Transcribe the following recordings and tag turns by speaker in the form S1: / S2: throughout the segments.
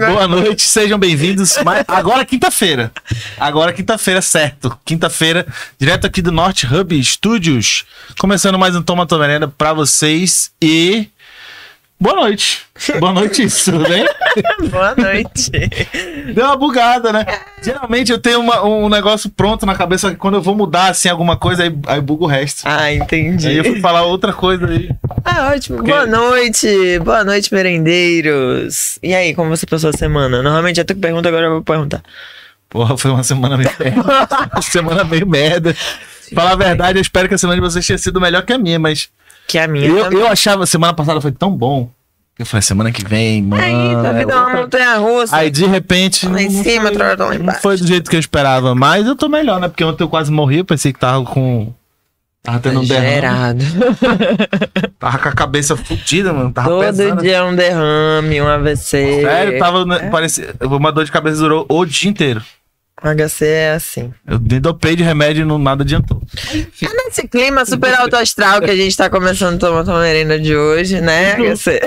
S1: Boa noite, sejam bem-vindos. Mas Agora é quinta-feira. Agora é quinta-feira, certo. Quinta-feira, direto aqui do Norte Hub Studios. Começando mais um Toma Tomerenda pra vocês e. Boa noite. Boa noite, isso, tudo bem?
S2: Boa noite.
S1: Deu uma bugada, né? Geralmente eu tenho uma- um negócio pronto na cabeça, só que quando eu vou mudar assim alguma coisa, aí, aí buga o resto.
S2: Ah,
S1: Aí eu
S2: entendi.
S1: fui falar outra coisa aí.
S2: Ah, ótimo. Boa noite. Boa noite, merendeiros. E aí, como você passou a semana? Normalmente é tu que pergunta, agora eu vou perguntar.
S1: Porra, foi uma semana meio merda. Uma semana meio merda. Falar a verdade, eu espero que a semana de vocês tenha sido melhor que a minha, mas
S2: Que é a minha
S1: eu,
S2: também.
S1: eu achava, semana passada foi tão bom. Eu falei, semana que vem, mano.
S2: Aí, tua
S1: é
S2: vida é uma
S1: outra-
S2: montanha russa.
S1: Aí de repente.
S2: Lá em
S1: não
S2: cima,
S1: foi-
S2: outra hora tá lá
S1: Não
S2: embaixo.
S1: foi do jeito que eu esperava, mas eu tô melhor, né? Porque ontem eu quase morri, eu pensei que tava com. Tava tendo um derrame.
S2: Gerado.
S1: Tava com a cabeça fudida, mano. Tava
S2: Todo
S1: pesando.
S2: dia um derrame, um AVC.
S1: Tá Sério, tava. né, Parecia, uma dor de cabeça durou o dia inteiro.
S2: HC é assim.
S1: Eu me dopei de remédio e não, nada adiantou.
S2: É nesse clima super alto astral que a gente tá começando a tomar tua merenda de hoje, né,
S1: Uhum.
S2: HC?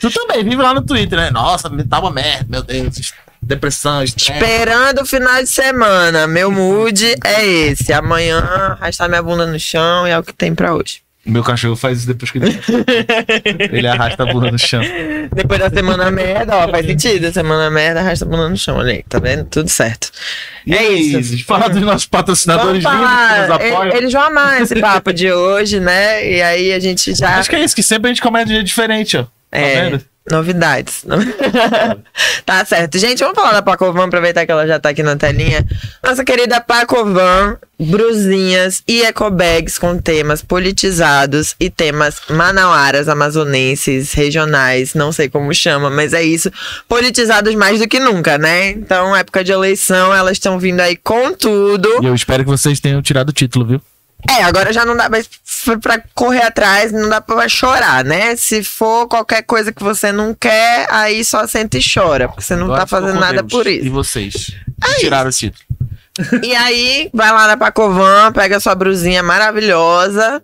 S1: Tu também vive lá no Twitter, né? Nossa, me tá uma merda, meu Deus. Depressão, estresse.
S2: Esperando o final de semana. Meu mood é esse. Amanhã, arrastar minha bunda no chão e é o que tem pra hoje.
S1: Meu cachorro faz isso depois que ele. ele arrasta a bunda no chão.
S2: Depois da semana merda, ó, faz sentido. Semana merda, arrasta a bunda no chão. Olha aí, tá vendo? Tudo certo.
S1: E
S2: é
S1: aí,
S2: isso.
S1: Isis, Fala dos nossos
S2: Vamos
S1: patrocinadores lindos que nos
S2: falar.
S1: apoiam.
S2: Ele- Eles vão amar esse papo de hoje, né? E aí a gente já.
S1: Acho que é isso, que sempre a gente começa de jeito diferente, ó. Tá
S2: tá. É,
S1: vendo?
S2: novidades. tá certo. Gente, vamos falar da Pacovan, aproveitar que ela já tá aqui na telinha. Nossa querida Pacovan, brusinhas e ecobags com temas politizados e temas manauaras, amazonenses, regionais, não sei como chama, mas é isso. Politizados mais do que nunca, né? Então, época de eleição, elas estão vindo aí com tudo.
S1: E eu espero que vocês tenham tirado o título, viu?
S2: É, agora já não dá mais f- pra correr atrás, não dá pra chorar, né? Se for qualquer coisa que você não quer, aí só senta e chora, porque você não
S1: Agora
S2: tá
S1: ficou
S2: fazendo
S1: com
S2: nada
S1: Deus.
S2: por
S1: E
S2: isso. É
S1: vocês? Que tiraram o título.
S2: E aí, vai lá na Pacovan, pega sua brusinha maravilhosa.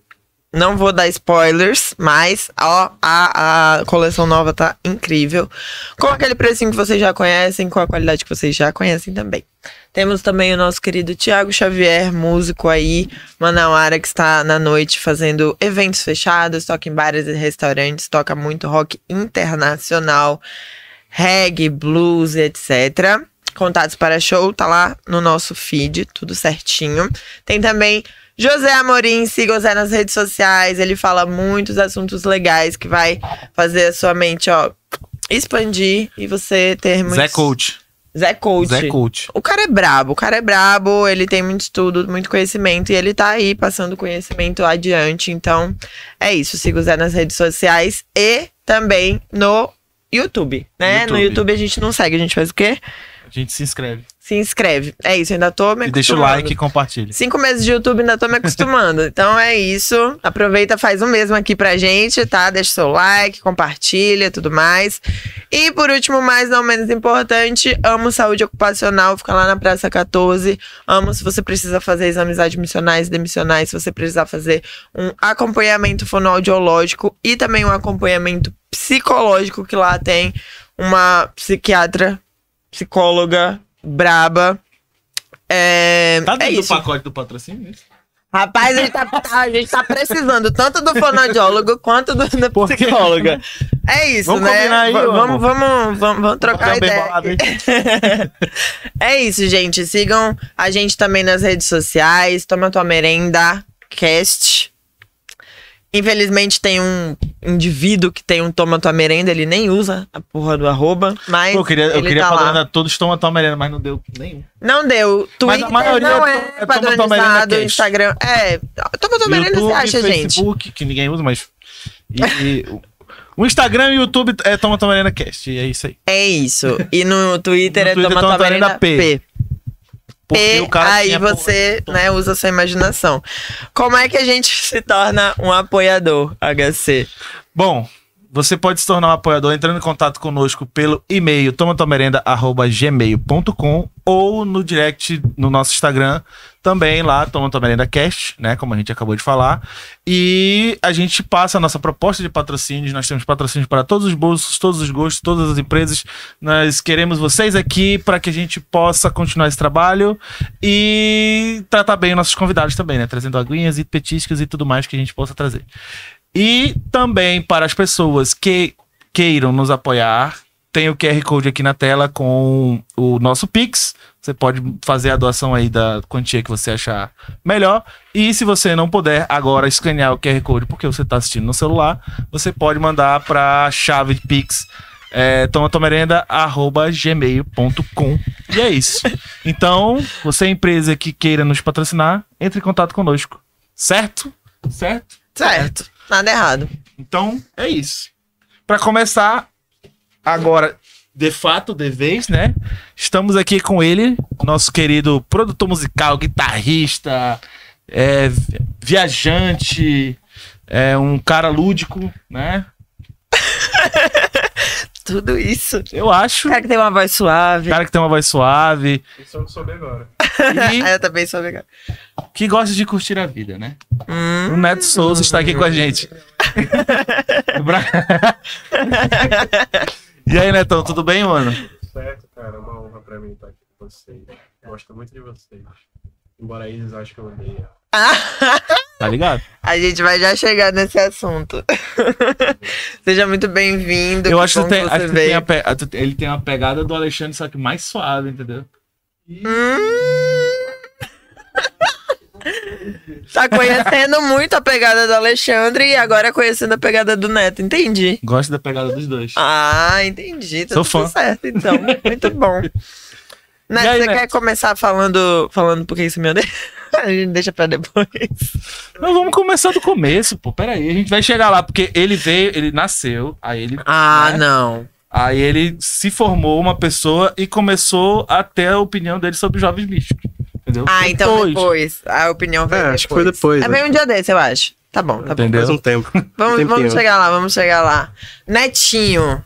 S2: Não vou dar spoilers, mas ó, a, a coleção nova tá incrível. Com aquele precinho que vocês já conhecem, com a qualidade que vocês já conhecem também. Temos também o nosso querido Tiago Xavier, músico aí, Manauara, que está na noite fazendo eventos fechados, toca em bares e restaurantes, toca muito rock internacional, reggae, blues, etc. Contatos para show, tá lá no nosso feed, tudo certinho. Tem também José Amorim, siga o Zé nas redes sociais, ele fala muitos assuntos legais que vai fazer a sua mente, ó, expandir e você ter muitos...
S1: Zé Coach.
S2: Zé Coach.
S1: Zé Coach.
S2: O cara é brabo, o cara é brabo, ele tem muito estudo, muito conhecimento e ele tá aí passando conhecimento adiante. Então, é isso. Siga o Zé nas redes sociais e também no YouTube, né? No
S1: YouTube.
S2: YouTube a gente não segue, a gente faz o quê?
S1: A gente se inscreve.
S2: Se inscreve. É né? isso, ainda tô me
S1: E deixa o
S2: acostumando.
S1: like e compartilha.
S2: Cinco meses de YouTube, ainda tô me acostumando. Então é isso. Aproveita, faz o mesmo aqui pra gente, tá? Deixa seu like, compartilha tudo mais. E por último, mas não menos importante, amo saúde ocupacional. Fica lá na Praça 14. Amo se você precisa fazer exames admissionais, demissionais, se você precisar fazer um acompanhamento fonoaudiológico e também um acompanhamento psicológico, que lá tem uma psiquiatra, psicóloga braba. É,
S1: Tá
S2: é
S1: dentro do
S2: isso.
S1: pacote do patrocínio? né? isso?
S2: Rapaz, a gente, tá, tá- a gente tá precisando tanto do fonoaudiólogo quanto do, da
S1: Por quê?
S2: psicóloga. É isso,
S1: Vamos
S2: né?
S1: combinar aí,
S2: Va-
S1: ô, amor.
S2: vamos, vamos, vamos, vamos trocar
S1: Tá bem
S2: ideia.
S1: bolado, hein?
S2: é isso, gente. Sigam a gente também nas redes sociais. Toma tua merenda, cast. Infelizmente tem um indivíduo que tem um toma tua merenda, ele nem usa a porra do arroba, mas
S1: Pô, eu queria, eu
S2: ele
S1: queria
S2: tá lá.
S1: padronizar todos tomam a tua merenda, mas não deu nenhum.
S2: Não deu. Twitter
S1: maioria
S2: não
S1: é
S2: é,
S1: to- é toma tua merenda
S2: padronizado,
S1: cast.
S2: Instagram. É, toma tua merenda você
S1: YouTube,
S2: acha, gente?
S1: Facebook, que ninguém usa, mas. E, e o- o Instagram e o YouTube é Toma Toma Arena Cast. E é isso aí.
S2: É isso. E no Twitter
S1: No
S2: é
S1: Twitter,
S2: Toma
S1: Toma
S2: Tua
S1: Tua Merenda
S2: Merenda
S1: P.
S2: P. P, aí
S1: tinha, porra,
S2: você
S1: Toma-
S2: né, usa sua imaginação. Como é que a gente se torna um apoiador, HC?
S1: Bom, você pode se tornar um apoiador entrando em contato conosco pelo e-mail tomatomerenda.gmail.com ou no direct no nosso Instagram, também lá, Toma Tua Merenda Cast, né? Como a gente acabou de falar. E a gente passa a nossa proposta de patrocínios. Nós temos patrocínios para todos os bolsos, todos os gostos, todas as empresas. Nós queremos vocês aqui para que a gente possa continuar esse trabalho e tratar bem os nossos convidados também, né? Trazendo aguinhas e petiscos e tudo mais que a gente possa trazer. E também para as pessoas que queiram nos apoiar, tem o QR Code aqui na tela com o nosso Pix. Você pode fazer a doação aí da quantia que você achar melhor. E se você não puder agora escanear o QR Code porque você está assistindo no celular, você pode mandar para a chave de Pix. É, tomatomerenda.gmail.com E é isso. Então, você é empresa que queira nos patrocinar, entre em contato conosco. Certo? Certo?
S2: Certo. Nada errado.
S1: Então, é isso. Pra começar, agora, de fato, de vez, né? Estamos aqui com ele, nosso querido produtor musical, guitarrista, é, vi- viajante, é um cara lúdico, né?
S2: Tudo isso.
S1: Eu acho. um
S2: Cara que tem uma voz suave.
S1: Cara que tem uma voz suave
S3: Isso eu soube agora.
S2: Ah,
S1: e
S2: eu também sou legal.
S1: que gosta de curtir a vida, né?
S2: Hum.
S1: O Neto Souza está aqui com a gente. Bra- e aí, Netão, tudo bem, mano?
S3: Certo, cara, é uma honra pra mim estar aqui com vocês. Gosto muito de vocês. Embora eles achem que eu odeio.
S1: Tá ligado?
S2: A gente vai já chegar nesse assunto. Seja muito bem-vindo.
S1: Eu acho que,
S2: bom
S1: tem,
S2: você
S1: acho que
S2: veio.
S1: tem a pe- a- tu- ele tem uma pegada do Alexandre, só que mais suave, entendeu?
S2: Hum. Tá conhecendo muito a pegada do Alexandre e agora conhecendo a pegada do Neto. Entendi.
S1: Gosto da pegada dos dois.
S2: Ah, entendi. Tá
S1: Sou
S2: tudo
S1: fã.
S2: certo, então. Muito bom. Neto,
S1: aí, né?
S2: você
S1: Neto?
S2: quer começar falando, falando por que você me odeia? A gente deixa pra depois.
S1: Mas vamos começar do começo, pô. Peraí, a gente vai chegar lá, porque ele veio, ele nasceu, aí ele.
S2: Ah,
S1: né?
S2: não.
S1: Aí ele se formou uma pessoa e começou a ter a opinião dele sobre os jovens místicos. Entendeu?
S2: Ah, então depois. A opinião vai
S3: É,
S2: depois.
S3: acho que foi depois,
S2: É
S3: né?
S2: bem um dia desse, eu acho. Tá bom, tá bom.
S1: Entendeu?
S3: Faz um tempo.
S2: Vamos,
S3: Tempinho.
S2: vamos chegar lá, vamos chegar lá. Netinho,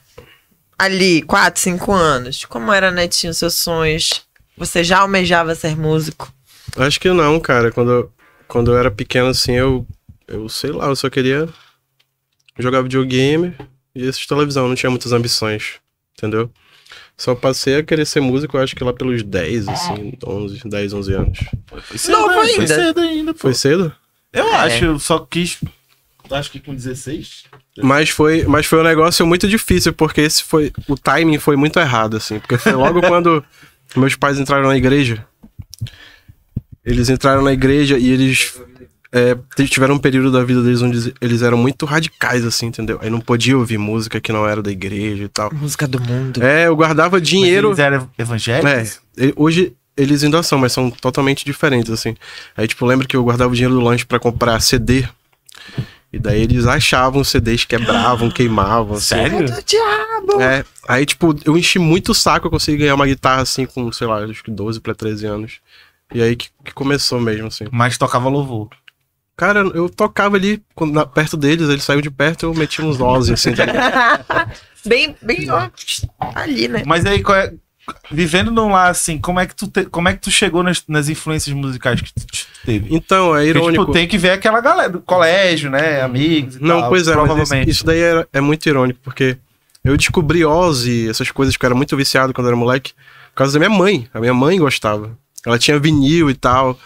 S2: ali, 4, 5 anos. Como era Netinho seus sonhos? Você já almejava ser músico?
S4: Acho que não, cara. Quando, eu- quando eu era pequeno, assim, eu, eu sei lá, eu só queria jogar videogame e assistir televisão. Não tinha muitas ambições, entendeu? Só passei a querer ser músico, eu acho que lá pelos 10, assim, 11, 10, 11 anos.
S2: Novo ainda.
S1: Foi é cedo ainda, pô.
S4: Foi cedo?
S1: Eu
S2: É.
S1: acho, eu só quis. Acho que com 16.
S4: Mas foi, mas foi um negócio muito difícil, porque esse foi. O timing foi muito errado, assim. Porque foi logo quando meus pais entraram na igreja. Eles entraram na igreja e eles é, t- tiveram um período da vida deles onde eles- eles eram muito radicais, assim, entendeu? Aí não podia ouvir música que não era da igreja e tal.
S2: Música do mundo.
S4: É, eu guardava dinheiro.
S1: Eles eram evangélicos?
S4: É, e- hoje eles ainda são, mas são totalmente diferentes, assim. Aí, tipo, lembra que eu guardava o dinheiro do lanche pra comprar CD. E daí eles achavam CDs, quebravam, é
S1: Ah,
S2: É.
S4: queimavam, assim.
S1: Sério?
S2: Do diabo.
S4: É. Aí, tipo, eu enchi muito o saco, eu consegui ganhar uma guitarra, assim, com, sei lá, acho que 12 pra 13 anos. E aí que, que começou mesmo, assim.
S1: Mas tocava louvor.
S4: Cara, eu tocava ali quando, na- perto deles, eles saíam de perto, eu metia uns 11, assim, tá ligado?
S2: Bem, bem, ó, ali, né?
S1: Mas aí, qual é- vivendo num lar assim, como é que tu, te- como é que tu chegou nas, nas influências musicais que tu te- teve?
S4: Então, é
S1: Porque,
S4: irônico.
S1: tipo, tem que ver aquela galera do colégio, né? Amigos e
S4: Não,
S1: tal,
S4: pois é, mas isso,
S1: provavelmente.
S4: isso daí era- é muito irônico, porque eu descobri Ozzy, essas coisas que eu era muito viciado quando eu era moleque, por causa da minha mãe. A minha mãe gostava. Ela tinha vinil e tal.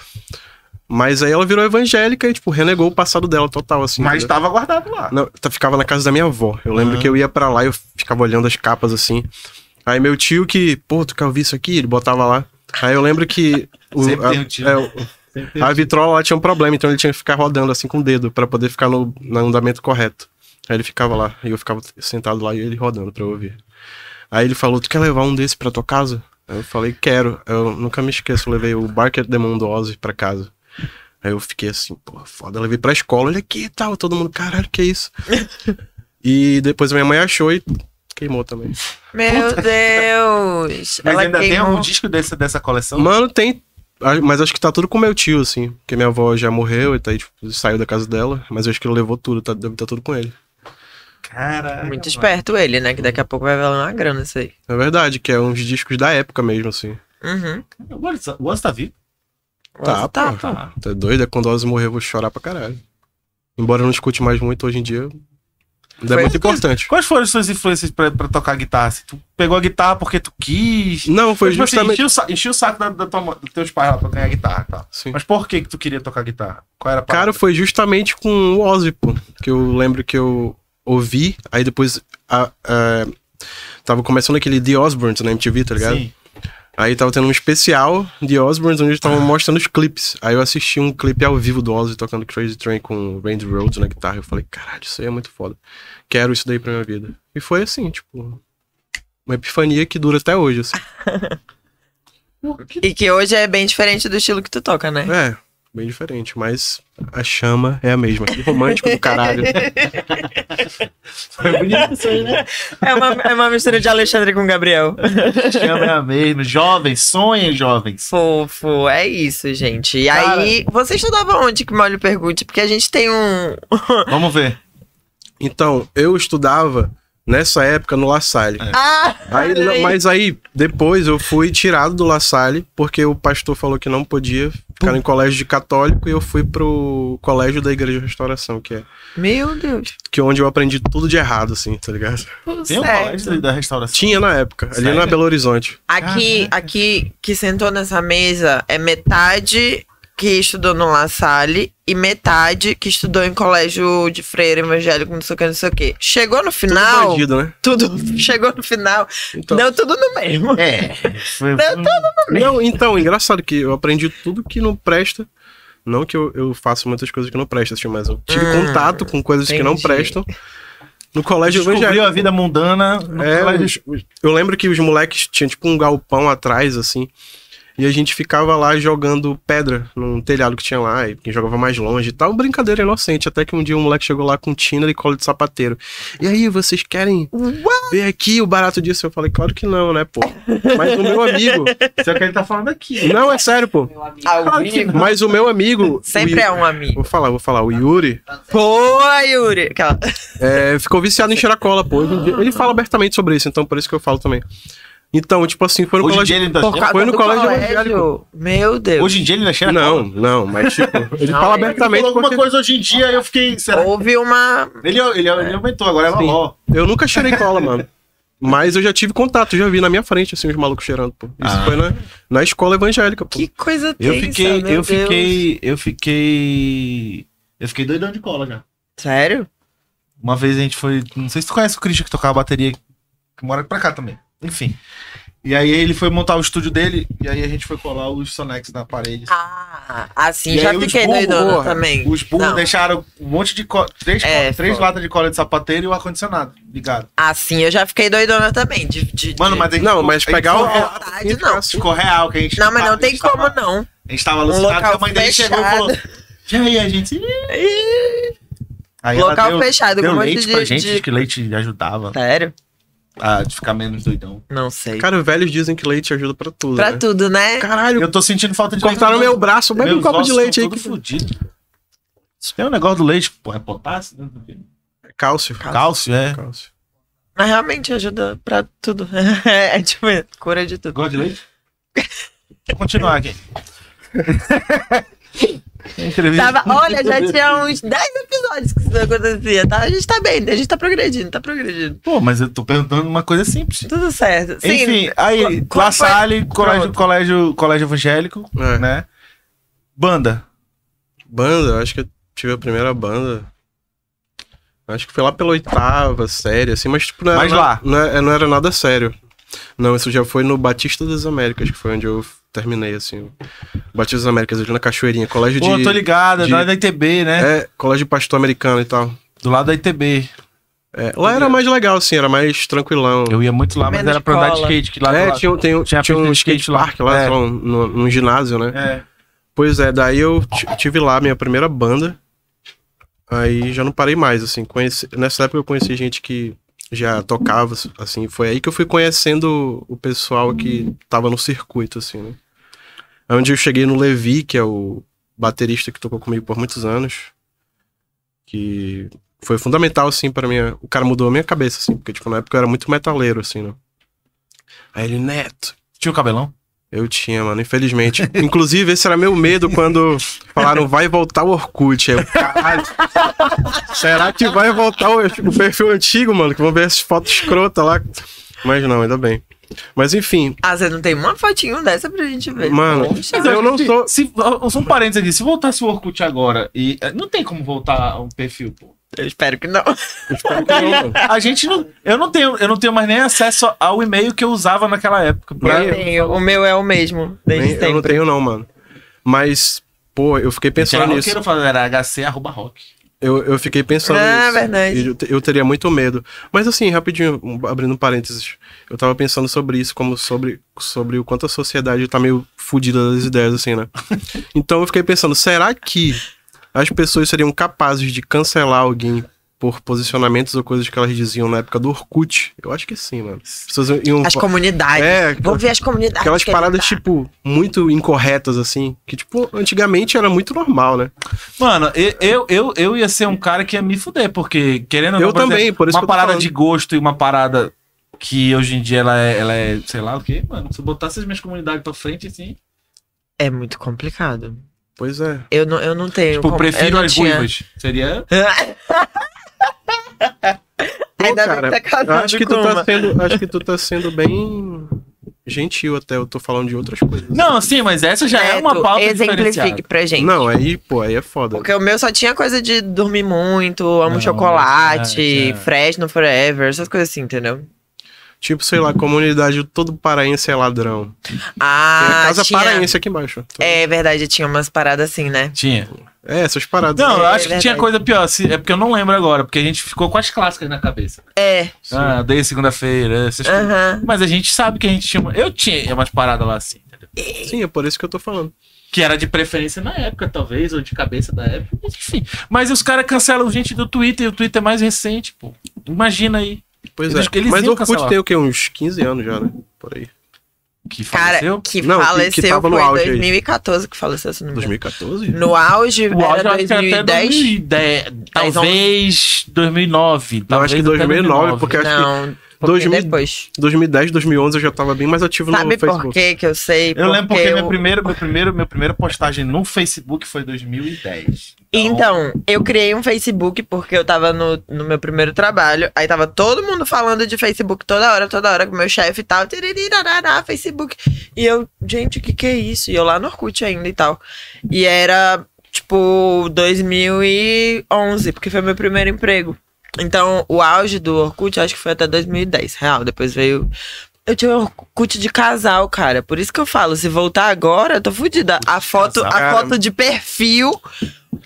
S4: Mas aí ela virou evangélica e, tipo, renegou o passado dela total, assim.
S1: mas
S4: entendeu?
S1: tava guardado lá.
S4: Não, tá- ficava na casa da minha avó. Eu lembro
S1: Ah.
S4: que eu ia pra lá e eu ficava olhando as capas assim. Aí meu tio que, pô, tu quer ouvir isso aqui? Ele botava lá. Aí eu lembro que. o-
S1: Sempre
S4: a,
S1: tem um tio.
S4: é, o- a vitrola lá tinha um problema, então ele tinha que ficar rodando assim com o dedo pra poder ficar no, no andamento correto. Aí ele ficava lá, e eu ficava sentado lá e ele rodando pra eu ouvir. Aí ele falou: Tu quer levar um desse pra tua casa? Aí eu falei: Quero. Eu nunca me esqueço, eu levei o Barker Demon do Ozzy pra casa. Aí eu fiquei assim, pô, foda, eu levei pra escola, olha aqui e tal, todo mundo, caralho, que isso? e depois minha mãe achou e queimou também.
S2: Meu Deus.
S1: Mas
S2: ela
S1: ainda tem
S2: queimou. um
S1: algum disco desse, dessa coleção?
S4: Mano, tem. ah, Mas acho que tá tudo com meu tio, assim. Porque minha avó já morreu e tá aí, tipo, saiu da casa dela. Mas eu acho que ele levou tudo, tá, deve estar tudo com ele.
S1: Caralho.
S2: Muito esperto ele, né? Que daqui a pouco vai valer uma grana isso aí.
S4: É verdade, que é uns discos da época mesmo, assim.
S2: Uhum.
S1: O Wallace o Wallace tá vivo?
S4: Tá,
S2: Tá,
S4: pô.
S1: Tá.
S4: Tá doido? Quando o Ozzy morrer, eu vou chorar pra caralho. Embora eu não escute mais muito hoje em dia, ainda é
S2: Foi-
S4: muito importante.
S1: Quais foram as suas influências pra, pra tocar guitarra? Se tu pegou a guitarra porque tu quis?
S4: Não, foi
S1: Tipo assim,
S4: justamente.
S1: enchi, o sa- enchi o saco da, da tua mãe- dos teus pais lá pra ganhar guitarra, tá?
S4: Sim.
S1: Mas por que que tu queria tocar guitarra? Qual era a
S4: Cara,
S1: parada?
S4: foi justamente com o Ozzy, pô. Que eu lembro que eu ouvi, aí depois. a- a- tava começando aquele The Osborns na MTV, tá ligado?
S1: Sim.
S4: Aí tava tendo um especial de Osborns onde eles estavam mostrando os clipes. Aí eu assisti um clipe ao vivo do Ozzy tocando Crazy Train com Randy Rhoads na guitarra. Eu falei, caralho, isso aí é muito foda. Quero isso daí pra minha vida. E foi assim, tipo, uma epifania que dura até hoje, assim.
S2: E que hoje é bem diferente do estilo que tu toca, né?
S4: É, bem diferente, mas a chama é a mesma. Que romântico do caralho.
S1: Foi bonito isso aí, né?
S2: É uma, é uma mistura de Alexandre com Gabriel.
S1: Chama é a mesma. Jovens, sonhem, jovens.
S2: Fofo, é isso, gente. E
S1: Cara-
S2: aí, você estudava onde que Molho pergunte? Porque a gente tem um.
S1: Vamos ver.
S4: Então, eu estudava nessa época no La Salle.
S1: É.
S2: Ah!
S4: Aí,
S2: olha
S4: não, mas aí, depois eu fui tirado do La Salle, porque o pastor falou que não podia ficar em colégio de católico, e eu fui pro colégio da Igreja de Restauração, que é
S2: Meu Deus.
S4: que é onde eu aprendi tudo de errado, assim, tá ligado?
S1: Tem um
S2: Certo.
S1: colégio da restauração?
S4: Tinha na época, ali
S1: Sério?
S4: na Belo Horizonte.
S2: Aqui, aqui que sentou nessa mesa é metade que estudou no La Salle e metade que estudou em colégio de freira evangélico, não sei o que, não sei o que. Chegou no
S4: Tudo
S2: final.
S4: bandido, né?
S2: Tudo, chegou no final.
S4: Então,
S2: Deu tudo no mesmo.
S1: É. Foi...
S2: Não,
S4: não, então, engraçado que eu aprendi tudo que não presta. Não que eu, eu faça muitas coisas que não prestam, assim, mas eu
S1: Ah,
S4: tive
S2: Hum,
S4: contato com coisas que não
S2: entendi.
S4: prestam no colégio
S1: Descobriu
S4: evangélico.
S1: a vida mundana no
S4: É,
S1: colégio.
S4: os- os- eu lembro que os moleques tinham tipo um galpão atrás, assim, e a gente ficava lá jogando pedra num telhado que tinha lá, e quem jogava mais longe e tal, brincadeira inocente, até que um dia um moleque chegou lá com tina e cola de sapateiro. E aí, vocês querem ver aqui o barato disso? Eu falei, claro que não, né, pô. Mas o meu amigo...
S1: Isso é o que ele tá falando aqui.
S4: Não, é sério, pô.
S2: Ao
S1: que
S2: vivo.
S4: Mas o meu amigo... o
S2: Sempre
S4: Yu-
S2: é um amigo.
S4: Vou falar, vou falar. O Yuri
S2: Pô, Yuri. Aquela...
S4: É, ficou viciado em cheirar cola, pô. Hoje em dia- Ele fala abertamente sobre isso, então por isso que eu falo também. Então, tipo assim, foi no
S1: Hoje em
S4: colégio...
S1: dia ele ainda
S2: Por
S1: cheira.
S2: causa
S4: foi no
S2: do
S4: colégio
S2: Meu Deus.
S1: Hoje em dia ele ainda cheira.
S4: Não,
S1: cola.
S4: não, mas tipo, ele
S2: Não,
S4: fala
S1: Ele
S2: ele
S4: abertamente
S1: falou alguma
S4: porque
S1: coisa hoje em dia eu fiquei. Será?
S2: Houve uma.
S1: Ele, ele, ele aumentou, agora é
S4: Sim.
S1: loló.
S4: eu nunca cheirei cola, mano. Mas eu já tive contato, já vi na minha frente, assim, os malucos cheirando, pô. Isso
S1: Ah.
S4: foi na, na escola evangélica, pô.
S2: Que coisa tensa,
S1: Eu fiquei,
S2: meu
S1: eu
S2: Deus.
S1: fiquei, eu fiquei, eu fiquei doidão de cola já.
S2: Sério?
S1: Uma vez a gente foi, não sei se tu conhece o Christian que tocava bateria, que mora pra cá também. Enfim. E aí ele foi montar o estúdio dele e aí a gente foi colar os Sonex na parede.
S2: Ah, assim
S1: E
S2: já
S1: aí os
S2: fiquei
S1: burros,
S2: doidona
S1: porra,
S2: também.
S1: Os burros
S2: Não.
S1: deixaram um monte de co- três, co-
S2: É,
S1: três
S2: foda.
S1: latas de cola de sapateiro e o ar condicionado ligado.
S2: Assim eu já fiquei doidona também. De, de- de-
S1: Mano, mas a gente-
S4: Não, mas
S1: a gente
S4: pegar
S1: ficou
S4: o.
S1: real-
S2: vontade, não.
S1: Ficou real que a gente
S2: Não, mas
S1: tava-
S2: não
S1: a
S2: tem
S1: gente
S2: como
S1: tava-
S2: não.
S1: A gente tava alucinado
S2: local
S1: que a mãe dele chegou e
S2: fechado.
S1: falou: E aí, a gente. Aí ela
S2: Local
S1: deu-
S2: fechado, com
S1: Deu
S2: um monte
S1: leite
S2: de,
S1: pra gente,
S2: de-
S1: diz que leite ajudava
S2: Sério?
S1: a ficar menos doidão.
S2: Não sei.
S4: Cara, velhos dizem que leite ajuda pra tudo.
S2: pra
S4: né?
S2: tudo, né?
S4: Caralho,
S1: Eu tô sentindo falta de
S4: cortaram
S1: leite.
S4: meu braço, bebe um
S1: Meus
S4: copo de
S1: ossos
S4: leite aí.
S1: tão todo
S4: Que...
S1: fudido. Tem um negócio do leite, pô, é potássio? né?
S4: Cálcio.
S1: Cálcio, é.
S4: Cálcio.
S2: Mas realmente ajuda pra tudo. é tipo, cura de tudo.
S1: Gosta de leite? Vou continuar aqui. Entrevista.
S2: Tava, olha, já tinha uns 10 episódios que isso acontecia, tá? A gente tá bem, a gente tá progredindo, tá progredindo.
S1: Pô, mas eu tô perguntando uma coisa simples.
S2: Tudo certo. Sim,
S1: Enfim, aí,
S2: Co- como
S1: La
S2: foi-
S1: Salle, colégio,
S2: Pronto.
S1: colégio, colégio evangélico,
S4: É.
S1: né? Banda.
S4: Banda, eu acho que eu tive a primeira banda. Acho que foi lá pela oitava série, assim, mas tipo, não era,
S1: Mas
S4: na-
S1: lá.
S4: Não, é- não era nada sério. Não, isso já foi no Batista das Américas, que foi onde eu terminei, assim. Batista das Américas, ali na Cachoeirinha, colégio
S1: Pô,
S4: de.
S1: tô ligado, é
S4: de-
S1: do lado da ITB, né?
S4: É, colégio de pastor americano e tal.
S1: Do lado da ITB.
S4: É, lá era mais legal, assim, era mais tranquilão.
S1: Eu ia muito lá, mas
S2: Menos
S1: era pra andar de
S2: cola.
S1: skate, que lá do
S4: É,
S1: lado-
S4: tinha, um- tem um-
S1: tinha a
S4: tinha
S1: pista
S4: um
S1: de skate
S4: skate park lá,
S1: lá. É.
S4: sei lá, um- no- num ginásio, né?
S1: É.
S4: Pois é, daí eu ti- tive lá minha primeira banda. Aí já não parei mais, assim. Conheci, nessa época eu conheci gente que já tocava, assim. Foi aí que eu fui conhecendo o pessoal que tava no circuito, assim, né? É Onde eu cheguei no Levi, que é o baterista que tocou comigo por muitos anos. Que foi fundamental, assim, pra minha. O cara mudou a minha
S1: Tá.
S4: cabeça, assim, porque, tipo, na época eu era muito metaleiro, assim, né? Aí ele, Neto,
S1: Tinha o cabelão?
S4: Eu tinha, mano, infelizmente. Inclusive, esse era meu medo quando falaram vai voltar o Orkut. Aí Eu, caralho, será que vai voltar o, o perfil antigo, mano? Que vão ver essas fotos escrotas lá. Mas não, ainda bem. Mas enfim,
S2: Ah, você não tem uma fotinho dessa pra gente ver.
S4: Mano,
S2: Poxa.
S4: eu não sou.
S1: Se, ó, só um parênteses aqui, se voltasse o Orkut agora e. eh, Não tem como voltar um perfil, pô.
S2: Eu espero que não.
S1: A gente não. Eu não tenho, eu não tenho mais nem acesso ao e-mail que eu usava naquela época. pra-
S2: Eu tenho. O meu é o mesmo, desde
S4: Nem-
S2: sempre.
S4: eu não tenho, não, mano. Mas, pô, eu fiquei
S1: era
S4: pensando nisso.
S1: roqueiro, falava, era HC arroba rock.
S4: Eu, eu fiquei pensando
S2: Ah,
S4: nisso.
S2: verdade.
S4: E Eu, te- eu teria muito medo. Mas assim, rapidinho, um- abrindo parênteses, eu tava pensando sobre isso, como sobre, sobre o quanto a sociedade tá meio fodida das ideias, assim, né? Então eu fiquei pensando, será que as pessoas seriam capazes de cancelar alguém por posicionamentos ou coisas que elas diziam na época do Orkut? Eu acho que sim, mano. As pessoas iam...
S2: As comunidades.
S4: É,
S2: Vou ver as comunidades.
S4: Aquelas
S2: que
S4: paradas,
S2: ele tá.
S4: tipo, muito incorretas, assim. Que, tipo, antigamente era muito normal, né?
S1: Mano, eu, eu, eu, eu ia ser um cara que ia me fuder, porque querendo ou
S4: Eu
S1: não, por
S4: também, por isso
S1: Uma
S4: que eu tô
S1: parada
S4: falando.
S1: de gosto e uma parada que hoje em dia ela é, ela é sei lá o quê, mano. Se eu botasse as minhas comunidades pra frente, assim.
S2: É muito complicado.
S4: Pois é.
S2: Eu não, eu não tenho.
S1: tipo,
S2: como- eu
S1: prefiro
S2: não
S1: as
S2: tinha.
S1: ruivas. Seria.
S4: Pô,
S2: Ainda bem
S4: cara,
S2: que tá casado
S4: acho que
S2: com
S4: tu tá
S2: uma.
S4: sendo, acho que tu tá sendo bem gentil até, eu tô falando de outras coisas.
S1: Não, sim, mas essa já é uma
S2: Neto,
S1: pauta
S2: Exemplifique
S1: diferenciada.
S2: pra gente.
S4: Não, aí, pô, aí é foda.
S2: Porque o meu só tinha coisa de dormir muito, amo
S1: Não,
S2: chocolate,
S1: verdade, é.
S2: Fresno Forever, essas coisas assim, entendeu?
S4: Tipo, sei lá, comunidade todo paraense é ladrão. Tem
S2: Ah,
S4: a casa
S2: tinha...
S4: paraense aqui embaixo. Tá.
S2: É verdade, tinha umas paradas assim, né?
S1: Tinha.
S4: É, essas paradas.
S1: Não, eu
S2: É
S1: acho que tinha
S2: verdade.
S1: coisa pior. se- É porque eu não lembro agora, porque a gente ficou com as clássicas na cabeça.
S2: É,
S1: Ah, dei segunda-feira, essas coisas.
S2: aham.
S1: Mas a gente sabe que a gente tinha. uma- Eu tinha umas paradas lá assim, entendeu?
S4: Sim, é por isso que eu tô falando.
S1: Que era de preferência na época, talvez, ou de cabeça da época, mas enfim. Mas os caras cancelam gente do Twitter e o Twitter é mais recente, pô. Imagina aí.
S4: Pois
S1: Eles-
S4: é.
S1: eles
S4: Mas
S1: iam
S4: o Orkut
S1: cancelar. Uhum.
S4: tem o quê? Uns 15 anos já, né? Por aí.
S1: Que
S2: Cara,
S1: faleceu.
S2: que
S4: Não, que- que
S2: faleceu
S4: tava no
S2: foi em
S4: auge aí.
S2: 2014 que faleceu, se não me engano.
S4: 2014?
S2: No auge,
S1: O áudio
S2: era
S1: eu acho que era até 2010.
S2: 2010?
S1: Talvez 2009.
S4: Eu acho que
S1: talvez até
S4: 2009, porque acho que
S2: Não, um pouquinho
S4: 2000
S2: depois.
S4: 2010, 2011 eu já tava bem mais ativo
S2: Sabe
S4: no
S2: por
S4: Facebook.
S2: que que eu sei?
S1: Eu lembro porque minha,
S2: eu-
S1: primeira, meu primeiro, minha primeira postagem no Facebook foi em 2010.
S2: Então, eu criei um Facebook porque eu tava no, no meu primeiro trabalho. Aí tava todo mundo falando de Facebook toda hora, toda hora, com meu chefe e tal. tiririrarará, Facebook. E eu, gente, o que que é isso? E eu lá no Orkut ainda e tal. E era, tipo, 2011, porque foi meu primeiro emprego. Então, o auge do Orkut, acho que foi até 2010, real. Depois veio... Eu tinha um Orkut de casal, cara. Por isso que eu falo, se voltar agora, eu tô fudida. A foto, a
S4: casal.
S2: foto de perfil...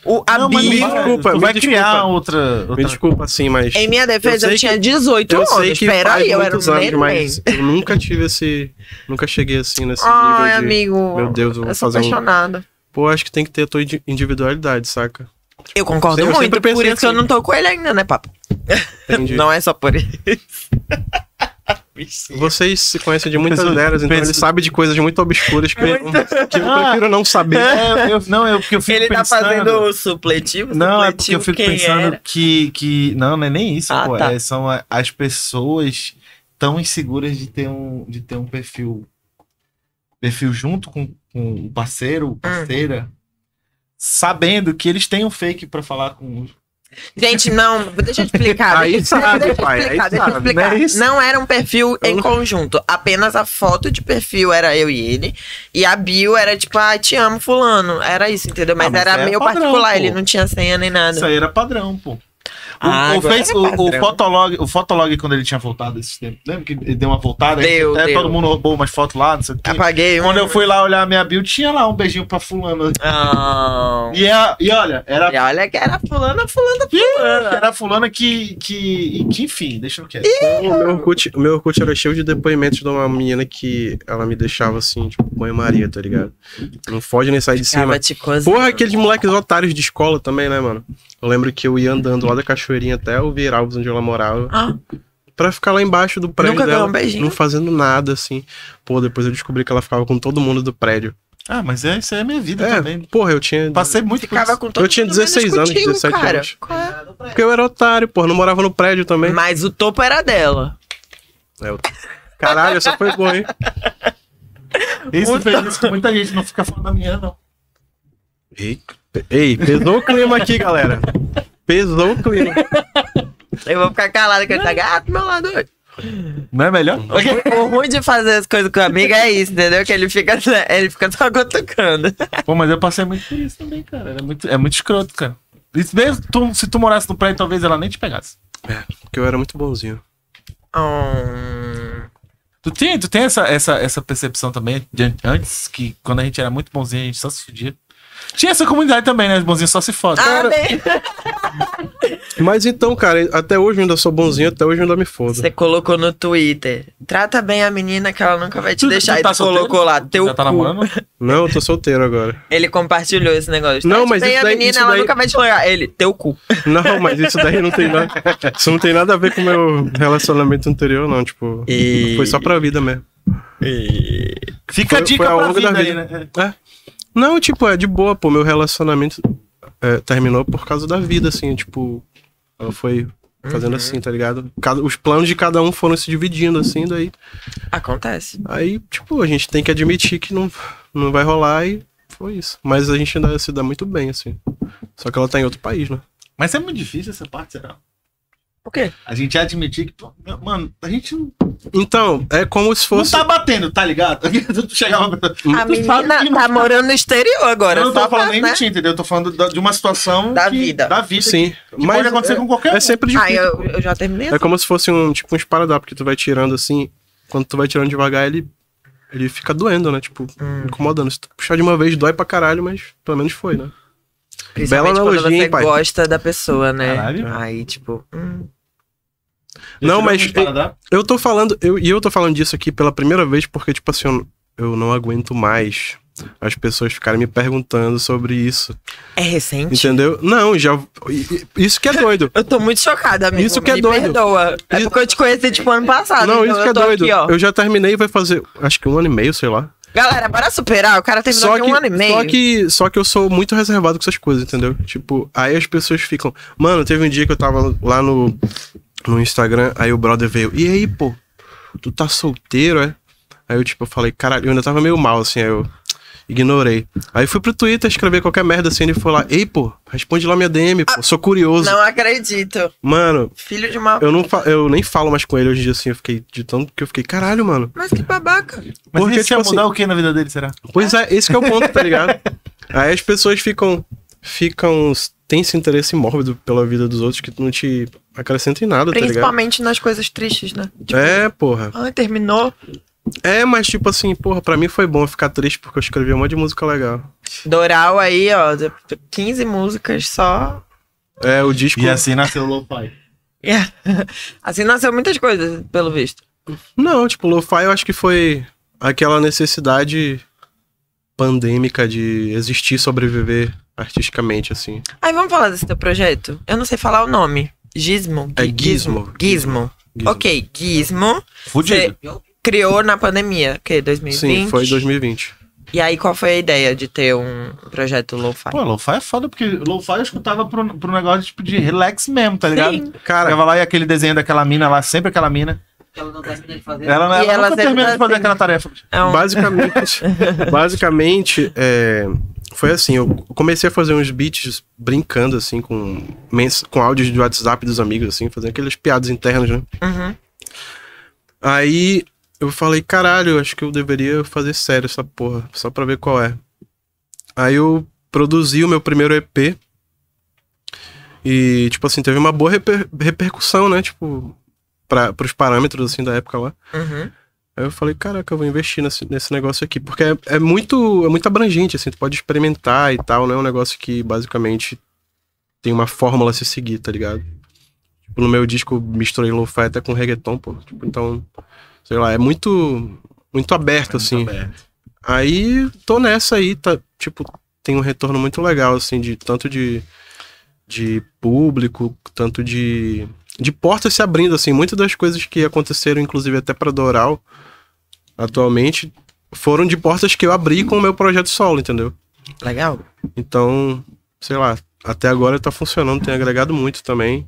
S2: O, a
S1: Não, mas
S2: bio.
S1: me
S4: Bíblia-
S1: desculpa,
S4: Me
S1: vai criar
S4: desculpa.
S1: outra.
S4: Me
S1: outra...
S4: desculpa, assim, mas.
S2: Em minha defesa,
S4: Eu
S2: eu,
S4: sei
S2: tinha 18
S4: Então, Eu
S2: anos.
S4: sei que
S2: Pera
S4: faz
S2: aí, Então, eu era um
S4: muitos anos,
S2: neném.
S4: mas eu nunca tive esse. Nunca cheguei assim nesse
S2: Ai,
S4: nível de.
S2: amigo.
S4: Meu Deus, eu vou
S2: eu sou
S4: fazer um.
S2: apaixonada.
S4: Pô, acho que tem que ter a tua indi- individualidade, saca?
S2: Eu concordo
S4: Eu sempre
S2: muito, por
S4: pensei
S2: isso que eu
S4: assim.
S2: não tô com ele ainda, né, papo?
S4: Entendi.
S2: Não é só por isso.
S4: Vocês se conhecem de muitas
S1: Pensa-
S4: delas, então
S1: pensa-
S4: ele sabe de coisas muito obscuras que, eu- que eu
S1: Ah.
S4: prefiro não saber.
S1: É, eu- não, eu, porque eu fico
S2: Ele tá
S1: pensando.
S2: fazendo o supletivo?
S1: Não, é porque
S2: supletivo,
S1: eu fico
S2: quem
S1: pensando
S2: era?
S1: que, que. Não, não é nem isso,
S2: Ah,
S1: pô.
S2: tá.
S1: É, são a- as pessoas tão inseguras de ter um, de ter um perfil. Perfil junto com, com o parceiro, parceira. Sabendo que eles têm um fake pra falar com um, os.
S2: Gente, não, deixa eu explicar.
S4: Aí
S2: deixa,
S4: sabe,
S2: deixa eu
S4: pai, aí
S2: explicar, deixa eu
S4: sabe,
S2: explicar.
S4: né? Isso.
S2: Não era um perfil em conjunto. Apenas a foto de perfil era eu e ele. E a bio era tipo, ah, te amo, fulano. Era isso, entendeu? Mas,
S1: Ah, mas
S2: era
S1: é
S2: meu
S1: padrão,
S2: particular,
S1: pô.
S2: ele não tinha senha nem nada.
S1: Isso aí era padrão, pô. O,
S2: Ah,
S1: o,
S2: agora
S1: Face-
S2: é
S1: o- o
S2: padrão.
S1: Fotolog, o Fotolog, quando ele tinha voltado esse tempo, lembra que ele deu uma voltada?
S2: Deu,
S1: até
S2: deu.
S1: todo mundo roubou umas fotos lá, não sei o quê.
S2: Apaguei. um,
S1: Quando eu fui lá olhar a minha bio, tinha lá um beijinho pra fulano.
S2: Não.
S1: E, é a- e olha, era
S2: E olha que era fulana, fulana.
S1: fulana, era fulana que, que, e que enfim, deixa eu quieto.
S4: O meu, Orkut, o meu Orkut era cheio de depoimentos de uma menina que ela me deixava assim, tipo, banho-maria, tá ligado? Não foge nem sai de cima.
S2: Tava te cozinhando.
S4: Porra, aqueles moleques otários de escola também, né, mano? Eu lembro que eu ia andando lá da cachoeirinha até o Viralves, onde ela morava.
S2: Ah.
S4: Pra ficar lá embaixo do prédio
S2: Nunca ganhou
S4: dela,
S2: um beijinho?
S4: não fazendo nada, assim. Pô, depois eu descobri que ela ficava com todo mundo do prédio.
S1: Ah, mas é, isso aí é minha vida
S4: É,
S1: também.
S4: porra, eu tinha...
S1: Passei muito por
S2: Ficava
S1: isso.
S2: com todo
S4: Eu tinha
S2: mundo, menos
S4: 16 anos,
S2: contigo,
S4: 17
S2: cara.
S4: anos.
S2: Qual é?
S4: Porque eu era otário, porra, não morava no prédio também.
S2: Mas o topo era dela.
S4: É, eu- Caralho, essa foi boa, hein?
S1: Isso fez isso com muita gente, não fica falando da minha, não.
S4: Ei, ei, pesou o clima aqui, galera. Pesou o clima.
S2: Eu vou ficar calada que ele tá gato, meu lado. hoje.
S1: Não é melhor?
S2: O ruim de fazer as coisas com amigo é isso, entendeu? Que ele fica, ele fica só cutucando.
S1: Pô, mas eu passei muito por isso também, cara. É muito, é muito escroto, cara. Isso mesmo, tu- se tu morasse no prédio, talvez ela nem te pegasse.
S4: É, Porque eu era muito bonzinho.
S2: Hum,
S1: Tu tem, tu tem essa, essa, essa percepção também de an- antes, que quando a gente era muito bonzinho, a gente só se fudia. Tinha essa comunidade também, né? Os bonzinhos só se fodem.
S2: Ah, bem.
S4: Mas então, cara, até hoje eu ainda sou bonzinho, até hoje eu ainda me fodo.
S2: Você colocou no Twitter. Trata bem a menina que ela nunca vai te
S1: Tu-
S2: deixar.
S1: tu
S2: Aí
S1: tá
S2: tu colocou
S1: solteiro?
S2: lá, teu
S1: Já tá
S2: cu.
S1: namorando?
S4: Não, eu tô solteiro agora.
S2: Ele compartilhou esse negócio.
S4: Não,
S2: Trata
S4: mas
S2: bem
S4: isso
S2: a
S4: daí-
S2: menina,
S4: isso
S2: ela
S4: daí-
S2: nunca vai te olhar. Ele, teu cu.
S4: Não, mas isso daí não tem nada. Isso não tem nada a ver com o meu relacionamento anterior, não. Tipo,
S2: E-
S4: foi só pra vida mesmo.
S1: Fica a
S4: Foi-
S1: dica
S4: foi ao
S1: pra
S4: longo da
S1: vida aí,
S4: vida.
S1: né?
S4: É. Não, tipo, é de boa, pô. Meu relacionamento é, terminou por causa da vida, assim, tipo. Ela foi fazendo assim, tá ligado? Cada- os planos de cada um foram se dividindo, assim, daí.
S2: Acontece.
S4: Aí, tipo, a gente tem que admitir que não, não vai rolar e foi isso. Mas a gente ainda se dá muito bem, assim. Só que ela tá em outro país, né?
S1: Mas é muito difícil essa parte, será?
S2: Por quê?
S1: A gente admitir que, pô, meu- mano, a gente não,
S4: Então, é como se
S1: não
S4: fosse.
S1: tá batendo, tá ligado? Tu chegava pra pessoa,
S2: A
S1: tu sabe
S2: menina
S1: que não
S2: tá morando no exterior agora.
S1: Eu não tô
S2: só pra,
S1: falando nem
S2: né?
S1: mentira, entendeu? Eu tô falando da- de uma situação
S2: Da
S1: que-
S2: vida.
S1: Da vida.
S4: Sim.
S1: Que pode acontecer
S4: é,
S1: com qualquer um.
S4: é sempre
S2: Ah,
S4: difícil.
S2: eu, eu já terminei assim.
S4: É como se fosse um tipo um esparadrapo que tu vai tirando assim. Quando tu vai tirando devagar, ele, ele fica doendo, né? Tipo, incomodando. Se tu puxar de uma vez, dói pra caralho, mas pelo menos foi, né?
S2: Principalmente
S4: Bela
S2: quando
S4: analogia,
S2: você
S4: hein, pai?
S2: gosta da pessoa, né?
S1: Caralho.
S2: Aí, tipo, hum,
S1: Já
S4: Não,
S1: tirou
S4: mas-
S1: alguns paradá?
S4: Eu tô falando, eu, e eu tô falando disso aqui pela primeira vez porque, tipo assim, eu, eu não aguento mais as pessoas ficarem me perguntando sobre isso.
S2: é recente.
S4: Entendeu? Não, já. i- i- Isso que é doido.
S2: Eu tô muito chocada, amigo.
S4: Isso que é
S2: Me
S4: doido.
S2: perdoa. É
S4: Isso-
S2: porque eu te conheci, tipo, ano passado.
S4: Não,
S2: então
S4: isso
S2: eu
S4: que é
S2: tô
S4: doido.
S2: Aqui, ó.
S4: Eu já terminei, vai fazer acho que um ano e meio, sei lá.
S2: Galera, bora superar. O cara terminou
S4: Só
S2: aqui
S4: que,
S2: um ano e meio.
S4: só que só que eu sou muito reservado com essas coisas, entendeu? Tipo, aí as pessoas ficam, mano, teve um dia que eu tava lá no no Instagram, aí o brother veio, e aí, pô, tu tá solteiro, é? Aí eu tipo, eu falei, caralho, eu ainda tava meio mal assim, aí eu ignorei. Aí fui pro Twitter escrever qualquer merda assim, ele foi lá, ei, pô, responde lá minha DM, pô, sou curioso.
S2: Não acredito.
S4: Mano,
S2: Filho de uma.
S4: eu não fa- eu nem falo mais com ele hoje em dia assim, eu fiquei de tanto que eu fiquei, caralho, mano.
S2: Mas que babaca.
S1: Mas
S4: Porque,
S1: isso ia
S4: tipo assim-
S1: mudar o que na vida dele, será?
S4: Pois é, esse que é o ponto, tá ligado? Aí as pessoas ficam. ficam. têm esse interesse mórbido pela vida dos outros que não te acrescenta em nada, tá ligado?
S2: Principalmente nas coisas tristes, né?
S4: É, porra.
S2: Ai, terminou.
S4: É, mas tipo assim, porra, pra mim foi bom eu ficar triste porque eu escrevi um monte de música legal.
S2: Doral aí, ó. 15 músicas só.
S4: É, o disco.
S1: E assim nasceu o Lo-Fi.
S2: Yeah. Assim nasceu muitas coisas, pelo visto.
S4: Não, tipo, lo-fi eu acho que foi aquela necessidade pandêmica de existir, sobreviver artisticamente, assim.
S2: Aí vamos falar desse teu projeto? Eu não sei falar o nome. Gizmo.
S4: É
S2: Gizmo.
S4: Gizmo.
S2: Gizmo.
S4: Gizmo.
S2: Ok, Gizmo.
S1: Fudido.
S2: Você criou na pandemia, o quê? 2020?
S4: Sim, foi 2020.
S2: E aí, qual foi a ideia de ter um projeto lo-fi?
S1: Pô, Lo-Fi é foda, porque Lo-Fi eu escutava pro, pro negócio tipo, de relax mesmo, tá ligado?
S2: Sim.
S1: Cara,
S4: Cara,
S1: Tava lá e aquele desenho daquela mina lá, sempre aquela mina. Ela,
S2: E
S1: ela, nunca
S2: ela sempre
S1: termina de fazer
S2: assim.
S1: aquela tarefa.
S2: É um...
S4: Basicamente, basicamente é, foi assim, eu comecei a fazer uns beats brincando, assim, com, mens- com áudios de WhatsApp dos amigos, assim, fazendo aquelas piadas internas, né?
S2: Uhum.
S4: Aí eu falei, caralho, acho que eu deveria fazer sério essa porra, só pra ver qual é. Aí eu produzi o meu primeiro EP. E, tipo assim, teve uma boa reper- repercussão, né? Tipo, pra, pros parâmetros, assim, da época lá.
S2: Uhum.
S4: Aí eu falei, caraca, eu vou investir nesse, nesse negócio aqui, porque é, é muito é muito abrangente, assim, tu pode experimentar e tal, não é um negócio que basicamente tem uma fórmula a se seguir, tá ligado? Tipo, no meu disco eu misturei lo-fi até com reggaeton, pô, tipo, então, sei lá, é muito muito aberto, assim.
S1: Tá
S4: Aí tô nessa aí, tá, tipo, tem um retorno muito legal, assim, de tanto de, de público, tanto de, de portas se abrindo, assim. Muitas das coisas que aconteceram, inclusive até pra Doral, atualmente, foram de portas que eu abri com o meu projeto solo, entendeu?
S2: Legal.
S4: Então, sei lá, até agora tá funcionando, tem agregado muito também.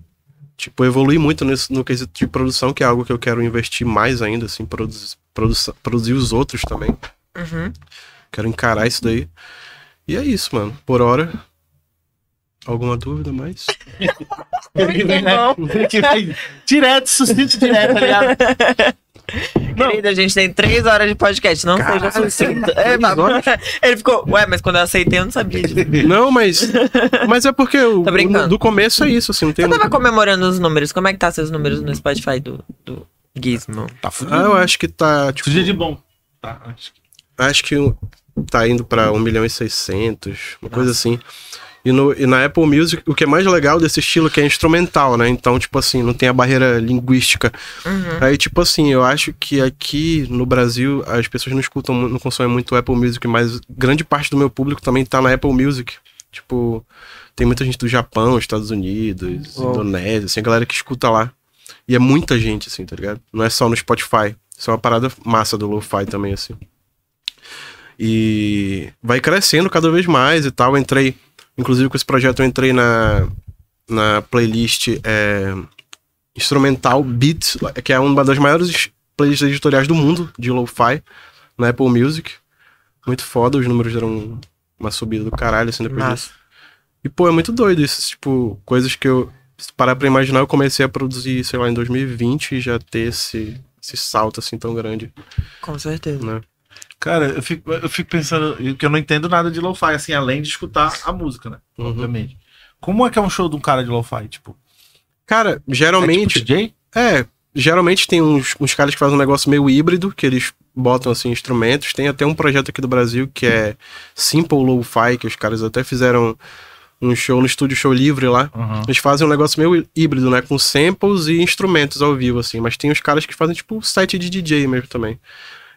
S4: Tipo, eu evolui muito nesse, no quesito de produção, que é algo que eu quero investir mais ainda, assim, produzir, produzir os outros também.
S2: Uhum.
S4: Quero encarar isso daí. E é isso, mano. Por hora. Alguma dúvida a mais?
S2: É
S1: Ele vem, né?
S2: bom.
S1: Ele que vem direto, suscito direto, tá ligado?
S2: Querida, a gente tem três horas de podcast, não seja
S4: Caralho,
S2: sucinto.
S4: três
S2: É, tá bom.
S4: horas?
S2: Ele ficou, ué, mas quando eu aceitei, eu não sabia disso.
S4: Não, mas. Mas é porque o,
S2: Tá brincando.
S4: o- do começo é isso, assim, não tem.
S2: Você tava comemorando os números. Como é que tá seus números no Spotify do, do Gizmo?
S1: Tá fudido.
S4: Ah, eu acho que tá. Tipo,
S1: Fudido de bom. Tá, acho que.
S4: acho que um- tá indo pra 1 milhão e 600, uma coisa assim. E, no, e na Apple Music, o que é mais legal desse estilo é que é instrumental, né? Então, tipo assim, não tem a barreira linguística.
S2: Uhum,
S4: Aí, tipo assim, eu acho que aqui no Brasil as pessoas não escutam, mu- não consomem muito Apple Music, mas grande parte do meu público também tá na Apple Music. Tipo, tem muita gente do Japão, Estados Unidos,
S2: Uau.
S4: Indonésia, assim, a galera que escuta lá. E é muita gente, assim, tá ligado? Não é só no Spotify. Isso é uma parada massa do Lo-Fi também, assim. E vai crescendo cada vez mais e tal. Eu entrei, inclusive com esse projeto, eu entrei na, na playlist é, instrumental Beats, que é uma das maiores playlists editoriais do mundo de lo-fi na Apple Music. Muito foda, os números deram uma subida do caralho, assim, depois disso.
S2: Nossa.
S4: E, pô, é muito doido isso. Tipo, coisas que eu. Se parar pra imaginar, eu comecei a produzir, sei lá, em 2020 e já ter esse, esse salto assim tão grande.
S2: Com certeza.
S4: Né?
S1: Cara, eu fico, eu fico pensando eu- que eu não entendo nada de lo-fi, assim, além de escutar a música, né?
S4: Uhum.
S1: Obviamente. Como é que é um show de um cara de lo-fi? Tipo,
S4: Cara, geralmente.
S1: é tipo DJ?
S4: É, geralmente tem uns, uns caras que fazem um negócio meio híbrido, que eles botam assim instrumentos. Tem até um projeto aqui do Brasil que é Simple Lo-Fi, que os caras até fizeram um show no estúdio Show Livre lá.
S1: Uhum.
S4: Eles fazem um negócio meio híbrido, né? Com samples e instrumentos ao vivo, assim. Mas tem os caras que fazem, tipo, set de DJ mesmo também.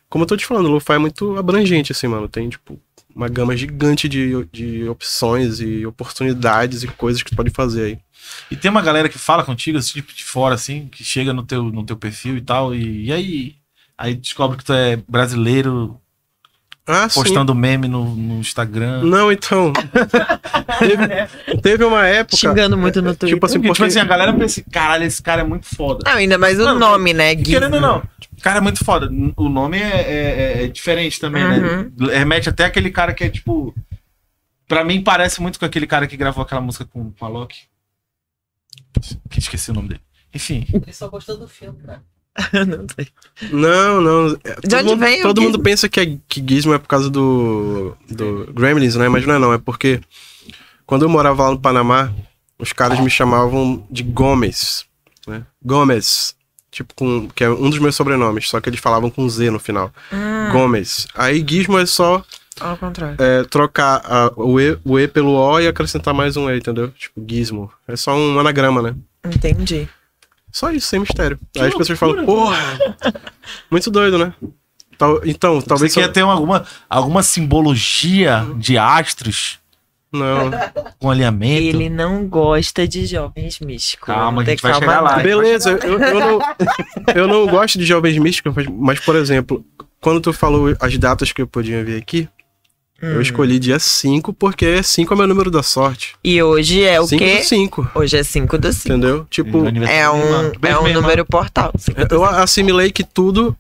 S4: Como eu tô te falando, o Lo-Fi é muito abrangente, assim, mano. Tem, tipo, uma gama gigante de, de opções e oportunidades e coisas que tu pode fazer aí.
S1: E tem uma galera que fala contigo, assim, tipo, de fora, assim, que chega no teu, no teu perfil e tal, e, e aí? Aí descobre que tu é brasileiro,
S4: Ah, sim.
S1: postando meme no, no Instagram.
S4: Não, então. teve, teve uma época.
S2: Xingando muito no Twitter.
S4: Tipo assim,
S1: Porque,
S4: porque,
S1: tipo assim, a galera pensa, caralho, esse cara é muito foda.
S2: Não, ainda mais o
S1: Mano,
S2: nome, né? Gizmo.
S1: Querendo ou não, o cara é muito foda. O nome é, é- é diferente também,
S4: Uhum.
S1: né? Remete até aquele cara que é tipo. Pra mim, parece muito com aquele cara que gravou aquela música com, com a Loki. Que esqueci o nome dele. Enfim.
S5: Ele só gostou do filme, né?
S2: não sei.
S4: Não, não. é, todo
S2: onde
S4: mundo,
S2: vem o
S4: Todo
S2: Gizmo?
S4: mundo pensa que, é- que Gizmo é por causa do, do Gremlins, né? Mas não é não. É porque quando eu morava lá no Panamá, os caras me chamavam de Gomes. Né? Gomes. Tipo, com, que é um dos meus sobrenomes. Só que eles falavam com Z no final.
S2: Ah.
S4: Gomes. Aí Gizmo é só
S2: Ao contrário.
S4: é, trocar a- o, e, o E pelo O e acrescentar mais um E, entendeu? Tipo, Gizmo. É só um anagrama, né?
S2: Entendi.
S4: Só isso, sem mistério. Aí as pessoas falam, porra! Muito doido, né? Tal- então,
S1: Talvez
S4: talvez.
S1: você
S4: eu-
S1: quer ter alguma, alguma simbologia de astros
S4: Não.
S1: com alinhamento.
S2: Ele não gosta de jovens místicos.
S1: Calma,
S2: Vamos
S1: a
S2: ter
S1: gente vai
S2: calma
S1: chegar lá.
S2: não.
S4: Beleza, eu, eu não, eu não gosto de jovens místicos, mas, mas, por exemplo, quando tu falou as datas que eu podia vir aqui,
S2: Hum.
S4: eu escolhi dia 5, porque 5 é meu número da sorte.
S2: E hoje é o
S4: 5
S2: quê?
S4: do 5,
S2: Hoje é 5 do 5.
S4: entendeu? Tipo,
S2: É um, é
S1: Beijo, minha
S2: um
S1: irmã.
S2: número portal. cinco do
S4: eu assimilei que tudo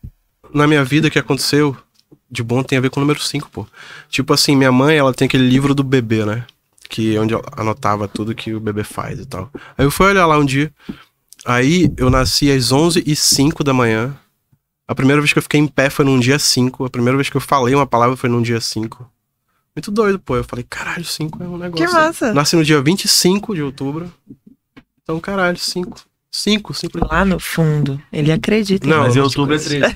S4: na minha vida que aconteceu de bom tem a ver com o número 5, pô. Tipo assim, minha mãe, ela tem aquele livro do bebê, né? Que é onde ela anotava tudo que o bebê faz e tal. Aí eu fui olhar lá um dia. Aí eu nasci às 11 e 05 da manhã. A primeira vez que eu fiquei em pé foi num dia 5. A primeira vez que eu falei uma palavra foi num dia 5. Muito doido, pô. Eu falei, caralho, 5 é um negócio.
S2: Que massa.
S4: Nasci no dia 25 de outubro. Então, caralho, 5. 5, 5
S2: Lá no fundo, ele acredita. em-
S4: Não,
S1: Mas em
S4: eu
S1: outubro é
S4: sei.
S1: 13.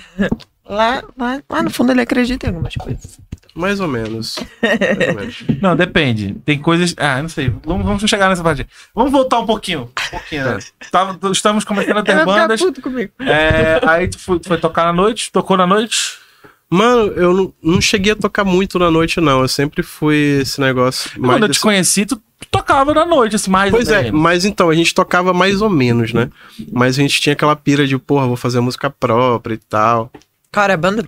S2: Lá, lá, lá no fundo ele acredita em algumas coisas.
S4: É, Mais ou menos. Mais ou menos.
S1: Não, depende. Tem coisas. Ah, não sei. Vamos, vamos chegar nessa parte. Vamos voltar um pouquinho. Um pouquinho, né? Tava- Estamos começando a ter É, bandas.
S2: puto comigo.
S1: É, aí tu foi, tu foi tocar na noite, tocou na noite.
S4: Mano, eu não, não cheguei a tocar muito na noite, não. Eu sempre fui esse negócio.
S1: E Quando eu te
S4: desse-
S1: conheci, tu tocava na noite, assim, mais.
S4: Pois
S1: ou
S4: é,
S1: menos.
S4: mas então, a gente tocava mais ou menos, né? Mas a gente tinha aquela pira de, porra, vou fazer música própria e tal.
S2: Cara, a banda.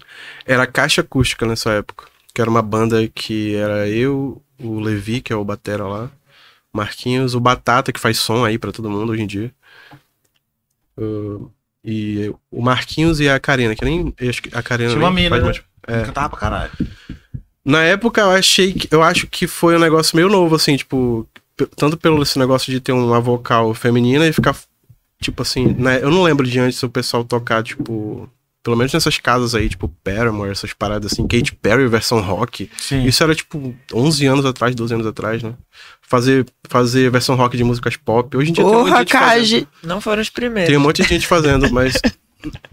S4: Era Caixa Acústica nessa época. Que era uma banda que era eu, o Levi, que é o Batera lá, Marquinhos, o Batata, que faz som aí pra todo mundo hoje em dia. Uh, e o Marquinhos e a Karina, que nem. acho que A Karina
S1: Tinha
S4: nem
S1: uma mina,
S4: faz
S1: né?
S4: mais-
S1: É. Cantava pra caralho.
S4: Na época eu achei que. Eu acho que foi um negócio meio novo, assim, tipo. p- Tanto pelo esse negócio de ter uma vocal feminina e ficar. Tipo assim, né? Eu não lembro de antes o pessoal tocar, tipo. Pelo menos nessas casas aí, tipo Paramore, essas paradas assim, Katy Perry versão rock.
S1: Sim.
S4: Isso era tipo 11 anos atrás, 12 anos atrás, né? Fazer, fazer versão rock de músicas pop. Hoje em dia tem um monte de
S2: Porra,
S4: gente fazendo.
S2: Kaji. Não foram os primeiros.
S4: Tem um monte de gente fazendo, mas.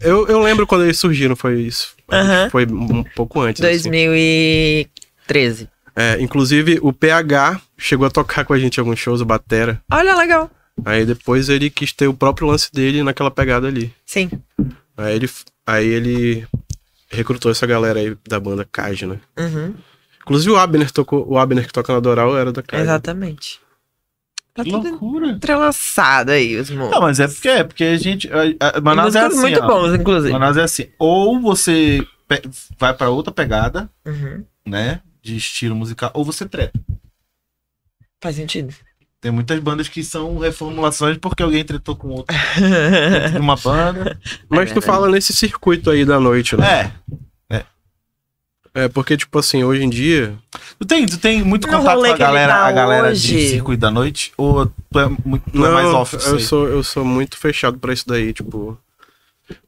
S4: Eu, eu lembro quando eles surgiram, foi isso.
S2: Aham.
S4: Foi um pouco antes. assim.
S2: 2013.
S4: É, inclusive, o PH chegou a tocar com a gente em alguns shows, o Batera.
S2: Olha, legal.
S4: Aí depois ele quis ter o próprio lance dele naquela pegada ali.
S2: Sim.
S4: Aí ele, aí ele recrutou essa galera aí da banda Kaj, né?
S2: Uhum,
S4: Inclusive o Abner tocou, o Abner que toca na Doral era da Kaj.
S2: Exatamente. Tá
S1: Que
S2: tudo
S1: é loucura.
S2: entrelaçado aí, os
S1: Não,
S2: mundos.
S1: mas é porque é, porque a gente. A, a
S2: Tem
S1: Manaus é
S2: músicas
S1: assim.
S2: muito
S1: ó.
S2: bons, inclusive.
S1: Manaus é assim. Ou você pe- vai pra outra pegada,
S2: Uhum,
S1: né? De estilo musical, ou você treta.
S2: Faz sentido.
S1: Tem muitas bandas que são reformulações porque alguém tretou com outro de uma banda.
S4: Mas tu fala nesse circuito aí da noite, né?
S1: É.
S4: É, porque, tipo assim, hoje em dia.
S1: Tu tem, tu tem muito
S2: No
S1: contato com
S2: rolê
S1: a
S2: que ele
S1: galera,
S2: tá
S1: a galera de
S2: hoje.
S1: circuito da noite? Ou tu é, muito, tu é
S4: Não,
S1: mais off? disso
S4: eu
S1: aí?
S4: sou, eu sou muito fechado pra isso daí, tipo.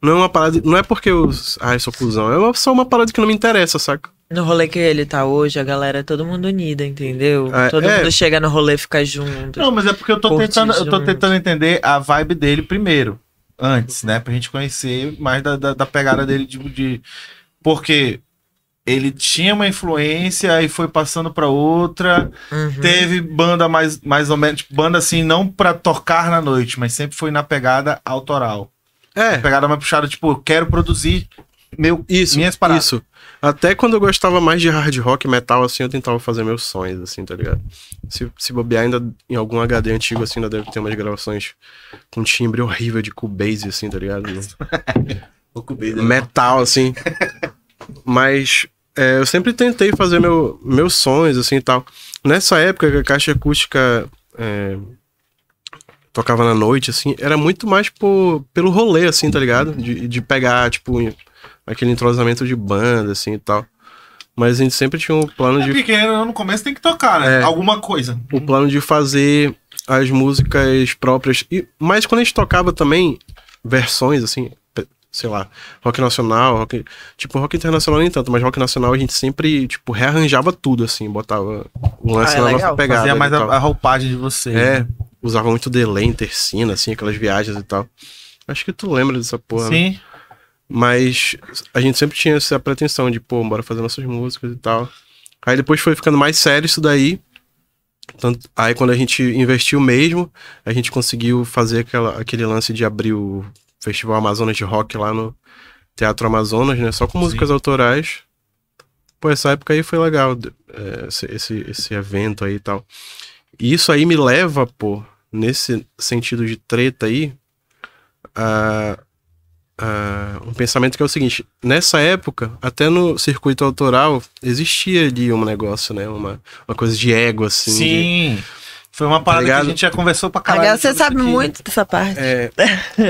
S4: Não é uma parada. Não é porque eu. Ai, sou cuzão. É uma- só uma parada que não me interessa, saca?
S2: No rolê que ele tá hoje, a galera é todo mundo unida, entendeu?
S4: É,
S2: todo
S4: é.
S2: mundo chega no rolê e fica junto.
S1: Não, mas é porque eu tô
S2: Curtir
S1: tentando, eu tô
S2: junto.
S1: tentando entender a vibe dele primeiro, antes, né, pra gente conhecer mais da, da, da pegada dele de, de- porque ele tinha uma influência e foi passando pra outra,
S2: Uhum.
S1: teve banda mais mais ou menos, banda assim não pra tocar na noite, mas sempre foi na pegada autoral.
S4: É.
S1: Pegada mais puxada, tipo, eu quero produzir meu
S4: Isso,
S1: minhas paradas.
S4: isso. Até quando eu gostava mais de hard rock, metal, assim, eu tentava fazer meus sonhos, assim, tá ligado? Se, se bobear ainda em algum HD antigo, assim, ainda deve ter umas gravações com timbre horrível de Cubase, assim, tá ligado? metal, assim. Mas é, eu sempre tentei fazer meu, meus sonhos, assim e tal. Nessa época que a caixa acústica é, tocava na noite, assim, era muito mais por, pelo rolê, assim, tá ligado? De, de pegar, tipo, em- aquele entrosamento de banda, assim e tal. Mas a gente sempre tinha um plano
S1: É
S4: de,
S1: porque querendo ou não, no começo tem que tocar, né?
S4: É.
S1: Alguma coisa.
S4: o plano de fazer as músicas próprias. E, mas quando a gente tocava também versões, assim, pe- sei lá, rock nacional, rock, tipo, rock internacional nem tanto, mas rock nacional a gente sempre, tipo, rearranjava tudo, assim, botava o lance
S2: Ah, é
S4: na
S2: legal.
S4: nossa pegada.
S1: Fazia
S4: e
S1: mais a,
S4: tal.
S1: a roupagem de vocês. né?
S4: É, usava muito delay, tercina, assim, aquelas viagens e tal. Acho que tu lembra dessa porra, né?
S1: Sim.
S4: Mas a gente sempre tinha essa pretensão de, pô, bora fazer nossas músicas e tal. Aí depois foi ficando mais sério isso daí. Tanto- aí quando a gente investiu mesmo, a gente conseguiu fazer aquela- aquele lance de abrir o Festival Amazonas de Rock lá no Teatro Amazonas, né? Só com músicas autorais. Pô, essa época aí foi legal, de- é, esse, esse, esse evento aí e tal. E isso aí me leva, pô, nesse sentido de treta aí, a, ah, um pensamento que é o seguinte: nessa época, até no circuito autoral, existia ali um negócio, né? Uma, uma coisa de ego, assim. de-
S1: Sim. Foi uma parada que a
S4: ligado?
S1: gente já conversou pra caralho.
S2: Agora você
S1: sobre isso
S2: sabe
S1: aqui.
S2: muito dessa parte.
S4: É,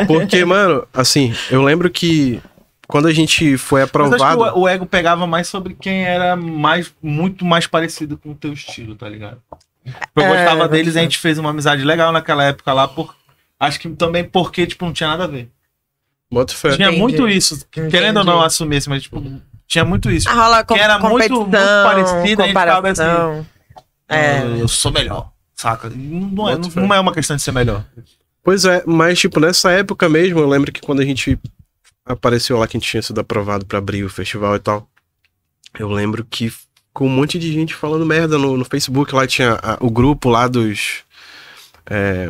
S4: porque, mano, assim, eu lembro que quando a gente foi
S1: Mas acho
S4: aprovado.
S1: que o, o ego pegava mais sobre quem era mais, muito mais parecido com o teu estilo, tá ligado? Eu
S2: É,
S1: gostava
S2: é
S1: deles, a gente fez uma amizade legal naquela época lá, por, acho que também porque, tipo, não tinha nada a ver.
S4: Bota fé.
S1: Tinha
S2: Entendi.
S1: muito isso,
S2: Entendi.
S1: querendo ou não assumir, assim, mas, tipo, tinha muito isso.
S2: Ah, rola com,
S1: Que era muito-
S2: competição,
S1: muito parecido, a gente ficava assim,
S2: comparação.
S1: Ah,
S2: É.
S1: Eu sou melhor, saca? E Não é,
S4: Boto
S1: não-
S4: fé.
S1: não é uma questão de ser melhor.
S4: Pois é, mas, tipo, nessa época mesmo, eu lembro que quando a gente apareceu lá, que a gente tinha sido aprovado pra abrir o festival e tal, eu lembro que ficou um monte de gente falando merda no, no Facebook. Lá tinha a- o grupo lá dos. é,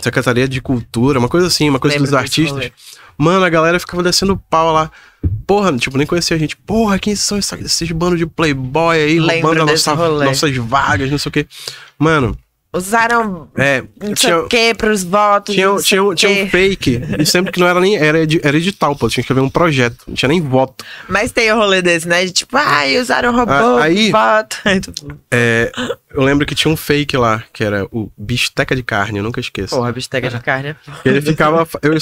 S4: Secretaria de Cultura, uma coisa assim, uma coisa
S2: Lembro
S4: dos
S2: desse
S4: artistas.
S2: rolê.
S4: Mano, a galera ficava descendo pau lá. Porra, tipo, nem conhecia a gente. Porra, quem são esses, esses bandos de playboy aí
S2: Lembro
S4: roubando a
S2: desse
S4: nossa-
S2: rolê.
S4: nossas vagas, não sei o quê. Mano,
S2: usaram
S4: É,
S2: não sei
S4: tinha,
S2: o que pros votos.
S4: tinha,
S2: não sei
S4: tinha,
S2: o
S4: tinha
S2: quê.
S4: um fake, e sempre que não era nem. Era, edi- era edital, pô. Tinha que escrever um projeto. Não tinha nem voto.
S2: Mas tem o rolê desse, né? De tipo, ai, usaram robô,
S4: um- Ah, aí-
S2: voto. Aí tu-
S4: É, eu lembro que tinha um fake lá, que era o bisteca de carne, eu nunca esqueço.
S2: Pô, a bisteca de carne.
S4: Ele ficava. Eu, eu,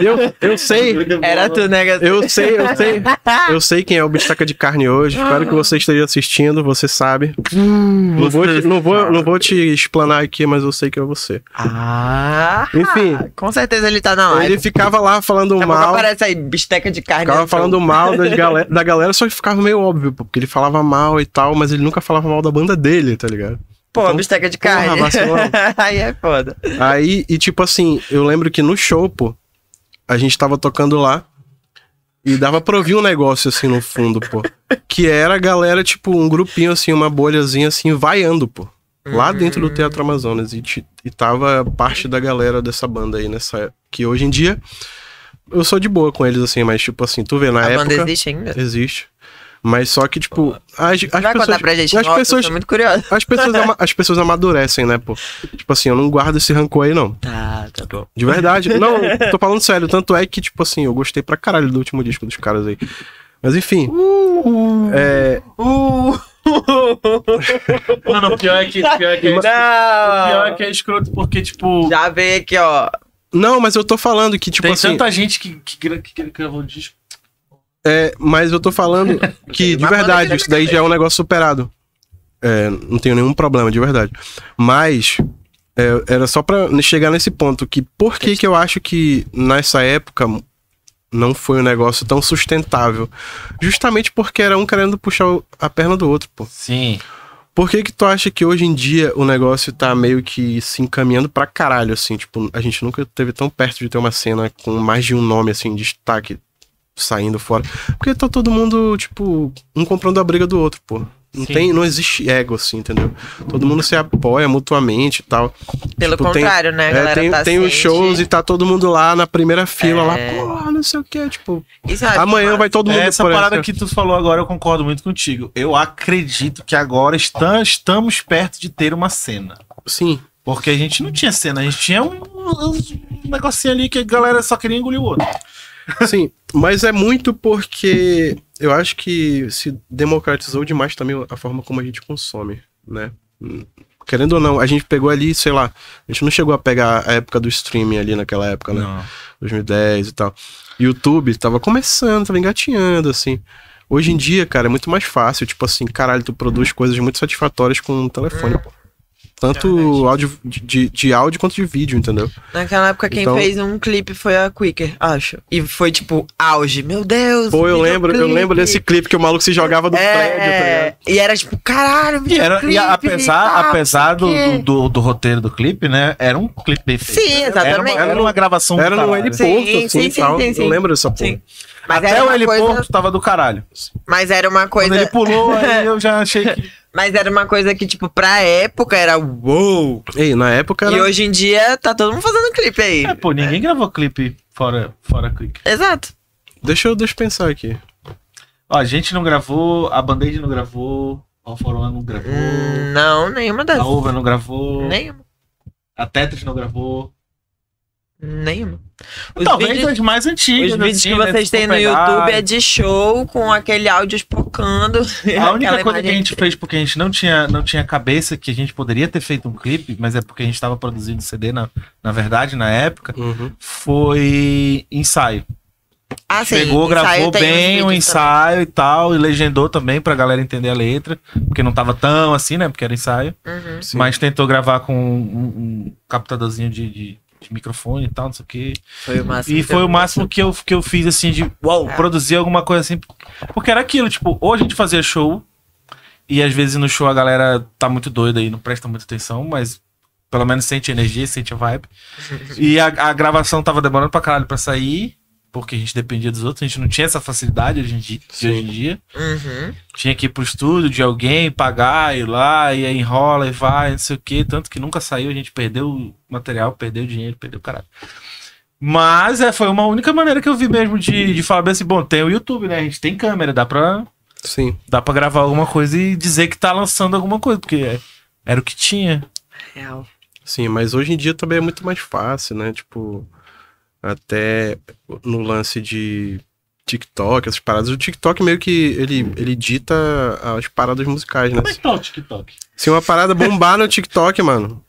S4: eu, eu sei.
S2: Era tu, né, Gato?
S4: Eu sei, eu sei. Eu sei quem é o Bistaca de Carne hoje. Espero que você esteja assistindo, você sabe. Não vou, te, não, vou, não vou te explanar aqui, mas eu sei que é você.
S2: Ah!
S4: Enfim.
S2: Com certeza ele tá na live.
S4: Ele ficava lá falando
S2: Daqui a pouco
S4: mal.
S2: aparece aí, bisteca de carne.
S4: Ficava
S2: né?
S4: falando mal das gale- da galera, só que ficava meio óbvio, pô, porque ele falava mal e tal, mas ele nunca falava mal da banda dele, tá ligado?
S2: Pô,
S4: Então,
S2: bisteca de
S4: porra,
S2: carne.
S4: vacilão.
S2: aí é foda.
S4: Aí, e tipo assim, eu lembro que no show, pô, a gente tava tocando lá e dava pra ouvir um negócio assim no fundo, pô. Que era a galera, tipo, um grupinho assim, uma bolhazinha assim, vaiando, pô. Lá dentro do Teatro Amazonas. E, ti- e tava parte da galera dessa banda aí nessa época. Que hoje em dia eu sou de boa com eles, assim, mas tipo assim, tu vê, na
S2: a
S4: época.
S2: banda existe ainda?
S4: Existe. Mas só que, tipo, as, as
S2: Vai
S4: pessoas.
S2: contar pra gente,
S4: as
S2: nossa,
S4: pessoas-
S2: eu tô muito curiosa.
S4: As pessoas, ama- as pessoas amadurecem, né, pô? Tipo assim, eu não guardo esse rancor aí, não.
S2: Tá, tá bom.
S4: De verdade. Não, tô falando sério. Tanto é que, tipo assim, eu gostei pra caralho do último disco dos caras aí. Mas enfim. É,
S2: Uh!
S3: Mano, pior é que. Pior é que, é, pior é
S2: Não!
S3: que é escroto, porque, tipo.
S2: Já veio aqui, ó.
S4: não, mas eu tô falando que, tipo
S1: Tem
S4: assim.
S1: tanta gente que, que, gra- que, que gravou o disco.
S4: É, mas eu tô falando que, de
S2: Mas manda aqui
S4: verdade,
S2: na
S4: isso daí já é um negócio superado. É, não tenho nenhum problema, de verdade. Mas é, era só pra chegar nesse ponto que por que que eu acho que nessa época não foi um negócio tão sustentável? Justamente porque era um querendo puxar o- a perna do outro, pô.
S1: Sim.
S4: Por que que tu acha que hoje em dia o negócio tá meio que se encaminhando pra caralho, assim? Tipo, a gente nunca teve tão perto de ter uma cena com mais de um nome, assim, de destaque saindo fora. Porque tá todo mundo, tipo, um comprando a briga do outro, pô. Não,
S1: Sim.
S4: tem, não existe ego, assim, entendeu? Todo mundo se apoia mutuamente e tal.
S2: Pelo
S4: Tipo, tem-
S2: contrário, né? A
S4: É,
S2: galera
S4: tem
S2: tá
S4: tem os
S2: ciente.
S4: shows e tá todo mundo lá na primeira fila,
S2: É. Tá
S4: lá, porra, não sei o que, tipo...
S2: Isso eu acho
S4: amanhã vai todo mundo...
S1: É, essa
S4: por
S1: parada
S4: essa-
S1: que tu falou agora, eu concordo muito contigo. Eu acredito que agora está- estamos perto de ter uma cena.
S4: Sim,
S1: Porque a gente não tinha cena, a gente tinha um, um negocinho ali que a galera só queria engolir o outro.
S4: Sim, mas é muito porque eu acho que se democratizou demais também a forma como a gente consome, né? Hum, Querendo ou não, a gente pegou ali, sei lá, a gente não chegou a pegar a época do streaming ali naquela época, né? 2010 e tal. YouTube tava começando, tava engatinhando, assim. Hoje em dia, cara, é muito mais fácil. Tipo assim, caralho, tu produz coisas muito satisfatórias com um telefone, pô. Tanto
S2: Verdade.
S4: áudio, de- de, de áudio quanto de vídeo, entendeu?
S2: Naquela época, quem
S4: Então-
S2: fez um clipe foi a Quicker, acho. E foi tipo, auge. Meu Deus!
S4: Pô, eu lembro, eu
S2: videoclipe.
S4: lembro desse clipe que o maluco se jogava do prédio, tá ligado?
S2: É, e era tipo, caralho,
S1: E, era, e
S2: videoclipe,
S1: apesar,
S2: tá,
S1: apesar do,
S2: não sei o
S1: do,
S2: quê.
S1: do- do roteiro do clipe, né? Era um clipe bem feito.
S2: Sim,
S1: Era uma,
S2: exatamente.
S1: era uma gravação
S4: Era
S1: do
S4: no
S1: caralho.
S4: heliporto,
S2: Sim,
S4: assim,
S2: sim,
S4: e tal.
S2: sim, sim, sim.
S4: Eu lembro dessa porra.
S2: Sim. Mas
S1: Até
S2: era
S1: o
S2: uma
S1: heliporto
S2: coisa, é.
S1: tava do caralho.
S2: mas era uma
S1: Quando ele
S2: coisa,
S1: pulou, aí eu já achei que.
S2: mas era uma coisa que tipo pra época era uou.
S4: Ei, na época era...
S2: E hoje em dia tá todo mundo fazendo clipe aí.
S1: É, pô, ninguém gravou clipe fora, fora clipe.
S2: Exato.
S4: Deixa eu, deixa eu pensar aqui.
S1: Ó, a gente não gravou, a Band-Aid não gravou, a Alforona não gravou,
S2: Hum, Não, nenhuma das
S1: a Uva não gravou,
S2: nenhuma,
S1: a Tetris não gravou.
S2: nenhuma. Os
S1: Talvez
S2: vídeos-
S1: as mais antigas.
S2: Os vídeos
S1: assim,
S2: que
S1: né,
S2: vocês
S1: se for
S2: têm no
S1: pegar.
S2: YouTube é de show com aquele áudio espocando.
S1: A única coisa que a gente fez porque a gente não tinha, não tinha cabeça que a gente poderia ter feito um clipe, mas é porque a gente tava produzindo CD na, na verdade, na época,
S4: Uhum,
S1: foi ensaio.
S2: ah, sim,
S1: Pegou,
S2: ensaio
S1: gravou
S2: tem uns
S1: bem o
S2: vídeos
S1: ensaio e tal, e legendou também pra galera entender a letra, porque não tava tão assim, né? Porque era ensaio.
S2: também. Uhum.
S4: Sim.
S1: Mas tentou gravar com um, um captadorzinho de, de- de microfone e tal, não sei o quê.
S2: Foi o máximo.
S1: E
S2: que
S1: foi
S2: eu-
S1: o máximo que eu, que eu fiz, assim, de uau,
S2: Assim, É.
S1: produzir alguma coisa assim. Porque era aquilo, tipo, ou a gente fazia show, e às vezes no show a galera tá muito doida e não presta muita atenção, mas pelo menos sente energia, sente a vibe. e a, a gravação tava demorando pra caralho pra sair, porque a gente dependia dos outros, a gente não tinha essa facilidade hoje em dia. De
S4: Sim.
S1: hoje em dia.
S2: Uhum.
S1: Tinha que ir pro estúdio de alguém, pagar, ir lá, e aí enrola e vai, não sei o quê. Tanto que nunca saiu, a gente perdeu o material, perdeu o dinheiro, perdeu o caralho. Mas é, foi uma única maneira que eu vi mesmo de, de falar bem assim, bom, tem o YouTube, né? A gente tem câmera, dá pra,
S4: Sim.
S1: dá pra gravar alguma coisa e dizer que tá lançando alguma coisa, porque é- era o que tinha.
S2: Real.
S4: Sim, mas hoje em dia também é muito mais fácil, né? Tipo, até no lance de TikTok, essas paradas. O TikTok meio que ele, ele dita as paradas musicais, né?
S5: Como é que tá o TikTok?
S4: Se uma parada bombar no TikTok, mano,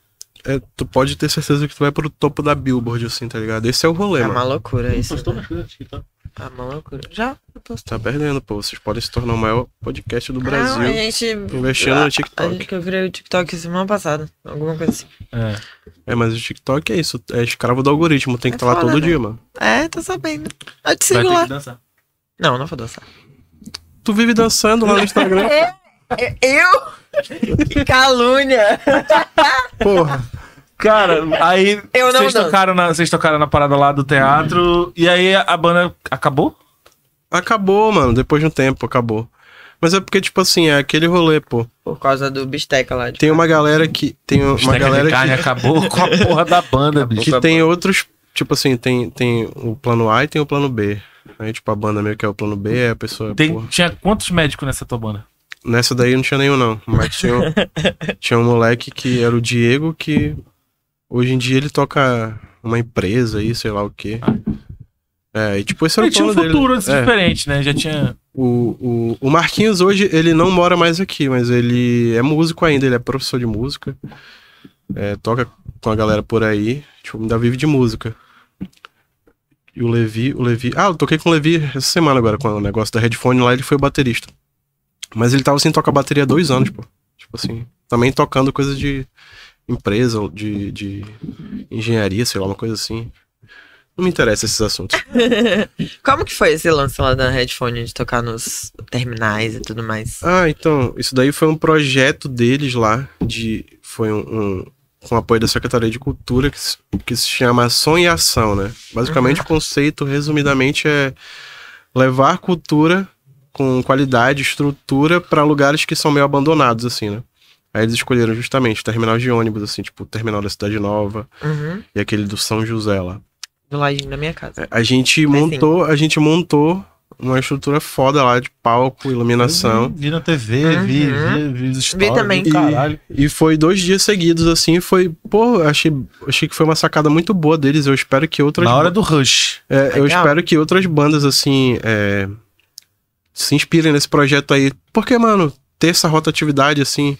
S4: é, tu pode ter certeza que tu vai pro topo da Billboard, assim, tá ligado? Esse é o rolê,
S2: É
S4: mano.
S2: uma loucura
S5: Não
S2: isso. né?
S5: postou mais coisa no TikTok?
S2: É uma loucura. Já? Eu postei.
S4: Tá perdendo, pô. Vocês podem se tornar o maior podcast do Brasil
S2: Não, Ah, a gente.
S4: investindo no
S2: A
S4: TikTok.
S2: gente que eu criei o TikTok semana passada. Alguma coisa assim.
S1: É.
S4: É, mas o TikTok é isso. É escravo do algoritmo. Tem que
S2: É
S4: estar lá
S2: foda,
S4: todo
S2: né?
S4: dia, mano.
S2: É, tô sabendo. Eu te sigo
S5: Vai ter
S2: lá.
S5: que dançar.
S2: Não, não vou dançar.
S4: Tu vive dançando lá no Instagram.
S2: Eu? que calúnia!
S4: Porra.
S1: Cara, aí
S2: Eu não
S1: vocês
S2: danço.
S1: tocaram, na, vocês tocaram na parada lá do teatro e aí a banda acabou?
S4: Acabou, mano. Depois de um tempo, acabou. Mas é porque, tipo assim, é aquele rolê, pô.
S2: Por causa do bisteca lá de.
S4: Tem uma galera que. Tem uma
S1: Esteca
S4: galera
S1: de carne
S4: que,
S1: acabou com a porra da banda, bicho.
S4: que tem outros. Tipo assim, tem, tem o plano A e tem o plano B. Aí, tipo, a banda meio que é o plano B, aí a pessoa.
S1: Tem,
S4: porra.
S1: tinha quantos médicos nessa tua banda?
S4: Nessa daí não tinha nenhum, não. Mas tinha um, tinha um moleque que era o Diego, que hoje em dia ele toca uma empresa aí, sei lá o quê. É, e tipo, esse era
S1: Ele
S4: o
S1: tinha um
S4: plano dele.
S1: futuro assim,
S4: É.
S1: diferente, né? Já tinha.
S4: O, o, o Marquinhos hoje, ele não mora mais aqui, mas ele é músico ainda, ele é professor de música. É, toca com a galera por aí, tipo, ainda vive de música. E o Levi, o Levi. Ah, eu toquei com o Levi essa semana agora, com o negócio da headphone lá, ele foi o baterista. Mas ele tava sem tocar bateria há dois anos, pô. Tipo assim, também tocando coisas de empresa, de, de engenharia, sei lá, uma coisa assim. Não me interessa esses assuntos.
S2: Como que foi esse lance lá da headphone de tocar nos terminais e tudo mais?
S4: Ah, então, isso daí foi um projeto deles lá, de, foi um, um- com apoio da Secretaria de Cultura, que se, que se chama Ação e Ação, né? Basicamente, o conceito, resumidamente, é levar cultura com qualidade, estrutura, pra lugares que são meio abandonados, assim, né? Aí eles escolheram justamente terminal de ônibus, assim, tipo, o terminal da Cidade Nova
S2: Uhum.
S4: e aquele do São José lá.
S2: Do ladinho da minha casa.
S4: A gente
S2: Mas,
S4: montou, a gente montou uma estrutura foda lá de palco, iluminação.
S5: Uhum.
S1: Vi, vi na TV, vi, vi, vi os stories,
S2: Uhum. também.
S1: vi o Caralho.
S4: E foi dois dias seguidos, assim, foi, pô, achei, achei que foi uma sacada muito boa deles. Eu espero que outras.
S1: Na hora do rush.
S4: É, eu
S2: Legal.
S4: espero que outras bandas, assim, é, se inspirem nesse projeto aí. Porque, mano, ter essa rotatividade, assim,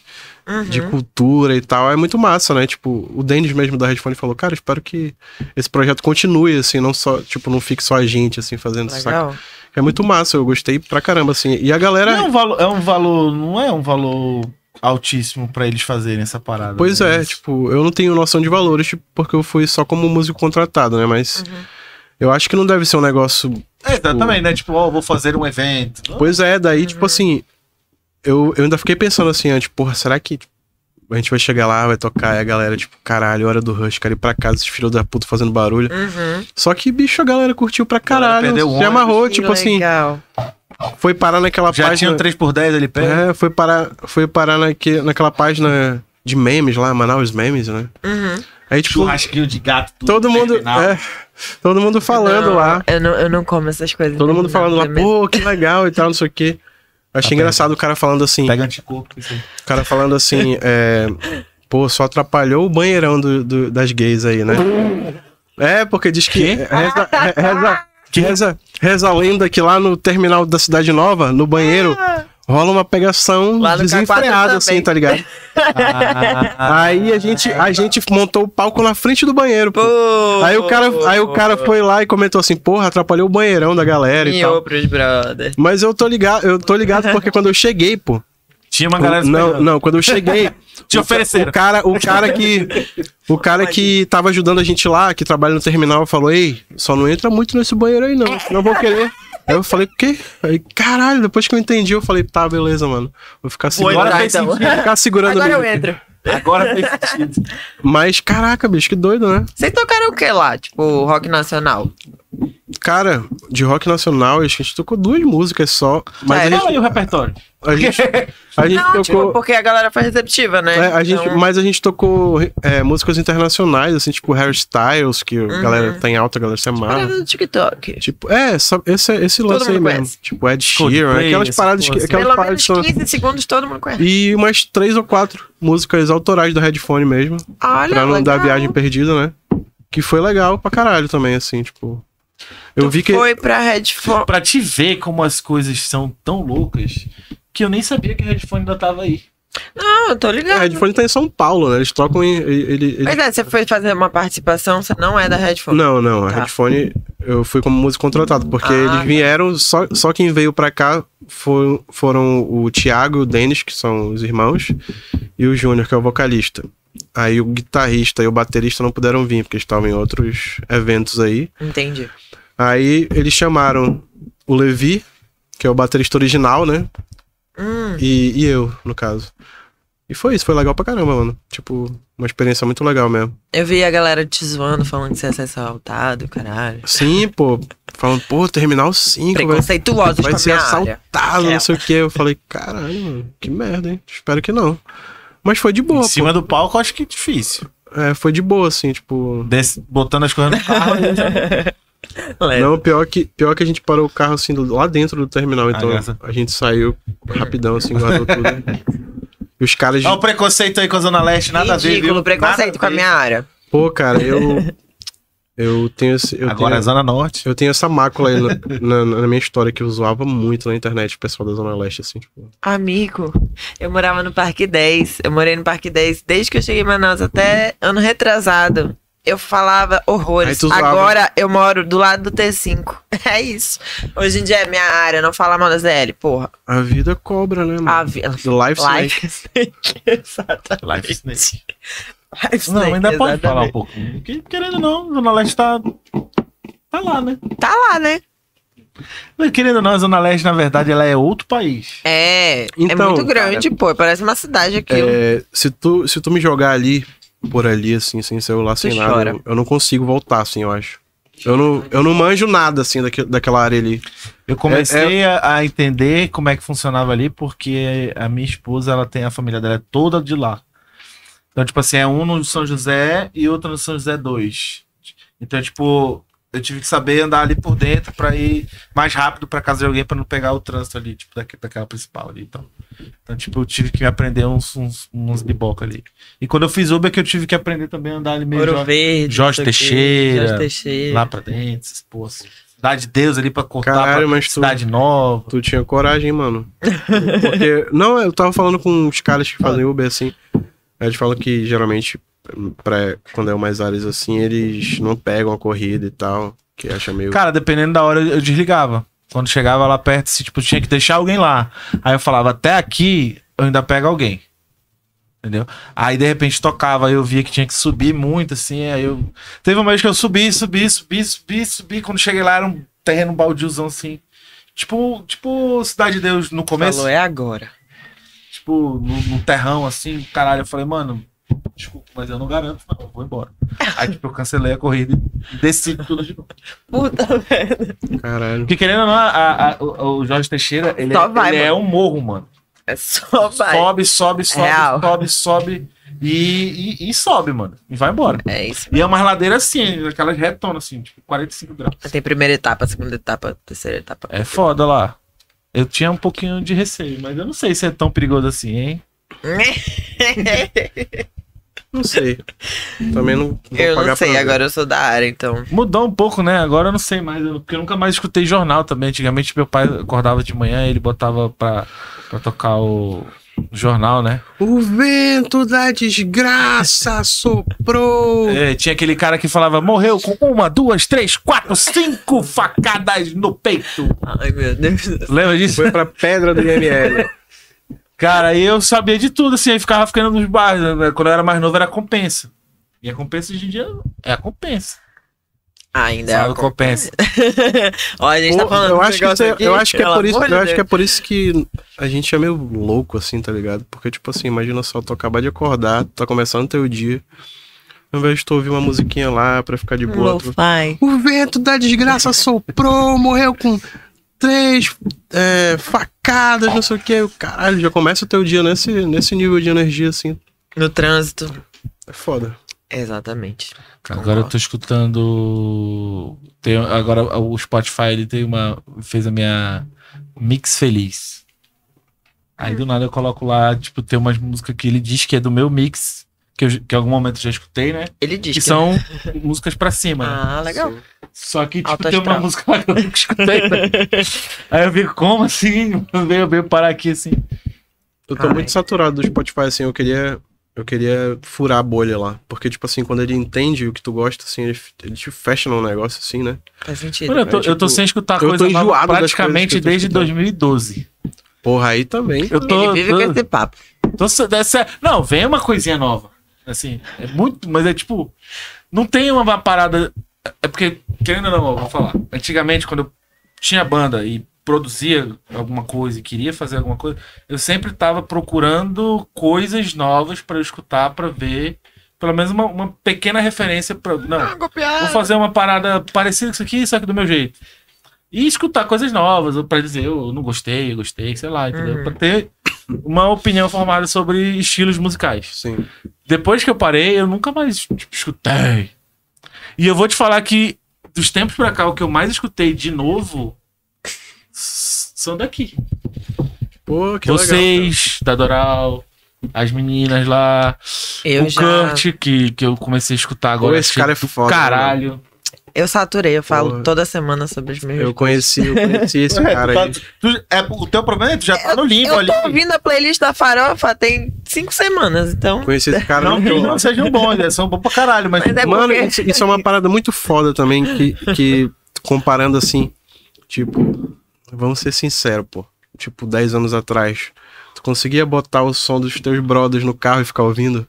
S2: Uhum.
S4: de cultura e tal, é muito massa, né? Tipo, o Denis mesmo da Redfone falou, cara, eu espero que esse projeto continue, assim, não só, tipo, não fique só a gente, assim, fazendo essa
S2: Legal.
S4: É muito massa, eu gostei pra caramba, assim. E a galera.
S1: Não É um, valor, é um valor. Não é um valor altíssimo pra eles fazerem essa parada.
S4: Pois
S1: né?
S4: é, tipo, eu não tenho noção de valores, tipo, porque eu fui só como músico contratado, né? Mas
S2: Uhum.
S4: eu acho que não deve ser um negócio.
S1: É, exatamente, né? Tipo, ó, vou fazer um evento.
S4: Pois é, daí,
S2: Uhum.
S4: tipo assim, eu, eu ainda fiquei pensando assim, antes, porra, será que tipo, a gente vai chegar lá, vai tocar, e a galera, tipo, caralho, hora do rush, cara, ir pra casa, esses filhos da puta fazendo barulho.
S2: Uhum.
S4: Só que, bicho, a galera curtiu pra
S1: galera
S4: caralho,
S1: perdeu o
S4: se
S1: ônibus.
S4: amarrou,
S2: Que
S4: tipo assim,
S2: legal.
S4: foi parar naquela
S1: Já tinha né?
S4: página.
S1: um 3x10 ali perto.
S4: É, foi parar, foi parar naque, naquela página de memes lá, Manaus Memes, né?
S2: Uhum.
S4: Aí, tipo,
S5: Churrasquinho de gato. tudo
S4: todo mundo.
S5: terminal.
S4: é, todo mundo falando
S2: Não,
S4: lá.
S2: Eu não, eu não como essas coisas.
S4: Todo mundo
S2: não,
S4: falando lá,
S2: não, não.
S4: pô, que legal e tal, não sei o quê.
S5: Tá
S4: Achei engraçado o cara falando assim,
S1: Pega anticorpo. isso aí.
S4: o cara falando assim, é, pô, só atrapalhou o banheirão do, do- das gays aí, né? É, porque diz que reza, re- reza, reza, reza a lenda que lá no terminal da Cidade Nova, no banheiro, rola uma pegação
S2: Ah. Lá no K4
S4: desenfreada
S2: também.
S4: assim, tá ligado? aí a gente, a gente montou o palco na frente do banheiro, pô.
S2: Pô,
S4: Aí o cara, aí o cara foi lá e comentou assim, porra, atrapalhou o banheirão da galera e tal.
S2: Miou pros brother.
S4: Mas eu tô ligado, eu tô ligado porque quando eu cheguei, pô.
S1: Tinha uma galera.
S4: não,
S1: esperando.
S4: não, quando eu cheguei.
S1: Te
S4: o-
S1: ofereceram.
S4: O cara, o cara que. O cara que tava ajudando a gente lá, que trabalha no terminal, falou: Ei, só não entra muito nesse banheiro aí, não. Não vou querer. Aí eu falei, o quê? Aí, caralho, depois que eu entendi, eu falei, tá, beleza, mano. Vou ficar segurando.
S2: entrar,
S4: vou
S2: então.
S4: ficar segurando
S2: Agora eu
S4: mesmo aqui.
S2: entro.
S1: Agora fez sentido.
S4: Mas, caraca, bicho, que doido, né?
S2: Vocês tocaram o que lá? Tipo, rock nacional.
S4: Cara, de rock nacional, acho que a gente tocou duas músicas só.
S2: É.
S4: Mas a gente,
S6: Fala aí o repertório.
S4: a gente, a gente
S2: Não, tipo,
S4: tocou.
S2: porque a galera foi receptiva, né?
S4: é, a gente,
S2: Então,
S4: Mas a gente tocou é, músicas internacionais, assim, tipo Harry Styles, que
S2: Uhum.
S4: a galera tá em alta, a galera se amarra.
S2: Parada do TikTok.
S4: Tipo, é, só esse, esse
S2: Tipo, Todo
S4: lance aí
S2: mundo
S4: mesmo.
S2: conhece.
S4: Tipo, Ed
S5: Coldplay,
S4: Sheeran, aquelas
S5: essas assim.
S4: paradas que.
S5: coisas.
S4: Aquelas
S2: Pelo
S4: paradas
S2: menos
S4: que são-
S2: 15 segundos todo mundo conhece.
S4: E umas três ou quatro músicas autorais do headphone mesmo.
S2: Olha,
S4: pra não dar
S2: legal.
S4: viagem perdida, né? Que foi legal pra caralho também, assim, tipo. Eu
S2: Tu
S4: vi que.
S2: Foi pra Redfone.
S6: Pra te ver como as coisas são tão loucas que eu nem sabia que a headphone ainda tava aí.
S2: Não, Ah, eu tô
S4: É, a
S2: ligado.
S4: headphone tá em São Paulo, né? Eles tocam em. Ele, ele-
S2: Pois é, você foi fazer uma participação, você não é da Redfone.
S4: Não, não. A
S2: Tá.
S4: headphone eu fui como músico contratado, porque
S2: Ah,
S4: eles
S2: tá.
S4: vieram, só, só quem veio pra cá foram, foram o Thiago e o Denis, que são os irmãos, e o Júnior, que é o vocalista. Aí o guitarrista e o baterista não puderam vir, porque eles estavam em outros eventos aí.
S2: Entendi.
S4: Aí eles chamaram o Levi, que é o baterista original, né?
S2: Hum,
S4: E, e eu, no caso. E foi isso, foi legal pra caramba, mano. Tipo, uma experiência muito legal mesmo.
S2: eu vi a galera te zoando, falando que você ia ser assaltado, caralho.
S4: Sim, pô. Falando, pô, terminal 5, vai,
S2: Preconceituosos com
S4: vai
S2: a
S4: ser
S2: minha área.
S4: assaltado,
S2: É.
S4: não sei o quê. Eu falei, caralho, mano, que merda, hein? Espero que não. Mas foi de
S5: Em
S4: boa,
S5: cima do palco, eu acho que é
S4: pô.
S5: difícil.
S4: É, foi de boa, assim, tipo.
S5: Desce- botando as coisas no carro.
S2: Leve.
S4: Não, pior que, pior que a gente parou o carro assim do- lá dentro do terminal, então
S5: graças.
S4: a gente saiu rapidão, assim, guardou tudo. E os caras.
S5: Olha o preconceito aí com a Zona Leste, né? nada a ver.
S2: Ridículo,
S5: viu?
S2: preconceito
S5: Nada
S2: com a
S5: ver.
S2: minha área.
S4: Pô, cara, eu. Eu tenho esse. Eu
S5: Agora é
S4: tenho,
S5: Zona Norte.
S4: eu tenho essa mácula aí na, na- na minha história que eu zoava muito na internet, o pessoal da Zona Leste, assim, tipo.
S2: Amigo, eu morava no Parque 10. Eu morei no Parque 10 desde que eu cheguei em Manaus até ano retrasado. Eu falava
S4: Aí
S2: horrores.
S4: tu zoava.
S2: Agora eu moro do lado do T5. É isso. Hoje em dia é minha área, não fala mal da ZL, porga.
S4: A vida cobra, né, mano?
S2: A vi-
S4: Life Snake.
S2: Life Snake, exatamente.
S5: Life Snake.
S2: Life
S5: Não,
S2: Snake,
S5: ainda pode falar um
S2: exatamente.
S5: pouco. Porque, querendo ou não, Zona Leste tá. Tá lá, né?
S2: Tá lá, né?
S5: Querendo ou não, a Zona Leste, na verdade, ela é outro país.
S2: É, é
S4: Então,
S2: muito
S4: cara,
S2: grande, pô. Parece uma cidade um aquilo.
S4: É, se, tu, se tu me jogar ali, por ali, assim, sem celular, sem nada,
S2: chora.
S4: eu, eu não consigo voltar, assim, eu acho. Eu não, eu não manjo nada, assim, daque, daquela área ali.
S5: Eu
S4: É,
S5: comecei A, a entender como é que funcionava ali, porque a minha esposa, ela tem a família dela é toda de lá. Então, tipo assim, é um no São José e outro no São José 2. Então, tipo, eu tive que saber andar ali por dentro pra ir mais rápido pra casa de alguém pra não pegar o trânsito ali, tipo, daqui, daquela principal ali. Então, então tipo, eu tive que me aprender uns, uns, uns biboca ali. E quando eu fiz Uber, que eu tive que aprender também a andar ali meio
S2: Ouro
S5: jo-
S2: Verde.
S5: Jorge
S2: não sei o quê,
S5: Teixeira,
S2: Jorge Teixeira.
S5: lá pra dentro, essas porras. Cidade de Deus ali pra cortar
S4: Caralho,
S5: pra
S4: mas tu-
S5: Cidade Nova.
S4: Tu tinha coragem, mano. Porque. Não, eu tava falando com os caras que fazem Uber assim. Eles falam que geralmente, pra, quando é umas áreas assim, eles não pegam a corrida e tal. Que acha meio.
S5: Cara, dependendo da hora, eu eu desligava. Quando chegava lá perto, se, tipo, tinha que deixar alguém lá. Aí eu falava, até aqui eu ainda pego alguém. Entendeu? Aí de repente tocava, aí eu via que tinha que subir muito, assim. Aí eu. Teve uma vez que eu subi, subi, subi, subi, subi. Quando cheguei lá, era um terreno baldiozão assim. Tipo, tipo Cidade de Deus no começo.
S2: Falou, é agora.
S5: Tipo, no, no terrão, assim, caralho. Eu falei, mano, desculpa, mas eu não garanto, não, eu vou embora. Aí, tipo, eu cancelei a corrida e desci tudo de novo.
S2: Puta é merda.
S4: Caralho.
S5: Porque querendo ou não, a- a- o, o Jorge Teixeira, ele,
S2: Só
S5: é-
S2: vai,
S5: ele é
S2: mano.
S5: um morro, mano.
S2: É só vai.
S5: Sobe, sobe, sobe,
S2: Real.
S5: sobe, sobe. E, e- e sobe, mano. E vai embora.
S2: É isso.
S5: E é umas ladeiras assim, aquelas retonas assim, tipo 45 graus.
S2: Tem primeira etapa, segunda etapa, terceira etapa.
S5: É foda lá. Eu tinha um pouquinho de receio, mas eu não sei se é tão perigoso assim, hein?
S2: Né?
S4: Não sei. Também não. vou
S2: eu não
S4: pagar
S2: sei,
S4: pra-
S2: agora eu sou da área, então.
S5: Mudou um pouco, né? Agora eu não sei mais, eu- porque eu nunca mais escutei jornal também. Antigamente meu pai acordava de manhã, ele botava pra, pra tocar o jornal, né?
S4: O vento da desgraça soprou.
S5: É, tinha aquele cara que falava, morreu com uma, duas, três, quatro, cinco facadas no peito.
S2: Ai, meu Deus.
S5: Lembra disso?
S4: Foi pra pedra do IML.
S5: Cara, aí eu sabia de tudo, assim, aí ficava ficando nos bares. né? Quando eu era mais novo, era compensa. E a compensa hoje em dia é a compensa.
S2: Ainda é
S5: Sabe,
S2: a co-
S5: compensa.
S2: Ó, a gente tá
S4: Pô,
S2: falando
S4: eu
S2: desse
S4: acho que
S2: negócio
S4: isso é-
S2: aqui,
S4: eu acho que é
S2: pelo
S4: por isso,
S2: amor de
S4: eu acho que é
S2: Deus.
S4: por isso que a gente é meio louco assim, tá ligado? Porque tipo assim, imagina só tu acabar de acordar, tu tá começando teu dia, Ao invés de tu ouvir uma musiquinha lá pra ficar de boa. tu-
S2: Lo-fi.
S4: O vento da desgraça soprou, morreu com três é, facadas, não sei o que. Caralho, já começa o teu dia nesse, nesse nível de energia, assim.
S2: No trânsito.
S4: É foda.
S2: Exatamente.
S5: Agora eu tô escutando. Tem, agora o Spotify ele tem uma. fez a minha Mix Feliz. Aí do nada eu coloco lá, tipo, tem umas músicas que ele diz que é do meu mix, que, eu, que em algum momento eu já escutei, né?
S2: Ele diz é um-
S5: Que são músicas pra cima. né?
S2: Ah, legal.
S5: Só que, tipo,
S2: Alto
S5: tem uma
S2: astral.
S5: música lá que eu nunca escutei, né? Aí eu fico, como assim? Veio, veio parar aqui assim.
S4: Eu tô
S2: Ai.
S4: muito saturado do Spotify, assim, eu queria. Eu queria furar a bolha lá. Porque, tipo assim, quando ele entende o que tu gosta, assim, ele, ele te fecha num negócio, assim, né?
S2: Faz sentido.
S5: Mano, eu tô,
S4: É, tipo,
S5: eu tô sem escutar
S4: eu tô
S5: coisa nova
S4: enjoado das coisas que
S5: praticamente
S4: eu tô
S5: desde
S4: escutando.
S5: 2012.
S4: Porra, aí também.
S5: Eu tô.
S2: Ele vive com
S5: tô-
S2: esse papo.
S5: Então, se- dessa- não, vem uma coisinha nova. Assim, é muito, mas é tipo, não tem uma parada. É porque, querendo ou não, eu vou falar. Antigamente, quando eu tinha banda e produzia alguma coisa e queria fazer alguma coisa, eu sempre tava procurando coisas novas pra eu escutar, pra ver. Pelo menos uma, uma pequena referência pra. Não, vou fazer uma parada parecida com isso aqui, só que do meu jeito. E escutar coisas novas, ou pra dizer, eu não gostei, eu gostei, sei lá, entendeu?
S2: Uhum.
S5: Pra ter uma opinião formada sobre estilos musicais.
S4: Sim.
S5: Depois que eu parei, eu nunca mais tipo, escutei. E eu vou te falar que, dos tempos pra cá, o que eu mais escutei de novo s- são daqui.
S4: Pô, que legal.
S5: Vocês, da Doral, as meninas lá,
S2: Eu
S5: o
S2: já.
S5: Kurt, que, que eu comecei a escutar
S4: Cara. Pô,
S5: agora.
S4: esse
S5: achei
S4: cara é
S5: do
S4: foda. mano.
S5: Caralho.
S2: Eu saturei, eu falo
S4: Porra.
S2: toda semana sobre os meus.
S4: Eu conheci, eu conheci esse
S1: É,
S4: cara aí.
S1: tu tá- tu- é, o teu problema é que tu já tá no limbo
S2: Eu
S1: ali.
S2: tô ouvindo a playlist da Farofa tem cinco semanas, então.
S4: Conheci esse cara
S1: Não
S4: no
S1: que eles
S4: Jola.
S1: não sejam bons, eles são bons pra caralho, mas.
S2: Mas é
S4: Mano,
S2: porque-
S4: isso, isso é uma parada muito foda também, que, que comparando assim, tipo, vamos ser sinceros, pô. Tipo, 10 anos atrás, tu conseguia botar o som dos teus brothers no carro e ficar ouvindo?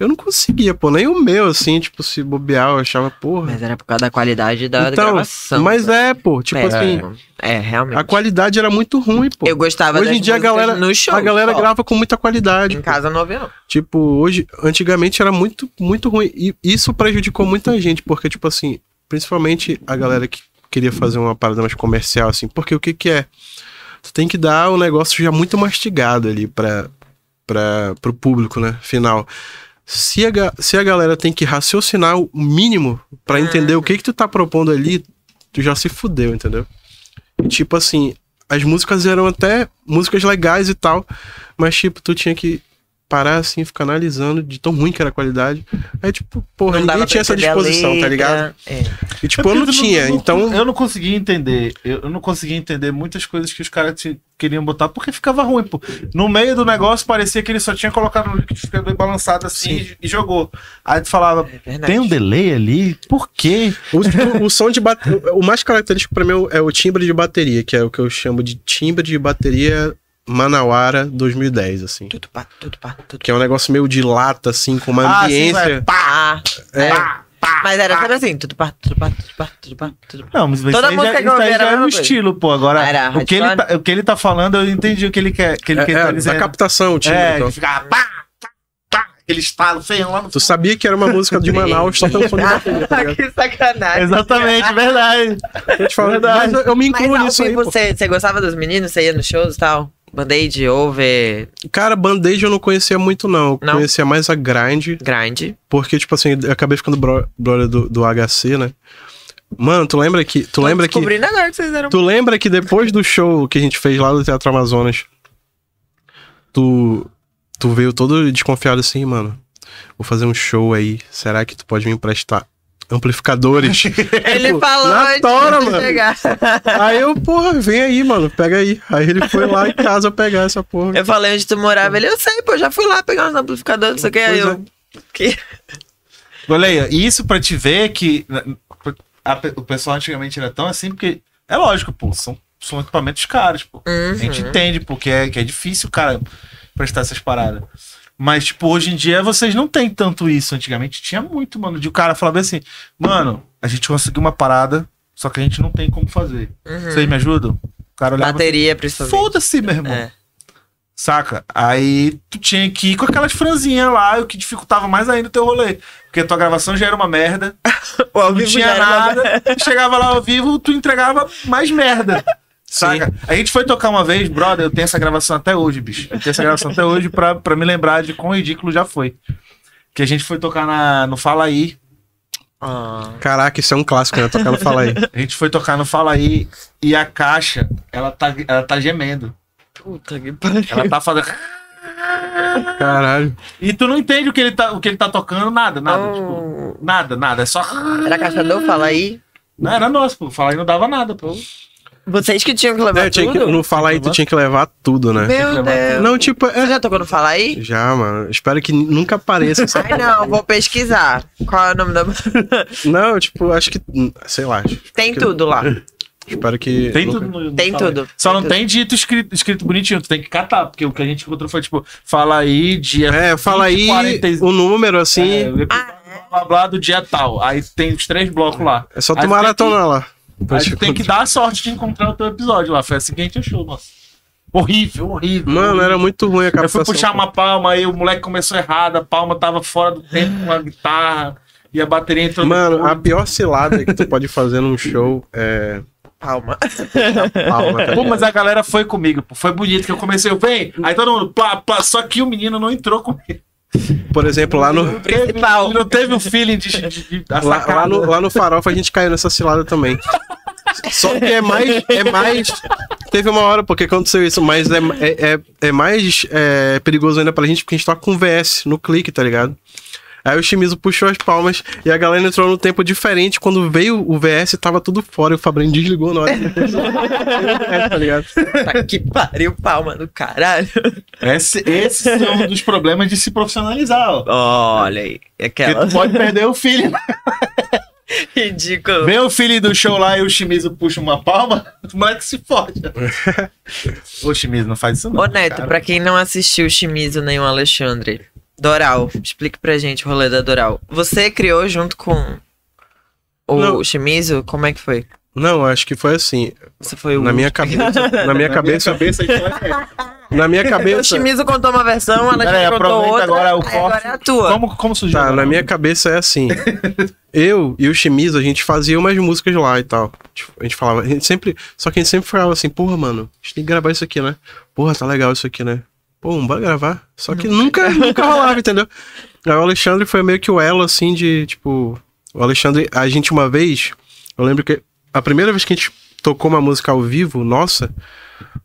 S4: Eu não conseguia, pô. Nem o meu, assim, tipo, se bobear, eu achava, porra.
S2: Mas era por causa da qualidade É da
S4: é Então,
S2: gravação.
S4: Mas é, pô, tipo
S2: é,
S4: assim,
S2: É, realmente.
S4: a qualidade era muito ruim, pô.
S2: Eu gostava
S4: Hoje
S2: das
S4: em dia a
S2: músicas
S4: galera,
S2: no show,
S4: a galera
S2: só.
S4: grava com muita qualidade.
S2: Em
S4: pô.
S2: casa não ouvi, não.
S4: Tipo, hoje, antigamente era muito, muito ruim. E isso prejudicou muita gente, porque, tipo assim, principalmente a galera que queria fazer uma parada mais comercial, assim, porque o que que é? Tu tem que dar o negócio já muito mastigado ali pra, pra, pro público, né? Final. Se a, ga- se a galera tem que raciocinar o mínimo pra
S2: Uhum.
S4: entender o que que tu tá propondo ali, tu já se fudeu, entendeu? E, tipo assim, as músicas eram até músicas legais e tal, mas, tipo, tu tinha que parar assim, ficar analisando de tão ruim que era a qualidade. Aí, tipo, porra,
S2: Não dava
S4: ninguém
S2: pra
S4: tinha essa
S2: entender a
S4: disposição, tá
S2: letra,
S4: ligado?
S2: é.
S4: E, tipo, eu não tinha, então.
S1: Eu não conseguia entender. Eu, eu não conseguia entender muitas coisas que os caras te- queriam botar porque ficava ruim, pô. No meio do negócio parecia que ele só tinha colocado no liquidificador e balançado assim e, e jogou. Aí tu falava,
S2: É verdade.
S1: tem um delay ali? Por quê?
S4: O, o som de bateria. O mais característico pra mim é o- é o timbre de bateria, que é o que eu chamo de timbre de bateria Manauara 2010, assim.
S2: Tudo pá, tudo pá, tudo
S4: Que é um negócio meio de lata, assim, com uma
S1: Ah, assim, vai,
S4: ambiência.
S2: pá.
S4: É.
S2: Mas era sempre assim, tudo pá, tudo pá, tudo pá, tudo pá, tudo pá.
S1: Não, mas isso
S2: Toda
S1: aí
S2: música
S1: já,
S2: que eu
S1: isso aí
S2: ouvi
S1: já
S2: era
S1: era
S2: a
S1: um
S2: mesma coisa.
S1: estilo, pô. Agora,
S2: Era
S1: o, que ele
S2: Hardcore.
S1: tá, o que ele tá falando, eu entendi o que ele quer, que ele, que ele
S4: é,
S1: tá
S4: é, da
S1: dizendo.
S4: captação, o timbre.
S1: é,
S4: então.
S1: que ficava pá, pá, pá, aquele estalo feio lá no
S4: Tu sabia que era uma música de Manaus, só pelo som de bateria, tá ligado?
S2: que sacanagem.
S1: Exatamente, verdade.
S4: Eu te falo, mas eu, eu me
S2: Mas
S4: incluo
S2: ao
S4: nisso aí,
S2: vivo
S4: pô.
S2: você, você gostava dos meninos? Você ia nos shows e tal? Band-Aid, Over,
S4: Cara, Band-Aid eu não conhecia muito, não. Eu
S2: Não?
S4: conhecia mais a Grind,
S2: Grind.
S4: porque, tipo assim, eu acabei ficando bro- brother do, do HC, né? Mano, tu lembra que. Tu lembra que.
S2: Descobrindo agora que vocês eram...
S4: Tu lembra que depois do show que a gente fez lá do Teatro Amazonas, tu, tu veio todo desconfiado assim, mano. Vou fazer um show aí. Será que tu pode me emprestar amplificadores?
S2: Ele
S4: Pô,
S2: falou
S4: na
S2: antes
S4: tora,
S2: de
S4: mano.
S2: chegar.
S4: aí eu, porra, vem aí, mano, pega aí. Aí ele foi lá em casa pegar essa porra.
S2: Eu falei onde tu morava. Ele, eu sei, pô, já fui lá pegar uns amplificadores, não sei o que. Aí
S4: Pois é.
S2: eu... Que...
S1: Olha aí, isso pra te ver que né, a pe- o pessoal antigamente era tão assim, porque é lógico, pô, são, são equipamentos caros, pô. A
S2: "Hum,
S1: gente entende, porque é, que é difícil, cara, prestar essas paradas. Mas, tipo, hoje em dia vocês não têm tanto isso. Antigamente tinha muito, mano, de o cara falar bem assim, mano, a gente conseguiu uma parada, só que a gente não tem como fazer. Vocês me ajudam? O cara olhava.
S2: Bateria,
S1: assim,
S2: principalmente.
S1: Foda-se, meu irmão.
S2: É.
S5: Saca? Aí tu tinha que ir com aquelas franzinhas lá, o que dificultava mais ainda o teu rolê. Porque a tua gravação já era uma merda,
S2: O ao
S5: não
S2: vivo
S5: tinha
S2: já era uma merda.
S5: nada. Chegava lá ao vivo, tu entregava mais merda. Saca? A gente foi tocar uma vez, brother, eu tenho essa gravação até hoje, bicho. Eu tenho essa gravação até hoje pra, pra me lembrar de quão ridículo já foi. Que a gente foi tocar na, no Fala Aí.
S4: Caraca, isso é um clássico, né? Tocando falar aí.
S5: A gente foi tocar no Fala Aí e a caixa, ela tá, ela tá gemendo.
S2: Puta que pariu.
S5: Ela tá fazendo.
S4: Caralho.
S5: E tu não entende o que ele tá, o que ele tá tocando, nada, nada. Tipo,
S2: Oh.
S5: nada, nada. É só.
S2: Era caçador, fala aí.
S5: Não, era nosso, pô. Falar aí não dava nada, pô.
S2: Vocês que tinham que levar
S4: É, tinha que,
S2: tudo?
S4: no falar aí, tu tinha que levar tudo, né?
S2: Meu Deus.
S4: Não, tipo, é.
S2: Você já tocou no Fala aí?
S4: Já, mano. Espero que nunca apareça essa
S2: Ai, não, vou pesquisar. Qual é o nome da.
S4: Não, tipo, acho que. Sei lá.
S2: Tem tudo lá.
S4: Espero que.
S5: Tem
S4: nunca-
S5: tudo no, no
S2: Tem
S5: Fala Aí.
S2: tudo.
S5: Só
S2: Tem
S5: não
S2: tudo.
S5: tem dito escrito, escrito bonitinho, tu tem que catar, porque o que a gente encontrou foi tipo, fala aí dia.
S4: É, fala aí
S5: 20, 40 e-
S4: o número, assim.
S5: é,
S4: É,
S5: blá,
S2: Ah,
S5: blá, blá, blá, do dia tal. Aí tem os três blocos lá.
S4: É só
S5: Aí
S4: tu
S5: tu tem
S4: maratona lá.
S5: Aí tu tem que dar a sorte de encontrar o teu episódio lá. Foi assim que a gente achou, nossa. Horrível, horrível.
S4: Mano,
S5: horrível.
S4: era muito ruim a
S5: Eu
S4: captação.
S5: fui puxar uma palma, aí o moleque começou errado, a palma tava fora do tempo com a guitarra e a bateria entrou.
S4: Mano, a
S5: depois.
S4: pior cilada que tu pode fazer num show é.
S2: Palma.
S4: Palma, tá
S5: Pô, mas
S4: ligado?
S5: a galera foi comigo, pô. Foi bonito que eu comecei, eu vem, aí todo mundo, pá, pá, só que o menino não entrou comigo.
S4: Por exemplo, lá no.
S5: Teve, não teve o feeling de, de, de- da
S4: Lá,
S5: sacada.
S4: lá no, lá no Farofa a gente caiu nessa cilada também. Só que é mais. É mais teve uma hora porque aconteceu isso, mas é, é, é- é mais é, perigoso ainda pra gente porque a gente toca com VS no clique, tá ligado? Aí o Chimizo puxou as palmas e a galera entrou num tempo diferente. Quando veio o VS, tava tudo fora e o Fabrício desligou na hora. é, tá ligado?
S2: Tá que pariu, palma do caralho.
S5: Esse, esse é um dos problemas de se profissionalizar, ó.
S2: Olha aí. Aquela
S5: Porque tu pode perder o feeling.
S2: ridícula.
S5: Vem o feeling do show lá e o Chimizo puxa uma palma, o moleque se fode. Ô, Chimizo, não faz isso não.
S2: Ô, Neto,
S5: cara.
S2: pra quem não assistiu Chimizo nem o Alexandre, Doral, explique pra gente o rolê da Doral. Você criou junto com o
S4: Não.
S2: Chimizo? Como é que foi?
S4: Não, acho que foi assim.
S2: Você foi o.
S4: Na minha cabeça. Na minha cabeça.
S5: cabeça aí, tá?
S4: Na minha
S2: O
S4: cabeça.
S2: Chimizo contou uma versão, a
S5: Peraí,
S2: Alexandre contou
S5: aproveita
S2: outra.
S5: agora o
S2: aí agora
S5: corte.
S2: é a tua.
S5: Como, como surgiu?
S4: Tá,
S1: né?
S4: na minha cabeça é assim. Eu e o Chimizo, a gente fazia umas músicas lá e tal. Tipo, A gente falava, a gente sempre. Só que a gente sempre falava assim, porra, mano, a gente tem que gravar isso aqui, né? Porra, tá legal isso aqui, né? Pô, bora gravar. Só que nunca, nunca rolava, entendeu? Aí o Alexandre foi meio que o elo, assim, de, tipo. O Alexandre, a gente uma vez, eu lembro que a primeira vez que a gente tocou uma música ao vivo, nossa,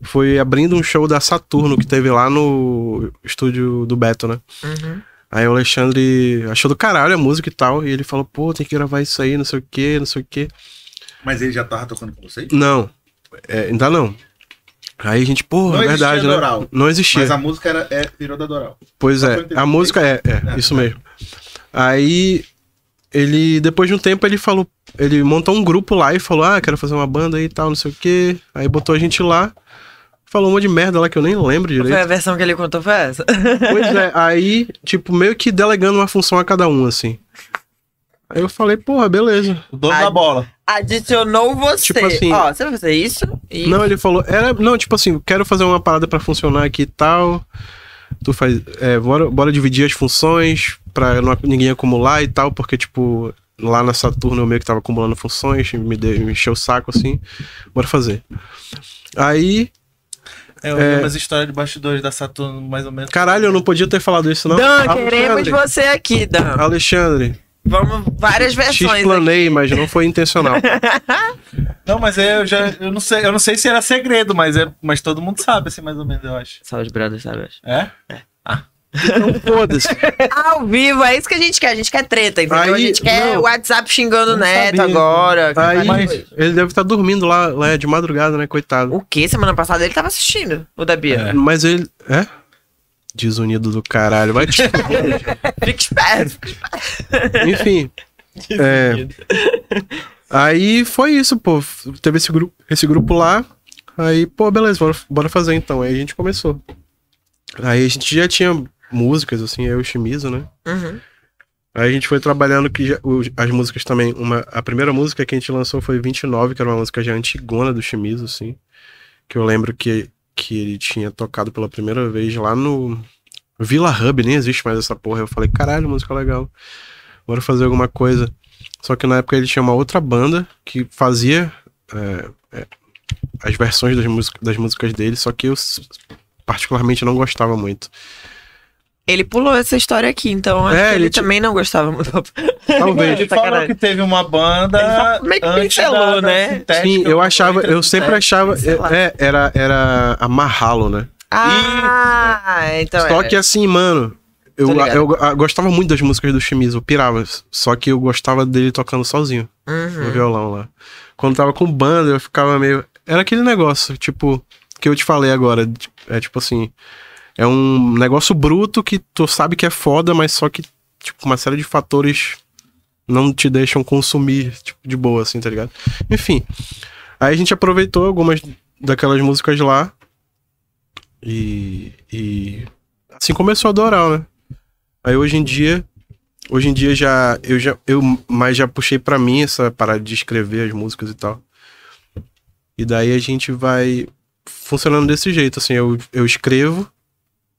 S4: foi abrindo um show da Saturno que teve lá no estúdio do Beto, né?
S2: Uhum.
S4: Aí o Alexandre achou do caralho a música e tal. E ele falou, pô, tem que gravar isso aí, não sei o que, não sei o que.
S1: Mas ele já tava tocando com vocês?
S4: Não, é, ainda não. Aí a gente, pô,
S1: Não
S4: é
S1: existia
S4: verdade, né?
S1: Doral.
S4: Não existia.
S1: Mas a música era, é, virou da Doral.
S4: Pois
S1: Só pra
S4: é,
S1: eu entender.
S4: a música é, é, isso mesmo. Aí ele, depois de um tempo, ele falou, ele montou um grupo lá e falou, ah, quero fazer uma banda aí e tal, não sei o quê. Aí botou a gente lá, falou um monte de merda lá que eu nem lembro direito.
S2: Foi a versão que ele contou, foi essa?
S4: Pois é, aí, tipo, meio que delegando uma função a cada um, assim. Aí eu falei, porra, beleza.
S1: O dono da bola.
S2: Adicionou você.
S4: Tipo assim-
S2: Ó, você vai fazer isso? E...
S4: Não, ele falou, era, não, tipo assim, quero fazer uma parada pra funcionar aqui e tal. Tu faz, é, bora, bora dividir as funções pra não, ninguém acumular e tal, porque, tipo, lá na Saturno eu meio que tava acumulando funções, me, de, me encheu o saco, assim. Bora fazer. Aí,
S1: É, eu lembro as histórias de bastidores da Saturno, mais ou menos.
S4: caralho, eu não podia ter falado isso, não.
S2: Dan,
S4: Alexandre,
S2: queremos você aqui, Dan.
S4: Alexandre,
S2: Vamos várias
S4: te
S2: versões. É aqui.
S4: explanei, mas não foi intencional.
S1: Não, mas eu já. Eu não sei, eu não sei se era segredo, mas, é, mas todo mundo sabe, assim, mais ou menos, eu acho.
S2: Só os brothers, sabe? eu acho.
S1: É?
S4: Foda-se.
S2: Ao vivo, é isso que a gente quer. A gente quer treta, entendeu?
S4: Aí,
S2: a gente quer
S4: não.
S2: o WhatsApp xingando o
S4: Não
S2: neto
S4: sabia.
S2: agora. que tá
S4: Aí
S2: vai-
S4: ele deve estar dormindo lá, lá de madrugada, né, coitado.
S2: O que? Semana passada ele tava assistindo o da Bia.
S4: Mas ele. É? Desunido do caralho. tipo, Vai te... É.
S2: Fica esperto.
S4: Enfim. é, Aí foi isso, pô. Teve esse grupo, esse grupo lá. Aí, pô, beleza, bora, bora fazer então. Aí a gente começou. Aí a gente já tinha músicas, assim, eu e o Shimizu, né?
S2: Uhum.
S4: Aí a gente foi trabalhando que já- o- as músicas também. Uma, a primeira música que a gente lançou foi 29, que era uma música já antigona do Chimizo, assim. Que eu lembro que que ele tinha tocado pela primeira vez lá no Vila Hub, nem existe mais essa porra. Eu falei, caralho, música legal. Bora fazer alguma coisa. Só que na época ele tinha uma outra banda que fazia é, é, as versões das, música- das músicas dele, só que eu s- particularmente não gostava muito.
S2: Ele pulou essa história aqui, então acho
S4: É,
S2: que ele,
S4: ele ti-
S2: também não gostava muito. Tá
S4: Talvez.
S1: Ele falou
S2: Sacanagem.
S1: que teve uma banda.
S2: Ele só meio que
S1: antes
S2: pincelou,
S1: da- da
S2: né?
S1: sintética.
S4: Sim, eu achava, eu sempre achava,
S2: sei lá.
S4: é, era, era amarrá-lo, né?
S2: ah, então
S4: Só
S2: é.
S4: que assim, mano, eu,
S2: Tô ligado.
S4: eu, eu gostava muito das músicas do Chimizo, eu pirava. Só que eu gostava dele tocando sozinho. no
S2: Uhum.
S4: violão lá. Quando tava com banda, eu ficava meio. Era aquele negócio, tipo, que eu te falei agora. de- É tipo assim. É um negócio bruto que tu sabe que é foda, mas só que, tipo, uma série de fatores não te deixam consumir, tipo, de boa, assim, tá ligado? Enfim. Aí a gente aproveitou algumas daquelas músicas lá. E. e assim começou a adorar, né? Aí hoje em dia Hoje em dia já eu já eu mas já puxei pra mim essa parada de escrever as músicas e tal. E daí a gente vai funcionando desse jeito, assim, eu, eu escrevo,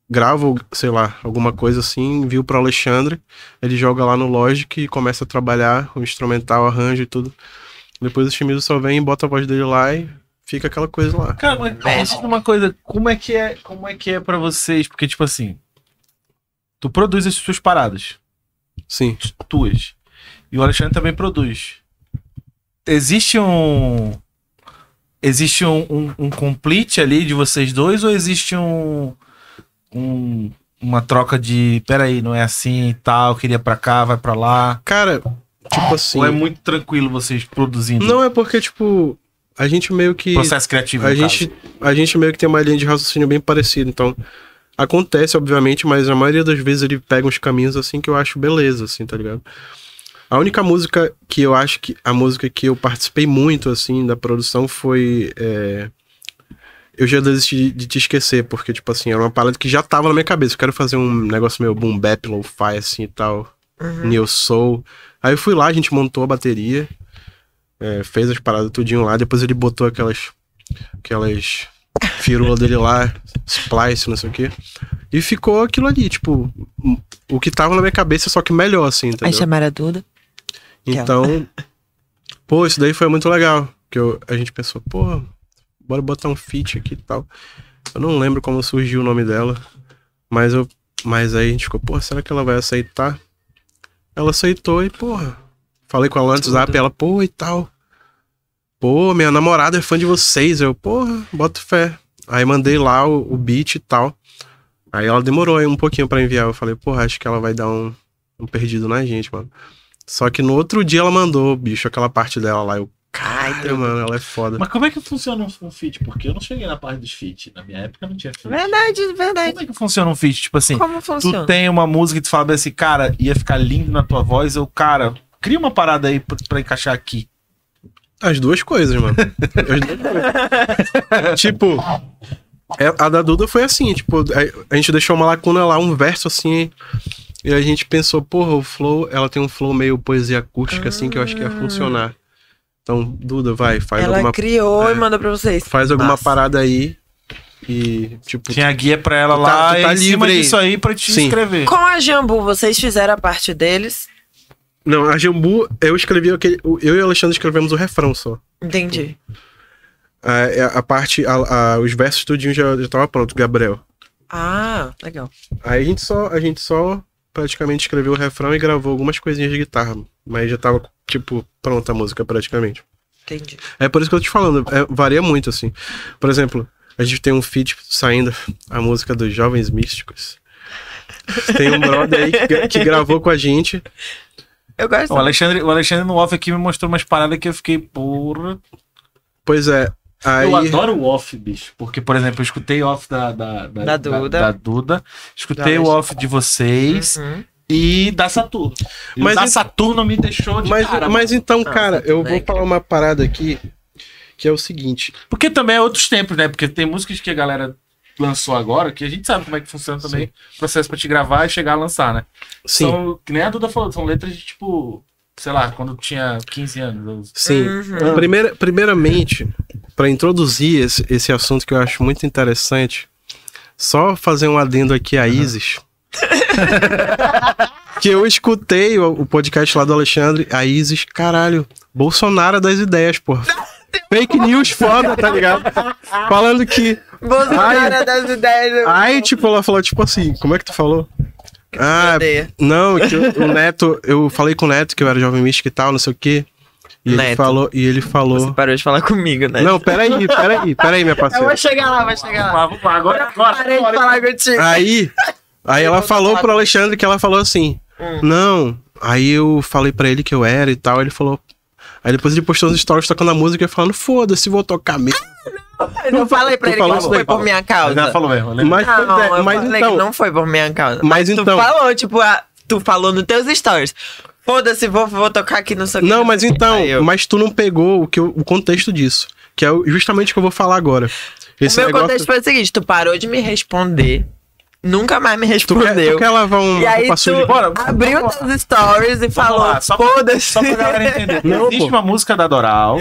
S4: gravo, sei lá, alguma coisa assim, envio pro Alexandre, ele joga lá no Logic e começa a trabalhar o instrumental, arranjo e tudo. Depois o Chimizo só vem e bota a voz dele lá e fica aquela coisa lá.
S1: Cara, mas
S2: Mexe.
S1: conta uma coisa, como é que é, como é que é para vocês? Porque tipo assim, tu produz as suas paradas,
S4: Sim.
S1: tuas. E o Alexandre também produz. Existe um existe um, um, um complete ali de vocês dois ou existe um, um uma troca de, peraí, não é assim e tal, queria pra cá, vai pra lá.
S4: Cara, tipo assim,
S1: Ou é muito tranquilo vocês produzindo?
S4: não é porque tipo a gente meio que
S1: processo criativo.
S4: a
S1: no caso.
S4: gente, a gente meio que tem uma linha de raciocínio bem parecida, então acontece, obviamente, mas a maioria das vezes ele pega uns caminhos assim que eu acho beleza, assim, tá ligado? A única música que eu acho que. A música que eu participei muito, assim, da produção foi. é, Eu já desisti de te esquecer, porque, tipo assim, era uma parada que já tava na minha cabeça. Eu quero fazer um negócio meio boom bap, lo-fi, assim e tal.
S2: Uhum.
S4: New Soul. Aí eu fui lá, a gente montou a bateria, é, fez as paradas tudinho lá, depois ele botou aquelas. aquelas. firula dele lá, splice, não sei o quê. E ficou aquilo ali, tipo, o que tava na minha cabeça, só que melhor, assim,
S2: Aí
S4: entendeu?
S2: chamaram a Duda.
S4: Então, pô, isso daí foi muito legal. Que eu- a gente pensou, pô, bora botar um feat aqui e tal. Eu não lembro como surgiu o nome dela, mas eu. Mas aí a gente ficou, pô, será que ela vai aceitar? Ela aceitou e, porra. Falei com ela antes do zap, ela, pô, e tal. Pô, minha namorada é fã de vocês. Eu, porra, boto fé. Aí mandei lá o, o beat e tal. Aí ela demorou aí um pouquinho pra enviar. Eu falei, porra, acho que ela vai dar um, um perdido na gente, mano. Só que no outro dia ela mandou, bicho, aquela parte dela lá. Eu, caralho, mano, ela é foda.
S5: Mas como é que funciona um, um feat? Porque eu não cheguei na parte dos feat. Na minha época não tinha feat.
S2: Verdade, verdade.
S1: Como é que funciona um feat? Tipo assim,
S2: Como
S1: tu
S2: funciona?
S1: tem uma música e tu fala bem assim, cara, ia ficar lindo na tua voz, ou cara, cria uma parada aí pra, pra encaixar aqui.
S4: As duas coisas, mano. As duas coisas. tipo, é, a da Duda foi assim, tipo, a, a gente deixou uma lacuna lá, um verso assim, e a gente pensou, porra, o flow, ela tem um flow meio poesia acústica, assim, que eu acho que ia funcionar. Então, Duda, vai, faz
S2: Ela
S4: alguma, é,
S2: criou e mandou pra vocês.
S4: faz alguma
S2: Massa.
S4: parada aí. E, tipo,
S1: Tinha a guia pra ela
S4: Tu tá-
S1: lá
S4: tu tá
S1: e em cima
S4: livre aí.
S1: disso aí pra te
S4: Sim.
S1: escrever.
S2: Com a Jambu, vocês fizeram a parte deles?
S4: não, a Jambu, eu escrevi aquele. Eu e o Alexandre escrevemos o refrão só.
S2: Entendi.
S4: A, a parte, a- a- os versos tudinho já, já tava pronto, Gabriel.
S2: Ah, legal.
S4: Aí a gente só, a gente só praticamente escreveu o refrão e gravou algumas coisinhas de guitarra, mas já tava tipo pronta a música praticamente.
S2: Entendi.
S4: É por isso que eu tô te falando, é, varia muito assim. Por exemplo, a gente tem um feat saindo a música dos Jovens Místicos. Tem um brother aí que, gra- que gravou com a gente.
S2: Eu gosto.
S1: O Alexandre, o Alexandre no off aqui me mostrou umas paradas que eu fiquei, porra.
S4: Pois é, aí
S5: Eu adoro o off, bicho.
S1: Porque, por exemplo, eu escutei off da, da,
S2: Da Duda.
S1: da Duda, escutei
S2: Da
S1: o off de vocês
S2: Uhum.
S1: e da Saturno.
S4: Mas
S1: Mas da
S4: e-
S1: Saturno me deixou de
S4: mas,
S1: cara.
S4: mas então,
S2: Não,
S4: cara,
S5: é
S2: tudo
S4: eu
S2: bem,
S4: vou falar
S2: cara.
S5: né?
S4: uma parada aqui que é o seguinte.
S5: Porque também é outros tempos, né? Porque tem músicas que a galera lançou agora, que a gente sabe como é que funciona também o processo pra te gravar e chegar a lançar, né?
S4: Sim.
S5: São, que nem a Duda falou, são letras de tipo, sei lá, quando eu tinha 15 anos. eu-
S4: Sim.
S2: Uhum.
S4: Primeira, primeiramente, para introduzir esse, esse assunto que eu acho muito interessante, só fazer um adendo aqui a Isis. que eu escutei o, o podcast lá do Alexandre, a Isis, caralho, Bolsonaro é das ideias, porra. Fake news foda, tá ligado? Falando que
S2: Bolsonaro é das ideias.
S4: Aí, tipo, ela falou, tipo assim, como é que tu falou? Ah,
S2: odeia.
S4: não, que o, o Neto, eu falei com o Neto que eu era jovem místico e tal, não sei o quê. E ele
S2: Neto.
S4: falou, e ele
S2: Você
S4: falou.
S2: parou de falar comigo, né?
S4: Não, peraí, peraí, peraí, minha
S2: Eu
S4: parceira.
S2: vou chegar lá, vou chegar lá.
S5: Vamos lá, vamos lá. Agora, agora.
S2: Parei de falar contigo.
S4: Aí, aí ela falou pro Alexandre que ela falou assim:
S2: Hum.
S4: Não, aí eu falei pra ele que eu era e tal, ele falou. Aí depois ele postou uns stories tocando a música e eu falando, foda-se, vou tocar mesmo.
S2: Eu não falei pra
S4: tu
S2: ele que
S4: falou
S2: não
S4: isso
S2: foi
S4: daí,
S2: por
S4: Paulo.
S2: minha causa.
S1: Ela falou mesmo, eu lembro.
S4: Mas,
S2: Não,
S4: pois é,
S2: Ah, eu
S4: mas
S2: falei
S4: então.
S2: que não foi por minha causa.
S4: Mas então-
S2: Tu falou, tipo, ah, tu falou nos teus stories. Foda-se, vou, vou tocar aqui no seu.
S4: Não, mas então,
S2: Aí eu-
S4: mas tu não pegou o, que eu- o contexto disso, que é o- justamente o que eu vou falar agora.
S2: o
S4: Esse
S2: meu
S4: negócio,
S2: contexto foi o seguinte: tu parou de me responder, nunca mais me
S4: tu, quer,
S2: respondeu.
S4: tu quer lavar um
S2: E aí
S4: roupa
S2: tu
S4: suja?
S5: Bora,
S2: abriu
S5: vamos
S2: teus stories e falou,
S5: lá, só pra-
S2: foda-se.
S5: Só pra galera entender.
S4: Não,
S5: Existe
S4: pô.
S5: uma música da Doral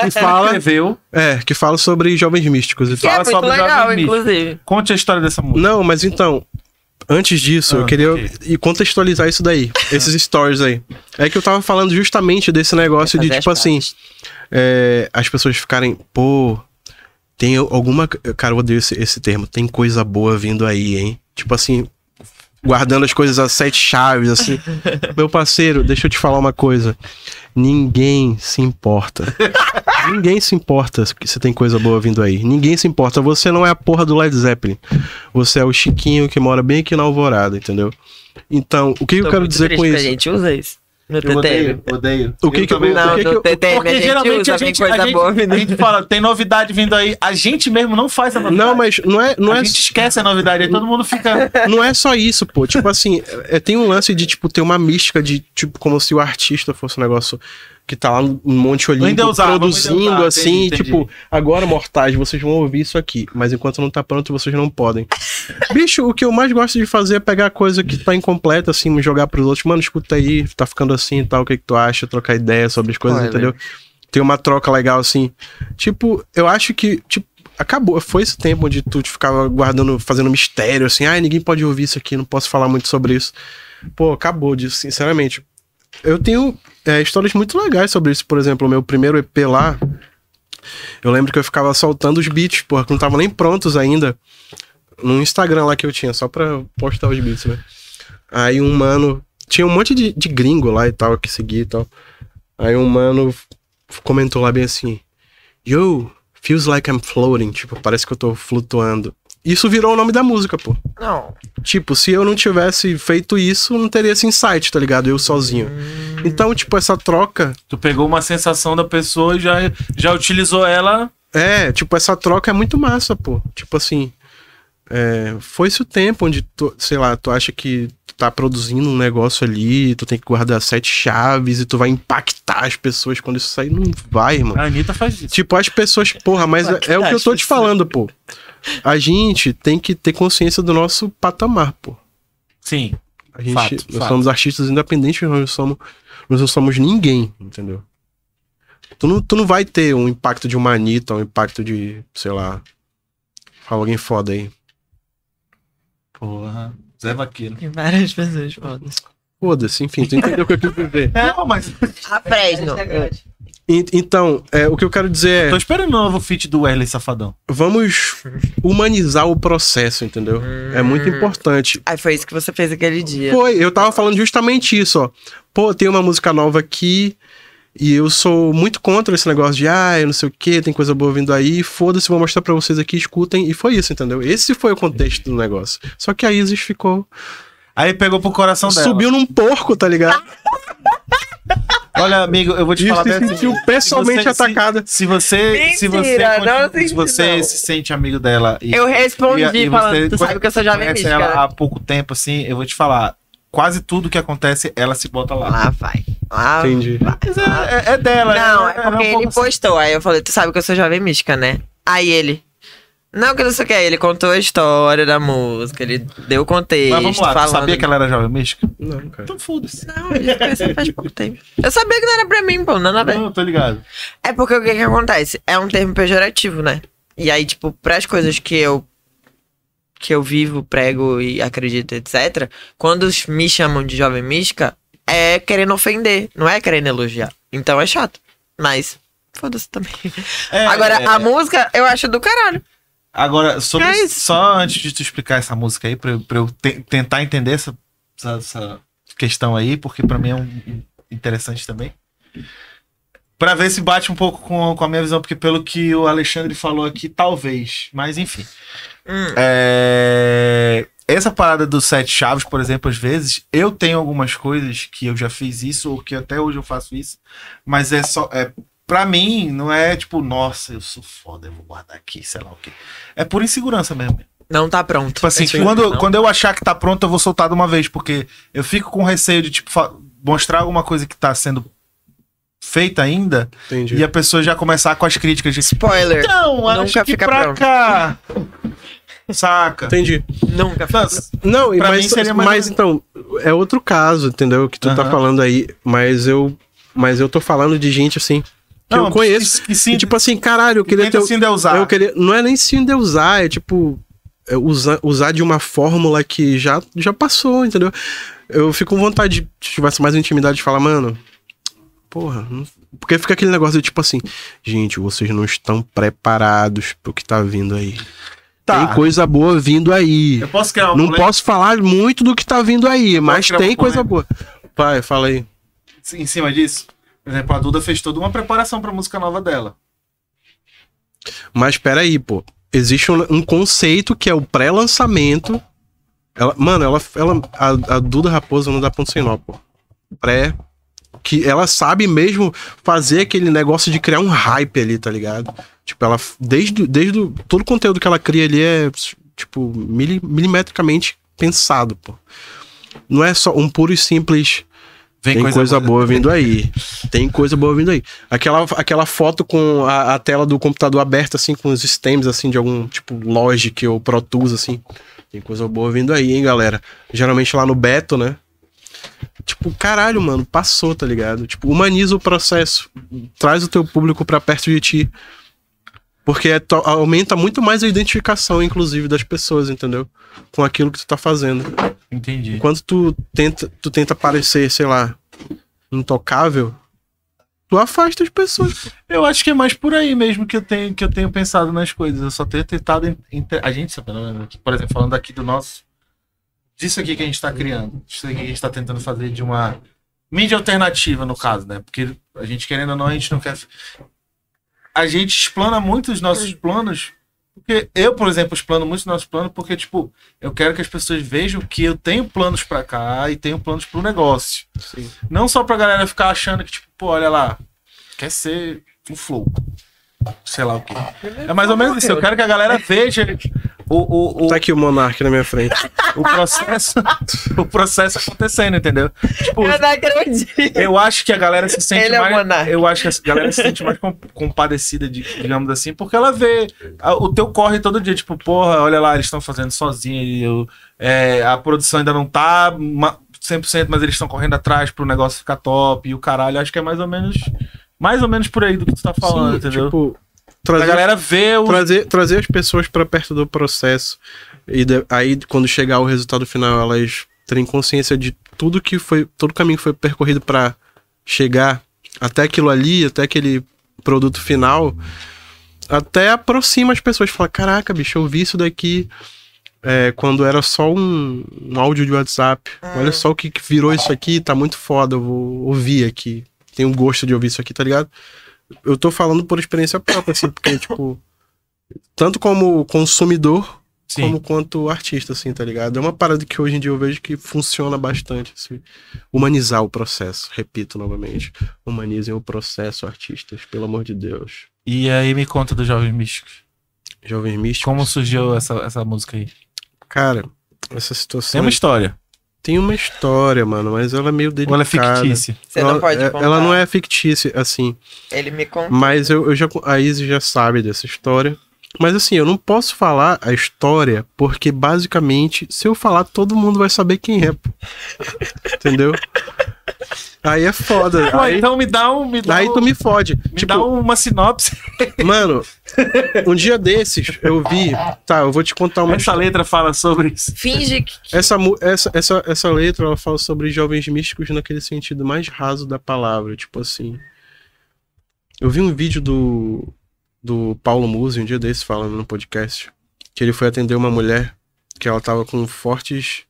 S5: que fala. Escreveu,
S4: É, que fala sobre jovens místicos e
S2: que
S4: tal.
S2: é
S5: fala
S2: muito
S5: sobre jovem
S2: legal,
S5: místico.
S2: inclusive.
S5: conte a história dessa música.
S4: Não, mas então, antes disso,
S5: Ah,
S4: eu queria
S5: ok.
S4: e contextualizar isso daí, esses stories aí. É que eu tava falando justamente desse negócio
S2: Quer
S4: de,
S2: fazer
S4: tipo
S2: as
S4: assim, é, as pessoas ficarem, pô, tem alguma. Cara, eu odeio esse, esse termo, tem coisa boa vindo aí, hein? Tipo assim, guardando as coisas a sete chaves, assim. Meu parceiro, deixa eu te falar uma coisa. Ninguém se importa. Ninguém se importa que você tem coisa boa vindo aí. Ninguém se importa. Você não é a porra do Led Zeppelin. Você é o Chiquinho que mora bem aqui na Alvorada, entendeu? Então, o que eu
S2: Tô
S4: quero
S2: muito
S4: dizer
S2: triste
S4: com
S2: que
S4: isso?
S2: A gente usa isso no
S1: Eu
S2: TTM.
S1: odeio, odeio.
S4: O que que eu-
S1: também
S4: Por
S2: Não,
S4: que que
S2: no
S4: eu-
S2: TTM a
S5: Porque
S2: gente
S5: geralmente
S2: usa,
S5: a
S2: tem
S5: gente, a,
S2: coisa
S5: gente,
S2: boa
S5: a
S2: vindo.
S5: gente fala, tem novidade vindo aí. A gente mesmo não faz a novidade.
S4: Não, mas não é, não
S5: a
S4: é,
S5: gente esquece a novidade, aí todo mundo fica.
S4: não é só isso, pô. Tipo assim, é, tem um lance de, tipo, ter uma mística de, tipo, como se o artista fosse um negócio que tá lá no Monte Olimpo
S5: Endeusar, vamos
S4: produzindo,
S5: endeusar,
S4: assim,
S5: entendi, entendi.
S4: tipo, agora, mortais, vocês vão ouvir isso aqui, mas enquanto não tá pronto, vocês não podem. Bicho, o que eu mais gosto de fazer é pegar coisa que tá incompleta, assim, jogar pros outros, mano, escuta aí, tá ficando assim e tal, o que que tu acha, trocar ideia sobre as coisas,
S2: Olha.
S4: entendeu? Tem uma troca legal, assim. Tipo, eu acho que, tipo, acabou. Foi esse tempo onde tu tipo, ficava guardando, fazendo mistério, assim, ai, ninguém pode ouvir isso aqui, não posso falar muito sobre isso. Pô, acabou disso, sinceramente. Eu tenho é, histórias muito legais sobre isso. Por exemplo, o meu primeiro EP lá, eu lembro que eu ficava soltando os beats, porra, que não estavam nem prontos ainda. No Instagram lá que eu tinha, só pra postar os beats, né? Aí um mano. Tinha um monte de, de gringo lá e tal, que seguia e tal. Aí um mano f- comentou lá bem assim: Yo, feels like I'm floating. Tipo, parece que eu tô flutuando. Isso virou o nome da música, pô.
S2: Não.
S4: Tipo, se eu não tivesse feito isso, não teria esse insight, tá ligado? Eu sozinho. Então, tipo, essa troca
S5: Tu pegou uma sensação da pessoa e já, já utilizou ela.
S4: É, tipo, essa troca é muito massa, pô. Tipo assim, é, foi-se o tempo onde, tu, sei lá, tu acha que tu tá produzindo um negócio ali, tu tem que guardar sete chaves e tu vai impactar as pessoas quando isso sair. Não vai, irmão.
S5: A Anitta faz isso.
S4: Tipo, as pessoas, porra, mas é, é o que eu tô te falando, pô. A gente tem que ter consciência do nosso patamar, pô.
S5: Sim.
S4: A gente,
S5: Fato,
S4: nós
S5: fato.
S4: somos artistas independentes, nós não somos, nós não somos ninguém, entendeu? Tu não, tu não vai ter um impacto de uma Anitta, um impacto de, sei lá, fala alguém foda aí.
S1: Porra. Zé Vaqueiro.
S2: Tem várias pessoas fodas.
S4: Foda-se, enfim, tu entendeu o que eu quis dizer.
S5: Não, mas.
S2: A Fresno.
S5: É.
S4: En- Então, é, o que eu quero dizer
S5: Tô
S4: é,
S1: um
S5: esperando o novo feat do Wesley Safadão.
S4: vamos humanizar o processo, entendeu? É
S5: Hum.
S4: muito importante.
S2: Aí foi isso que você fez aquele dia.
S4: Foi, eu tava falando justamente isso, ó. Pô, tem uma música nova aqui e eu sou muito contra esse negócio de, ah, eu não sei o que, tem coisa boa vindo aí, foda-se, vou mostrar pra vocês aqui, escutem. E foi isso, entendeu? Esse foi o contexto do negócio. Só que a Isis ficou.
S1: Aí pegou pro coração dela.
S4: subiu num porco, tá ligado?
S1: Olha, amigo, eu vou te
S4: E
S1: falar
S4: se
S1: bem
S4: sentiu
S1: assim,
S4: pessoalmente
S1: se você-
S4: atacada.
S1: Se você, se você,
S2: Mentira,
S1: continua-
S2: não senti,
S1: se, você
S2: não.
S1: se sente amigo dela e,
S2: Eu respondi
S1: e- e
S2: falando,
S1: você
S2: tu sabe que eu sou jovem
S1: conhece
S2: mística.
S1: ela
S2: né?
S1: há pouco tempo, assim, eu vou te falar, quase tudo que acontece, ela se bota lá.
S2: Lá vai. Lá
S4: Entendi.
S1: Mas é, é- é dela.
S2: Não,
S1: é,
S2: é porque ele
S1: pouco assim.
S2: postou. Aí eu falei, tu sabe que eu sou jovem mística, né? Aí ele. Não, que não sei o que. Ele contou a história da música, ele deu o contexto.
S1: Mas vamos lá, tu
S2: falando...
S1: sabia que ela era jovem mística?
S4: Não, cara.
S1: Então foda-se.
S2: Não, a gente conheceu faz pouco tempo. Eu sabia que não era pra mim, pô, nada a ver.
S1: Não, tô ligado.
S2: É porque o que que acontece? É um termo pejorativo, né? E aí, tipo, pras coisas que eu que eu vivo, prego e acredito, etc. Quando os me chamam de jovem mística, é querendo ofender, não é querendo elogiar. Então é chato. Mas foda-se também.
S1: É,
S2: Agora,
S1: é,
S2: a música eu acho do caralho.
S1: Agora, sobre.
S2: É isso.
S1: só antes de tu explicar essa música aí, pra, eu- pra eu te- tentar entender essa, essa, essa questão aí, porque pra mim é um, um- interessante também. Pra ver se bate um pouco com, com a minha visão, porque pelo que o Alexandre falou aqui, talvez. Mas enfim.
S2: Hum.
S1: É, Essa parada do sete chaves, por exemplo, às vezes, eu tenho algumas coisas que eu já fiz isso, ou que até hoje eu faço isso, mas é só. É, pra mim, não é tipo, nossa, eu sou foda, eu vou guardar aqui, sei lá o quê. É por insegurança mesmo.
S2: Não tá pronto.
S1: Tipo assim,
S2: Isso aí,
S1: quando,
S2: não.
S1: quando eu achar que tá pronto, eu vou soltar de uma vez, porque eu fico com receio de, tipo, fa- mostrar alguma coisa que tá sendo feita ainda
S4: Entendi.
S1: e a pessoa já começar com as críticas de
S2: Spoiler.
S1: então, acho
S2: Nunca
S1: que
S2: fica
S1: pra
S2: pronto."
S1: cá. Saca?
S4: Entendi.
S2: Nunca.
S1: Não,
S4: Não, e
S1: Pra
S4: mas,
S1: mim seria mais- um-
S4: mas então, é outro caso, entendeu? Que tu tá
S1: Aham.
S4: falando aí, mas eu, mas eu tô falando de gente assim que
S1: não,
S4: eu conheço.
S1: Que
S4: E,
S1: sim,
S4: tipo assim, caralho, eu queria ter
S1: tenta
S4: o-
S1: se endeusar.
S4: Eu queria, não é nem se endeusar, é tipo é usar, usar de uma fórmula que já, já passou, entendeu? Eu fico com vontade, de, se tivesse mais intimidade, de falar, mano, porra, não- porque fica aquele negócio de tipo assim, gente, vocês não estão preparados pro que tá vindo aí.
S1: Tá.
S4: Tem coisa boa vindo aí.
S1: Eu posso criar uma
S4: Não
S1: polêmica?
S4: posso falar muito do que tá vindo aí, mas
S1: criar
S4: tem
S1: uma
S4: coisa boa. Pai, fala aí.
S1: em cima disso? Por exemplo, a Duda fez toda uma preparação pra música nova dela.
S4: Mas peraí, pô. Existe um, um conceito que é o pré-lançamento. Ela- mano, ela, ela a, a Duda Raposa não dá ponto sem nó, pô. Pré. Que ela sabe mesmo fazer aquele negócio de criar um hype ali, tá ligado? Tipo, ela. f- Desde, desde o- todo o conteúdo que ela cria ali é, tipo, mili- milimetricamente pensado, pô. Não é só um puro e simples. Tem coisa, boa vindo aí. Tem coisa boa vindo aí. Aquela, aquela foto com a, a tela do computador aberta, assim, com os stems, assim, de algum tipo Logic ou Pro Tools, assim. Tem coisa boa vindo aí, hein, galera? Geralmente lá no Beto, né? Tipo, caralho, mano, passou, tá ligado? Tipo, humaniza o processo. Traz o teu público pra perto de ti. Porque é to- aumenta muito mais a identificação, inclusive, das pessoas, entendeu? Com aquilo que tu tá fazendo.
S1: Entendi.
S4: Enquanto tu tenta, tu tenta parecer, sei lá, intocável, tu afasta as pessoas.
S1: Eu acho que é mais por aí mesmo que eu tenho, que eu tenho pensado nas coisas. Eu só tenho tentado. en- ente- A gente, sabe, né? por exemplo, falando aqui do nosso. Disso aqui que a gente está criando. Disso aqui que a gente está tentando fazer de uma mídia alternativa, no caso, né? Porque a gente, querendo ou não, a gente não quer. A gente explana muito os nossos planos. Porque eu, por exemplo, explano muito os nossos planos porque, tipo, eu quero que as pessoas vejam que eu tenho planos pra cá e tenho planos pro negócio. Não só pra galera ficar achando que, tipo, pô, olha lá, quer ser um flow. Sei lá o quê. É mais ou menos isso. Eu quero que a galera veja o, o, o,
S4: Tá aqui o Monark na minha frente.
S1: o processo, o processo acontecendo, entendeu? Tipo,
S2: Eu não acredito.
S1: eu acho que a galera se sente
S2: Ele é o
S1: mais.
S2: monarca.
S1: eu acho que a galera se sente mais com- compadecida, de- digamos assim, porque ela vê a- o teu corre todo dia, tipo, porra, olha lá, eles estão fazendo sozinho, e eu- é, a produção ainda não tá ma- 100%, mas eles estão correndo atrás pro negócio ficar top e o caralho. Acho que é mais ou menos. Mais ou menos por aí do que tu tá falando,
S4: Sim,
S1: entendeu?
S4: Tipo,
S1: a
S4: trazer,
S1: galera vê o.
S4: trazer, trazer as pessoas pra perto do processo. E de- aí, quando chegar o resultado final, elas terem consciência de tudo que foi. Todo o caminho que foi percorrido pra chegar até aquilo ali, até aquele produto final. Até aproxima as pessoas. Fala, caraca, bicho, eu vi isso daqui. é, quando era só um, um áudio de WhatsApp. Olha só o que que virou isso aqui, tá muito foda, eu vou ouvir aqui. Tenho gosto de ouvir isso aqui, tá ligado? Eu tô falando por experiência própria, assim, porque, tipo, tanto como consumidor,
S1: Sim.
S4: como quanto artista, assim, tá ligado? É uma parada que hoje em dia eu vejo que funciona bastante, assim. Humanizar o processo, repito novamente. Humanizem o processo, artistas, pelo amor de Deus.
S1: E aí me conta do Jovem Místico.
S4: Jovens místicos.
S1: Como surgiu essa, essa música aí?
S4: Cara, essa
S1: Tem
S4: situação.
S1: uma história.
S4: Tem uma história, mano, mas ela é meio
S1: Ou ela
S4: delicada.
S1: é fictícia?
S2: Você não
S4: Ela-
S2: pode
S4: é-
S2: contar.
S4: Ela não é fictícia, assim.
S2: Ele me contou.
S4: Mas eu, eu já, a Izzy já sabe dessa história. Mas assim, eu não posso falar a história, porque basicamente, se eu falar, todo mundo vai saber quem é. pô. Entendeu? Aí é foda.
S5: Pô,
S4: aí,
S5: então me dá um. Me dá
S4: aí
S5: um-
S4: tu me fode.
S5: me
S4: tipo,
S5: dá um uma sinopse.
S4: mano, um dia desses eu vi. Tá, eu vou te contar
S1: é
S4: uma
S5: Essa letra fala sobre isso.
S2: Finge que.
S4: Essa, mu- essa, essa, essa letra ela fala sobre jovens místicos naquele sentido mais raso da palavra. Tipo assim. Eu vi um vídeo do, do Paulo Musi um dia desse falando no podcast que ele foi atender uma mulher que ela tava com fortes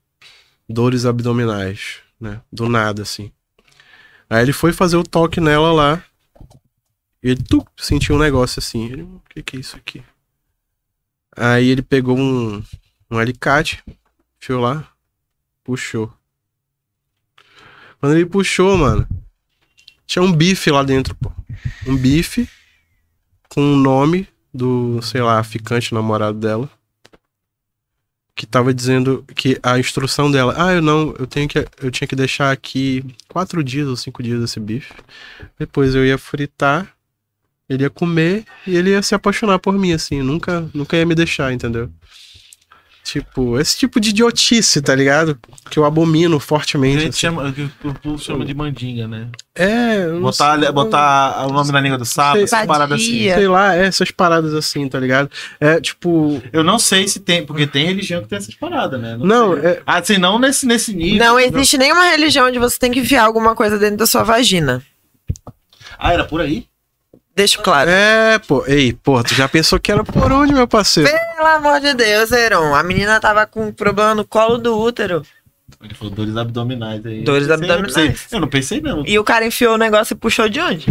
S4: dores abdominais, né? Do nada, assim. Aí ele foi fazer o toque nela lá. E ele tu, sentiu um negócio assim. Ele, o que, que é isso aqui? Aí ele pegou um, um alicate Deixa lá. Puxou. Quando ele puxou, mano. Tinha um bife lá dentro, pô. Um bife com o nome do, sei lá, ficante namorado dela. Que tava dizendo que a instrução dela, ah, eu não, eu tenho que. Eu tinha que deixar aqui quatro dias ou cinco dias esse bife. Depois eu ia fritar, ele ia comer e ele ia se apaixonar por mim, assim. Nunca, nunca ia me deixar, entendeu? Tipo, esse tipo de idiotice, tá ligado? Que eu abomino
S5: A
S4: fortemente.
S5: gente
S4: assim.
S5: chama, que o povo chama de mandinga, né?
S4: É, eu não
S1: Botar,
S4: sei,
S1: botar o nome na língua do sapo,
S4: Sei-
S1: essa parada assim.
S4: sei lá, é, essas paradas assim, tá ligado? É tipo.
S1: Eu não sei se tem, porque tem religião que tem essas paradas, né?
S4: Não,
S1: sei.
S4: é,
S1: Ah, assim, não nesse, nesse nível.
S2: Não existe nenhuma religião onde você tem que enfiar alguma coisa dentro da sua vagina.
S1: Ah, era por aí?
S2: Deixa claro.
S4: é, pô. Ei, pô, tu já pensou que era por onde, meu parceiro?
S2: Pelo amor de Deus, Heron. A menina tava com um problema no colo do útero.
S1: Ele falou dores abdominais aí.
S2: Dores
S1: Eu pensei- Eu,
S2: abdominais.
S1: pensei- eu não pensei, não.
S2: E o cara enfiou o negócio e puxou de onde?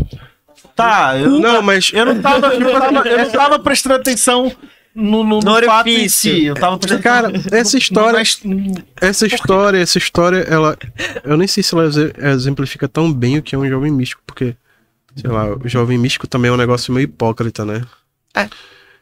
S1: Tá, eu
S4: Não, mas.
S1: Eu não tava, eu não tava, eu não tava prestando atenção no, no,
S2: No
S1: no fato em
S2: orifício.
S1: si. Eu tava prestando
S4: Cara,
S1: atenção
S4: essa história,
S1: no-
S4: essa história, essa história, ela. Eu nem sei se ela exe- exemplifica tão bem o que é um jovem místico, porque, sei lá, o jovem místico também é um negócio meio hipócrita, né?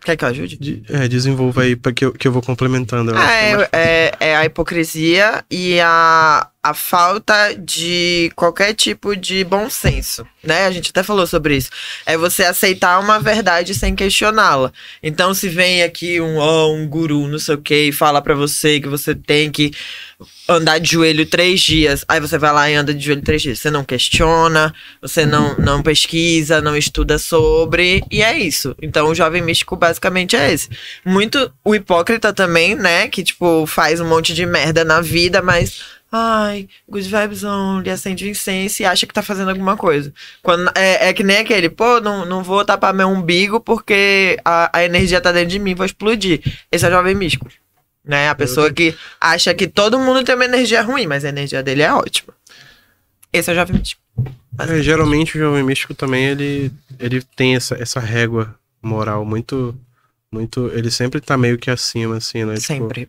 S2: Quer que eu ajude?
S4: De- é, desenvolva aí pra que eu, que eu vou complementando. eu acho
S2: Ah,
S4: que é mais-
S2: é, é- é a hipocrisia e a, a falta de qualquer tipo de bom senso, né? A gente até falou sobre isso. É você aceitar uma verdade sem questioná-la. Então, se vem aqui um, ó, um guru, não sei o quê, e fala pra você que você tem que andar de joelho três dias, aí você vai lá e anda de joelho três dias. Você não questiona, você não, não pesquisa, não estuda sobre, e é isso. Então, o jovem místico basicamente é esse muito o hipócrita também, né? Que, tipo, faz um monte de merda na vida, mas. Ai, good vibes only, acende o incenso e acha que tá fazendo alguma coisa. Quando, é, é que nem aquele, pô, não, não vou tapar meu umbigo porque a, a energia tá dentro de mim, vou explodir. Esse é o jovem místico. Né? A pessoa que acha que todo mundo tem uma energia ruim, mas a energia dele é ótima. Esse é o jovem místico.
S4: É, geralmente o jovem místico também ele, ele tem essa, essa régua moral muito muito ele sempre tá meio que acima assim né Tipo,
S2: Sempre.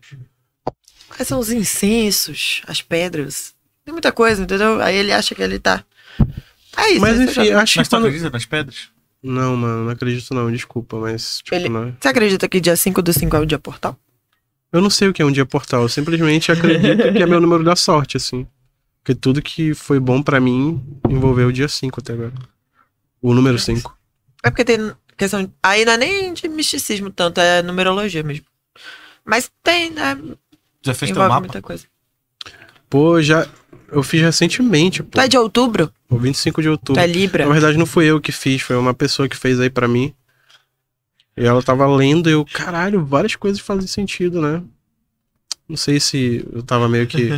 S2: Quais são os incensos, as pedras? Tem muita coisa, entendeu? Aí ele acha que ele tá. É isso.
S4: mas
S2: esse é o
S4: enfim
S2: jovem.
S4: acho que
S1: Mas tu
S4: tá no...
S1: acredita nas pedras?
S4: não mano não acredito não desculpa mas tipo,
S2: Ele-
S4: não-
S2: Você acredita que dia 5 do 5 é o dia portal?
S4: eu não sei o que é um dia portal eu simplesmente acredito que é meu número da sorte assim porque tudo que foi bom pra mim envolveu o dia 5 até agora o número 5
S2: É porque tem questão. Aí não é nem de misticismo tanto, é numerologia mesmo. Mas tem, né?
S1: Já fez teu
S2: Envolve
S1: um mapa?
S2: muita coisa.
S4: pô já eu fiz recentemente pô
S2: Tu é de outubro?
S4: o 25 de outubro
S2: Tu é
S4: Na
S2: Libra?
S4: verdade, não fui eu que fiz, foi uma pessoa que fez aí pra mim. E ela tava lendo e eu, caralho, várias coisas fazem sentido, né? Não sei se eu tava meio que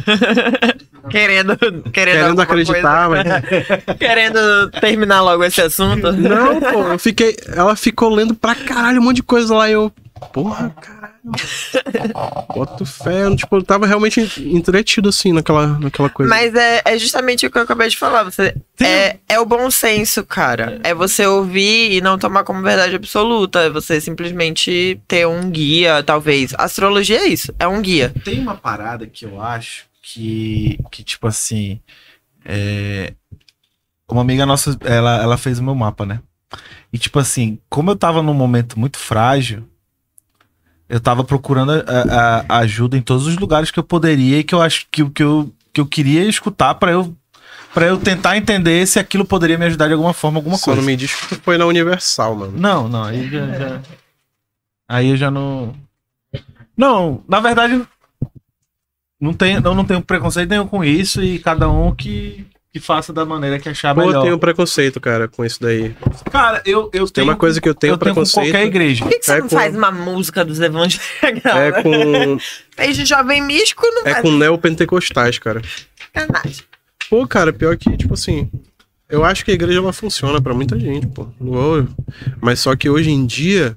S2: Querendo, querendo,
S4: querendo
S2: alguma
S4: acreditar, mas.
S2: coisa. Querendo terminar logo esse assunto.
S4: Não, pô, eu fiquei. Ela ficou lendo pra caralho um monte de coisa lá e eu. Porra, caralho. mano. Bota fé. Tipo, eu tava realmente entretido assim naquela, naquela coisa. um-
S2: Mas é, é justamente o que eu acabei de falar. Você, é, é o bom senso, cara. É você ouvir e não tomar como verdade absoluta. É você simplesmente ter um guia, talvez. Astrologia é isso, é um guia.
S1: Tem uma parada que eu acho que, que tipo assim. é, Uma amiga nossa, ela, ela fez o meu mapa, né? E tipo assim, como eu tava num momento muito frágil, eu tava procurando a, a- a ajuda em todos os lugares que eu poderia e que eu acho que, o que, eu, que eu queria escutar pra eu para eu tentar entender se aquilo poderia me ajudar de alguma forma, alguma
S4: Só
S1: coisa.
S4: não me diz que tu foi na Universal, mano.
S1: Não, não, aí já, já- Aí eu já não. Não, na verdade, não tenho, eu não tenho preconceito nenhum com isso e cada um que, que faça da maneira que achar
S4: Pô, eu
S1: melhor.
S4: tenho preconceito, cara, com isso daí.
S1: Cara, eu, eu
S4: Tem
S1: tenho.
S4: uma coisa que eu tenho
S1: eu tenho com
S4: preconceito.
S1: qualquer igreja.
S2: Por que, que você
S4: É
S2: não
S4: com-
S2: faz uma música dos evangélicos?
S4: é com
S2: Fez de jovem místico, não
S4: é
S2: faz
S4: com neopentecostais, cara.
S2: sacanagem.
S4: Pô, cara, pior que, tipo assim, eu acho que a igreja ela funciona pra muita gente, pô. Uou. Mas só que hoje em dia,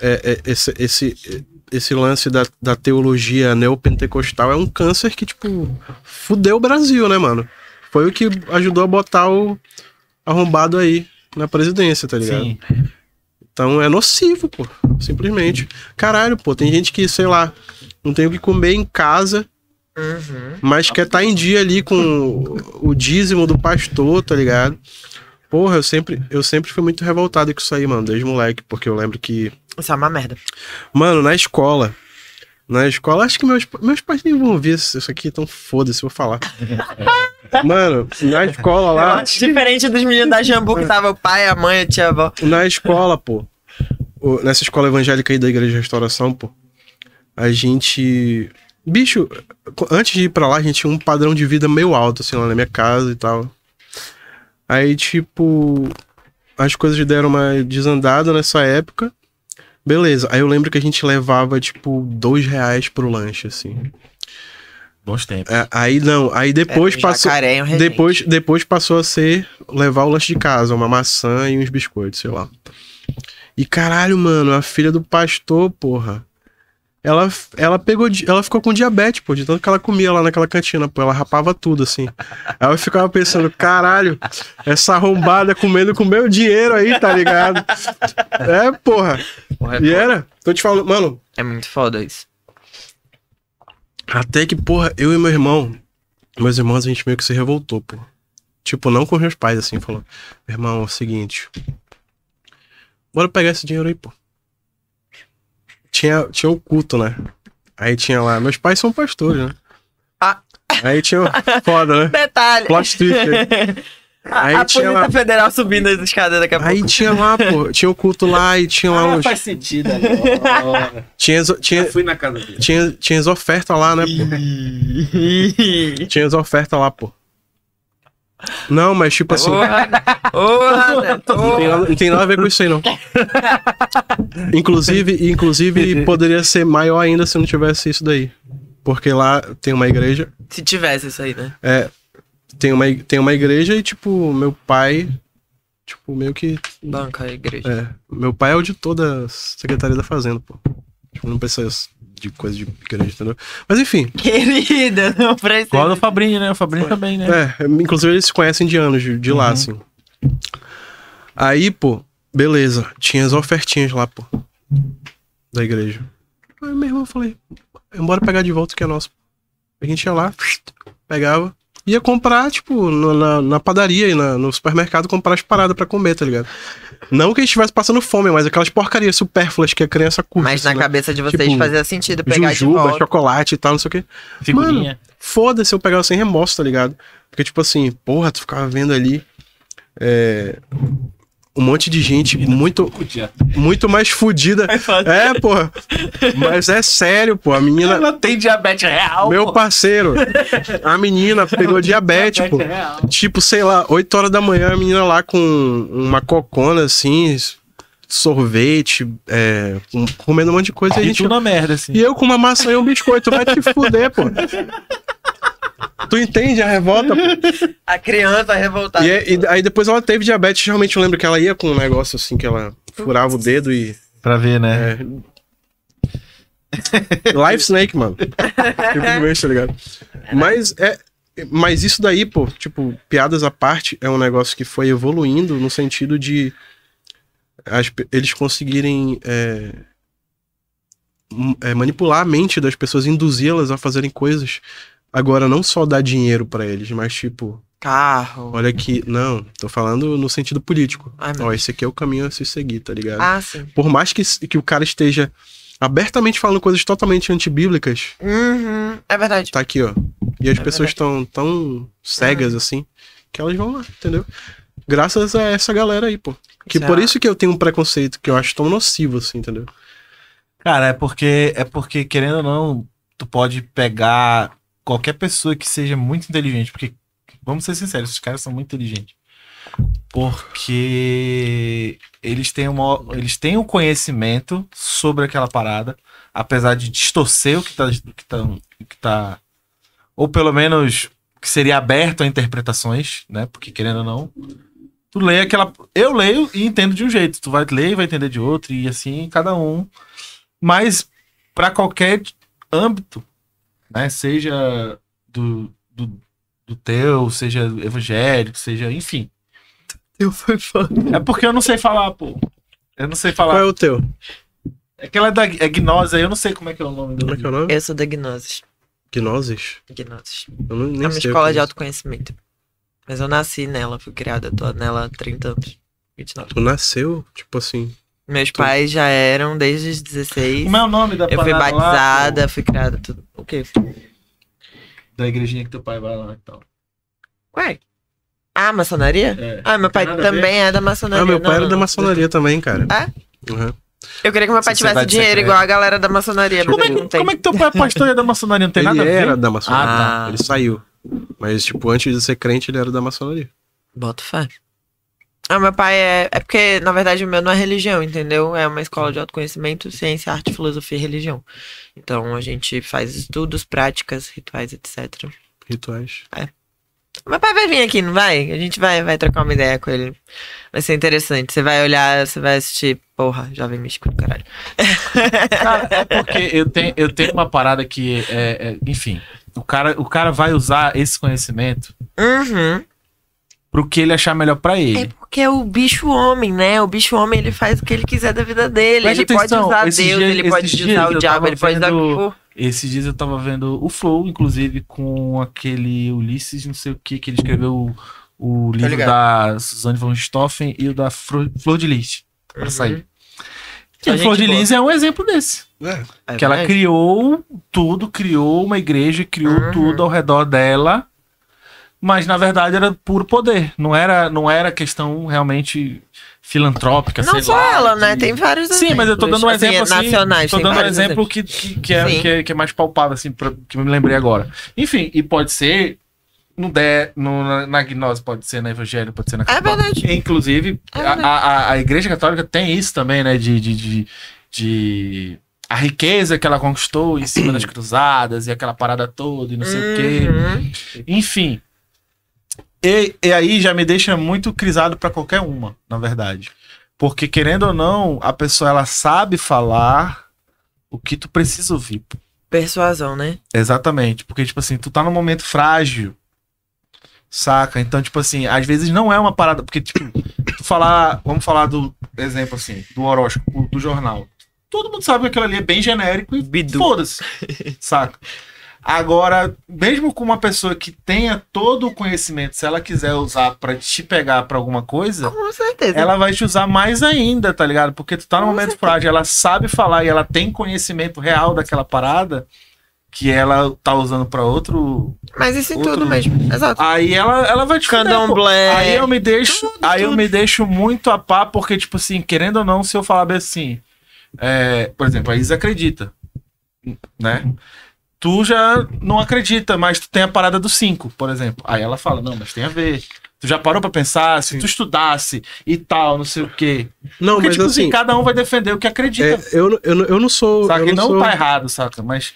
S4: é- é- esse, esse, esse lance da, da teologia neopentecostal é um câncer que, tipo, fudeu o Brasil, né, mano? Foi o que ajudou a botar o arrombado aí na presidência, tá ligado?
S1: Sim.
S4: Então é nocivo, pô. Simplesmente. Caralho, pô, tem gente que, sei lá, não tem o que comer em casa.
S2: Uhum.
S4: Mas quer estar em dia ali com o dízimo do pastor, tá ligado? Porra, eu sempre, eu sempre fui muito revoltado com isso aí, mano, desde moleque, porque eu lembro que.
S2: Isso é uma merda.
S4: Mano, na escola. Na escola, acho que meus, pa- meus pais nem vão ouvir isso, isso aqui, então foda-se, eu vou falar. Mano, na escola lá.
S2: Diferente dos meninos da Jambu que tava o pai, a mãe, a tia, a avó.
S4: Na escola, pô. O- Nessa escola evangélica aí da Igreja de Restauração, pô. A gente. Bicho, co- antes de ir pra lá, a gente tinha um padrão de vida meio alto, assim, lá na minha casa e tal. Aí, tipo. As coisas deram uma desandada nessa época. Beleza. Aí eu lembro que a gente levava, tipo, dois reais pro lanche, assim.
S1: Bons tempos.
S4: É, Aí não, aí depois
S2: É,
S4: passou.
S2: jacaré, um regente.
S4: Depois, depois passou a ser levar o lanche de casa, uma maçã e uns biscoitos, sei lá. E caralho, mano, a filha do pastor, porra. Ela, ela pegou, di- ela ficou com diabetes, pô, de tanto que ela comia lá naquela cantina, pô, ela rapava tudo assim. Aí eu ficava pensando, caralho, essa arrombada comendo com meu dinheiro aí, tá ligado? É, porra. E era, tô te falando, mano,
S2: É muito foda isso.
S4: até que, porra, eu e meu irmão, meus irmãos, a gente meio que se revoltou, pô. Tipo, não com os meus pais, assim, falou: meu irmão, é o seguinte. Bora pegar esse dinheiro aí, pô. Tinha, tinha o culto, né? Aí tinha lá, meus pais são pastores, né?
S2: Ah.
S4: Aí tinha. Foda, né?
S2: Detalhe.
S4: Plot twist, né? Aí
S2: a a
S4: tinha
S2: Polícia
S4: lá.
S2: Federal subindo as escadas daqui a pouco.
S4: Aí tinha lá, pô. Tinha o culto lá e tinha lá uns.
S5: Ah, sentido agora.
S4: Tinha, as- tinha,
S5: Eu fui na casa dele.
S4: tinha, tinha as ofertas lá, né, pô? Tinha as ofertas lá, pô. Não, mas tipo assim.
S2: Ô, Ana. Ô,
S5: Ah,
S2: Ana.
S4: Não tem, nada, não tem nada a ver com isso aí, não. inclusive, inclusive, poderia ser maior ainda se não tivesse isso daí. Porque lá tem uma igreja.
S2: Se tivesse isso aí, né?
S4: Tem uma, ig- tem uma igreja e, tipo, meu pai. Tipo, meio que.
S2: Banca, igreja.
S4: É. Meu pai é auditor da Secretaria da Fazenda, pô. Tipo, não precisa de coisa de igreja, entendeu? Mas enfim.
S2: Querida, não precisa.
S1: Igual do Fabrinho, né? O Fabrinho também, né?
S4: É, inclusive eles se conhecem de anos, de, de lá, assim. Aí, pô, beleza. Tinha as ofertinhas lá, pô. Da igreja. Aí meu irmão eu falei, bora pegar de volta o que é nosso. A gente ia lá, pegava. Ia comprar, tipo, na, na- na padaria e na- no supermercado, comprar as paradas pra comer, tá ligado? Não que a gente estivesse passando fome, mas aquelas porcarias supérfluas que a criança curte.
S2: Mas na
S4: assim, né?
S2: cabeça de vocês
S4: Tipo,
S2: fazia sentido pegar de
S4: Jujuba,
S2: volta.
S4: chocolate e tal, não sei o quê
S1: Figurinha.
S4: foda-se eu pegar sem remorso, tá ligado? Porque, tipo assim, porra, tu ficava vendo ali é, um monte de gente muito,
S5: Podia.
S4: muito mais fodida. É, porra. Mas é sério, pô. A menina.
S5: Ela tem diabetes real.
S4: Meu parceiro, a menina pegou diabetes, pô.
S5: real.
S4: Tipo, sei lá, 8 horas da manhã, a menina lá com uma cocona assim, sorvete, é, com- comendo um monte de coisa. e a
S1: E
S4: gente
S1: tudo na merda, assim.
S4: e eu com uma maçã e um biscoito, vai te fuder, pô. Tu entende a revolta? pô?
S2: A criança revoltada.
S4: E, é- e aí depois ela teve diabetes, realmente eu lembro que ela ia com um negócio assim, que ela furava o dedo e...
S1: Pra ver, né?
S4: É... Life Snake, mano. Simplesmente, Tipo tá ligado? Mas é... Mas isso daí, pô, tipo, piadas à parte, é um negócio que foi evoluindo no sentido de as pe- eles conseguirem é, m- é, manipular a mente das pessoas, induzi-las a fazerem coisas. Agora, não só dar dinheiro pra eles, mas tipo,
S2: Carro.
S4: olha aqui, não, tô falando no sentido político.
S2: Ai, meu
S4: Ó, esse aqui é o caminho a se seguir, tá ligado?
S2: Ah, sim.
S4: Por mais que, que o cara esteja abertamente falando coisas totalmente antibíblicas,
S2: Uhum, é verdade.
S4: tá aqui, ó. E as
S2: É
S4: pessoas estão tão cegas assim que elas vão lá, entendeu? Graças a essa galera aí, pô. Que
S2: Isso é
S4: por
S2: uma-
S4: isso que eu tenho um preconceito que eu acho tão nocivo, assim, entendeu?
S5: Cara, é porque, é porque, querendo ou não, tu pode pegar qualquer pessoa que seja muito inteligente. Porque, vamos ser sinceros, esses caras são muito inteligentes. Porque eles têm, uma, eles têm um conhecimento sobre aquela parada, apesar de distorcer o que tá, o que tá, o que tá. Ou pelo menos que seria aberto a interpretações, né? Porque querendo ou não, tu lê aquela. Eu leio e entendo de um jeito. Tu vai ler e vai entender de outro, e assim, cada um. Mas para qualquer âmbito, né? Seja do, do, do teu, seja evangélico, seja, enfim.
S2: Eu fui fã.
S5: É porque eu não sei falar, pô. Eu não sei
S4: Qual é
S5: falar.
S4: o teu?
S5: Aquela da é Gnosa, eu não sei como é que é o nome
S4: Como é que é o
S5: do.
S4: nome?
S2: Eu sou da Gnosis.
S4: Gnosis?
S2: Gnosis.
S4: Eu não, nem
S2: é uma
S4: sei.
S2: escola
S4: o que
S2: de
S4: é
S2: autoconhecimento. Mas eu nasci nela, fui criada, tô nela há 30 anos. 29.
S4: isso. Tu nasceu, tipo assim.
S2: Meus pais já eram desde os 16.
S5: Como é o nome da
S2: Eu fui
S5: parada lá, pô?
S2: batizada, fui criada, tudo. O quê?
S5: da igrejinha que teu pai vai lá e tal.
S2: Ué? Ah, maçonaria?
S5: É.
S2: Ah, meu pai
S5: Tem nada a ver?
S2: também é da maçonaria.
S4: Ah, meu
S2: Não,
S4: pai era
S2: não,
S4: da
S2: não.
S4: maçonaria também, cara.
S2: É?
S4: Uhum.
S2: Eu queria que meu pai tivesse
S5: Sociedade
S2: dinheiro
S5: secreta.
S2: igual a galera da maçonaria.
S5: é. Como
S2: mas
S5: é,
S2: ele não
S5: que,
S2: tem.
S5: como é que teu pai é pastor e é da maçonaria? Não tem
S4: ele
S5: nada a ver?
S4: era da maçonaria.
S2: Ah, tá.
S4: Ele saiu. Mas, tipo, antes de ser crente, ele era da maçonaria.
S2: Bota fé. Ah, meu pai é. É porque, na verdade, o meu não é religião, entendeu? É uma escola de autoconhecimento, ciência, arte, filosofia e religião. Então a gente faz estudos, práticas, rituais, etc.
S4: Rituais.
S2: Meu pai vai vir aqui, não vai? A gente vai, vai trocar uma ideia com ele. Vai ser interessante. Você vai olhar, você vai assistir. Porra, jovem místico do caralho.
S1: Cara, é porque eu tenho, eu tenho uma parada que é, é- enfim, o cara, o cara vai usar esse conhecimento
S2: Uhum.
S1: pro que ele achar melhor pra
S2: É
S1: ele.
S2: porque é o bicho homem, né? O bicho homem, ele faz o que ele quiser da vida dele.
S1: Preste
S2: ele
S1: atenção,
S2: pode usar Deus,
S1: esses dias-
S2: ele pode
S1: esses dias
S2: usar o
S1: eu
S2: diabo,
S1: tava
S2: ele pode usar o que
S1: vendo-
S2: for.
S1: Esses dias eu tava vendo o Flow, inclusive, com aquele Ulisses, não sei o que, que ele escreveu o, o livro da Suzanne von Stoffen e o da Fro- Flor de Lis, pra
S2: Uhum.
S1: sair. E
S2: Só
S1: a
S2: gente
S1: Flor de
S2: boa.
S1: Lis é um exemplo desse.
S2: É
S1: que ela
S2: verdade.
S1: criou tudo, criou uma igreja, criou
S2: Uhum.
S1: tudo ao redor dela. Mas na verdade era puro poder, não era, não era questão realmente filantrópica,
S2: Não
S1: sei
S2: só
S1: lá,
S2: ela,
S1: de-
S2: né? Tem vários
S1: Sim, mas eu tô dando um exemplo assim,
S2: é nacionais,
S1: tô
S2: tem
S1: dando um
S2: vários
S1: exemplo
S2: exemplos.
S1: que, que, que é,
S2: Sim.
S1: que, é, que é mais palpável, assim, pra, que eu me lembrei agora. Enfim, e pode ser no de, no, na, na gnose, pode ser na evangelho, pode ser na
S2: É
S1: católica.
S2: verdade.
S1: Inclusive,
S2: É
S1: a,
S2: verdade.
S1: a, a igreja católica tem isso também, né? De, de, de, de- a riqueza que ela conquistou em cima das cruzadas e aquela parada toda e não sei o quê.
S2: Uhum.
S1: Enfim,
S5: E, e aí já me deixa muito crisado pra qualquer uma, na verdade. Porque, querendo ou não, a pessoa ela sabe falar o que tu precisa ouvir. pô.
S2: Persuasão, né?
S5: Exatamente. Porque, tipo assim, tu tá num momento frágil. Saca? Então, tipo assim, às vezes não é uma parada. Porque, tipo, tu falar. Vamos falar do exemplo assim, do horóscopo, do jornal. Todo mundo sabe que aquilo ali é bem genérico e
S2: Bidu.
S5: Foda-se. Saca? Agora, mesmo com uma pessoa que tenha todo o conhecimento, se ela quiser usar pra te pegar pra alguma coisa,
S2: Com certeza.
S5: ela vai te usar mais ainda, tá ligado? Porque tu tá num
S2: Com
S5: momento frágil, ela sabe falar e ela tem conhecimento real daquela parada que ela tá usando pra outro.
S2: Mas isso em
S5: Outro-
S2: tudo mesmo. Exato.
S5: Aí ela, ela vai te fuder, pô.
S2: Candomblé.
S5: Aí eu me deixo, aí eu me deixo muito a pá, porque, tipo assim, querendo ou não, se eu falar bem assim, é, por exemplo, a Isa acredita, né? Tu já não acredita, mas tu tem a parada do 5, por exemplo. Aí ela fala, não, mas tem a ver. Tu já parou pra pensar, se tu estudasse e tal, não sei o quê.
S4: Não,
S5: Porque,
S4: mas
S5: tipo assim,
S4: assim.
S5: cada um vai defender o que acredita.
S4: é, eu, não- eu, não- eu não sou.
S5: Saca?
S4: eu
S5: E
S4: não
S5: não
S4: sou...
S5: tá errado, saca? Mas,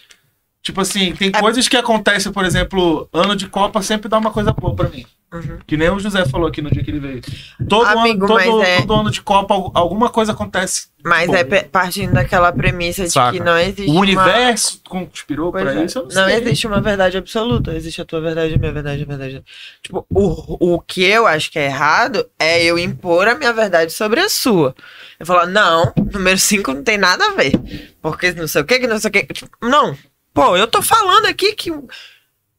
S5: tipo assim,
S2: É
S5: tem coisas que acontecem, por exemplo, ano de Copa sempre dá uma coisa boa pra mim.
S2: Uhum.
S5: Que nem o José falou aqui no dia que ele veio. Todo,
S2: Amigo,
S5: ano, todo,
S2: mas é-
S5: todo ano de Copa, al- alguma coisa acontece.
S2: Mas
S5: Pô.
S2: é pe- partindo daquela premissa de
S5: Saca.
S2: que não existe.
S5: o
S2: uma-
S5: universo conspirou
S2: Pois
S5: pra
S2: é.
S5: isso, eu não,
S2: Não
S5: sei.
S2: existe uma verdade absoluta. Existe a tua verdade, a minha verdade, a verdade. Tipo, o, o que eu acho que é errado é eu impor a minha verdade sobre a sua. Eu falar, não, número 5 não tem nada a ver. Porque não sei o que, que não sei o que. Tipo, não. Pô, eu tô falando aqui que.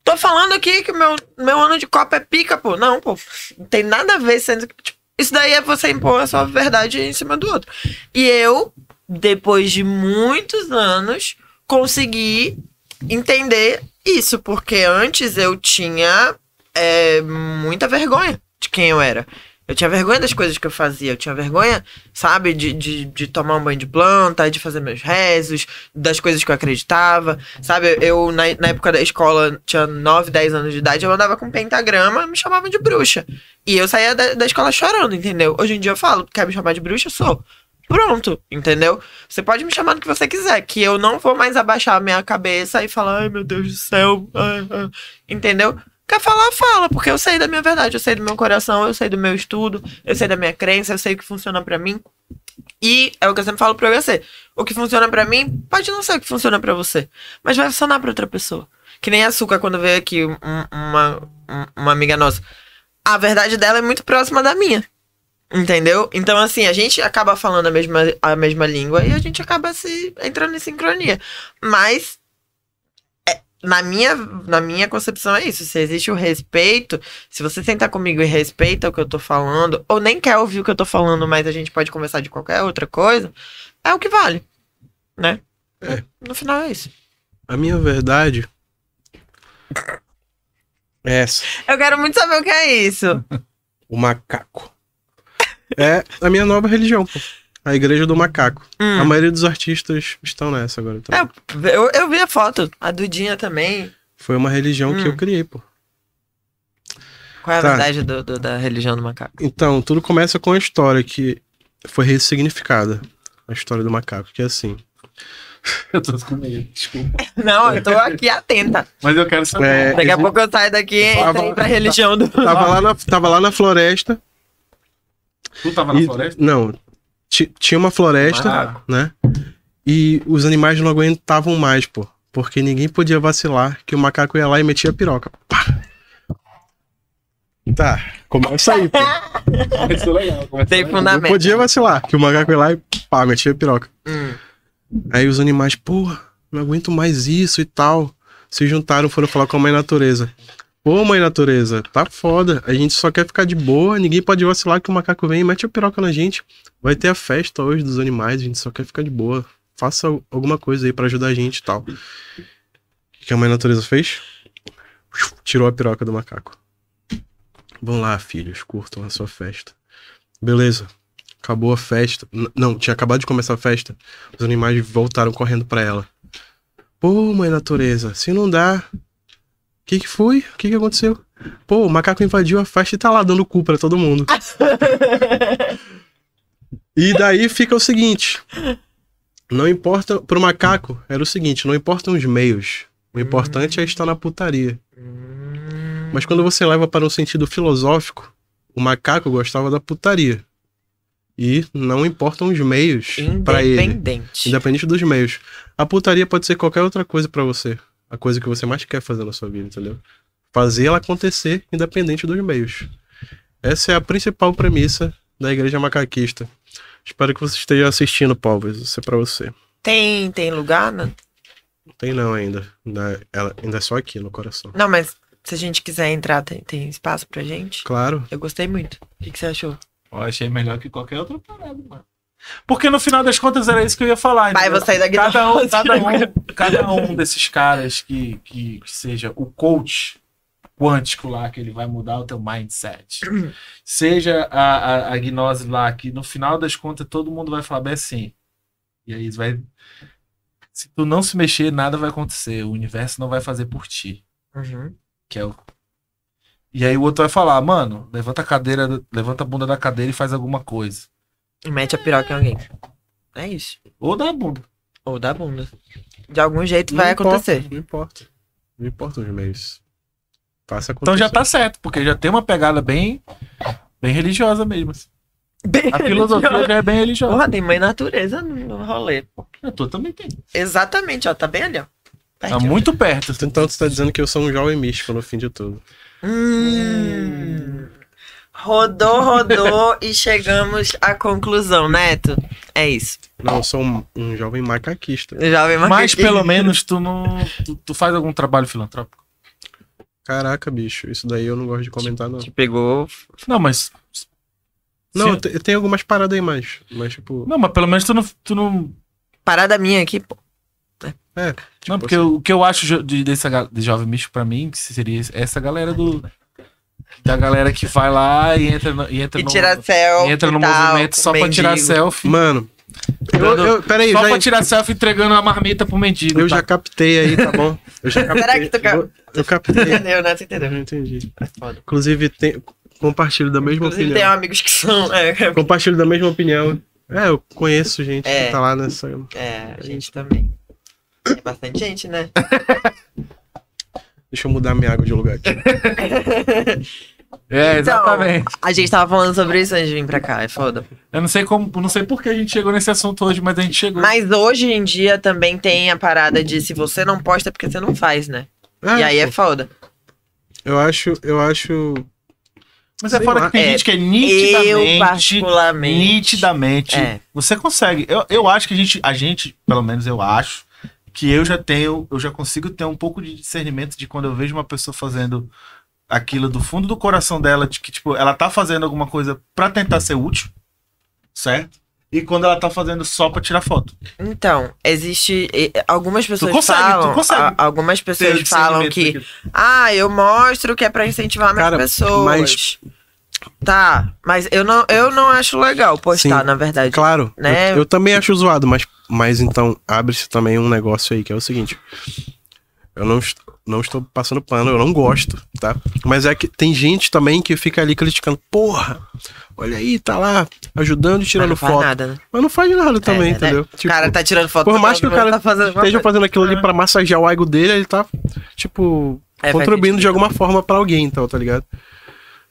S2: Tô falando aqui que meu, meu ano de Copa é pica, pô. Não, pô. Não tem nada a ver, sendo que. tipo, isso daí é você impor a sua verdade em cima do outro. E eu, depois de muitos anos, consegui entender isso, porque antes eu tinha é, muita vergonha de quem eu era. Eu tinha vergonha das coisas que eu fazia. Eu tinha vergonha, sabe, de, de, de tomar um banho de planta, de fazer meus rezos, das coisas que eu acreditava. Sabe, eu, na, na época da escola, tinha 9, 10 anos de idade, eu andava com pentagrama, me chamavam de bruxa. E eu saía da, da escola chorando, entendeu? Hoje em dia eu falo, quer me chamar de bruxa? Eu sou. Pronto, entendeu? Você pode me chamar do que você quiser, que eu não vou mais abaixar a minha cabeça e falar, ai meu Deus do céu, ai, ai", entendeu? Quer falar, fala, porque eu sei da minha verdade, eu sei do meu coração, eu sei do meu estudo, eu sei da minha crença, eu sei o que funciona pra mim. E é o que eu sempre falo pra você: o que funciona pra mim pode não ser o que funciona pra você, mas vai funcionar pra outra pessoa. Que nem a Suca, quando veio aqui, um- uma, um- uma amiga nossa. A verdade dela é muito próxima da minha. Entendeu? Então, assim, a gente acaba falando a mesma, a mesma língua e a gente acaba se entrando em sincronia. Mas, é, na, minha, na minha concepção, é isso. Se existe o respeito, se você sentar comigo e respeita o que eu tô falando, ou nem quer ouvir o que eu tô falando, mas a gente pode conversar de qualquer outra coisa, é o que vale. Né?
S4: É.
S2: No final é isso.
S4: A minha verdade. É essa.
S2: Eu quero muito saber o que é isso.
S4: O macaco. É a minha nova religião, pô. A igreja do macaco. A
S2: Hum, É.
S4: maioria dos artistas estão nessa agora. Então.
S2: eu, eu vi a foto, a Dudinha também.
S4: Foi uma religião que
S2: Hum.
S4: eu criei, pô.
S2: Qual é a
S4: Tá.
S2: verdade do- do- da religião do macaco?
S4: Então, tudo começa com a história que foi ressignificada. A história do macaco, que é assim.
S5: Eu tô com medo, desculpa.
S2: Não, eu tô aqui atenta.
S5: Mas eu quero saber.
S4: É,
S2: Daqui a pouco eu saio daqui e
S4: Tava-
S2: entro pra religião do.
S4: Tava lá na, tava lá na floresta.
S5: Tu tava na
S4: e-
S5: floresta? Ah,
S4: Não. ti- Tinha uma floresta,
S5: Macaco.
S4: né? E os animais não aguentavam mais, pô. Porque ninguém podia vacilar que o macaco ia lá e metia a piroca. Pá. Tá, começa aí, pô.
S5: Isso é legal. começa
S2: Tem
S5: legal.
S4: Não
S2: fundamento.
S4: podia vacilar, que o macaco ia lá e pá, metia a piroca.
S2: Hum.
S4: Aí os animais, porra, não aguento mais isso e tal. Se juntaram, foram falar com a mãe natureza. Pô, mãe natureza, tá foda. A gente só quer ficar de boa, ninguém pode vacilar que o macaco vem e mete a piroca na gente. Vai ter a festa hoje dos animais, a gente só quer ficar de boa. Faça al- alguma coisa aí pra ajudar a gente e tal. O que que a mãe natureza fez? Tirou a piroca do macaco. Vão lá, filhos, curtam a sua festa. Beleza. Acabou a festa. N- não, tinha acabado de começar a festa. Os animais voltaram correndo pra ela. Pô, mãe natureza, se não dá. O que, que foi? O que, que aconteceu? Pô, o macaco invadiu a festa e tá lá dando cu pra todo mundo. e daí fica o seguinte: não importa. Pro macaco, era o seguinte: não importam os meios. O importante é estar na putaria. Mas quando você leva para um sentido filosófico, o macaco gostava da putaria. E não importam os meios pra ele.
S2: Independente.
S4: Independente dos meios. A putaria pode ser qualquer outra coisa pra você. A coisa que você mais quer fazer na sua vida, entendeu? Fazer ela acontecer independente dos meios. Essa é a principal premissa da Igreja Macaquista. Espero que você esteja assistindo, povos. Isso é pra você.
S2: Tem, tem lugar? Né?
S4: Não tem não ainda. Ainda, ela, ainda é só aqui, no coração.
S2: Não, mas se a gente quiser entrar, tem, tem espaço pra gente?
S4: Claro.
S2: Eu gostei muito. O que, que você achou?
S5: Eu achei melhor que qualquer outra parada, mano. Porque no final das contas era isso que eu ia falar.
S2: Pai,
S5: entendeu?
S2: vou sair daqui.
S5: Cada um, cada um, cada um desses caras que, que seja o coach quântico lá, que ele vai mudar o teu mindset. Seja a, a, a gnose lá, que no final das contas todo mundo vai falar bem assim. E aí vai. Se tu não se mexer, nada vai acontecer. O universo não vai fazer por ti.
S2: Uhum.
S5: Que é o... E aí o outro vai falar, mano, levanta a cadeira, levanta a bunda da cadeira e faz alguma coisa.
S2: E mete a piroca em alguém. É isso.
S5: Ou dá a bunda.
S2: Ou da bunda. De algum jeito
S4: Não
S2: vai
S4: importa,
S2: acontecer.
S4: Não importa. Não importa os meios. Faça acontecer.
S5: Então já tá certo, porque já tem uma pegada bem, bem religiosa mesmo. assim.
S2: Bem
S5: A filosofia já é bem religiosa.
S2: Porra, tem mãe natureza no no rolê.
S5: Eu tô É, também tem.
S2: Exatamente, ó. Tá bem ali, ó.
S5: Tá
S2: Pertinho.
S5: muito perto. assim.
S4: Então tu tá dizendo que eu sou um jovem místico no fim de tudo.
S2: Hum. Rodou, rodou e chegamos à conclusão, Neto. É isso.
S4: Não, eu sou um, um jovem macaquista.
S2: Jovem
S5: Mas
S2: macaquinho.
S5: pelo menos tu não. Tu, tu faz algum trabalho filantrópico.
S4: Caraca, bicho, isso daí eu não gosto de comentar, não.
S2: Te
S1: Tipo,
S2: pegou.
S5: Não, mas.
S4: Não,
S5: Sim.
S4: te- tem algumas paradas aí mais. Mas, tipo.
S5: Não, mas pelo menos tu não. Tu não
S2: Parada minha aqui, pô.
S4: tipo
S5: não, porque
S4: assim,
S5: o que eu acho jo- de, dessa, ga- de jovem místico pra mim que seria essa galera do.
S1: da galera que vai lá e entra no, e entra
S2: E
S1: no,
S2: tirar selfie.
S1: e entra no
S2: e tal,
S1: movimento
S2: com
S1: só pra tirar
S2: mendigo. tipo
S1: selfie.
S4: Mano, eu, eu, peraí,
S1: só
S4: já,
S1: pra tirar selfie entregando a marmita pro mendigo.
S4: eu
S1: tá?
S4: já captei aí, tá bom? Eu já captei.
S2: Será que tu cap-
S4: Eu, eu captei.
S2: Entendeu, né? Tu entendeu?
S4: Eu entendi.
S1: É Foda.
S4: Inclusive, tem, compartilho da mesma
S2: Inclusive, tem
S4: opinião.
S2: amigos que são. É,
S4: Compartilho da mesma opinião. É, eu conheço gente
S2: É.
S4: que tá lá nessa.
S2: é, a gente também. É bastante gente, né?
S4: Deixa eu mudar minha água de lugar aqui.
S1: É,
S2: Então,
S1: exatamente.
S2: A gente tava falando sobre isso antes de vir pra cá, é foda.
S1: Eu não sei como, não sei por que a gente chegou nesse assunto hoje, mas a gente chegou.
S2: Mas hoje em dia também tem a parada de se você não posta é porque você não faz, né?
S4: Ah,
S2: e aí é
S4: pô,
S2: foda.
S4: Eu acho, eu acho.
S5: Mas é
S4: Sei
S5: fora
S4: lá.
S5: que tem
S2: É,
S5: gente que é
S2: Eu,
S5: nitidamente.
S2: particularmente.
S5: nitidamente.
S2: É.
S5: Você consegue. Eu, eu acho que a gente, a gente, pelo menos eu acho, que eu já tenho, eu já consigo ter um pouco de discernimento de quando eu vejo uma pessoa fazendo aquilo do fundo do coração dela, de que, tipo, ela tá fazendo alguma coisa pra tentar ser útil, certo? E quando ela tá fazendo só pra tirar foto.
S2: Então, existe. e- Algumas pessoas
S5: consegue, tu
S2: falam.
S5: consegue
S2: a- algumas
S5: Ter
S2: pessoas falam
S5: discernimento
S2: que.
S5: daquilo.
S2: Ah, eu mostro que é pra incentivar mais
S4: Cara,
S2: pessoas.
S4: mas-
S2: Tá, mas eu não, eu não acho legal postar,
S4: Sim,
S2: na verdade.
S4: Claro,
S2: Né?
S4: eu, eu também acho zoado, mas, mas então abre-se também um negócio aí, que é o seguinte. Eu não, est- não estou passando pano, eu não gosto, tá? Mas é que tem gente também que fica ali criticando, porra, olha aí, tá lá ajudando e tirando
S2: Mas não faz
S4: foto.
S2: nada, né?
S4: Mas não faz nada também,
S2: É, né?
S4: entendeu?
S2: O
S4: Tipo,
S2: cara tá tirando foto.
S4: por
S2: todo
S4: mais que o
S2: mundo
S4: cara
S2: tá fazendo alguma
S4: esteja
S2: coisa.
S4: fazendo aquilo ali pra massagear o ego dele, ele tá, tipo,
S2: É, faz
S4: contribuindo
S2: sentido.
S4: de alguma forma pra alguém, então, tá ligado?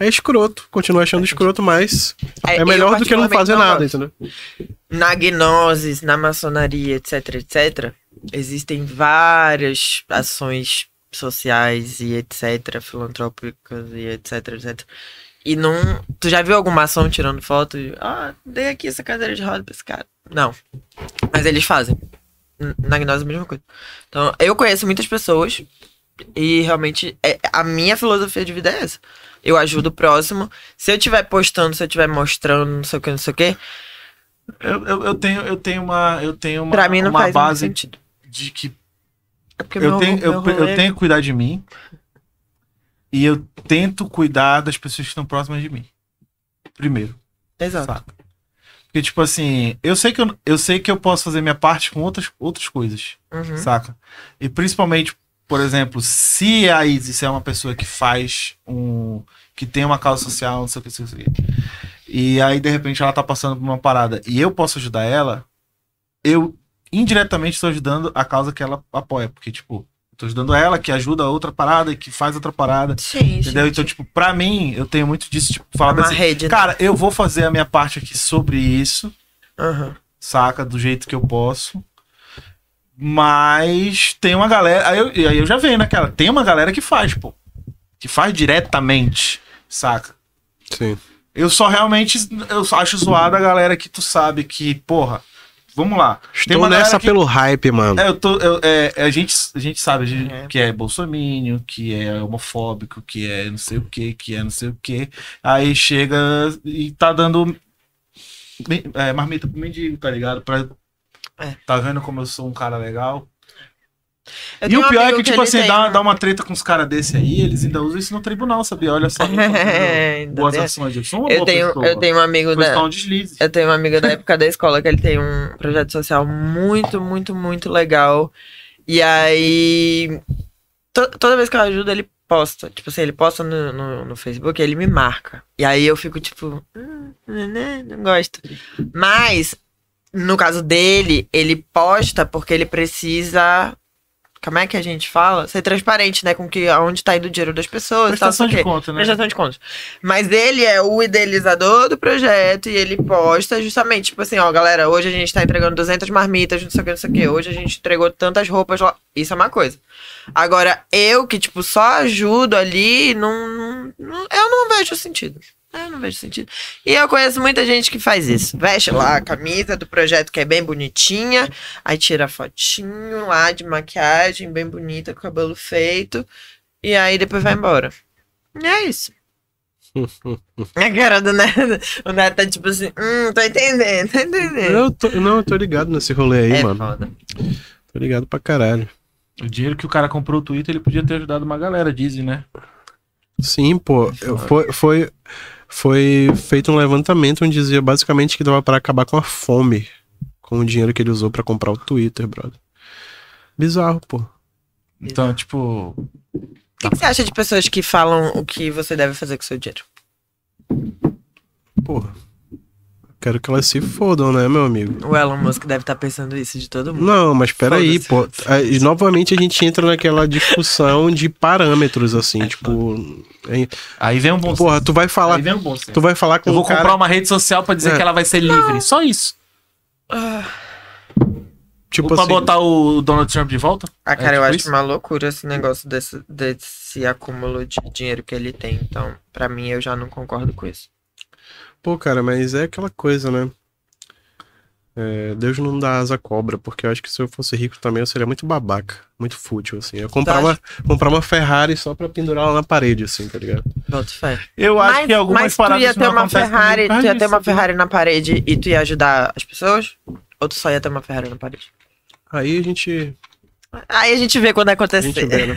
S4: É escroto, continua achando escroto, mas
S2: É,
S4: é,
S2: eu
S4: melhor do que não
S2: particularmente
S4: fazer
S2: não
S4: nada,
S2: gosto.
S4: entendeu?
S2: Na gnosis, na maçonaria, etc, etc, existem várias ações sociais e etc, filantrópicas e etc, etc. E não. Tu já viu alguma ação tirando foto? e, Ah, dei aqui essa cadeira de roda pra esse cara. Não. Mas eles fazem. N- Na gnose é a mesma coisa. Então, eu conheço muitas pessoas e realmente é- a minha filosofia de vida é essa. Eu ajudo o próximo. Se eu estiver postando, se eu estiver mostrando, não sei o que, não sei o que,
S5: Eu, eu, eu tenho, eu tenho uma, eu tenho uma,
S2: pra mim não
S5: uma
S2: faz muito
S5: base
S2: sentido.
S5: de que
S2: É porque
S5: eu
S2: meu-
S5: tenho, eu,
S2: meu rolê-
S5: eu tenho que cuidar de mim. E eu tento cuidar das pessoas que estão próximas de mim. Primeiro.
S2: é Exato.
S5: Saca? Porque, tipo assim, eu sei que eu, eu sei que eu posso fazer minha parte com outras, outras coisas,
S2: Uhum.
S5: saca? E principalmente, por exemplo, se a Isis é uma pessoa que faz um. que tem uma causa social, não sei o que, não sei o que. E aí, de repente, ela tá passando por uma parada e eu posso ajudar ela, eu indiretamente estou ajudando a causa que ela apoia. Porque, tipo, eu tô ajudando ela, que ajuda a outra parada, e que faz outra parada.
S2: Sim,
S5: Entendeu?
S2: sim.
S5: Então, tipo, pra mim, eu tenho muito disso, tipo,
S2: É
S5: falar
S2: uma
S5: assim,
S2: rede. né?
S5: Cara, eu vou fazer a minha parte aqui sobre isso,
S2: Aham.
S5: saca? Do jeito que eu posso. Mas tem uma galera. Aí eu, e aí eu já venho, né, cara? Tem uma galera que faz, pô. Que faz diretamente, saca?
S4: Sim.
S5: Eu só realmente. Eu só acho zoado a galera que tu sabe que, porra. Vamos lá. Tem
S4: Estou
S5: uma galera
S4: nessa
S5: que-
S4: pelo hype, mano.
S5: É, eu tô. eu- é, a, gente, a gente sabe a gente-
S2: É.
S5: que é bolsomínio, que é homofóbico, que é não sei o que, que é não sei o que. Aí chega e tá dando me- é, marmita pro mendigo, tá ligado? Pra,
S2: É.
S5: Tá vendo como eu sou um cara legal?
S2: Eu
S5: e
S2: tenho
S5: o
S2: um
S5: pior é
S2: amigo
S5: que, tipo
S2: ele
S5: assim,
S2: tem
S5: dá,
S2: um-
S5: dá uma treta com os caras desse aí, eles ainda usam isso no tribunal, sabia? Olha só.
S2: Ainda
S5: boas
S2: tem-
S5: ações. Eu sou uma
S2: Eu
S5: boa
S2: tenho,
S5: pessoa.
S2: eu tenho um amigo
S5: Foi só
S2: da.
S5: um deslize.
S2: Eu tenho um amigo da época da escola que ele tem um projeto social muito, muito, muito legal. E aí. to- toda vez que eu ajudo, ele posta. Tipo assim, ele posta no, no, no Facebook, ele me marca. E aí eu fico tipo. "Hum, né, não gosto. Mas, no caso dele, ele posta porque ele precisa. Como é que a gente fala? Ser transparente, né? Com que aonde tá indo o dinheiro das pessoas. e tal, não sei
S5: Prestação
S2: o quê.
S5: de conta, né?
S2: Prestação de contas. Mas ele é o idealizador do projeto e ele posta justamente, tipo assim, ó, galera, hoje a gente tá entregando 200 marmitas, não sei o que, não sei o que. Hoje a gente entregou tantas roupas lá. Isso é uma coisa. Agora, eu que, tipo, só ajudo ali, não, não- não- eu não vejo sentido. Eu não vejo sentido. E eu conheço muita gente que faz isso. Veste lá a camisa do projeto que é bem bonitinha, aí tira a fotinho lá de maquiagem, bem bonita, com cabelo feito, e aí depois vai embora. E é isso. A cara do Neto, o Neto tá tipo assim, hum, tô entendendo, tô entendendo.
S4: É, Eu tô, não, eu tô ligado nesse rolê aí,
S2: É
S4: mano.
S2: foda.
S4: Tô ligado pra caralho.
S1: O dinheiro que o cara comprou o Twitter, ele podia ter ajudado uma galera, dizem, né?
S4: Sim, pô. eu- Foi, foi, foi feito um levantamento onde dizia basicamente que dava pra acabar com a fome com o dinheiro que ele usou pra comprar o Twitter, brother. Bizarro, pô.
S7: Então, tipo.
S2: O que, que você acha de pessoas que falam o que você deve fazer com o seu dinheiro?
S4: Porra. Quero que elas se fodam, né, meu amigo?
S2: O Elon Musk deve estar pensando isso de todo mundo.
S4: Não, mas peraí, pô.
S2: Foda-se.
S4: Aí, novamente a gente entra naquela discussão de parâmetros, assim, tipo. é-
S7: Aí vem um bom
S4: Porra, tu vai
S7: senso. Aí
S4: falar.
S7: vem um bom senso.
S4: Tu vai falar com
S7: Eu vou
S4: o cara.
S7: comprar uma rede social pra dizer
S4: É.
S7: que ela vai ser livre. Só isso.
S4: tipo
S7: Ou pra
S4: assim,
S7: botar o Donald Trump de volta?
S2: Ah, cara,
S7: É
S2: eu
S7: tipo
S2: acho
S7: isso?
S2: uma loucura esse negócio desse, desse acúmulo de dinheiro que ele tem. Então, pra mim, eu já não concordo com isso.
S4: Pô, cara, mas é aquela coisa, né? É, Deus não dá asa à cobra, porque eu acho que se eu fosse rico também eu seria muito babaca, muito fútil, assim. Eu comprar,
S2: Tá.
S4: uma, comprar uma Ferrari só pra pendurar ela na parede, assim, tá ligado?
S2: Boto fé.
S5: Eu acho que algumas
S2: mas tu
S5: paradas
S2: ia ter
S5: não
S2: uma
S5: acontecem
S2: Ferrari,
S5: por causa
S2: tu ia ter
S5: disso.
S2: uma Ferrari na parede e tu ia ajudar as pessoas? Ou tu só ia ter uma Ferrari na parede?
S4: Aí a gente,
S2: Aí a gente vê quando
S4: a
S2: acontecer.
S4: gente vê, né?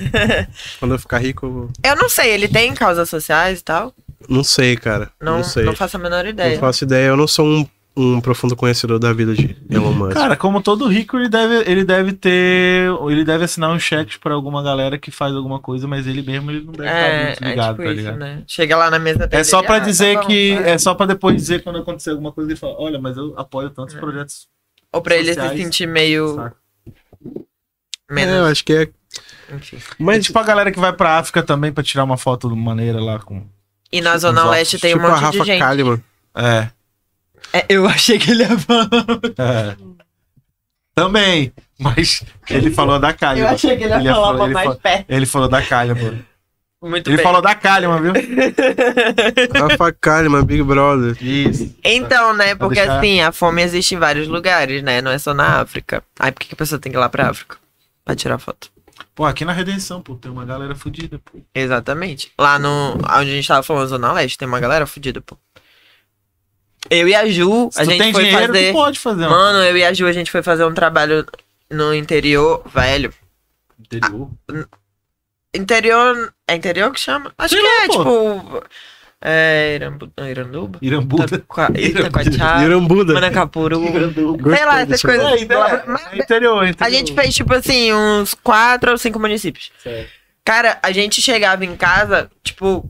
S4: Quando eu ficar rico, eu vou-
S2: Eu não sei, ele tem causas sociais e tal?
S4: não sei, cara. Não,
S2: Não, não,
S4: sei.
S2: faço a menor
S4: Não
S2: ideia.
S4: faço ideia, eu não sou um, um profundo conhecedor da vida de Elon Musk.
S5: Cara, como todo rico, ele deve, ele deve ter. Ele deve assinar uns cheques pra alguma galera que faz alguma coisa, mas ele mesmo ele não deve estar
S2: É,
S5: muito ligado,
S2: é tipo
S5: tá
S2: isso,
S5: ligado?
S2: né? Chega lá na mesa
S5: É
S2: dele,
S5: só
S2: ele,
S5: pra
S2: "Ah, tá
S5: dizer
S2: bom,
S5: que.
S2: vai."
S5: É só pra depois dizer quando acontecer alguma coisa e falar: olha, mas eu apoio
S2: É.
S5: tantos projetos.
S2: Ou pra ele se
S5: sociais,
S2: sentir meio.
S5: saca?
S4: É, eu
S2: Menos,
S4: acho que é.
S2: enfim.
S5: Mas,
S4: Mas,
S5: tipo a galera que vai pra África também pra tirar uma foto maneira lá com.
S2: E na Zona
S5: Exato.
S2: Leste tem
S4: tipo
S2: um
S4: a
S2: monte de
S4: Rafa
S2: gente.
S4: Kalimann.
S5: É.
S2: É, eu achei que ele ia falar.
S5: é. Também. Mas ele falou da Calha.
S2: Eu achei que ele ia
S5: Ele ia
S2: falar
S5: falar-
S2: pra
S5: ele
S2: mais
S5: fa-
S2: perto.
S5: Ele falou da Calha, pô.
S2: Muito
S5: Ele
S2: bem.
S5: falou da Calha, viu?
S4: Rafa Kalimann, Big Brother. tipo,
S5: Isso.
S2: Então, né? Porque
S5: deixar-
S2: assim, a fome existe em vários lugares, né? Não é só na África. Aí por que que a pessoa tem que ir lá pra África? Pra tirar foto.
S5: Pô, aqui na Redenção, pô, tem uma galera fodida, pô.
S2: Exatamente. Lá no. Onde a gente tava falando, Zona Leste, tem uma galera fodida, pô. Eu e a Ju,
S5: Se
S2: a
S5: tu
S2: gente
S5: tem
S2: foi
S5: dinheiro,
S7: É
S2: fazer.
S5: tu pode fazer uma
S2: Mano, eu e a Ju, a gente foi fazer um trabalho no interior, velho.
S5: interior.
S2: Interior. É interior que chama? Acho
S5: Sei
S2: que
S5: lá,
S2: é, tipo. É. Irambu... não, Iranduba?
S5: Irambuda.
S2: Itacoa- Itacoatiá,
S4: Irambuda.
S2: Manacapuru.
S5: Iranduba.
S2: Sei lá, essas
S4: dessa
S2: coisas.
S5: Aí, né? É interior, interior.
S2: A gente fez, tipo assim, uns quatro ou cinco municípios. Cara, a gente chegava em casa, tipo,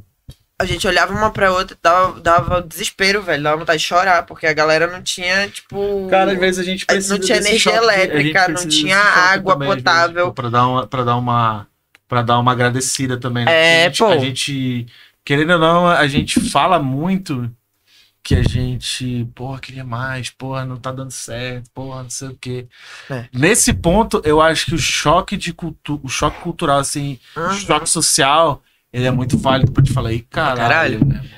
S2: a gente olhava uma pra outra, dava, dava desespero, velho. Dava vontade de chorar, porque a galera não tinha, tipo.
S5: Cara, às vezes a gente
S2: É,
S5: precisa.
S2: não tinha
S5: desse
S2: energia
S5: choque de- a gente
S2: elétrica,
S5: precisa
S2: não
S5: desse
S2: tinha
S5: choque
S2: água
S5: também, às vezes,
S2: potável.
S5: pô, Pra dar uma, para dar uma, para dar uma agradecida também. né?
S2: É,
S5: a gente,
S2: pô.
S5: A gente, querendo ou não, a gente fala muito que a gente, porra, queria mais, porra, não tá dando certo, porra, não sei o quê.
S2: É.
S5: Nesse ponto, eu acho que o choque de cultura, o choque cultural, assim, o
S2: Uhum.
S5: choque social, ele é muito válido pra te falar, e caralho,
S2: Ah,
S5: né,
S2: Caralho.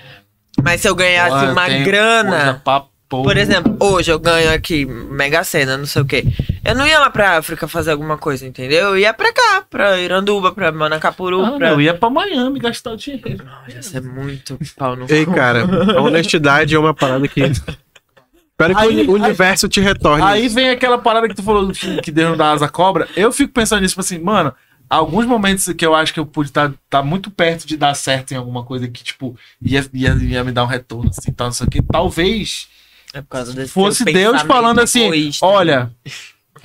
S2: Mas se eu ganhasse
S5: porra,
S2: uma
S5: tem coisa
S2: grana.
S5: pra porra.
S2: Por exemplo, hoje eu ganho aqui Mega Sena, não sei o quê. Eu não ia lá pra África fazer alguma coisa, entendeu? Eu ia pra cá, pra Iranduba, pra Manacapuru,
S5: Ah,
S2: pra.
S5: eu ia pra Miami gastar o dinheiro.
S2: Nossa, isso é muito pau no
S4: Ei,
S2: cu.
S4: cara, a honestidade é uma parada que. Espero que
S5: Aí-
S4: o universo te retorne.
S5: Aí vem aquela parada que tu falou que, que deu da asa à cobra. Eu fico pensando nisso, tipo assim, mano, alguns momentos que eu acho que eu pude estar muito perto de dar certo em alguma coisa que, tipo, ia, ia, ia me dar um retorno, assim, tal, isso aqui. Talvez
S2: É por causa desse
S5: fosse
S2: seu
S5: Deus
S2: pensamento
S5: falando assim:
S2: egoísta.
S5: olha,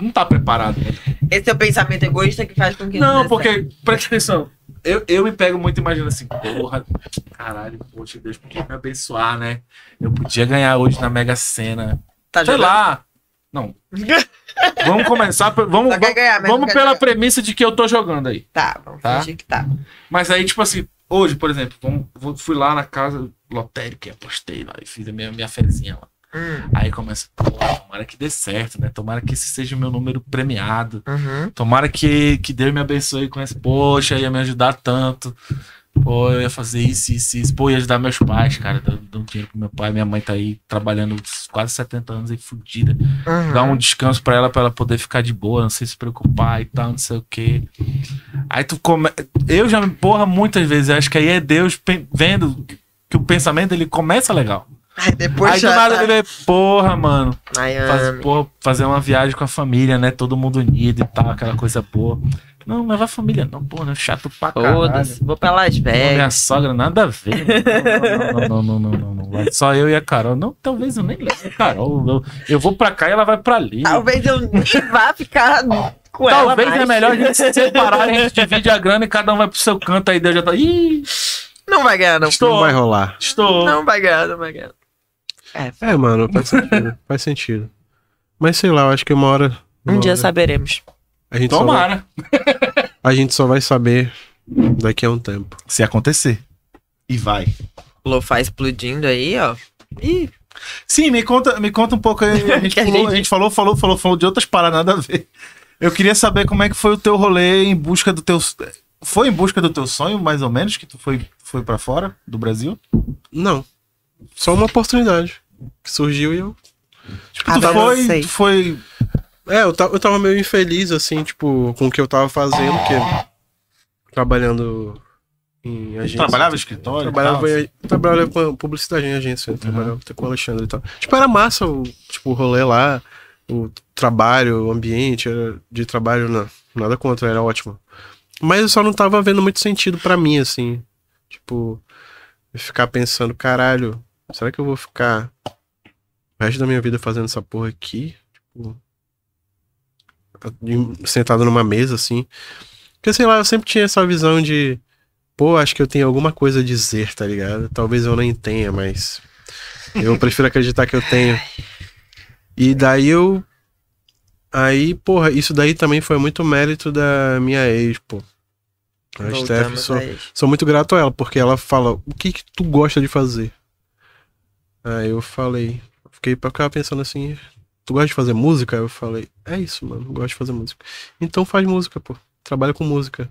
S5: não tá preparado.
S2: Esse seu pensamento egoísta que faz com que.
S5: Não,
S2: dê certo.
S5: porque, presta atenção. Eu, eu me pego muito imaginando assim, porra, caralho, poxa, Deus podia me abençoar, né? Eu podia ganhar hoje na Mega Sena.
S2: Tá
S5: Sei
S2: jogando?
S5: lá. Não. Vamos começar. por- Vamos,
S2: Só quer ganhar, mas não
S5: Vamos
S2: quer
S5: pela
S2: jogar.
S5: premissa de que eu tô jogando aí.
S2: Tá, vamos
S5: Tá?
S2: fingir que tá.
S5: Mas aí, tipo assim, hoje, por exemplo, vamos- vou- fui lá na casa lotérica e apostei lá e fiz a minha, minha fezinha lá.
S2: Hum,
S5: Aí começa, pô, tomara que dê certo, né? Tomara que esse seja o meu número premiado.
S2: uhum.
S5: Tomara que, que Deus me abençoe com esse. Poxa, ia me ajudar tanto. Pô, eu ia fazer isso, isso, isso. Pô, ia ajudar meus pais, cara. Dando, dando dinheiro pro meu pai. Minha mãe tá aí trabalhando quase 70 anos aí, fudida
S2: uhum.
S5: dar um descanso pra ela pra ela poder ficar de boa, não sei se preocupar e tal, não sei o quê. Aí tu come... eu já me porra muitas vezes, eu acho que aí é Deus pe- vendo que o pensamento ele começa legal.
S2: Aí depois
S5: aí do
S2: já
S5: nada
S2: tá.
S5: ele vê, porra, mano, faz-
S2: Miami.
S5: porra, fazer uma viagem com a família, né, todo mundo unido e tal, aquela coisa boa. Não, não leva a família, não, pô, não é chato pra caralho.
S2: Foda-se. Vou pra Las
S5: Pô,
S2: Vegas.
S5: Minha sogra, nada a ver. Não, não, não, não, não, não, não, vai. Só eu e a Carol. Não, talvez eu nem leve a Carol. Eu, eu vou pra cá e ela vai pra ali.
S2: Talvez eu nem vá ficar com Tá, ela.
S5: Talvez
S2: mais.
S5: é melhor a gente se separar, a gente divide a grana e cada um vai pro seu canto aí, Deus já tá. Ih,
S2: Não vai ganhar, não.
S4: Não
S5: estou,
S4: vai rolar.
S5: estou.
S2: Não vai ganhar, não vai ganhar. É,
S4: É, mano, faz sentido. faz sentido. Mas sei lá, eu acho que uma hora.
S2: um
S4: uma
S2: dia
S4: hora-
S2: saberemos.
S4: a gente, só vai,
S5: Tomara.
S4: a gente só vai saber daqui a um tempo.
S1: Se acontecer. E vai.
S2: Lo-fi explodindo aí, ó. Ih,
S1: Sim, me conta, me conta um pouco aí. A gente,
S2: Que a
S1: falou,
S2: gente-
S1: a gente falou, falou, falou, falou de outras paradas, nada a ver. Eu queria saber como é que foi o teu rolê em busca do teu. Foi em busca do teu sonho, mais ou menos, que tu foi, foi para fora do Brasil?
S4: Não. Só uma oportunidade que surgiu e eu.
S1: Tipo, tu
S2: Agora eu
S1: foi,
S2: sei.
S1: tu foi.
S4: É, eu, ta- eu tava meio infeliz, assim, tipo, com o que eu tava fazendo, que. Trabalhando em agência.
S1: Trabalhava em escritório? e
S4: Trabalhava,
S1: tal? assim. Uhum.
S4: em- trabalhava com publicidade em agência, né? trabalhava até com o Alexandre e tal. Tipo, era massa o, tipo, o rolê lá, o trabalho, o ambiente era de trabalho, não, nada contra, era ótimo. Mas eu só não tava vendo muito sentido pra mim, assim. Tipo, eu ficar pensando, caralho, será que eu vou ficar o resto da minha vida fazendo essa porra aqui? Tipo, em- sentado numa mesa, assim. Porque, sei lá, eu sempre tinha essa visão de pô, acho que eu tenho alguma coisa a dizer, tá ligado? Talvez eu nem tenha, mas eu prefiro acreditar que eu tenho. E daí eu. Aí, porra, isso daí também foi muito mérito da minha ex, pô. A Steph,
S2: voltamos
S4: sou,
S2: aí.
S4: sou muito grato a ela, porque ela fala, o que que tu gosta de fazer? Aí eu falei, fiquei pra cá pensando assim, tu gosta de fazer música? Aí eu falei, é isso, mano, eu gosto de fazer música. Então faz música, pô, trabalha com música.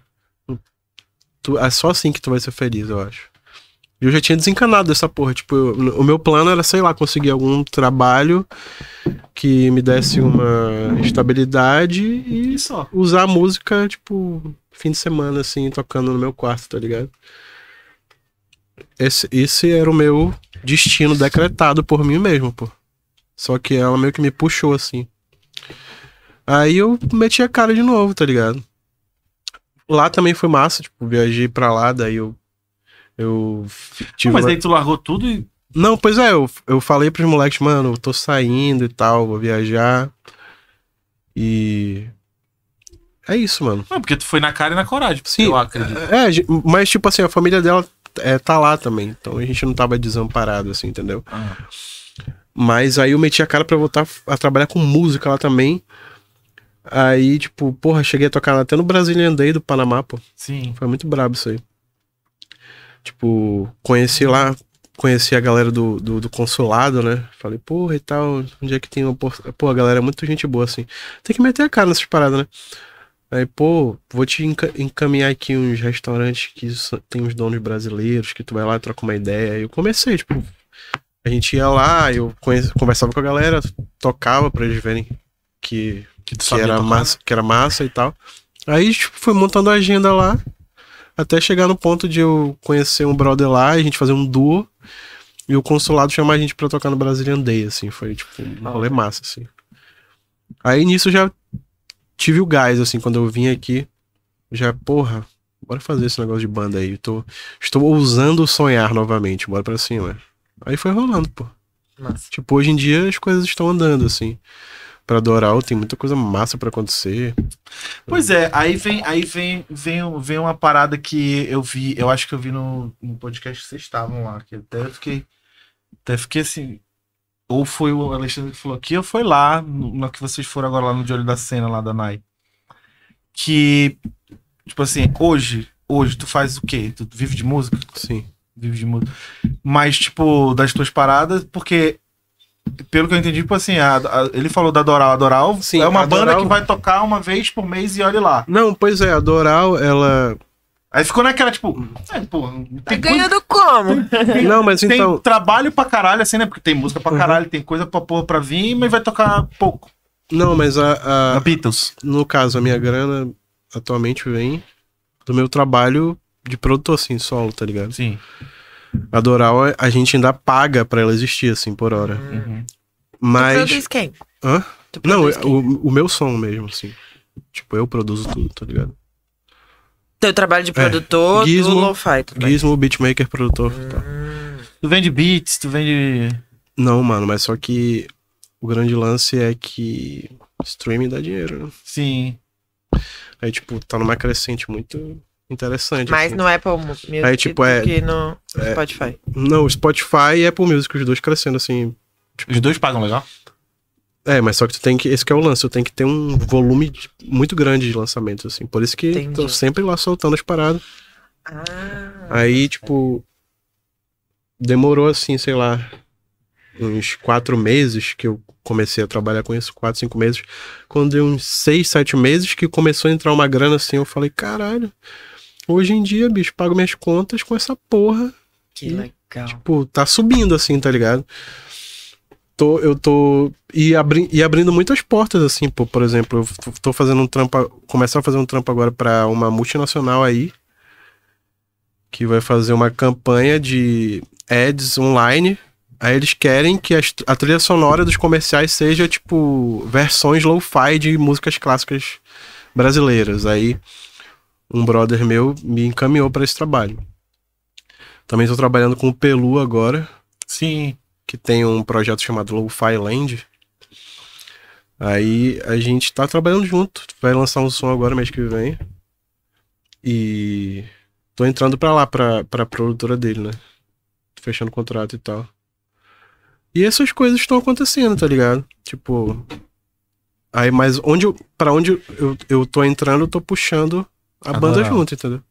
S4: Tu, é só assim que tu vai ser feliz, eu acho. E eu já tinha desencanado dessa porra, tipo, eu- o meu plano era, sei lá, conseguir algum trabalho que me desse uma estabilidade e
S5: E só.
S4: usar a música, tipo, fim de semana, assim, tocando no meu quarto, tá ligado? Esse, esse era o meu destino decretado por mim mesmo, pô. Só que ela meio que me puxou, assim. Aí eu meti a cara de novo, tá ligado? Lá também foi massa, tipo, viajei pra lá, daí eu. Eu.
S5: Não,
S4: tive
S5: mas
S4: uma-
S5: aí tu largou tudo e.
S4: não, pois é, eu, eu falei pros moleques, mano, eu tô saindo e tal, vou viajar. E. É isso, mano.
S5: Não, porque tu foi na cara e na coragem.
S4: Sim.
S5: Eu acredito.
S4: É, ge- mas tipo assim, a família dela é, tá lá também, então a gente não tava desamparado, assim, entendeu?
S5: Ah.
S4: Mas aí eu meti a cara pra voltar a trabalhar com música lá também. Aí, tipo, porra, cheguei a tocar até no Brazilian Day do Panamá, pô.
S5: Sim.
S4: Foi muito brabo isso aí. Tipo, conheci lá, conheci a galera do, do, do consulado, né? Falei, porra e tal, onde é que tem uma. por- Pô, a galera é muito gente boa assim. Tem que meter a cara nessas paradas, né? Aí, pô, vou te enca- encaminhar aqui uns restaurantes que só- tem uns donos brasileiros, que tu vai lá, troca uma ideia. Aí eu comecei, tipo, a gente ia lá, eu conhe- conversava com a galera, tocava pra eles verem que
S5: Que tu né?
S4: que era, massa, que era massa e tal. Aí tipo, fui montando a agenda lá, até chegar no ponto de eu conhecer um brother lá, a gente fazer um duo, e o consulado chamar a gente pra tocar no Brazilian Day, assim, foi tipo um rolê massa, assim. Aí nisso eu já tive o gás, assim, quando eu vim aqui, já, porra, bora fazer esse negócio de banda aí, eu tô, estou ousando sonhar novamente, bora pra cima. Aí foi rolando, pô.
S2: Massa.
S4: Tipo, hoje em dia as coisas estão andando, assim. Pra Doral tem muita coisa massa pra acontecer.
S1: Pois é, aí vem, aí vem, vem, um- vem uma parada que eu vi, eu acho que eu vi no, no podcast que vocês estavam lá, que até eu fiquei. Até fiquei assim. Ou foi o Alexandre que falou aqui, ou foi lá, no, no que vocês foram agora lá no De Olho da Cena, lá da Nai. Que, tipo assim, hoje, hoje tu faz o quê? Tu vive de música?
S4: Sim.
S1: Vive de música. Mas, tipo, das tuas paradas, porque. Pelo que eu entendi, tipo assim, a- a- ele falou da Doral. A Doral
S4: Sim,
S1: é uma
S4: a
S1: banda
S4: Doral-
S1: que vai tocar uma vez por mês e olhe lá.
S4: Não, pois é, a Doral, ela.
S1: Aí ficou naquela, tipo, é, pô, tem, coisa-
S2: Tá Ganhando como?
S4: Não, mas
S1: tem
S4: então. Uhum.
S1: trabalho pra caralho, assim, né? Porque tem música pra caralho, tem coisa pra porra pra vir, mas vai tocar pouco.
S4: Não, mas a,
S1: Na
S4: a-
S1: Beatles.
S4: No caso, a minha grana atualmente vem do meu trabalho de produtor, assim, solo, tá ligado?
S1: Sim.
S4: A Doral, a gente ainda paga pra ela existir, assim, por hora.
S1: Uhum.
S2: Tu
S4: Mas.
S2: produz quem?
S4: Hã?
S2: Tu
S4: Não,
S2: Uhum. produz quem?
S4: o, o meu som mesmo, assim. Tipo, eu produzo tudo, tá ligado?
S2: Teu trabalho de produtor
S4: Gizmo,
S2: do Lo-Fi. tu
S1: Tá
S2: faz.
S4: Gizmo, beatmaker, produtor.
S2: Uhum.
S4: tá.
S1: Tu vende beats, tu vende.
S4: Não, mano, mas só que o grande lance é que streaming dá dinheiro, né?
S1: Sim.
S4: Aí, tipo, tá numa crescente muito interessante.
S2: Mas é
S4: assim.
S2: no Apple Music
S4: Aí, tipo,
S2: do
S4: é-
S2: um que no Spotify.
S4: Não, o Spotify e Apple Music, os dois crescendo, assim.
S1: Os dois pagam legal?
S4: É, mas só que tu tem que. Esse que é o lance, tu tem que ter um volume de- muito grande de lançamento, assim. Por isso que
S2: Entendi.
S4: tô sempre lá soltando as paradas.
S2: Ah,
S4: Aí, tipo. Demorou, assim, sei lá. Uns quatro meses que eu comecei a trabalhar com isso, quatro, cinco meses. Quando deu uns seis, sete meses que começou a entrar uma grana assim, eu falei, caralho, hoje em dia, bicho, pago minhas contas com essa porra.
S2: que legal.
S4: Tipo, tá subindo assim, tá ligado? Tô, eu tô. E, abri, e abrindo muitas portas, assim, pô. Por exemplo, eu f- tô fazendo um trampo. a- Começar a fazer um trampo agora pra uma multinacional aí. Que vai fazer uma campanha de ads online. Aí eles querem que as- a trilha sonora dos comerciais seja, tipo, versões low-fi de músicas clássicas brasileiras. Aí um brother meu me encaminhou pra esse trabalho. Também estou trabalhando com o Pelu agora,
S1: Sim.
S4: que tem um projeto chamado Lo-Fi Land. Aí a gente tá trabalhando junto. Vai lançar um som agora mês que vem. E tô entrando pra lá, pra, pra produtora dele, né? Fechando contrato e tal. E essas coisas estão acontecendo, tá ligado? Tipo. Aí, mas onde eu, pra onde eu, eu tô entrando, eu tô puxando a
S1: Agora-
S4: banda junto, entendeu?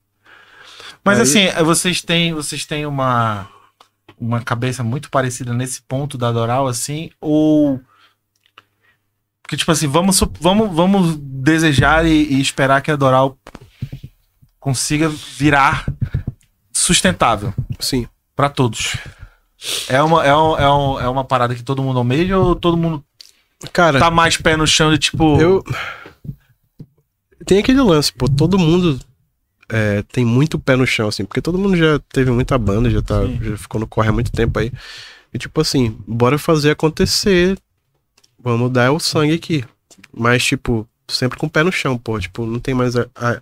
S1: Mas
S4: Aí-
S1: assim, eh, vocês têm, vocês têm uma, uma cabeça muito parecida nesse ponto da Doral, assim, ou. Porque, tipo assim, vamos, sup- vamos, vamos desejar e, e esperar que a Doral consiga virar sustentável
S4: Sim.
S1: pra todos. É uma, é, um, é, um- é uma parada que todo mundo almeja ou todo mundo
S4: Cara.
S1: tá mais pé no chão de tipo.
S4: Eu. Tem aquele lance, pô, todo mundo é, tem muito pé no chão, assim, porque todo mundo já teve muita banda, já, tá, já ficou no corre há muito tempo aí. E tipo assim, bora fazer acontecer, vamos dar o sangue aqui. Mas, tipo, sempre com o pé no chão, pô, tipo, não tem mais a- a-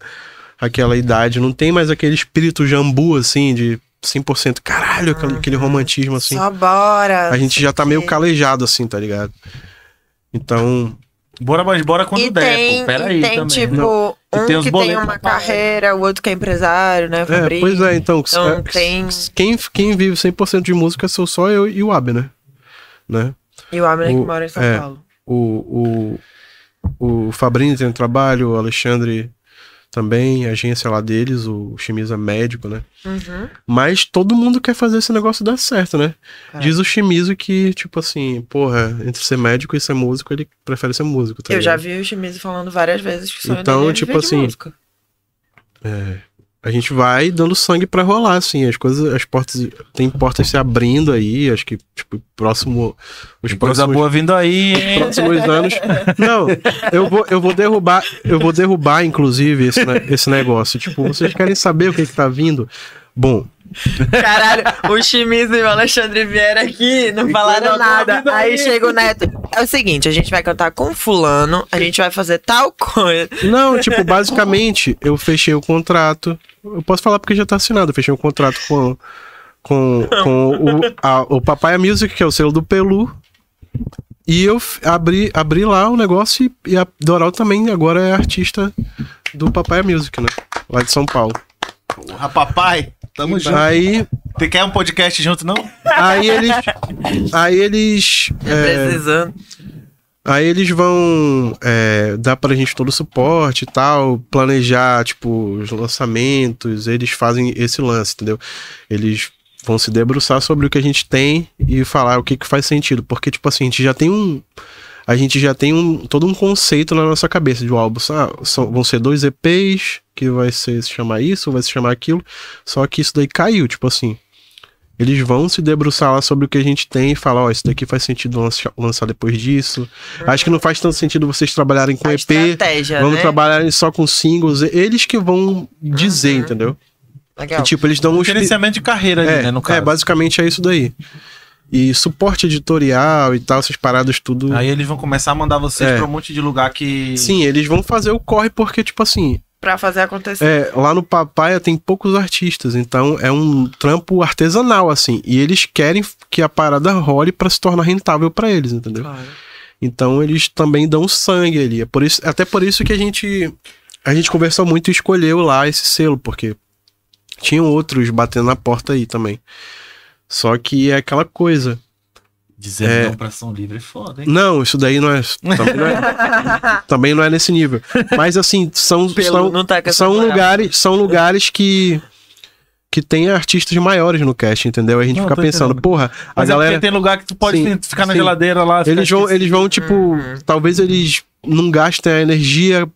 S4: aquela idade, não tem mais aquele espírito jambu, assim, de 100%, caralho, aquele- aquele romantismo, assim.
S2: Uhum. Só bora.
S4: A gente já tá meio
S2: que-
S4: calejado, assim, tá ligado? Então,
S1: Bora, mas bora quando
S2: e
S1: der,
S2: tem,
S1: pô. Pera aí
S2: e tem
S1: também.
S2: tipo,
S1: Não. E
S2: um
S1: tem os
S2: que tem
S1: boletos
S2: uma
S1: pra pagar.
S2: carreira, o outro que é empresário, né?
S4: É,
S2: Fabrício?
S4: pois é, então.
S2: Então,
S4: é,
S2: tem-
S4: quem, quem vive 100% de música sou só eu e o Abner. Né?
S2: E o Abner
S4: O-
S2: que mora em São
S4: é.
S2: Paulo.
S4: O, o, o Fabrini tem um trabalho, o Alexandre também, a agência lá deles, o Chimisa Médico, né?
S2: Uhum.
S4: Mas todo mundo quer fazer esse negócio dar certo, né?
S2: É.
S4: Diz o Chimizo que, tipo assim, porra, entre ser médico e ser músico, ele prefere ser músico, tá
S2: Eu já
S4: ligado?
S2: vi o Chimizo falando várias vezes que o sonho
S4: Então,
S2: dele é
S4: tipo
S2: viver de
S4: assim,
S2: música.
S4: a gente vai dando sangue pra rolar, assim, as coisas, as portas, tem portas se abrindo aí, acho que, tipo, próximo, os
S1: Tem Coisa
S4: próximos
S1: boa vindo aí, hein?
S4: próximos anos. Não, eu vou, eu vou derrubar, eu vou derrubar, inclusive, esse, ne- esse negócio. Tipo, vocês querem saber o que, que tá vindo? Bom,
S2: Caralho, o Chimizo e o Alexandre vieram aqui, não falaram nada. Aí, chega o Neto. É o seguinte, a gente vai cantar com fulano, a gente vai fazer tal coisa. Tá
S4: não, tipo, basicamente, eu fechei o contrato. Eu posso falar porque já tá assinado, eu fechei o contrato com, com, com o, a, o Papaya Music, que é o selo do Pelu. E eu f- abri, abri lá o negócio e, e a Doral também agora é artista do Papaya Music, né? Lá de São Paulo.
S1: Porra, papai. Tamo junto.
S4: Aí,
S1: Você quer um podcast junto, não?
S4: aí eles. Aí eles. é,
S2: Precisando.
S4: Aí eles vão é, dar pra gente todo o suporte e tal, planejar, tipo, os lançamentos, eles fazem esse lance, entendeu? Eles vão se debruçar sobre o que a gente tem e falar o que, que faz sentido. Porque, tipo assim, a gente já tem um. A gente já tem um, todo um conceito na nossa cabeça de um álbum. sa- são- vão ser dois EPs, que vai ser, se chamar isso, vai se chamar aquilo. Só que isso daí caiu, tipo assim. Eles vão se debruçar lá sobre o que a gente tem e falar, ó, isso daqui faz sentido lança- lançar depois disso. Acho que não faz tanto sentido vocês trabalharem com
S2: a
S4: EP,
S2: estratégia,
S4: vamos
S2: né? Uhum.
S4: trabalhar só com singles. Eles que vão dizer, entendeu? E,
S2: Legal.
S4: tipo, eles dão um espi-
S1: Gerenciamento de carreira ali,
S4: é,
S1: né? No caso.
S4: é, basicamente é isso daí. E suporte editorial e tal, essas paradas tudo.
S1: Aí eles vão começar a mandar vocês
S4: É.
S1: pra um monte de lugar que.
S4: Sim, eles vão fazer o corre porque, tipo assim,
S2: pra fazer acontecer.
S4: É, lá no Papaya tem poucos artistas, então é um trampo artesanal, assim. E eles querem que a parada role pra se tornar rentável pra eles, entendeu?
S2: Claro.
S4: Então eles também dão sangue ali. É por isso, até por isso que a gente a gente conversou muito e escolheu lá esse selo, porque tinham outros batendo na porta aí também. Só que é aquela coisa.
S1: Dizendo
S4: É.
S1: não pra ação livre é foda, hein?
S4: Não, isso daí não é também não é, também não é nesse nível. Mas assim, são
S2: Pelo,
S4: são,
S2: não tá com essa
S4: são
S2: moral.
S4: lugares, são lugares que que tem artistas maiores no cast, entendeu? Aí A gente
S5: Não,
S4: fica
S5: tô
S4: pensando,
S5: entendendo.
S4: porra, a
S5: Mas é
S4: galera
S5: porque tem lugar que tu pode
S4: Sim,
S5: ficar na
S4: sim.
S5: geladeira lá. ficar
S4: Eles vão,
S5: esquecido.
S4: eles vão, tipo,
S2: Uhum.
S4: talvez eles não gastem a energia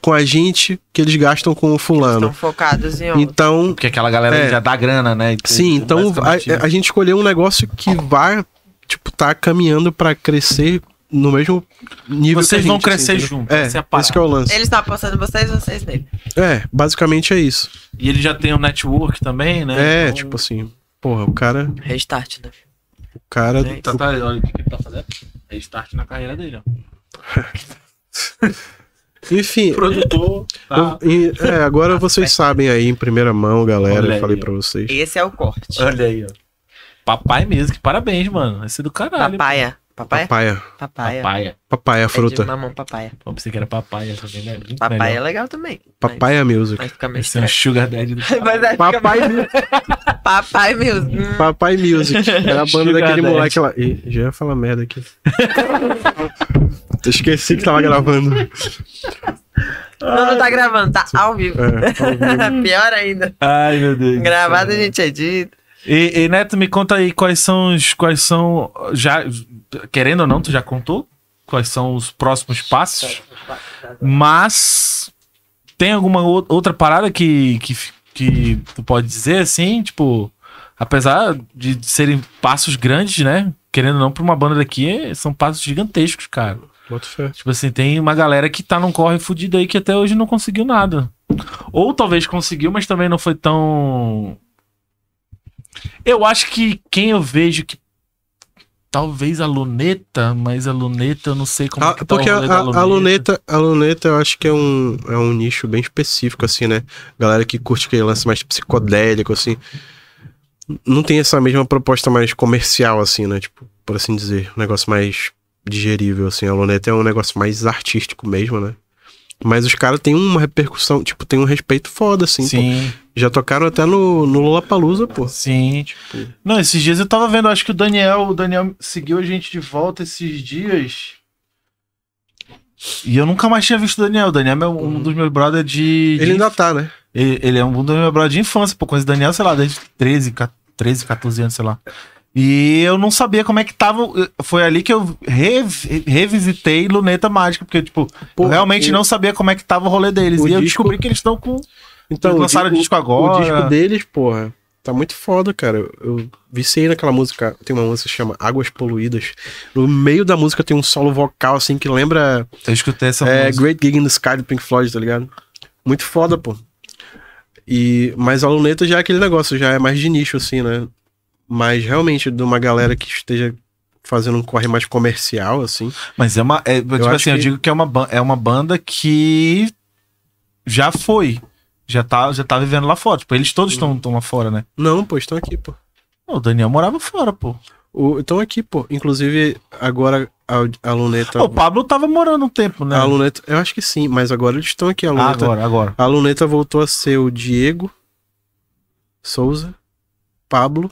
S4: com a gente que eles gastam com o fulano.
S2: Estão focados em outro.
S4: Então,
S5: Porque aquela galera
S4: É.
S5: já dá grana, né? E tem-
S4: sim,
S5: tem
S4: então
S5: basicamente
S4: a, a gente escolheu um negócio que vai, tipo, tá caminhando pra crescer no mesmo nível
S1: Vocês
S4: que a
S1: vão
S4: gente,
S1: crescer
S4: entendeu?
S1: junto,
S4: É,
S1: essa é a
S4: esse que é o lance.
S2: Ele está apostando em vocês, vocês nele.
S4: É, basicamente é isso.
S1: E ele já tem um network também, né?
S4: É,
S1: Então,
S4: tipo assim, porra, o cara,
S2: Restart, né?
S4: o cara
S2: É,
S1: Tá, tá, olha o que ele tá fazendo. É start na carreira dele, ó.
S4: enfim,
S1: Produtor. Tá.
S4: eu- e- é, agora vocês sabem aí em primeira mão, galera,
S1: Olha
S4: eu falei
S1: aí, ó.
S4: pra vocês.
S2: Esse é o corte.
S1: Olha aí, ó. Papai mesmo, que parabéns, mano. Esse é do caralho.
S2: Papaia. Papaia?
S4: Papaia,
S2: Papaia.
S1: Papai.
S4: papaia é, a
S2: É de
S4: fruta.
S2: mamão, papaia.
S1: Eu pensei que era papaya também, né? Muito
S2: Papaia é
S1: melhor.
S2: legal também.
S4: Papai é
S2: Mas,
S4: music.
S2: mas fica meio
S1: Esse é um
S2: estranho.
S1: sugar daddy do
S2: Mas aí fica
S4: Papai,
S2: papai mesmo. Hum,
S4: Papai Music. Era a banda
S1: Sugar Daddy.
S4: daquele moleque lá. Ih, já ia falar merda aqui. Eu esqueci que tava gravando.
S2: Não, não tá gravando, tá ao vivo.
S4: É, ao vivo.
S2: Pior ainda.
S1: Ai, meu Deus.
S2: Gravado a gente edita.
S1: E, e, Neto, me conta aí quais são os. Quais são. Já, querendo ou não, tu já contou? Quais são os próximos passos? Mas. Tem alguma ou- outra parada que, que, f- que tu pode dizer assim? Tipo, apesar de serem passos grandes, né? Querendo ou não, pra uma banda daqui, são passos gigantescos, cara.
S4: Bota fé.
S1: Tipo assim, tem uma galera que tá num corre fudido aí que até hoje não conseguiu nada. Ou talvez conseguiu, mas também não foi tão. Eu acho que quem eu vejo que. Talvez a luneta, mas a luneta eu não sei como
S4: Ah,
S1: que tá
S4: porque
S1: o
S4: a,
S1: rolê
S4: a- a luneta, a luneta eu acho que é um, é um nicho bem específico, assim, né? Galera que curte aquele lance mais psicodélico, assim. Não tem essa mesma proposta mais comercial, assim, né? Tipo, por assim dizer. Um negócio mais digerível, assim. A luneta é um negócio mais artístico mesmo, né? Mas os caras têm uma repercussão, tipo, tem um respeito foda, assim. pô.
S1: Sim,
S4: Já tocaram até no, no Lollapalooza, pô.
S1: sim. Não, esses dias eu tava vendo, acho que o Daniel, o Daniel seguiu a gente de volta esses dias. E eu nunca mais tinha visto o Daniel. O Daniel é um dos meus brothers de, de
S4: Ele ainda tá, né?
S1: Ele, ele é um dos meus brothers de infância, pô. Conheço o Daniel, sei lá, desde 13, 13, 14 anos, sei lá. E eu não sabia como é que tava. eu- Foi ali que eu revi- revisitei Luneta Mágica, porque, tipo,
S4: Pô,
S1: eu realmente
S4: e-
S1: não sabia como é que tava o rolê deles.
S4: O
S1: E eu
S4: disco-
S1: descobri que eles estão com.
S4: Então,
S1: Eles lançaram disco agora.
S4: O disco deles, porra, tá muito foda, cara. Eu- Eu viciei naquela música. Tem uma música que chama Águas Poluídas. No meio da música tem um solo vocal, assim, que lembra
S1: Eu escutei essa
S4: é,
S1: música.
S4: Great Gig in the Sky do Pink Floyd, tá ligado? Muito foda, pô. E, mas a luneta já é aquele negócio, já é mais de nicho, assim, né? Mas realmente de uma galera que esteja fazendo um corre mais comercial, assim.
S1: Mas é uma. É, tipo
S4: acho
S1: assim, eu
S4: que-
S1: digo que é uma, ban- é uma banda que já foi. Já tá, já tá vivendo lá fora. Tipo, eles todos estão lá fora, né?
S4: Não, pô, estão aqui, pô.
S1: O Daniel morava fora, pô.
S4: O- Estão aqui, pô. Inclusive, agora a, a luneta.
S1: O Pablo tava morando um tempo, né?
S4: A luneta, eu acho que sim, mas agora eles estão aqui, a
S1: Ah,
S4: luneta.
S1: agora, agora.
S4: a luneta voltou a ser o Diego Souza, Pablo,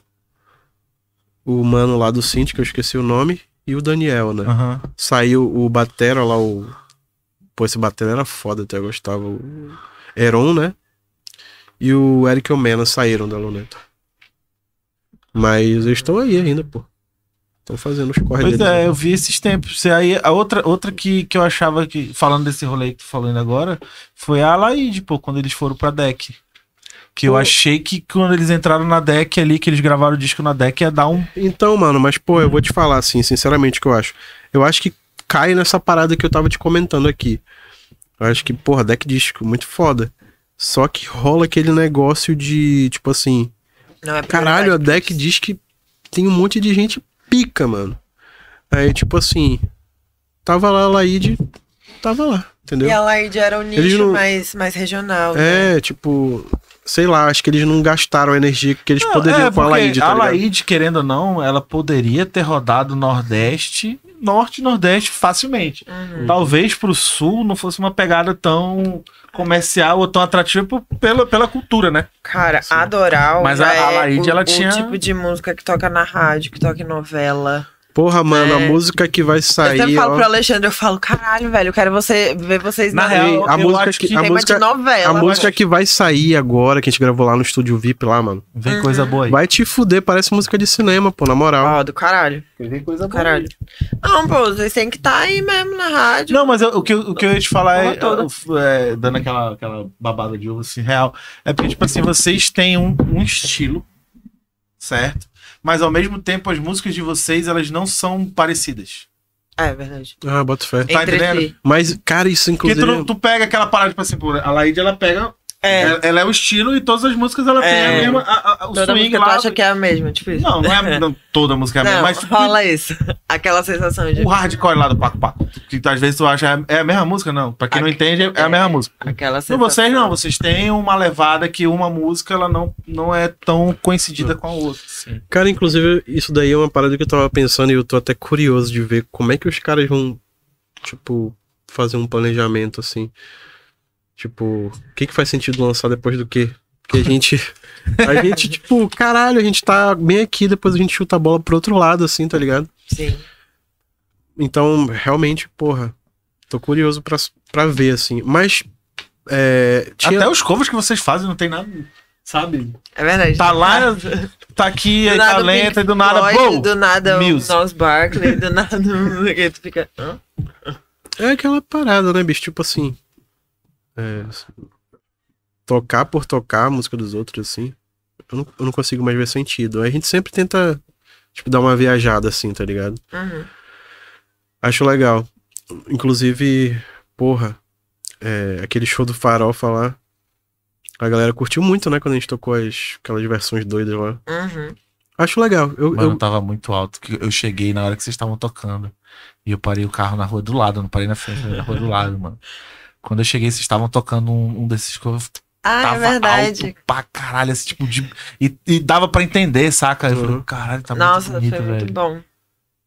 S4: o mano lá do Cinti, que eu esqueci o nome, e o Daniel, né?
S1: Aham.
S4: Saiu o Batera lá, o. Pô, esse Batera era foda, até eu gostava. O Heron, né? E o Eric Omena saíram da luneta. Mas eles estão aí ainda, pô. Estão fazendo os corres
S1: Pois
S4: deles.
S1: é, eu vi esses tempos. E aí, a outra, outra que, que eu achava que, falando desse rolê que tu falou ainda agora, foi a Alaide, pô, quando eles foram pra deck. Que eu
S4: Pô.
S1: achei que quando eles entraram na deck ali, que eles gravaram o disco na deck, ia dar um.
S4: Então, mano, mas pô, eu vou te falar assim, sinceramente, o que eu acho. Eu acho que cai nessa parada que eu tava te comentando aqui. Eu acho que, porra, deck disco, muito foda. Só que rola aquele negócio de, tipo assim,
S2: Não é
S4: caralho, a
S2: prioridade.
S4: deck diz que tem um monte de gente pica, mano. Aí, tipo assim, tava lá a Laide, tava lá. Entendeu?
S2: E a Laide era um nicho
S4: não-
S2: mais, mais regional. né?
S4: É, tipo, sei lá, acho que eles não gastaram a energia que eles
S1: Não,
S4: poderiam
S1: é,
S4: com a
S1: porque
S4: Laide, tá
S1: a
S4: ligado?
S1: Laíde, querendo ou não, ela poderia ter rodado Nordeste, Norte e Nordeste facilmente. Talvez pro Sul não fosse uma pegada tão comercial ou tão atrativa por- pela, pela cultura, né?
S2: Cara, a Doral.
S5: Mas
S2: já
S5: a- a
S2: é
S5: Laide,
S2: o,
S5: ela
S2: o
S5: tinha-
S2: tipo de música que toca na rádio, que toca em novela.
S4: Porra, mano,
S2: É.
S4: a música que vai
S2: eu sempre
S4: sair,
S2: falo
S4: Tá ó,
S2: pro Alexandre, eu falo, caralho, velho, eu quero você, ver vocês
S1: Na
S2: na,
S1: real,
S4: ei, a
S1: eu
S4: música
S1: acho
S4: que,
S1: que
S4: a
S2: tema de
S4: música,
S2: novela.
S4: a música que vai sair agora, que a gente gravou lá no estúdio VIP lá, mano.
S1: Vem coisa boa aí.
S4: Vai te fuder, parece música de cinema, pô, na moral.
S1: Ah.
S2: Ó, do caralho.
S1: Vem coisa
S2: Do caralho. Não, pô, vocês têm que estar aí mesmo na rádio.
S1: Não, mas eu- o, que, eu- o que eu ia te falar é,
S2: Porra
S1: é, dando aquela, aquela babada de ovo assim, real. É porque, tipo assim, vocês têm um, um estilo, certo? Mas ao mesmo tempo as músicas de vocês, elas não são parecidas.
S2: É verdade.
S4: Ah, bota fé.
S1: Tá
S2: Entre
S1: entendendo?
S2: si.
S4: Mas, cara, isso
S1: Porque
S4: inclusive.
S1: tu, não- tu pega aquela parada, tipo assim, pô, a Laíde, ela pega. Ela, ela é o estilo e todas as músicas ela tem a
S2: É.
S1: mesma. a- a- o
S2: Toda
S1: swing
S2: música
S1: lá.
S2: tu acha que é a mesma, tipo isso.
S1: Não, não é não, toda música é a mesma,
S2: Não,
S1: mas
S2: rola isso. Aquela sensação de.
S1: o hardcore lá do Paco Paco. Que tu- às vezes tu acha é a mesma música, não. Pra quem não entende, é a mesma música.
S2: Aquela
S1: Não,
S2: sensação.
S1: vocês não, vocês têm uma levada que uma música ela não, não é tão coincidida com a outra. assim.
S4: Cara, inclusive, isso daí é uma parada que eu tava pensando e eu tô até curioso de ver como é que os caras vão, tipo, fazer um planejamento assim. Tipo, o que que faz sentido lançar depois do quê? Porque a gente. A gente, tipo, caralho, a gente tá bem aqui, depois a gente chuta a bola pro outro lado, assim, tá ligado?
S2: Sim.
S4: Então, realmente, porra, tô curioso pra, pra ver, assim. Mas. É, tinha-
S1: Até os covers que vocês fazem não tem nada, sabe?
S2: É verdade.
S1: Tá lá, tá aqui,
S2: Do
S1: aí
S2: nada
S1: tá
S2: o
S1: lenta,
S2: Pink
S1: e do nada,
S2: Floyd,
S1: bom!
S2: Do nada o
S1: music.
S2: Nos Barkley, do nada. que tu fica. hã?
S4: É aquela parada, né, bicho? Tipo assim. é, tocar por tocar a música dos outros, assim. Eu não, eu não consigo mais ver sentido. Aí A gente sempre tenta, tipo, dar uma viajada, assim, tá ligado?
S2: Uhum.
S4: Acho legal. Inclusive, porra, é, aquele show do Farofa lá. A galera curtiu muito, né, quando a gente tocou as, aquelas versões doidas lá.
S2: Uhum.
S4: Acho legal. Eu,
S1: Mano,
S4: eu-
S1: tava muito alto. que Eu cheguei na hora que vocês estavam tocando. E eu parei o carro na rua do lado. eu Não parei na frente, eu parei na rua do lado, mano. Quando eu cheguei, vocês estavam tocando um, um desses que eu
S2: Ah,
S1: tava
S2: é verdade.
S1: alto pra caralho. Esse tipo de. E, e dava pra entender, saca? Eu falei,
S4: Uhum.
S1: caralho, tá
S2: Nossa,
S1: muito bonito,
S2: foi muito
S1: velho.
S2: bom.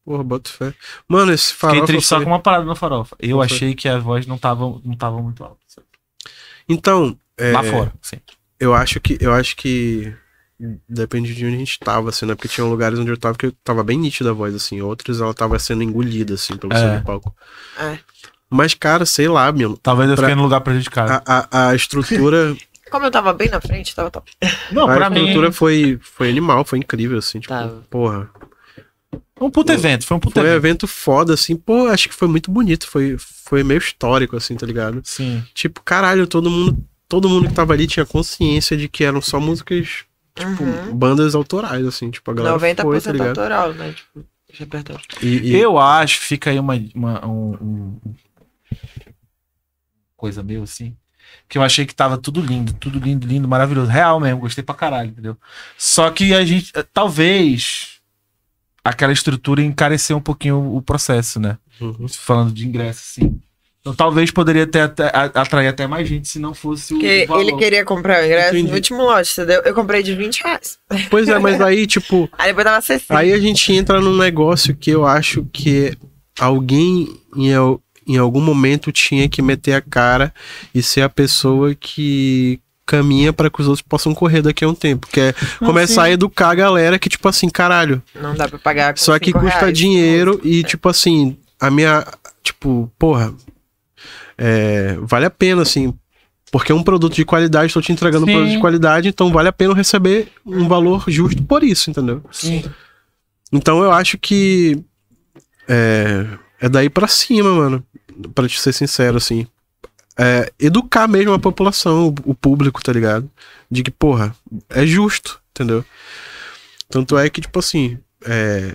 S4: Porra, boto fé. Mano, esse
S1: Fiquei
S4: Farofa.
S1: triste só
S4: foi-
S1: com uma parada na farofa. Eu
S4: Qual foi?
S1: achei que a voz não tava, não tava muito alta.
S4: Então. É...
S1: Lá fora, sim.
S4: Eu acho que. Eu acho que. Depende de onde a gente tava, assim, né? Porque tinha lugares onde eu tava que eu tava bem nítida a voz, assim. Outros ela tava sendo engolida, assim, pelo
S1: É.
S4: sobrepalco.
S2: É.
S4: Mas, cara, sei lá, meu.
S1: Talvez eu
S4: Pra-
S1: fiquei no lugar prejudicado.
S4: A, a, a estrutura.
S2: Como eu tava bem na frente, tava top.
S1: não,
S4: a
S1: pra mim.
S4: estrutura foi, foi animal, foi incrível, assim. Tipo,
S2: Tava.
S4: porra.
S1: Foi um puto evento, foi um puto
S4: Foi um
S1: evento.
S4: evento foda, assim. Pô, acho que foi muito bonito. Foi, foi meio histórico, assim, tá ligado?
S1: Sim.
S4: Tipo, caralho, todo mundo. Todo mundo que tava ali tinha consciência de que eram só músicas, tipo,
S2: Uhum.
S4: bandas autorais, assim, tipo, a galera.
S2: 90%
S4: foi, tá ligado?
S2: autoral, né? Tipo, repertório.
S4: E- e-
S1: Eu acho, fica aí uma, uma- um- um- um- coisa meio assim, que eu achei que tava tudo lindo, tudo lindo, lindo, maravilhoso, real mesmo, gostei pra caralho, entendeu? Só que a gente, eh, talvez, aquela estrutura encareceu um pouquinho o- o processo, né?
S4: Uhum.
S1: Falando de ingresso, assim. Então talvez poderia ter até- a- atrair até mais gente se não fosse o,
S2: Porque
S1: o valor.
S2: ele queria comprar o ingresso
S4: Entendi.
S2: no último lote, entendeu? Eu comprei de 20 reais.
S4: Pois é, mas aí, tipo,
S2: Aí depois tava 60.
S4: aí a gente entra num negócio que eu acho que alguém em, al- em algum momento tinha que meter a cara e ser a pessoa que caminha pra que os outros possam correr daqui a um tempo. Que é começar a educar a galera que, tipo assim, caralho,
S2: Não dá pra pagar. com
S4: só que
S2: cinco
S4: custa
S2: reais. É.
S4: dinheiro e, tipo assim, a minha. Tipo, porra. é, vale a pena, assim. Porque é um produto de qualidade, estou te entregando
S1: Sim.
S4: um produto de qualidade, então vale a pena eu receber um valor justo por isso, entendeu?
S1: Sim.
S4: Então eu acho que. É, é daí pra cima, mano. Pra te ser sincero, assim. É, educar mesmo a população, o, o público, tá ligado? De que, porra, é justo, entendeu? Tanto é que, tipo assim. é,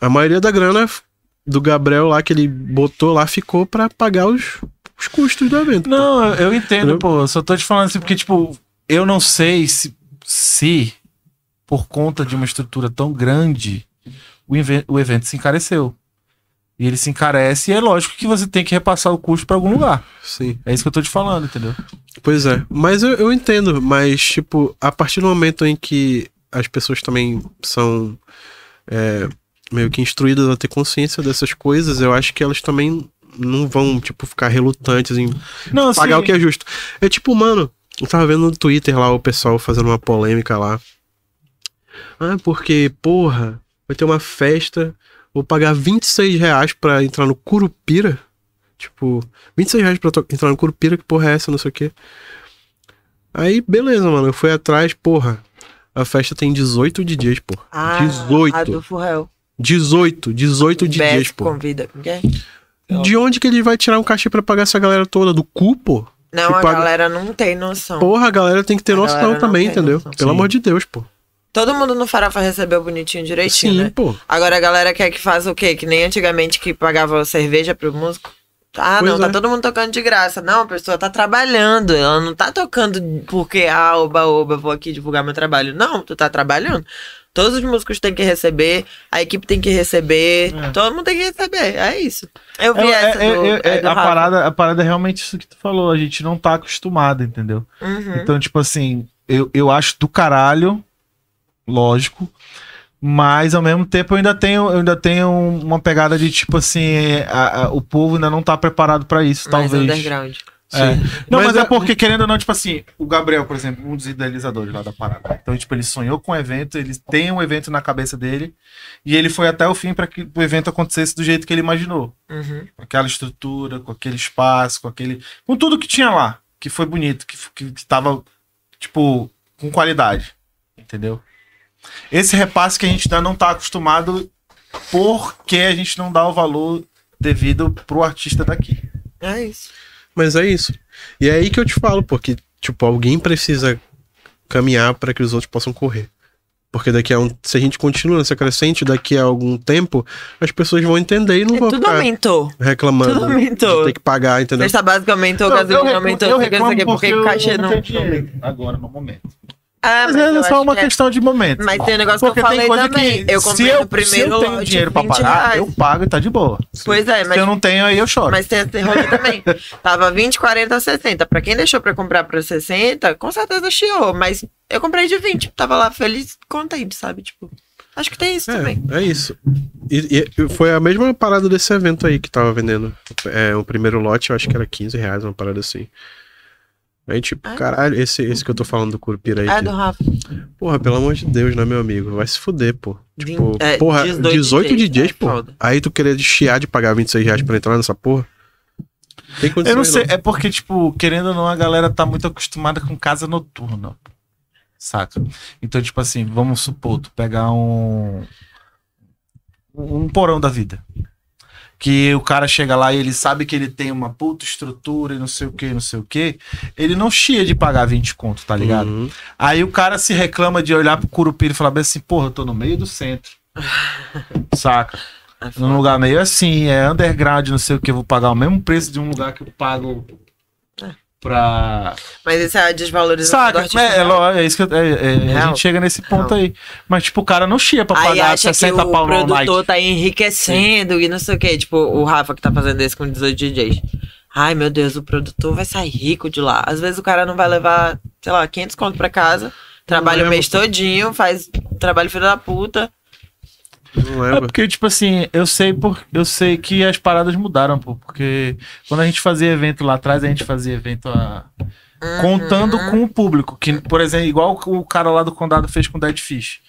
S4: a maioria da grana f- do Gabriel lá que ele botou lá ficou pra pagar os, os custos do evento. pô.
S1: Não, eu- eu entendo,
S4: Entendeu?
S1: pô. Eu só tô te falando assim, porque, tipo, eu não sei se, se por conta de uma estrutura tão grande, o, inve- o evento se encareceu.
S5: E ele se encarece, e é lógico que você tem que repassar o custo pra algum lugar.
S4: Sim.
S5: É isso que eu tô te falando, entendeu?
S4: Pois é. Mas eu, eu entendo, mas, tipo, a partir do momento em que as pessoas também são é, meio que instruídas a ter consciência dessas coisas, eu acho que elas também não vão, tipo, ficar relutantes em
S5: Não, assim,
S4: pagar o que é justo. É tipo, mano, eu tava vendo no Twitter lá o pessoal fazendo uma polêmica lá. Ah, porque, porra, vai ter uma festa, vou pagar 26 reais pra entrar no Curupira. Tipo, 26 reais pra to- entrar no Curupira, que porra é essa, não sei o quê. Aí, beleza, mano, eu fui atrás, porra. A festa tem 18 DJs, porra.
S2: Ah,
S4: 18.
S2: A do Furrel.
S4: 18, 18 DJs,
S2: Beth
S4: porra.
S2: convida. Como que é?
S4: De onde que ele vai tirar um cachê pra pagar essa galera toda? Do cu, pô?
S2: Não,
S4: Que
S2: a
S4: paga-
S2: galera não tem noção.
S4: Porra, a galera tem que ter
S2: A
S4: noção
S2: galera não
S4: também,
S2: tem
S4: entendeu?
S2: noção.
S4: Pelo
S1: Sim.
S4: amor de Deus, pô.
S2: Todo mundo no Farofa recebeu bonitinho direitinho,
S4: Sim,
S2: né?
S4: pô.
S2: Agora a galera quer que faça o quê? Que nem antigamente que pagava cerveja pro músico. Ah,
S4: Pois
S2: não,
S4: é.
S2: tá todo mundo tocando de graça. Não, a pessoa tá trabalhando. Ela não tá tocando porque, ah, oba, oba, vou aqui divulgar meu trabalho. Não, tu tá trabalhando. Todos os músicos têm que receber, a equipe tem que receber, todo mundo tem que receber. É isso. Eu vi
S1: É,
S2: essa
S1: é,
S2: do,
S1: é, é,
S2: é do
S1: a,
S2: Rafa.
S1: parada, a parada é realmente isso que tu falou. A gente não tá acostumado, entendeu?
S2: Uhum.
S1: Então, tipo assim, eu, eu acho do caralho, lógico. Mas ao mesmo tempo eu ainda tenho, eu ainda tenho uma pegada de tipo assim, a- a- o povo ainda não tá preparado pra isso,
S2: Mais
S1: talvez.
S2: underground.
S1: É. Não, mas,
S4: Mas
S1: é
S4: é-
S1: porque, querendo ou não, tipo assim, o Gabriel, por exemplo, um dos idealizadores lá da parada. Então, tipo, ele sonhou com o evento, ele tem um evento na cabeça dele, e ele foi até o fim pra que o evento acontecesse do jeito que ele imaginou.
S2: Uhum.
S1: Com aquela estrutura, com aquele espaço, com aquele. Com tudo que tinha lá, que foi bonito, que, f- que, que tava, tipo, com qualidade. Entendeu? Esse repasse que a gente ainda não tá acostumado porque a gente não dá o valor devido pro artista daqui.
S2: É isso.
S4: Mas é isso. E é aí que eu te falo, pô, que, tipo, alguém precisa caminhar pra que os outros possam correr. Porque daqui a um. Se a gente continua nessa crescente, daqui a algum tempo, as pessoas vão entender e não
S2: É,
S4: vão
S2: tudo
S4: ficar
S2: aumentou.
S4: reclamando.
S2: Tudo aumentou.
S4: de Ter que pagar, entendeu?
S2: Cesta básica aumentou, gasolina aumentou, não sei o que, não sei o que, porque o cachê não.
S1: agora, no momento.
S2: Ah,
S1: Mas é
S2: eu
S1: só
S2: acho
S1: uma
S2: que é-
S1: questão de momento.
S2: Mas tem um negócio
S1: Porque
S2: que eu
S1: tem
S2: falei
S1: coisa
S2: também.
S1: que
S2: eu
S1: se
S2: comprei
S1: eu,
S2: no primeiro
S1: se eu tenho
S2: lote
S1: dinheiro pra
S2: 20
S1: pagar,
S2: reais.
S1: eu pago e tá de boa.
S2: Pois é,
S1: Se
S2: mas,
S1: eu não tenho, aí eu choro.
S2: mas tem esse rolê também. Tava 20, 40, 60. Pra quem deixou pra comprar pra 60, com certeza chiou. Mas eu comprei de 20. Tava lá feliz, contente, sabe? Tipo, acho que tem isso também.
S4: É, é isso. E, e- e foi a mesma parada desse evento aí que tava vendendo. É, o primeiro lote, eu acho que era 15 reais, uma parada assim. Aí, tipo,
S2: Ah.
S4: caralho, esse, esse que eu tô falando do Curupira aí.
S2: É
S4: que-
S2: do Rafa.
S4: Porra, pelo amor de Deus, né, meu amigo? Vai se fuder, pô. Tipo,
S2: Vinte- é,
S4: porra,
S2: 18
S4: 18,
S2: DJs,
S4: DJs,
S2: é
S4: pô.
S2: foda.
S4: Aí tu querer chiar de pagar 26 reais pra entrar nessa porra? Tem condição
S1: Eu não sei, é porque, tipo, querendo ou não, a galera tá muito acostumada com casa noturna. Saca? Então, tipo assim, vamos supor, tu pegar um. Um porão da vida. Que o cara chega lá e ele sabe que ele tem uma puta estrutura e não sei o que, não sei o que. Ele não chia de pagar 20 conto, tá ligado?
S4: Uhum.
S1: Aí o cara se reclama de olhar pro Curupira e falar bem assim, porra, eu tô no meio do centro. Saca?
S2: É
S1: Num lugar meio assim, é underground, não sei o que, eu vou pagar o mesmo preço de um lugar que eu pago
S2: É.
S1: pra.
S2: Mas isso é a desvalorização do
S1: Saca?
S2: artista.
S1: É, é, lo- é isso que eu- é- é, a
S2: Real.
S1: gente chega nesse ponto
S2: Real.
S1: aí. Mas, tipo, o cara não chia pra
S2: Aí
S1: pagar
S2: acha que
S1: 60
S2: o
S1: pau no
S2: produtor
S1: Nike.
S2: tá enriquecendo e não sei o que. Tipo, o Rafa que tá fazendo esse com 18 DJs. Ai, meu Deus, o produtor vai sair rico de lá. Às vezes o cara não vai levar, sei lá, 500 conto pra casa. Trabalha o mês todinho, faz trabalho filho da puta.
S4: Não
S1: É
S4: leva.
S1: porque, tipo assim, eu sei, por, eu sei que as paradas mudaram, pô. Porque quando a gente fazia evento lá atrás, a gente fazia evento a.
S2: Uhum.
S1: contando com o público. Que, por exemplo, igual o cara lá do Condado fez com o Dead Fish.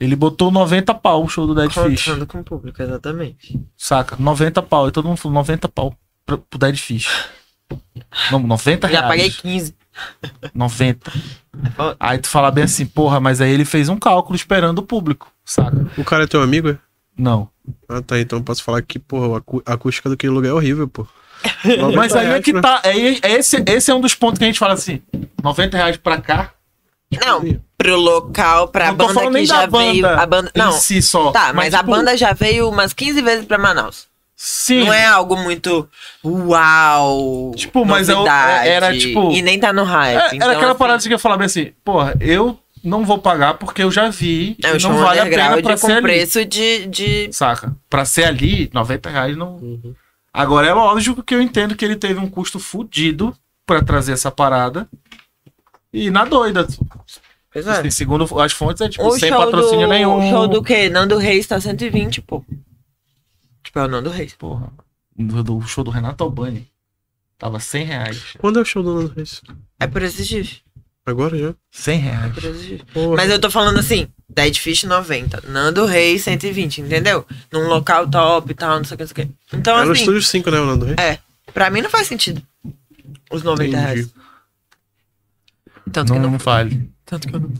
S1: Ele botou 90 pau o show do Dead Fish.
S2: Contando com o público, exatamente.
S1: Saca? 90 pau. E todo mundo falou 90 pau pro, pro Dead Fish. Não, 90 reais.
S2: Já paguei 15.
S1: 90. Aí tu fala bem assim, porra, mas aí ele fez um cálculo esperando o público, saca?
S4: O cara é teu amigo, é?
S1: Não.
S4: Ah, tá. Então eu posso falar que, porra, a acú- a acústica daquele lugar é horrível, pô.
S1: Mas
S4: 90
S1: aí é
S4: reais né?
S1: que
S4: pra-
S1: tá. É, é esse, esse é um dos pontos que a gente fala assim: 90 reais pra cá.
S2: Não, pro local, pra
S1: Não tô
S2: banda
S1: falando
S2: que
S1: nem
S2: já
S1: da banda
S2: veio. A banda. Não,
S1: em si só.
S2: tá, mas, a
S1: tipo,
S2: banda já veio umas 15 vezes pra Manaus.
S1: Sim.
S2: Não é algo muito uau.
S5: um-
S1: Tipo, mas é o- é- era,
S2: novidade,
S1: tipo-
S2: E nem tá no hype.
S1: É,
S2: então,
S1: era aquela
S2: assim,
S1: parada que eu ia falar bem assim, porra, eu
S5: não vou pagar porque eu já vi.
S2: É, o
S5: e não
S2: show
S5: vale a pena
S2: underground
S5: pra ser
S2: com
S5: ali.
S2: preço de, de...
S5: Saca? Pra ser ali, 90 reais não.
S2: Uhum.
S5: Agora é lógico que eu entendo que ele teve um custo fudido pra trazer essa parada. E na doida.
S2: Pois
S5: Assim,
S2: é.
S5: segundo as fontes, é tipo,
S2: O
S5: sem
S2: show
S5: patrocínio
S2: do,
S5: nenhum.
S2: O show do quê? Nando Reis tá 120, pô. Tipo, é o Nando Reis.
S5: Porra. Do, do show do Renato Albani. Tava 100 reais.
S4: Quando é o show do Nando Reis?
S2: É por esses dias.
S4: Agora já?
S5: 100 reais.
S2: É por esses dias.
S4: Porra.
S2: Mas eu tô falando assim, Dead Fish 90, Nando Reis 120, entendeu? Num local top e tal, não sei o que, não sei o que. Então,
S4: Era o
S2: assim,
S4: Estúdio 5, né, o Nando Reis?
S2: pra mim não faz sentido os 90 reais. Tanto
S5: Não,
S2: que não,
S5: não fale.
S2: Tanto que eu não...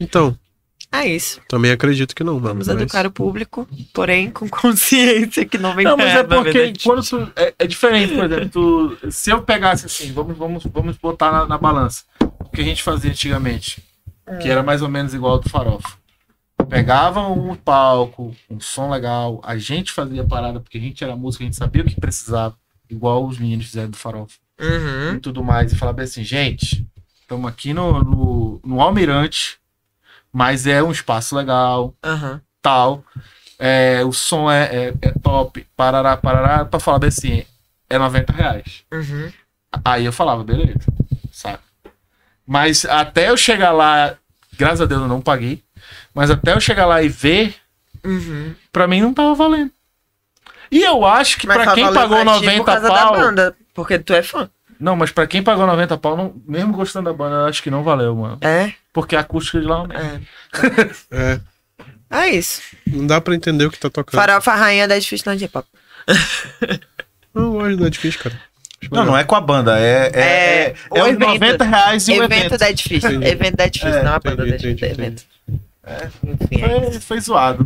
S4: Então,
S2: É isso.
S4: também acredito que não, mano.
S2: Vamos
S5: é
S4: mas-
S2: educar o público, porém com consciência que 90
S5: Não, mas é
S2: reais, na
S5: porque
S2: verdade.
S5: quando tu, é, é diferente, por exemplo, tu- se eu pegasse assim, vamos, vamos, vamos botar na, na balança o que a gente fazia antigamente, que era mais ou menos igual ao do farofa. Pegava um palco, um som legal, a gente fazia parada porque a gente era música, a gente sabia o que precisava, igual os meninos fizeram do farofa
S2: Uhum.
S5: e tudo mais, e falar bem assim, gente, estamos aqui no, no, no Almirante, mas é um espaço legal,
S2: Aham.
S5: tal. É, o som é, é, é top, parará, parará. Pra falar bem assim, é 90 reais.
S2: Uhum.
S5: Aí eu falava, beleza, saca? Mas até eu chegar lá, graças a Deus eu não paguei, mas até eu chegar lá e ver,
S2: Uhum.
S5: pra mim não tava valendo. E eu acho que
S2: Mas
S5: pra
S2: só
S5: quem
S2: valeu
S5: pagou
S2: pra ti por
S5: 90
S2: causa da
S5: pau.
S2: banda, porque tu é fã.
S5: Não, mas pra quem pagou 90
S1: tá
S5: pau, não- mesmo gostando da banda, eu acho que não valeu, mano.
S2: É,
S5: Porque a acústica de lá é uma merda.
S2: é.
S4: É,
S2: É isso.
S4: não dá pra entender o que tá tocando.
S2: Farofa Rainha da Dificilândia Pop.
S4: Não, hoje não é difícil, cara. Acho
S1: Não,
S4: legal.
S1: não é com a banda, é. É,
S2: É,
S1: é,
S2: o
S1: é os
S2: evento.
S1: 90 reais e o
S2: evento,
S1: evento.
S2: da Edifício.
S4: Entendi.
S2: Evento da
S5: É,
S2: Edifício, não a banda
S4: entendi,
S2: da Edifício.
S4: entendi,
S2: Evento. Enfim, é,
S5: Foi, foi zoado.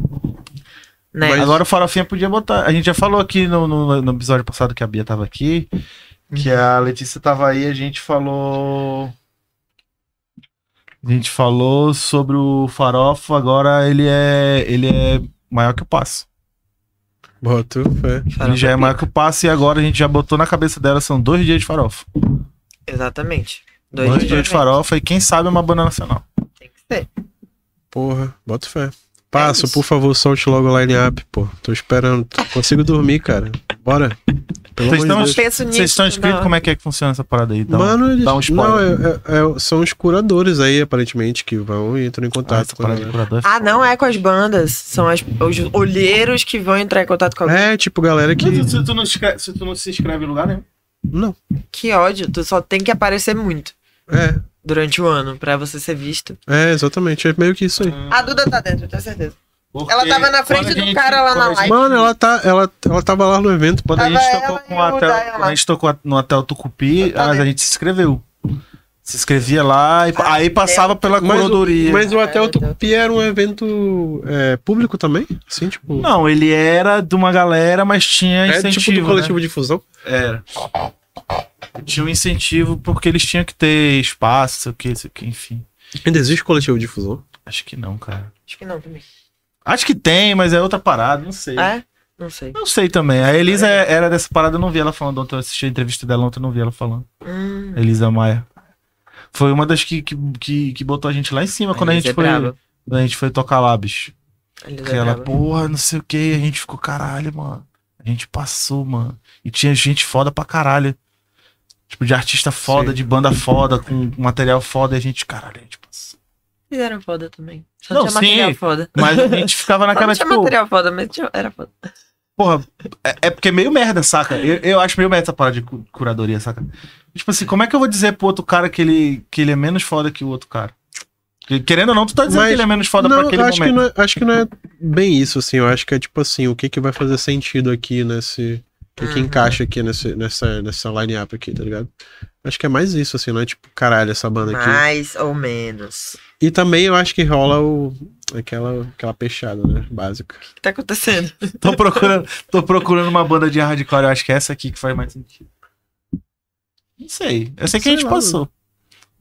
S2: né?
S4: Mas-
S1: Agora o Farofinha podia botar. A gente já falou aqui no, no, no episódio passado que a Bia tava aqui, que
S5: Uhum.
S1: a Letícia tava aí, a gente falou. A gente falou sobre o Farofa, agora ele é. ele é maior que o passo.
S4: Bota fé.
S1: Ele
S2: Farofa
S1: já é
S2: Pica.
S1: maior que o passo e agora a gente já botou na cabeça dela, são dois dias de farofa.
S2: Exatamente.
S1: Dois, dias, de
S2: evento.
S1: farofa e quem sabe uma banda nacional.
S2: Tem que ser.
S4: Porra, bota fé. Passo,
S2: É isso.
S4: por favor, solte logo o line-up, pô. Tô esperando. Tô- Consigo dormir, cara. Bora.
S1: Vocês
S4: Pelo amor de
S1: estão-
S4: Deus.
S2: Eu penso nisso.
S1: Vocês estão inscritos?
S2: não.
S1: Como é que é que funciona essa parada aí? Dá um-
S4: Mano, eles...
S1: dá um
S4: não,
S1: spoiler.
S4: é- é- é- são os curadores aí, aparentemente, que vão e entram em
S1: Ah,
S4: contato
S1: essa
S4: com a
S1: parada de
S4: galera.
S1: curador é
S2: Ah, não é com as bandas. São as- os olheiros que vão entrar em contato com alguém.
S4: É, tipo, galera que.
S5: Se, tu não, escre- se tu não se inscreve em lugar nenhum.
S4: Não.
S2: Que ódio. Tu só tem que aparecer muito
S4: É,
S2: durante o ano pra você ser visto.
S4: é, exatamente. É meio que isso aí.
S2: A Duda tá dentro, eu tenho certeza.
S5: Porque
S2: Ela tava na frente
S5: quando a
S2: do cara lá na
S5: quando a
S2: live.
S4: Mano, ela tá. Ela, ela tava lá no evento.
S1: Quando a
S2: Tava
S1: gente
S2: ela
S1: tocou
S2: e
S1: com
S2: o
S1: a
S2: Dayan
S1: Tel,
S2: lá.
S1: quando a gente tocou a- no Hotel Tucupi,
S2: Tá
S1: a,
S2: dentro.
S1: gente se inscreveu. Se inscrevia lá e aí passava pela
S4: Mas o-
S1: curadoria.
S4: Mas o Hotel Tupi era um evento é, público também? Assim, tipo.
S1: Não, ele era de uma galera, mas tinha
S4: é
S1: incentivo.
S4: tipo do coletivo de fusão?
S1: né? Era. Tinha um incentivo porque eles tinham que ter espaço, sei o que, sei o que, enfim.
S4: Ainda existe coletivo de fusão?
S1: Acho que não, cara.
S2: Acho que não também.
S1: Acho que tem, mas é outra parada, não sei.
S2: É? Não sei.
S1: Não sei também. A Elisa é, era dessa parada, eu não vi ela falando ontem. Eu assisti a entrevista dela ontem, eu não vi ela falando.
S2: Hum,
S1: Elisa Maia. Foi uma das que, que, que, que botou a gente lá em cima quando a,
S2: Elisa
S1: gente
S2: é
S1: foi,
S2: braba.
S1: quando a gente foi tocar lá, bicho.
S2: Elisa é
S1: Que ela,
S2: Brava.
S1: porra, não sei o que, a gente ficou, caralho, mano. A gente passou, mano. E tinha gente foda pra caralho. Tipo, de artista foda,
S4: Sim.
S1: de banda foda, com material foda, e a gente, caralho, a gente passou.
S2: Eles eram foda também. Só
S1: Não,
S2: tinha material
S1: sim.
S2: foda.
S1: Mas a gente ficava
S2: Só não
S1: naquela,
S2: tinha
S1: tipo,
S2: material foda, mas tinha, era foda.
S1: porra, é, é porque é meio merda, saca? Eu, eu acho meio merda essa parada de cu- curadoria, saca? Tipo assim, como é que eu vou dizer pro outro cara que ele, que ele é menos foda que o outro cara? Porque, Querendo ou não, tu tá dizendo
S4: Mas-
S1: que ele é menos foda
S4: não,
S1: pra aquele
S4: acho
S1: momento.
S4: que não é, acho que não é bem isso, assim. Eu acho que é tipo assim, o que, que vai fazer sentido aqui nesse. O que, que
S2: Uhum.
S4: encaixa aqui nesse, nessa, nessa line-up aqui, tá ligado? Acho que é mais isso, assim, não é tipo, caralho, essa banda aqui.
S2: Mais ou menos.
S4: E também eu acho que rola o, aquela, aquela peixada, né? Básica.
S2: O que tá acontecendo?
S1: Tô procurando, tô procurando uma banda de hardcore, eu acho que é essa aqui que faz mais sentido. Não sei. Eu sei que
S4: Sei
S1: a gente
S4: lá,
S1: passou.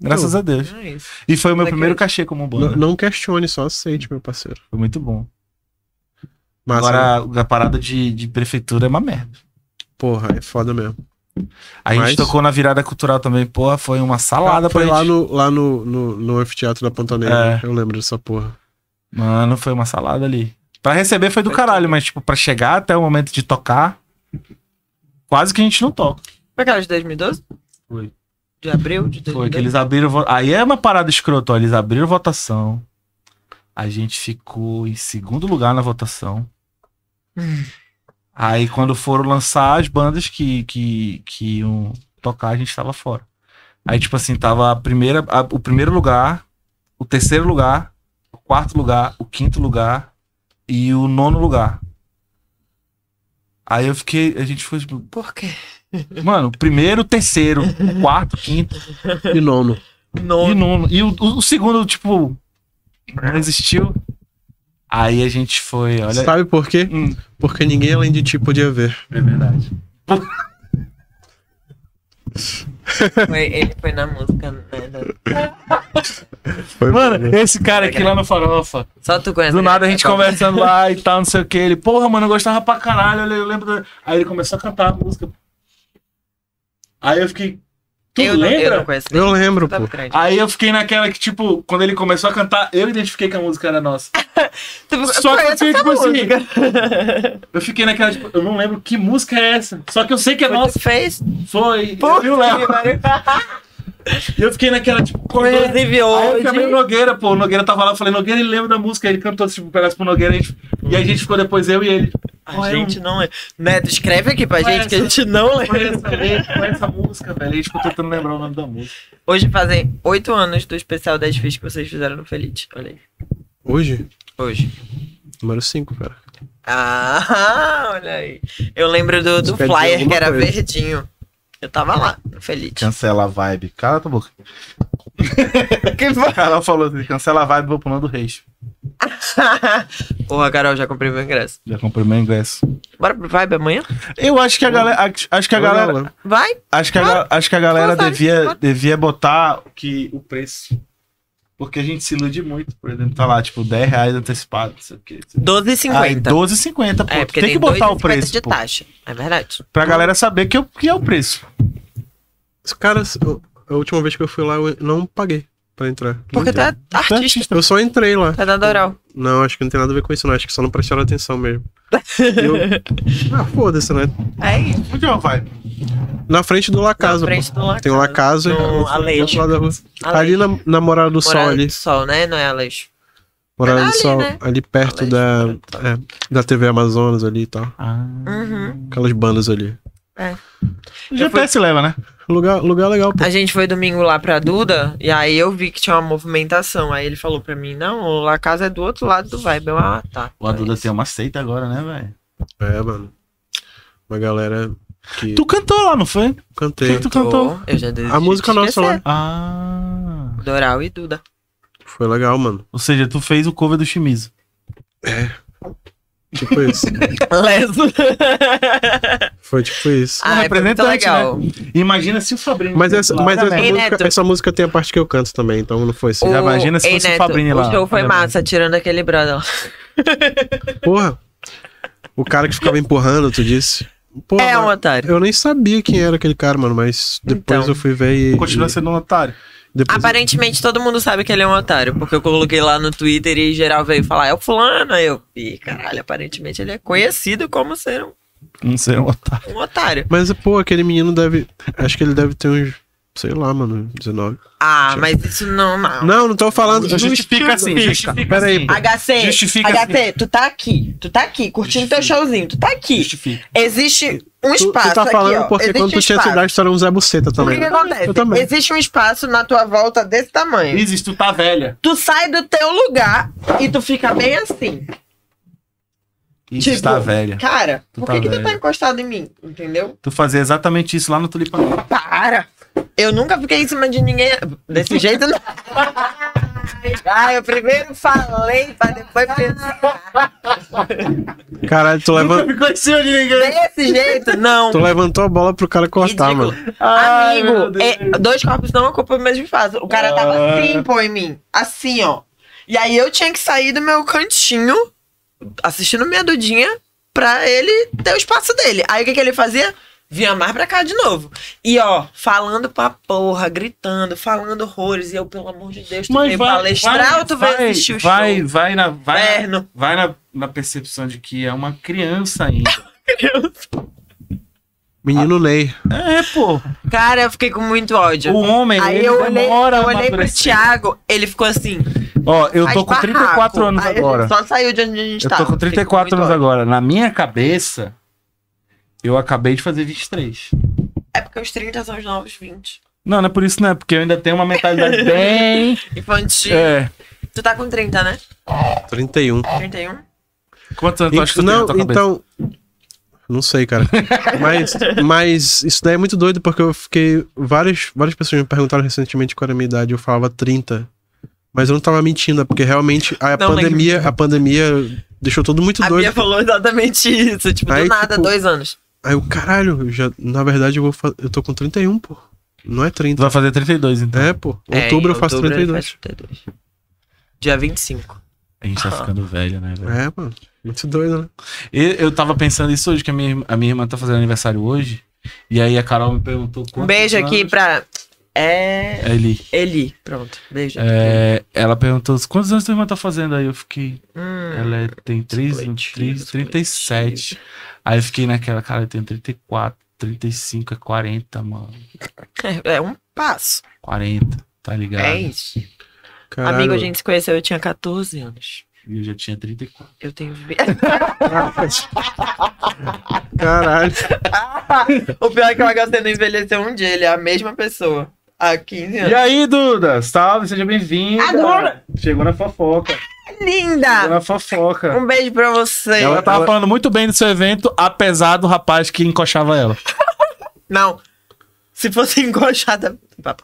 S1: Graças
S4: Não.
S1: a Deus. né?
S2: É isso.
S1: E foi o meu
S2: Como é que
S1: primeiro
S2: é?
S1: cachê como
S4: N-
S1: banda.
S4: não questione, só aceite, meu parceiro.
S1: Foi muito bom.
S4: Mas, né?
S1: Agora, a parada de, de prefeitura é uma merda.
S4: porra, é foda mesmo.
S1: A gente
S4: Mas-
S1: tocou na virada cultural também, porra, foi uma salada
S4: foi
S1: pra
S4: lá
S1: gente.
S4: no, lá no, no, no anfiteatro da Pantaneira.
S1: É.
S4: Eu lembro dessa porra.
S1: Mano, foi uma salada ali. Pra receber foi do caralho, mas, tipo, pra chegar até o momento de tocar, quase que a gente não toca.
S2: Foi aquela de 2012?
S1: Foi.
S2: De abril de
S1: Foi
S2: 2012?
S1: que eles abriram. vo- Aí é uma parada escrota, ó. Eles abriram votação. A gente ficou em segundo lugar na votação. Aí, quando foram lançar as bandas que, que, que iam tocar, a gente tava fora. Aí, tipo assim, tava a primeira, a- o primeiro lugar, o terceiro lugar, o quarto lugar, o quinto lugar e o nono lugar. Aí eu fiquei, a gente foi, tipo,
S2: Por quê?
S1: mano, o primeiro, o terceiro, o quarto, o quinto.
S4: E nono.
S1: E,
S2: Nono.
S1: nono. E o, o- o segundo, tipo, não existiu. Aí a gente foi, olha.
S4: Sabe por quê?
S1: Hum.
S4: Porque ninguém além de ti podia ver.
S5: É verdade.
S2: Foi- ele foi na música, né? da-
S4: Foi
S5: né?
S1: Mano, esse cara aqui lá no Farofa.
S2: Só tu conhece.
S1: Do
S2: ele,
S1: nada a
S2: né?
S1: gente
S2: Só-
S1: conversando lá e tal, não sei o que. Ele, porra, mano, eu gostava pra caralho. Eu lembro. da-" Aí ele começou a cantar a música. Aí eu fiquei. Tu
S2: eu, não-
S1: lembra?
S2: eu não conheço.
S4: Eu lembro, pô.
S2: Tá grande.
S1: Aí eu fiquei naquela que, tipo, quando ele começou a cantar, eu identifiquei que a música era nossa.
S2: Tu-
S1: Só que eu
S2: conhece
S1: fiquei, tipo
S2: É, essa música.
S1: assim. Eu fiquei naquela, tipo, eu não lembro que música é essa. Só que eu sei que é
S2: Foi tu
S1: nossa.
S2: que fez?
S1: Foi. eu vi o Léo. E eu fiquei naquela, tipo, correndo.
S2: Inclusive
S1: Aí eu chamei o
S2: hoje.
S1: Nogueira, pô. O Nogueira tava lá, eu falei, Nogueira, ele lembra da música. Ele cantou, tipo, um pedaço pro Nogueira. a gente- E aí a gente ficou depois, eu e ele.
S2: A gente não lembra. Neto, escreve aqui pra gente que a gente não
S1: Foi
S2: lembra.
S1: é. essa, letra, foi essa música, velho. E
S5: Tipo,
S1: a gente ficou tentando lembrar o nome da música.
S2: Hoje fazem oito anos do especial 10 Fiz que vocês fizeram no Feliz. Olha aí.
S4: Hoje?
S2: Hoje.
S4: Número 5, cara.
S2: Ah, olha aí. Eu lembro do, do
S4: Você perdeu
S2: flyer que
S4: alguma
S2: era
S4: coisa.
S2: verdinho. Eu tava lá, no Feliz.
S1: Cancela a vibe. Cala tua boca. Quem foi? Ela falou assim, cancela a vibe, vou pro Nando Reis.
S4: Tá.
S2: Porra, Carol, já comprei meu ingresso.
S1: Já comprei meu ingresso.
S2: Bora pro Vibe amanhã?
S1: Eu acho que a galera... Acho, acho que a galera...
S2: Vai?
S1: Acho que a, ga- acho que a galera
S2: Claro,
S1: devia,
S2: claro.
S1: devia botar que, o preço. Porque a gente se ilude muito. Por exemplo, tá lá, tipo, 10 reais antecipado, não sei o quê. Aí,
S2: 12,50.
S1: 12,50, pô.
S2: É,
S1: Tu
S2: porque
S1: tem, que botar o
S2: 2,50
S1: preço,
S2: de
S1: pô,
S2: taxa. É verdade.
S1: pra galera saber que, é o- que é o preço.
S4: Os caras, eu- a última vez que eu fui lá, eu não paguei pra entrar.
S2: Porque
S4: Não
S2: tu é artista,
S4: Eu só entrei lá.
S2: tá dando oral.
S4: Não, acho que não tem nada a ver com isso, não. Acho que só não prestaram atenção mesmo. Eu- Ah, foda-se, né?
S2: É isso.
S1: Onde é o vai?
S4: Na frente do La Casa. pô.
S2: frente do La
S4: Tem o La
S2: Casa.
S4: Casa e
S2: No
S4: do
S2: Aleixo.
S4: outro lado da rua.
S2: Aleixo.
S4: Ali na, na Morada do Sol,
S2: Morada
S4: ali.
S2: do Sol, né? Não é, Alex?
S4: Morada do
S2: Ali,
S4: Sol.
S2: né?
S4: Ali perto
S2: Aleixo,
S4: da,
S2: Morada do Sol.
S4: é, da TV Amazonas ali e tal.
S1: Ah.
S2: Uhum.
S4: Aquelas bandas ali.
S1: O GPS leva, né?
S4: Lugar, lugar legal, pô.
S2: A gente foi domingo lá pra Duda, e aí eu vi que tinha uma movimentação. Aí ele falou pra mim, não, o La Casa é do outro lado do Vibe. Eu, ah, tá.
S1: O Aduda tem uma seita agora, né, velho?
S4: É, mano. Uma galera que
S1: Tu cantou lá, não foi? O que,
S4: cantei.
S1: que tu
S2: Tô,
S1: cantou?
S2: Eu já desisti
S4: A música
S2: de
S4: nossa
S2: esquecer.
S1: Ah.
S2: Doral e Duda.
S4: Foi legal, mano. É.
S1: Ou seja, tu fez o cover do Shimizu.
S4: Tipo isso.
S2: Leso.
S4: Foi tipo isso.
S2: ah, é muito
S1: representante, né?
S2: legal.
S1: Imagina se o Fabrini.
S4: Mas, essa, mas essa,
S2: Ei, Neto.
S4: música, essa música tem a parte que eu canto também, então não foi assim.
S1: Já imagina se
S2: Ei,
S1: fosse o
S2: Neto,
S1: Fabrini lá. né,
S2: O show foi
S1: Olha,
S2: massa, tirando aquele brother lá.
S4: Porra, o cara que ficava empurrando, tu disse? Pô,
S2: é um
S4: mano,
S2: otário.
S4: eu nem sabia quem era aquele cara, mano, mas depois
S2: Então. Ah.
S4: eu fui ver e.
S1: Continua sendo um otário.
S4: e depois
S2: Aparentemente todo mundo sabe que ele é um otário, porque eu coloquei lá no Twitter e geral veio falar, é o fulano. Aí eu, ih, caralho, aparentemente ele é conhecido como ser um,
S1: Não sei, um otário.
S2: um otário.
S4: Mas, pô, aquele menino deve. Acho que ele deve ter uns. Sei lá, mano, 19.
S2: Ah, mas isso não. não.
S4: Não, então, não tô falando.
S1: Justifica assim, justifica. Pera aí, pô.
S2: HC,
S1: Justifica
S2: HC,
S4: assim.
S2: tu tá aqui, tu tá aqui, curtindo teu showzinho, tu tá aqui.
S1: Justifica.
S2: Existe um
S4: Tu, tu
S2: espaço
S4: tá falando
S2: aqui, ó.
S4: porque
S2: Existe
S4: quando
S2: um
S4: tu tinha essa
S2: espaço.
S4: idade, tu era um Zé Buceta
S2: O que,
S4: também.
S2: que acontece?
S4: Eu também.
S2: Existe um espaço na tua volta desse tamanho.
S1: Isis, tu tá velha.
S2: Tu sai do teu lugar e tu fica bem assim.
S1: Isis
S2: Tipo,
S1: tá
S4: É.
S1: velha.
S2: Cara,
S1: Tu
S2: por
S1: tá
S2: que, que tu
S1: velho.
S2: tá encostado em mim? Entendeu?
S1: Tu fazia exatamente isso lá no Tulipanã.
S2: Para! Eu nunca fiquei em cima de ninguém desse jeito, não. Ah, eu primeiro falei pra depois pensar.
S4: Caralho, tu, levan-
S1: ficou em cima de ninguém.
S2: Desse jeito, não.
S4: tu levantou a bola pro cara cortar,
S2: Ridículo.
S4: mano.
S1: Ai, meu
S2: Amigo,
S1: Deus.
S2: é, dois corpos não ocupam o mesmo espaço. O cara tava
S1: Ah.
S2: assim, pô, em mim. Assim, ó. E aí eu tinha que sair do meu cantinho, assistindo minha dudinha, pra ele ter o espaço dele. Aí o que, que ele fazia? Vinha mais pra cá de novo. E ó, falando pra porra, gritando, falando horrores. E eu, pelo amor de Deus, tu veio palestrar ou tu veio
S5: vai,
S2: assistir o
S5: vai,
S2: show?
S5: vai na, vai,
S2: Inferno.
S5: vai na, na percepção de que é uma criança ainda.
S4: Menino Ney.
S5: É, pô.
S2: Cara, eu fiquei com muito ódio.
S5: O homem,
S2: Aí
S5: ele
S2: eu olhei,
S5: demora
S2: eu
S5: a
S2: olhei pro
S5: amadurecer.
S2: Thiago, ele ficou assim.
S5: Ó, eu
S2: faz
S5: tô com
S2: barraco.
S5: 34 anos
S2: Aí a gente
S5: agora.
S2: Só saiu de onde a gente tá. tava.
S5: Eu tô com
S2: Fiquei
S5: 34
S2: muito
S5: anos
S2: ódio.
S5: agora. Na minha cabeça, eu acabei de fazer 23.
S2: É porque os 30 são os novos 20.
S5: Não, não é por isso, não. É porque eu ainda tenho uma mentalidade bem.
S2: Infantil.
S5: É.
S2: Tu tá com 30, né?
S4: 31.
S2: 31.
S5: Quantos anos tu acha que tu tem na
S4: não,
S5: tua cabeça?
S4: então. Não sei, cara. mas, mas isso daí é muito doido, porque eu fiquei. Várias, várias pessoas me perguntaram recentemente qual era a minha idade. Eu falava 30. Mas eu não tava mentindo, é porque realmente a
S2: Não, mas-
S4: pandemia. A pandemia deixou todo muito
S2: A
S4: doido.
S2: Bia falou exatamente isso. Tipo,
S4: Aí,
S2: do nada,
S4: tipo,
S2: dois anos.
S4: Aí eu, caralho, eu já, na verdade eu vou fa- Eu tô com 31, pô. Não é 30.
S5: Tu vai fazer 32, então.
S4: É, pô.
S2: É,
S4: Outubro,
S2: em
S4: eu faço
S2: outubro ele
S4: 32.
S2: faz 32. Dia 25.
S5: A gente
S1: Ah."
S5: tá ficando velho, né, velho?
S4: É, mano. Muito doido, né?
S5: Eu, eu tava pensando isso hoje, que a minha, irmã- a minha irmã tá fazendo aniversário hoje. E aí a Carol me perguntou
S2: Um
S5: quantos
S2: beijo aqui
S5: anos-
S2: pra. É.
S5: Eli.
S2: Eli. Pronto. Beijo. aqui pra ele.
S5: É, ela perguntou quantos anos tua irmã tá fazendo aí. Eu fiquei.
S2: Hum,
S5: Ela é- tem 3,
S2: coletivos,
S5: 3, 37. Aí eu fiquei naquela, cara, eu tenho 34, 35, é 40, mano.
S2: é um passo.
S5: 40, tá ligado?
S2: É isso.
S4: Caralho.
S2: Amigo, a gente se conheceu, eu tinha 14 anos.
S5: E eu já tinha 34.
S2: Eu tenho. vi-
S4: Caralho.
S2: o pior é que o HC não envelheceu um dia, ele é a mesma pessoa. Há 15 anos.
S5: E aí, Duda? Salve, seja bem-vinda.
S2: Agora!
S5: Chegou na fofoca. Chegou
S2: Linda!
S5: na fofoca.
S2: Um beijo pra você.
S5: Ela tava falando muito bem do seu evento, apesar do rapaz que encoxava ela.
S2: Não. Se fosse encoxada. papo,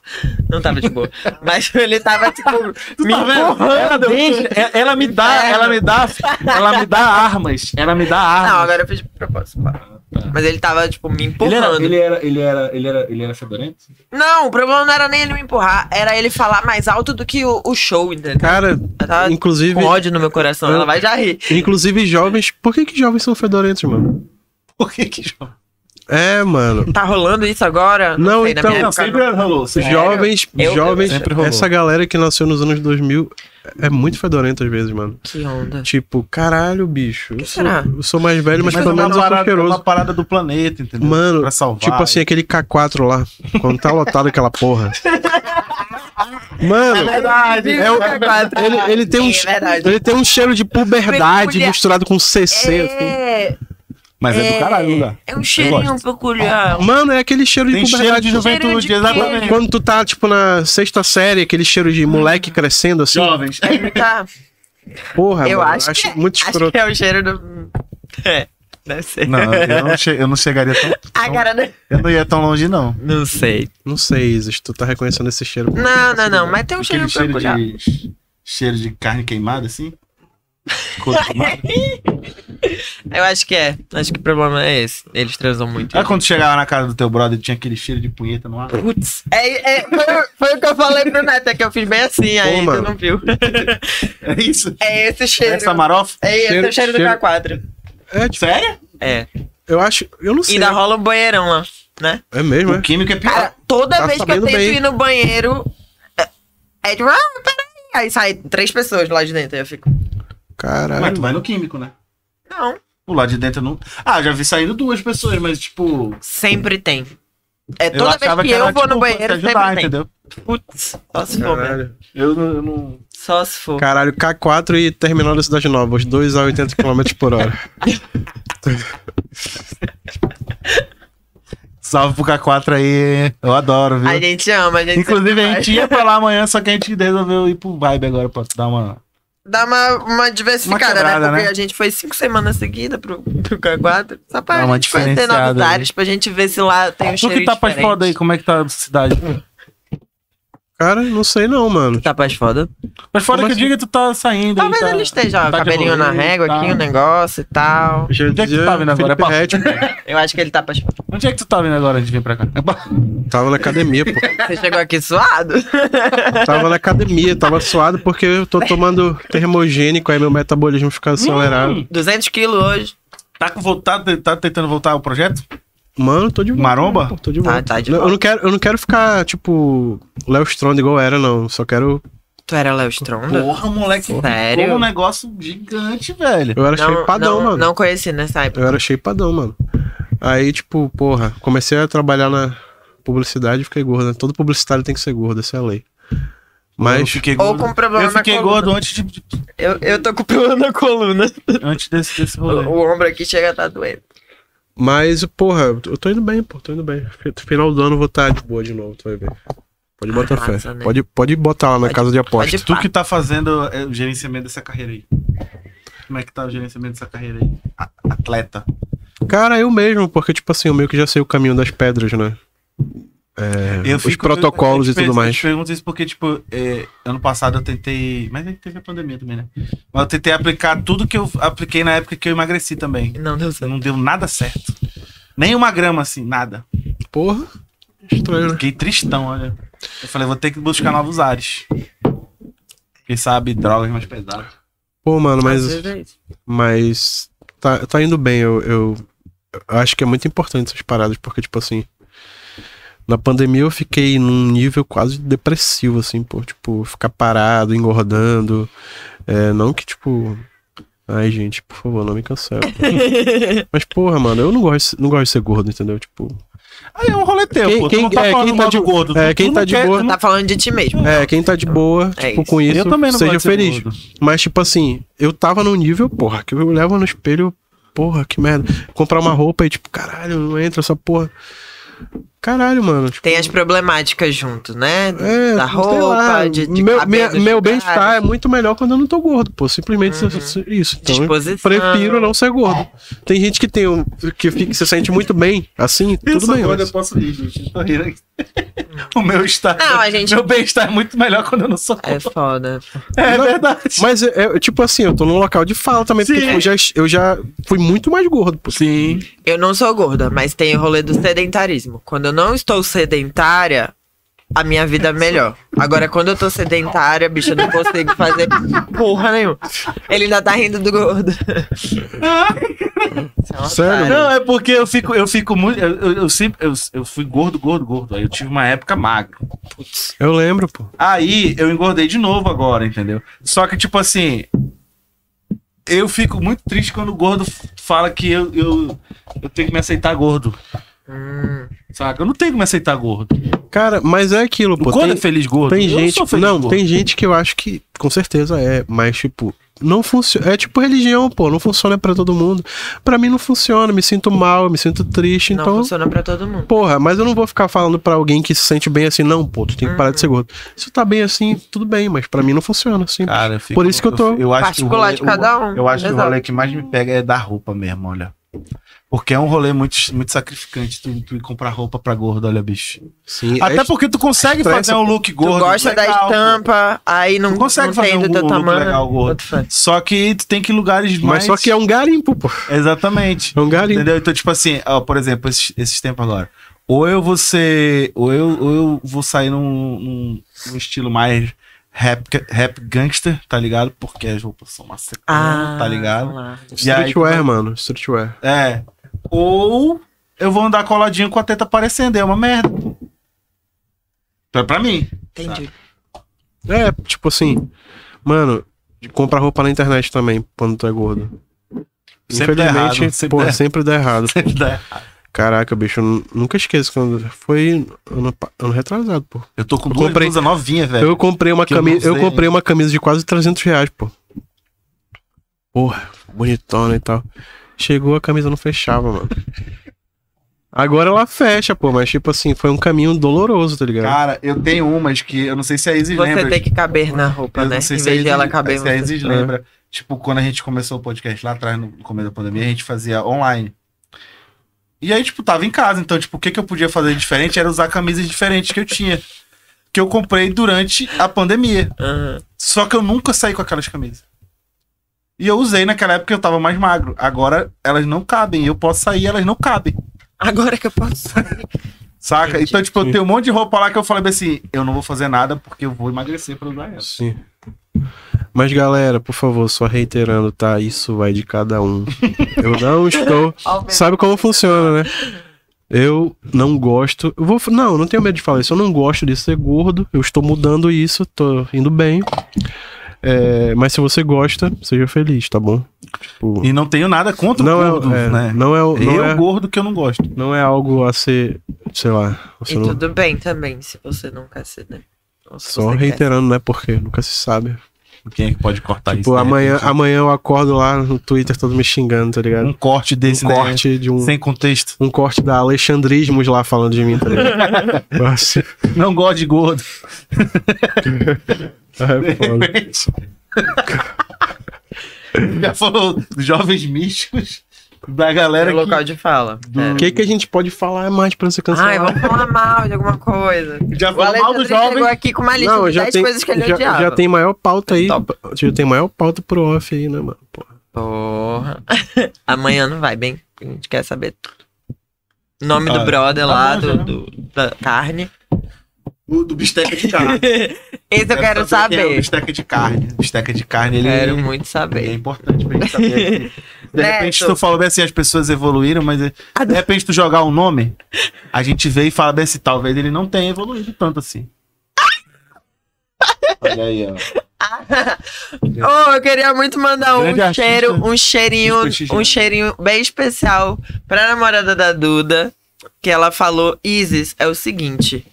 S2: Não tava de boa. Mas ele tava, tipo,
S5: tá
S2: me
S5: Ela,
S2: empurrando.
S5: deixa- é- ela me dá, ela me dá, ela me dá armas. Ela me dá armas.
S2: Não, agora eu fiz de propósito. claro. Mas ele tava, tipo, me empurrando.
S5: ele era, ele era, ele era, ele era, ele era fedorento?
S2: Não, o problema não era nem ele me empurrar, era ele falar mais alto do que o, o show, entendeu?
S4: Cara,
S2: Eu tava
S4: inclusive.
S2: com ódio no meu coração, ela vai já rir.
S4: Inclusive, jovens. Por que, que jovens são fedorentos, mano?
S5: Por que que jovem?
S4: É, mano.
S2: Tá rolando isso agora?
S4: Não,
S2: sei, na
S4: então,
S2: minha
S5: Não,
S2: época
S5: sempre rolou. sempre-
S4: Jovens,
S2: Eu-
S4: jovens,
S5: Sempre rolou.
S4: essa galera que nasceu nos anos 2000 é muito fedorenta às vezes, mano.
S2: Que onda.
S4: Tipo, caralho, bicho. eu
S2: que
S4: sou-
S2: será?
S4: Eu sou mais velho, mas,
S5: Mas é
S4: pelo
S5: uma
S4: menos eu sou
S5: parada, é
S4: cheiroso.
S5: uma parada do planeta, entendeu?
S4: Mano,
S5: pra salvar.
S4: Tipo assim, aquele K4 lá, quando tá lotado aquela porra. Mano,
S2: verdade.
S4: é o- ele, ele tem um,
S2: É verdade.
S4: ele tem um cheiro de puberdade
S2: Peculiar.
S4: misturado com CC. assim.
S2: É,
S5: Mas é, do caralho, não dá.
S2: é um cheirinho peculiar.
S4: Mano, é aquele cheiro de
S1: Tem cheiro
S4: puberdade.
S1: de
S2: Cheiro de
S1: juventude,
S2: quê?
S5: É.
S1: exatamente.
S4: Quando tu tá, tipo, na sexta série, aquele cheiro de
S5: Uhum.
S4: moleque crescendo, assim.
S5: Jovens.
S2: Ele tá-
S4: Porra,
S2: eu
S4: mano,
S2: acho, que,
S4: muito
S2: acho
S4: escroto.
S2: que é o cheiro do... É, deve ser.
S1: Não, eu não, che- eu não chegaria tão.
S2: A cara do...
S1: Eu não ia tão longe, não.
S2: Não sei.
S4: Não sei, Isis, tu tá reconhecendo esse cheiro.
S2: Não, não, não, mas tem um
S1: Aquele
S2: cheirinho
S1: cheiro
S2: peculiar.
S1: de. Cheiro de carne queimada, assim? Coisa queimada.
S2: Eu acho que é. Acho que o problema é esse. Eles transam muito.
S1: Sabe quando tu chegava na casa do teu brother e tinha aquele cheiro de punheta no ar?
S2: Putz. É, é, foi, o- foi o que eu falei pro Neto, é que eu fiz bem assim, aí tu
S4: mano.
S2: não viu.
S1: É isso?
S2: É esse cheiro.
S1: Essa marofa?
S2: É esse
S4: cheiro-
S2: o cheiro do
S4: cheiro-
S2: K4.
S4: É, tipo,
S1: Sério?
S2: É.
S4: eu acho. Eu não
S2: E
S4: sei.
S2: ainda rola um banheirão lá, né?
S4: É mesmo, é?
S1: O químico é
S2: Cara,
S1: pior.
S2: toda
S4: tá
S2: vez que eu
S4: sabendo
S2: tento
S4: bem.
S2: ir no banheiro, é, é tipo, ah, peraí. Aí sai três pessoas lá de dentro, aí eu fico,
S5: hum.
S1: Mas
S4: é? Caralho.
S1: tu vai no químico, né?
S2: não.
S1: O lá de dentro eu não. Ah, já vi saindo duas pessoas, mas tipo.
S2: Sempre tem. É
S1: eu
S2: toda vez
S1: achava
S2: que eu
S1: era,
S2: vou no
S1: tipo, pra te
S2: banheiro,
S1: ajudar,
S2: sempre tem.
S1: entendeu?
S2: Putz, só se for, né?
S4: Caralho.
S5: Eu não. eu não-
S2: Só se for.
S4: Caralho, K4 e Terminal da Cidade Nova, os dois a 80 km por hora.
S1: Salve pro K4 aí. Eu adoro, viu?
S2: A gente ama, a gente
S1: Inclusive,
S2: sempre
S1: a
S2: vai.
S1: gente ia pra lá amanhã, só que a gente resolveu ir pro vibe agora pra dar uma.
S2: Dá uma, uma diversificada,
S1: Uma quebrada,
S2: né? Porque
S1: né?
S2: a gente foi cinco semanas seguidas pro, pro K4. Só pra
S1: Dá uma
S2: gente conhecer
S1: diferenciada
S2: novos
S1: ali.
S2: ares, pra gente ver se lá tem um
S5: Tu
S2: cheiro
S5: que tá pras
S2: diferente.
S5: foda aí, como é que tá a cidade?
S4: Cara, não sei não, mano.
S2: Tá pras foda?
S5: Mas fora
S4: Como
S5: que eu
S4: assim?
S5: diga, tu tá saindo.
S2: Talvez
S5: tá...
S2: ele esteja, ó,
S5: tá de
S2: cabelinho
S5: rolê
S2: na
S5: e
S2: régua
S5: tal.
S2: aqui, o negócio e tal.
S4: Já
S5: Onde é que tu
S4: dizia
S5: tá vindo agora?
S4: Felipe
S5: É pra-
S4: Ret, pô.
S2: Eu acho que ele tá pras foda.
S5: Onde é que tu tá vindo agora antes de vir pra cá?
S4: Tava na academia, pô.
S2: Você chegou aqui suado?
S4: Tava na academia, tava suado porque eu tô tomando termogênico, aí meu
S5: Hum.
S4: metabolismo fica acelerado.
S2: 200 quilos hoje.
S1: Tá, com, tá, tá tentando voltar o projeto?
S4: Mano, tô de volta.
S1: Maromba?
S4: né, pô, tô de
S2: Tá-
S4: volta.
S2: tá de
S4: Não, Eu,
S2: volta.
S4: não quero, eu não quero ficar, tipo, Léo Stronda igual era, não. Só quero.
S2: Tu era Léo Stronda?
S1: Porra, moleque.
S2: Sério?
S1: Ficou um negócio gigante, velho.
S4: Eu era
S2: Não,
S4: shapeadão,
S2: não,
S4: mano.
S2: não conheci nessa época.
S4: Eu era shapeadão, mano. Aí, tipo, porra, comecei a trabalhar na publicidade e fiquei gordo. né? Todo publicitário tem que ser gordo, essa é a lei.
S1: Eu
S4: Mas.
S1: fiquei
S2: Ou
S1: gordo.
S2: com problema
S1: Eu fiquei
S2: na coluna.
S1: gordo antes, de, de-
S2: Eu, eu tô com problema na coluna.
S1: antes desse, desse
S2: O,
S1: rolê.
S2: o ombro aqui chega a tá doendo.
S4: Mas, porra, eu tô indo bem, pô, tô indo bem. Fi- Final do ano eu vou estar de boa de novo, tu vai ver. Pode botar
S2: Arrasa,
S4: fé.
S2: né?
S4: Pode, pode botar lá na
S2: Pode-
S4: casa de aposta.
S2: Pode
S1: Tu
S2: pá.
S1: que tá fazendo é, o gerenciamento dessa carreira aí. Como é que tá o gerenciamento dessa carreira aí? A- atleta.
S4: Cara, eu mesmo, porque, tipo assim, eu meio que já sei o caminho das pedras, né? É, os protocolos
S1: eu- eu
S4: e
S1: te per-
S4: tudo
S1: Eu
S4: mais.
S1: te pergunto isso porque, tipo, é, ano passado eu tentei. Mas aí teve a pandemia também, né? Mas eu tentei aplicar tudo que eu apliquei na época que eu emagreci também.
S2: Não deu certo.
S1: Não deu nada certo. Nem uma grama, assim, nada.
S4: Porra, estranho, né?
S1: Fiquei tristão, olha. Eu falei, vou ter que buscar novos ares. Quem sabe drogas mais pesadas.
S4: Pô, mano,
S2: Às
S4: mas.
S2: vezes é isso.
S4: Mas tá, tá indo bem. Eu, eu, eu acho que é muito importante essas paradas, porque, tipo assim, na pandemia eu fiquei num nível quase depressivo, assim, pô, tipo, ficar parado, engordando. É, não que, tipo. Ai, gente, por favor, não me cancela. Mas, porra, mano, eu não gosto, de ser- não gosto de ser gordo, entendeu? Tipo.
S1: Aí é um rolê teu,
S4: Quem-
S1: pô.
S4: quem-
S1: tu não tá
S4: é,
S1: falando
S4: quem tá
S1: mal
S4: de-
S1: do gordo.
S4: é,
S1: Tu-
S4: quem
S1: tu
S4: tá
S1: não
S4: de
S1: quer-
S4: boa-
S1: tu não-
S2: Tá falando de ti mesmo.
S4: É, quem tá de boa,
S2: É
S4: tipo,
S2: isso.
S4: com isso,
S1: eu também não
S4: seja
S1: gosto de ser
S4: feliz.
S1: gordo.
S4: Mas, tipo assim, eu tava num nível, porra, que eu levo no espelho, porra, que merda. Comprar uma roupa e, tipo, caralho, não entra essa porra. Caralho, mano. Tipo,
S2: Tem as problemáticas junto, né?
S4: é,
S2: da
S4: sei
S2: roupa,
S4: lá,
S2: de, de
S4: meu,
S2: cabelo,
S4: minha-
S2: de
S4: meu
S2: cara, Uhum.
S4: bem-estar é muito melhor quando eu não tô gordo, pô. Simplesmente isso- isso. Então, eu
S2: Disposição.
S4: prefiro não ser gordo. Tem gente que tem um, que fica- se sente muito bem, assim,
S1: Eu
S4: tudo
S1: sou
S4: bem.
S1: gordo,
S4: mas-
S1: eu posso rir, gente. Eu tô rindo aqui. o meu estar.
S2: Não, a gente-
S1: Meu bem-estar é muito melhor quando eu não sou
S2: É
S1: gordo.
S2: foda.
S1: É, verdade.
S4: Mas, é, é, tipo assim, eu tô num local de fala também,
S1: Sim.
S4: porque tipo, eu, já, eu já fui muito mais gordo, pô.
S1: Sim.
S2: Eu não sou gorda, mas tem o rolê do sedentarismo. Quando eu não estou sedentária, a minha vida é melhor. Agora, quando eu tô sedentária, bicho, eu não consigo fazer porra nenhuma. Ele ainda tá rindo do gordo. Isso é um
S4: Sério?
S2: otário.
S1: Não, é porque eu fico, eu fico muito. Eu, eu, eu sempre. Eu, eu fui gordo, gordo, gordo. Aí eu tive uma época magro.
S4: Eu lembro, pô.
S1: Aí eu engordei de novo agora, entendeu? Só que, tipo assim. Eu fico muito triste quando o gordo f- fala que eu, eu, eu tenho que me aceitar gordo.
S2: Hum,
S1: Saca? Eu não tenho que me aceitar gordo.
S4: Cara, mas é aquilo,
S1: O
S4: pô.
S1: gordo
S4: tem-
S1: é feliz gordo.
S4: Tem
S1: eu
S4: gente,
S1: sou feliz
S4: não,
S1: gordo.
S4: tem gente que eu acho que com certeza é, mas tipo, não funciona, é tipo religião, pô, não funciona pra todo mundo. Pra mim não funciona, me sinto mal, eu me sinto triste,
S2: Não
S4: então
S2: funciona pra todo mundo.
S4: Porra, mas eu não vou ficar falando pra alguém que se sente bem assim, não, pô, tu tem que parar de ser gordo. Se tá bem assim, tudo bem, mas pra mim não funciona assim.
S1: Cara, eu fico-
S4: Por isso que eu tô-
S1: acho que o
S2: Particular de
S1: rolê-
S2: cada um.
S1: Eu acho que o
S2: Exato.
S1: rolê que mais me pega é dar roupa mesmo, olha. Porque é um rolê muito, muito sacrificante tu, tu ir comprar roupa pra gordo, olha, bicho.
S4: Sim,
S1: Até
S4: é-
S1: porque tu consegue
S4: estressa,
S1: fazer um look gordo.
S2: tu gosta da
S1: legal,
S2: estampa, aí não,
S1: Tu consegue
S2: não
S1: fazer
S2: tem do
S1: um
S2: teu
S1: look
S2: tamanho.
S1: legal gordo.
S2: Outro fã.
S1: pô. Só que tu tem que ir em lugares mais.
S4: mas só que é um garimpo, pô.
S1: Exatamente.
S4: É um garimpo.
S1: Entendeu? Então, tipo assim, ó, por exemplo, esses, esses tempos agora. Ou eu vou ser. Ou eu, ou eu vou sair num, num- num estilo mais rap, rap gangster, tá ligado? Porque as roupas são macetantes,
S2: Ah,
S1: tá ligado?
S2: lá.
S1: E aí tu
S4: Streetwear,
S1: vai-
S4: mano, streetwear.
S1: É. Ou eu vou andar coladinho com a teta aparecendo, é uma merda. Então é pra mim.
S2: Entendi.
S4: É, tipo assim, mano, compra roupa na internet também quando tu é gordo.
S1: Sempre dá errado,
S4: Infelizmente,
S1: sempre
S4: pô,
S1: dá-
S4: sempre dá errado.
S1: Eu
S4: Caraca, bicho, eu nu- nunca esqueço quando foi ano, pa- ano retrasado, pô.
S1: tô com
S4: Eu
S1: duas
S4: comprei-
S1: blusas novinhas, velho.
S4: Eu comprei uma
S1: É, que eu
S4: camisa,
S1: não né?
S4: eu,
S1: usei
S4: comprei uma camisa de quase 300 reais, pô. Porra, bonitona e tal. Chegou a camisa não fechava, mano. Agora ela fecha, pô, mas tipo assim, foi um caminho doloroso, tá ligado?
S1: Cara, eu tenho umas que eu não sei se a Isis
S2: Você
S1: lembra.
S2: tem que caber na roupa,
S1: eu
S2: né?
S1: não sei
S2: em
S1: se a
S2: vez
S1: Isis,
S2: de ela caber em
S1: se é a
S2: você. É.
S1: Isis lembra. Tipo, quando a gente começou o podcast lá atrás, no começo da pandemia, a gente fazia online. E aí, tipo, tava em casa. Então, tipo, o que, que eu podia fazer diferente era usar camisas diferentes que eu tinha. Que eu comprei durante a pandemia.
S2: Aham.
S1: Só que eu nunca saí com aquelas camisas. E eu usei naquela época que eu tava mais magro. Agora elas não cabem. Eu posso sair, elas não cabem.
S2: Agora que eu posso.
S1: Saca?
S2: Entendi.
S1: Então, tipo, eu tenho um monte de roupa lá que eu falei bem assim: eu não vou fazer nada porque eu vou emagrecer pra usar ela.
S4: Sim. Mas galera, por favor, só reiterando, tá? Isso vai de cada um. Eu não estou. Sabe como funciona, né? Eu não gosto. Eu vou, não, eu não tenho medo de falar isso. Eu não gosto de ser gordo. Eu estou mudando isso, tô indo bem. É, mas se você gosta, seja feliz, tá bom? Tipo,
S1: E não tenho nada contra
S4: não
S1: o
S4: é,
S1: gordo,
S4: é,
S1: né?
S4: não é, o- não
S1: eu
S4: é,
S1: gordo que eu não gosto.
S4: não é algo a ser, sei lá, você
S2: E
S4: não-
S2: tudo bem também, se você não quer ser, né? Ou se
S4: só
S2: você quer.
S4: reiterando, né? Porque nunca se sabe.
S1: Quem é que pode cortar isso? Então,
S4: Tipo,
S1: de
S4: amanhã,
S1: repente?
S4: amanhã eu acordo lá no Twitter todo me xingando, tá ligado?
S1: Um corte desse,
S4: Um
S1: né?
S4: corte de um.
S1: Sem contexto.
S4: Um corte da Alexandrismos lá falando de mim, tá ligado? Nossa,
S1: Não gosto de gordo.
S4: é foda.
S1: Já falou dos jovens místicos, da
S2: Era
S1: galera
S2: É o
S1: que...
S2: local de fala. É.
S4: O que, que a gente tá pode falar mais pra ser cancelado?
S2: Ai, vamos falar mal de alguma coisa.
S1: Já
S2: O
S1: falou Tá mal do
S2: Alexandre
S1: jovem.
S2: chegou aqui com uma lista
S4: Não,
S2: de
S4: já
S2: 10
S4: tem,
S2: coisas que ele
S4: já,
S2: odiava.
S4: já tem maior pauta aí.
S2: Top.
S4: Já tem maior pauta pro off aí, né, mano? Pô.
S2: Porra. Amanhã não vai bem. A gente quer saber tudo. O nome
S1: Ah,
S2: do
S1: tá
S2: brother lá,
S1: bom,
S2: do,
S1: já.
S2: do- da carne.
S1: O do bisteca de carne.
S2: Esse eu quero
S1: Tá. quem É o
S2: saber.
S1: bisteca de carne. Bisteca de carne, ele
S2: Quero muito
S1: é
S2: saber.
S1: importante pra gente saber. é De repente,
S2: Neto.
S1: tu falou bem assim, as pessoas evoluíram, mas de repente tu jogar um nome, a gente vê e fala bem assim, talvez ele não tenha evoluído tanto assim. Olha aí, ó.
S2: Oh, eu queria muito mandar
S1: Grande
S2: um
S1: artista.
S2: cheiro, um cheirinho,
S1: Desprestigiado.
S2: um cheirinho bem especial pra namorada da Duda, que ela falou, Isis, é o seguinte.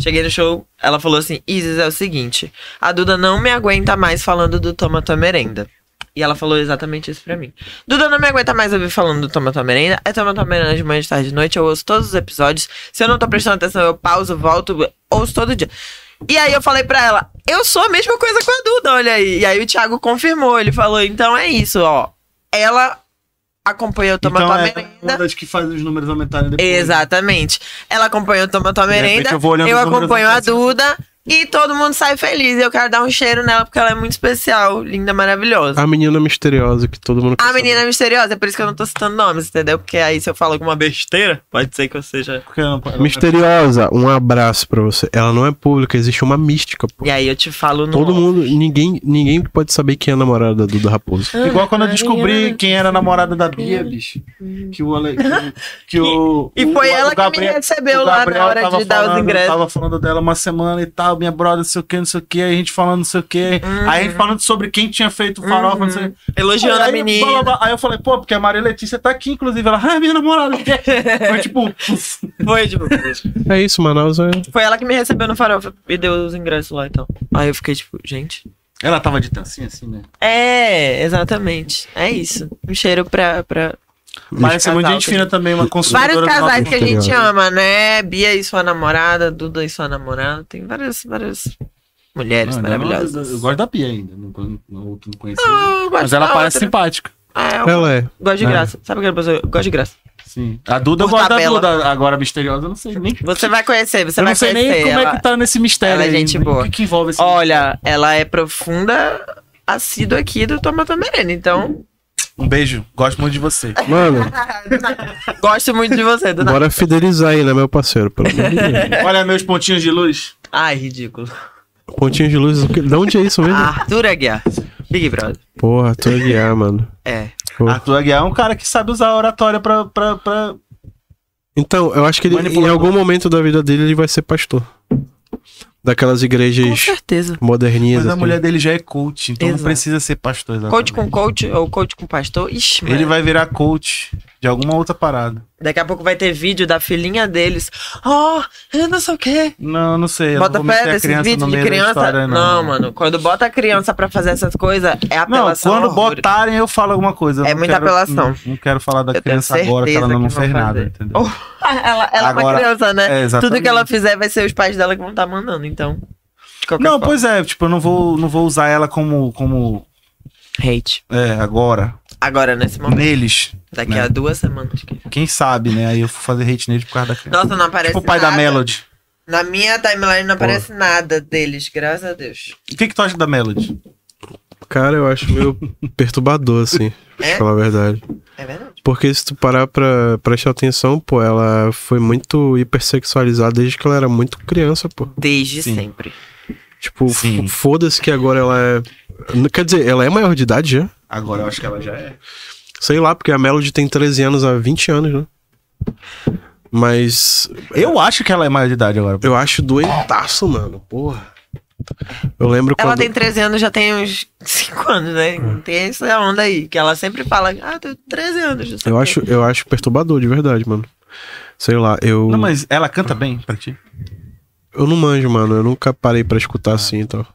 S2: Cheguei no show, ela falou assim, Isis, é o seguinte, a Duda não me aguenta mais falando do Toma Tua Merenda. E ela falou exatamente isso pra mim. Duda, não me aguenta mais ouvir falando do Toma Tua Merenda. É Toma Tua Merenda de manhã, de tarde, de noite. Eu ouço todos os episódios. Se eu não tô prestando atenção, eu pauso, volto, ouço todo dia. E aí eu falei pra ela, eu sou a mesma coisa com a Duda, olha aí. E aí o Thiago confirmou, ele falou, então é isso, ó. Ela acompanhou o Toma
S1: então,
S2: Tua
S1: é uma
S2: Merenda.
S1: das que faz os números aumentarem depois.
S2: Exatamente. Ela acompanhou o Toma Tua
S1: repente
S2: Merenda,
S1: eu vou olhando
S2: eu
S1: os números
S2: acompanho a
S1: atrás.
S2: Duda. E todo mundo sai feliz. E eu quero dar um cheiro nela, porque ela é muito especial, linda, maravilhosa.
S4: A menina misteriosa que todo mundo quer
S2: A
S4: saber.
S2: menina misteriosa, é por isso que eu não tô citando nomes, entendeu? Porque aí se eu falo alguma besteira, pode ser que eu seja.
S1: Porque ela não-
S4: Misteriosa, um abraço pra você. Ela não é pública, existe uma mística, pô.
S2: E aí eu te falo no.
S4: Todo mundo, ninguém, ninguém pode saber quem é a namorada da Duda Raposo.
S1: Igual quando eu descobri quem era a namorada da Bia, bicho. Que o Ale... que, o- que o.
S2: E foi
S1: o- o
S2: ela que me recebeu lá na hora
S1: tava
S2: de dar os
S1: falando-
S2: ingressos.
S1: Tava falando dela uma semana e tal, minha brother, não sei o que, não sei o que, a gente falando não sei o que.
S2: Uhum.
S1: Aí a gente falando sobre quem tinha feito o farofa, não sei o que.
S2: Elogiando a
S1: aí,
S2: menina.
S1: blá, blá, blá. Aí eu falei, pô, porque a Maria Letícia tá aqui, inclusive. Ela, ah, minha namorada. Foi tipo, puf,
S2: Foi, tipo,
S4: É isso, Manaus é.
S2: foi ela que me recebeu no farofa e deu os ingressos lá então. Aí eu fiquei tipo, gente.
S1: Ela tava de tancinha assim, né?
S2: É, exatamente. É isso. Um cheiro pra. pra...
S1: Mas é muito
S2: casal,
S1: gente
S2: que-
S1: fina também, uma consultora.
S2: Vários casais que a gente
S4: interior.
S2: ama, né? Bia e sua namorada, Duda e sua namorada. Tem várias, várias mulheres maravilhosas.
S1: Ah, Eu gosto da Bia ainda, não, não, não conheci.
S2: Eu gosto
S5: Mas ela
S2: Ah, da
S5: parece
S2: outra.
S5: simpática.
S2: Ah, eu
S4: Ela é.
S2: gosto de
S4: É.
S2: graça. Sabe aquela pessoa? Eu gosto de graça.
S1: Sim. A Duda eu
S2: Por
S1: gosto da
S2: tabela.
S1: Duda, agora misteriosa, eu não sei nem.
S2: Você vai conhecer, você
S1: eu
S2: vai
S1: não sei
S2: conhecer.
S1: nem como
S2: ela.
S1: é que tá nesse mistério.
S2: ela é
S1: aí,
S2: gente
S1: né?
S2: boa.
S1: O que, que envolve esse
S2: Olha, ela é profunda assídua aqui do Tomata Merenda, então
S1: Um beijo. Gosto muito de você.
S4: Mano,
S2: gosto muito de você, Duda.
S4: bora fidelizar aí, né, meu parceiro? Pelo amor de Deus.
S1: Olha meus pontinhos de luz.
S2: Ai, ridículo.
S4: Pontinhos de luz, o que- de onde é isso mesmo?
S2: Arthur Aguiar, Big Brother.
S4: Porra, tô a guiar, mano.
S2: É.
S4: Pô.
S1: Arthur Aguiar é um cara que sabe usar a oratória pra. pra, pra...
S4: Então, eu acho que ele, em
S1: Manipulador.
S4: algum momento da vida dele, ele vai ser pastor. Daquelas
S2: Com
S4: igrejas
S2: certeza.
S4: moderninhas.
S1: Mas a
S4: assim.
S1: mulher dele já é coach, então
S2: Exato.
S1: não precisa ser pastor.
S2: Coach
S1: exatamente.
S2: com coach ou coach com pastor. Ixi, mano.
S1: Ele vai virar coach de alguma outra parada.
S2: Daqui a pouco vai ter vídeo da filhinha deles. Oh, eu não sei o quê.
S1: Não, não sei. eu
S2: Bota
S1: não vou meter
S2: fé
S1: a
S2: desse
S1: criança no
S2: vídeo de
S1: meio da
S2: criança.
S1: história, né?
S2: não. mano. Quando bota a criança pra fazer essas coisas, é
S1: Não,
S2: apelação.
S1: quando
S2: horror.
S1: botarem eu falo alguma coisa. Eu
S2: É
S1: não
S2: muita
S1: quero-
S2: apelação.
S1: Não, não quero falar da
S2: Eu tenho
S1: criança agora que ela
S2: certeza
S1: não
S2: que vão
S1: fez nada,
S2: fazer.
S1: entendeu?
S2: Oh, ela ela é uma
S1: Agora-
S2: criança, né?
S1: É, exatamente.
S2: Tudo que ela fizer vai ser os pais dela que vão estar mandando, então. de qualquer
S1: Não,
S2: forma.
S1: pois é, tipo, eu não vou, não vou usar ela como, como
S2: Hate.
S1: é, agora,
S2: Agora, nesse momento.
S1: neles.
S2: Daqui
S1: né?
S2: a duas semanas. que-
S1: Quem sabe, né? Aí eu fui fazer hate neles por causa da criança.
S2: Nossa, não aparece
S1: tipo o pai
S2: nada.
S1: da Melody.
S2: Na minha timeline não aparece nada deles, graças a Deus.
S1: O que, que tu acha da Melody?
S4: Cara, eu acho meio perturbador, assim, pra
S2: É?
S4: falar a verdade.
S2: É verdade.
S4: Porque se tu parar pra prestar atenção, pô, ela foi muito hipersexualizada desde que ela era muito criança, pô.
S2: Desde
S1: Sim.
S2: sempre.
S4: Tipo,
S1: Sim.
S4: f- foda-se que agora ela é. Quer dizer, ela é maior de idade já?
S1: Agora eu acho que ela já é.
S4: Sei lá, porque a Melody tem 13 anos há 20 anos, né? Mas
S1: Eu acho que ela é maior de idade agora.
S4: eu acho doentaço, mano. Porra. Eu lembro
S2: Ela
S4: quando.
S2: tem 13 anos, já tem uns 5 anos, né?
S1: Hum.
S2: Tem essa onda aí, que ela sempre fala, ah, tenho 13 anos. não sei
S4: Eu
S2: o quê."
S4: acho, eu acho perturbador, de verdade, mano. Sei lá, eu.
S1: Não, mas ela canta bem pra ti.
S4: Eu não manjo, mano. Eu nunca parei pra escutar assim e tal.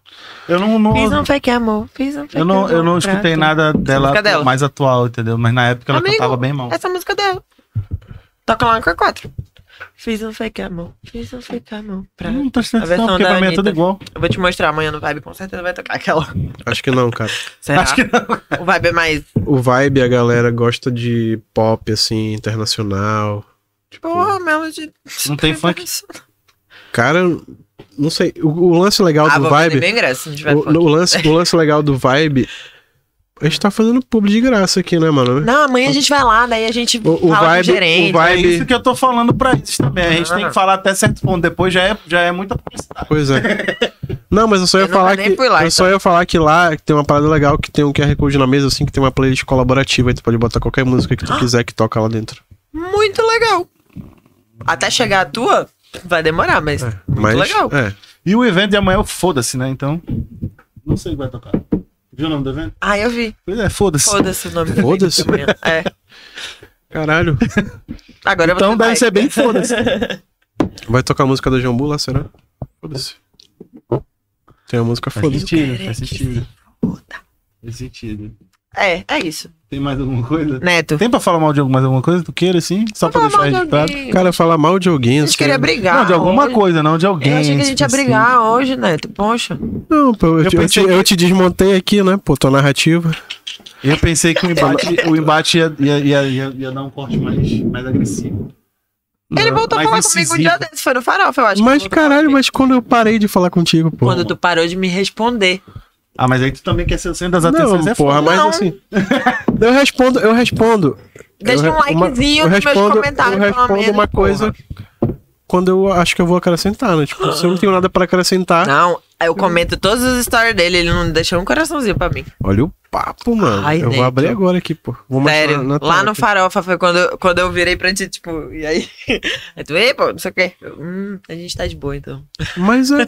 S1: Eu não, não-
S2: Fiz um fake amor, fiz um fake
S1: eu não, eu não
S2: amor pra
S1: escutei
S2: tu.
S1: nada dela,
S2: música dela.
S1: mais atual, entendeu? Mas na época ela
S2: Amigo,
S1: cantava bem mal.
S2: Essa música é dela. Toca lá no Q4. Fiz um fake amor, fiz um fake amor pra
S1: Hum, Não tô
S2: A
S1: prestando
S2: versão
S1: atenção, porque
S2: da
S1: pra mim é
S2: Anitta.
S1: tudo igual.
S2: Eu vou te mostrar amanhã no Vibe, com certeza vai tocar aquela.
S4: Acho que não, cara.
S2: Será?
S1: Acho que
S2: O Vibe é mais.
S4: O vibe, a galera gosta de pop, assim, internacional. Tipo,
S2: Porra, mesmo de.
S1: Não tem funk?
S4: cara, não sei. O, o lance legal
S2: Ah,
S4: do
S2: vou
S4: vibe.
S2: vender bem ingresso se não tiver
S4: O,
S2: funk.
S4: o lance, o lance legal do vibe. A gente tá fazendo publi de graça aqui, né, mano?
S2: Não, amanhã a gente vai lá, daí a gente
S4: O-
S2: fala
S4: o
S2: com o
S4: Vibe- o
S2: gerente.
S4: Vibe-
S1: É isso que eu tô falando pra eles também. A gente
S2: Ah.
S1: tem que falar até certo ponto. Depois já é, já é muita publicidade.
S4: Pois é. Não, mas eu só ia
S2: Eu nunca
S4: falar
S2: nem
S4: que.
S2: fui lá, então.
S4: eu só ia falar que lá tem uma parada legal que tem um QR Code na mesa, assim, que tem uma playlist colaborativa. Aí tu pode botar qualquer música
S2: Ah.
S4: que tu quiser que toca lá dentro.
S2: Muito legal. Até chegar a tua, vai demorar, mas. muito
S4: mas,
S2: legal.
S4: É.
S1: E o evento de amanhã é o foda-se, né? Então. Não sei o que vai tocar. Viu o nome do evento?
S2: Ah, eu vi.
S1: Pois é, foda-se.
S2: Foda-se o nome. do
S4: Foda-se?
S2: evento amanhã. É.
S4: Caralho.
S2: Agora
S1: Então
S2: você
S1: deve
S2: vai.
S1: ser bem foda-se.
S4: Vai tocar a música da Jambu lá, será? Foda-se. Tem a música
S1: Faz
S4: foda-se.
S1: sentido,
S2: quero é
S1: faz
S2: que
S1: sentido.
S2: foda.
S1: Faz sentido.
S2: É, é isso.
S1: Tem mais alguma coisa?
S2: Neto.
S1: Tem pra falar mal de alguma, alguma coisa que tu queira, assim? Só pra
S2: Vamos falar
S1: deixar
S2: mal de
S1: registrado?
S2: alguém.
S4: O cara fala mal de alguém.
S2: A gente queria brigar.
S1: Não, de alguma
S2: hoje.
S1: coisa, não de alguém. assim.
S2: Eu achei que a gente ia
S1: específico.
S2: brigar hoje, Neto. Poxa.
S4: Não, pô,
S1: Eu
S4: eu, te, eu, te,
S1: pensei que-
S4: eu te desmontei aqui, né? Pô, tua narrativa.
S1: Eu pensei que o embate, o embate ia, ia, ia, ia, ia dar um corte mais, mais agressivo.
S2: Ele voltou a
S1: mas
S2: falar
S1: incisivo.
S2: comigo um dia desse, foi no farofa, eu acho. que
S4: Mas
S2: ele voltou a falar
S4: caralho,
S2: comigo.
S4: mas quando eu parei de falar contigo, pô.
S2: Quando tu parou de me responder.
S1: Ah, mas aí tu também quer ser o centro das
S4: Não,
S1: atenções. é foda.
S4: porra, mas
S2: Não.
S4: assim. Eu respondo, eu respondo.
S2: Deixa
S4: eu,
S2: um
S4: re- uma-
S2: likezinho
S4: eu
S2: nos meus
S4: respondo-
S2: comentários,
S4: Eu
S2: pelo
S4: respondo
S2: menos,
S4: uma
S2: porra.
S4: coisa quando eu acho que eu vou acrescentar, né? Tipo, se eu não tenho nada pra
S1: tá?
S4: acrescentar.
S2: Não, eu comento todas as stories dele, ele não deixou um coraçãozinho pra mim.
S4: Olha o papo, mano.
S2: Ai,
S4: eu vou
S2: Neto.
S4: abrir agora aqui, pô. Vou mostrar
S2: Sério,
S4: na tela
S2: lá no
S4: aqui.
S2: Farofa foi quando, eu- quando eu virei pra ti, tipo, e aí? Aí tu, ei, pô, não sei o quê. Eu, Hum, a gente tá de boa, então.
S4: Mas é.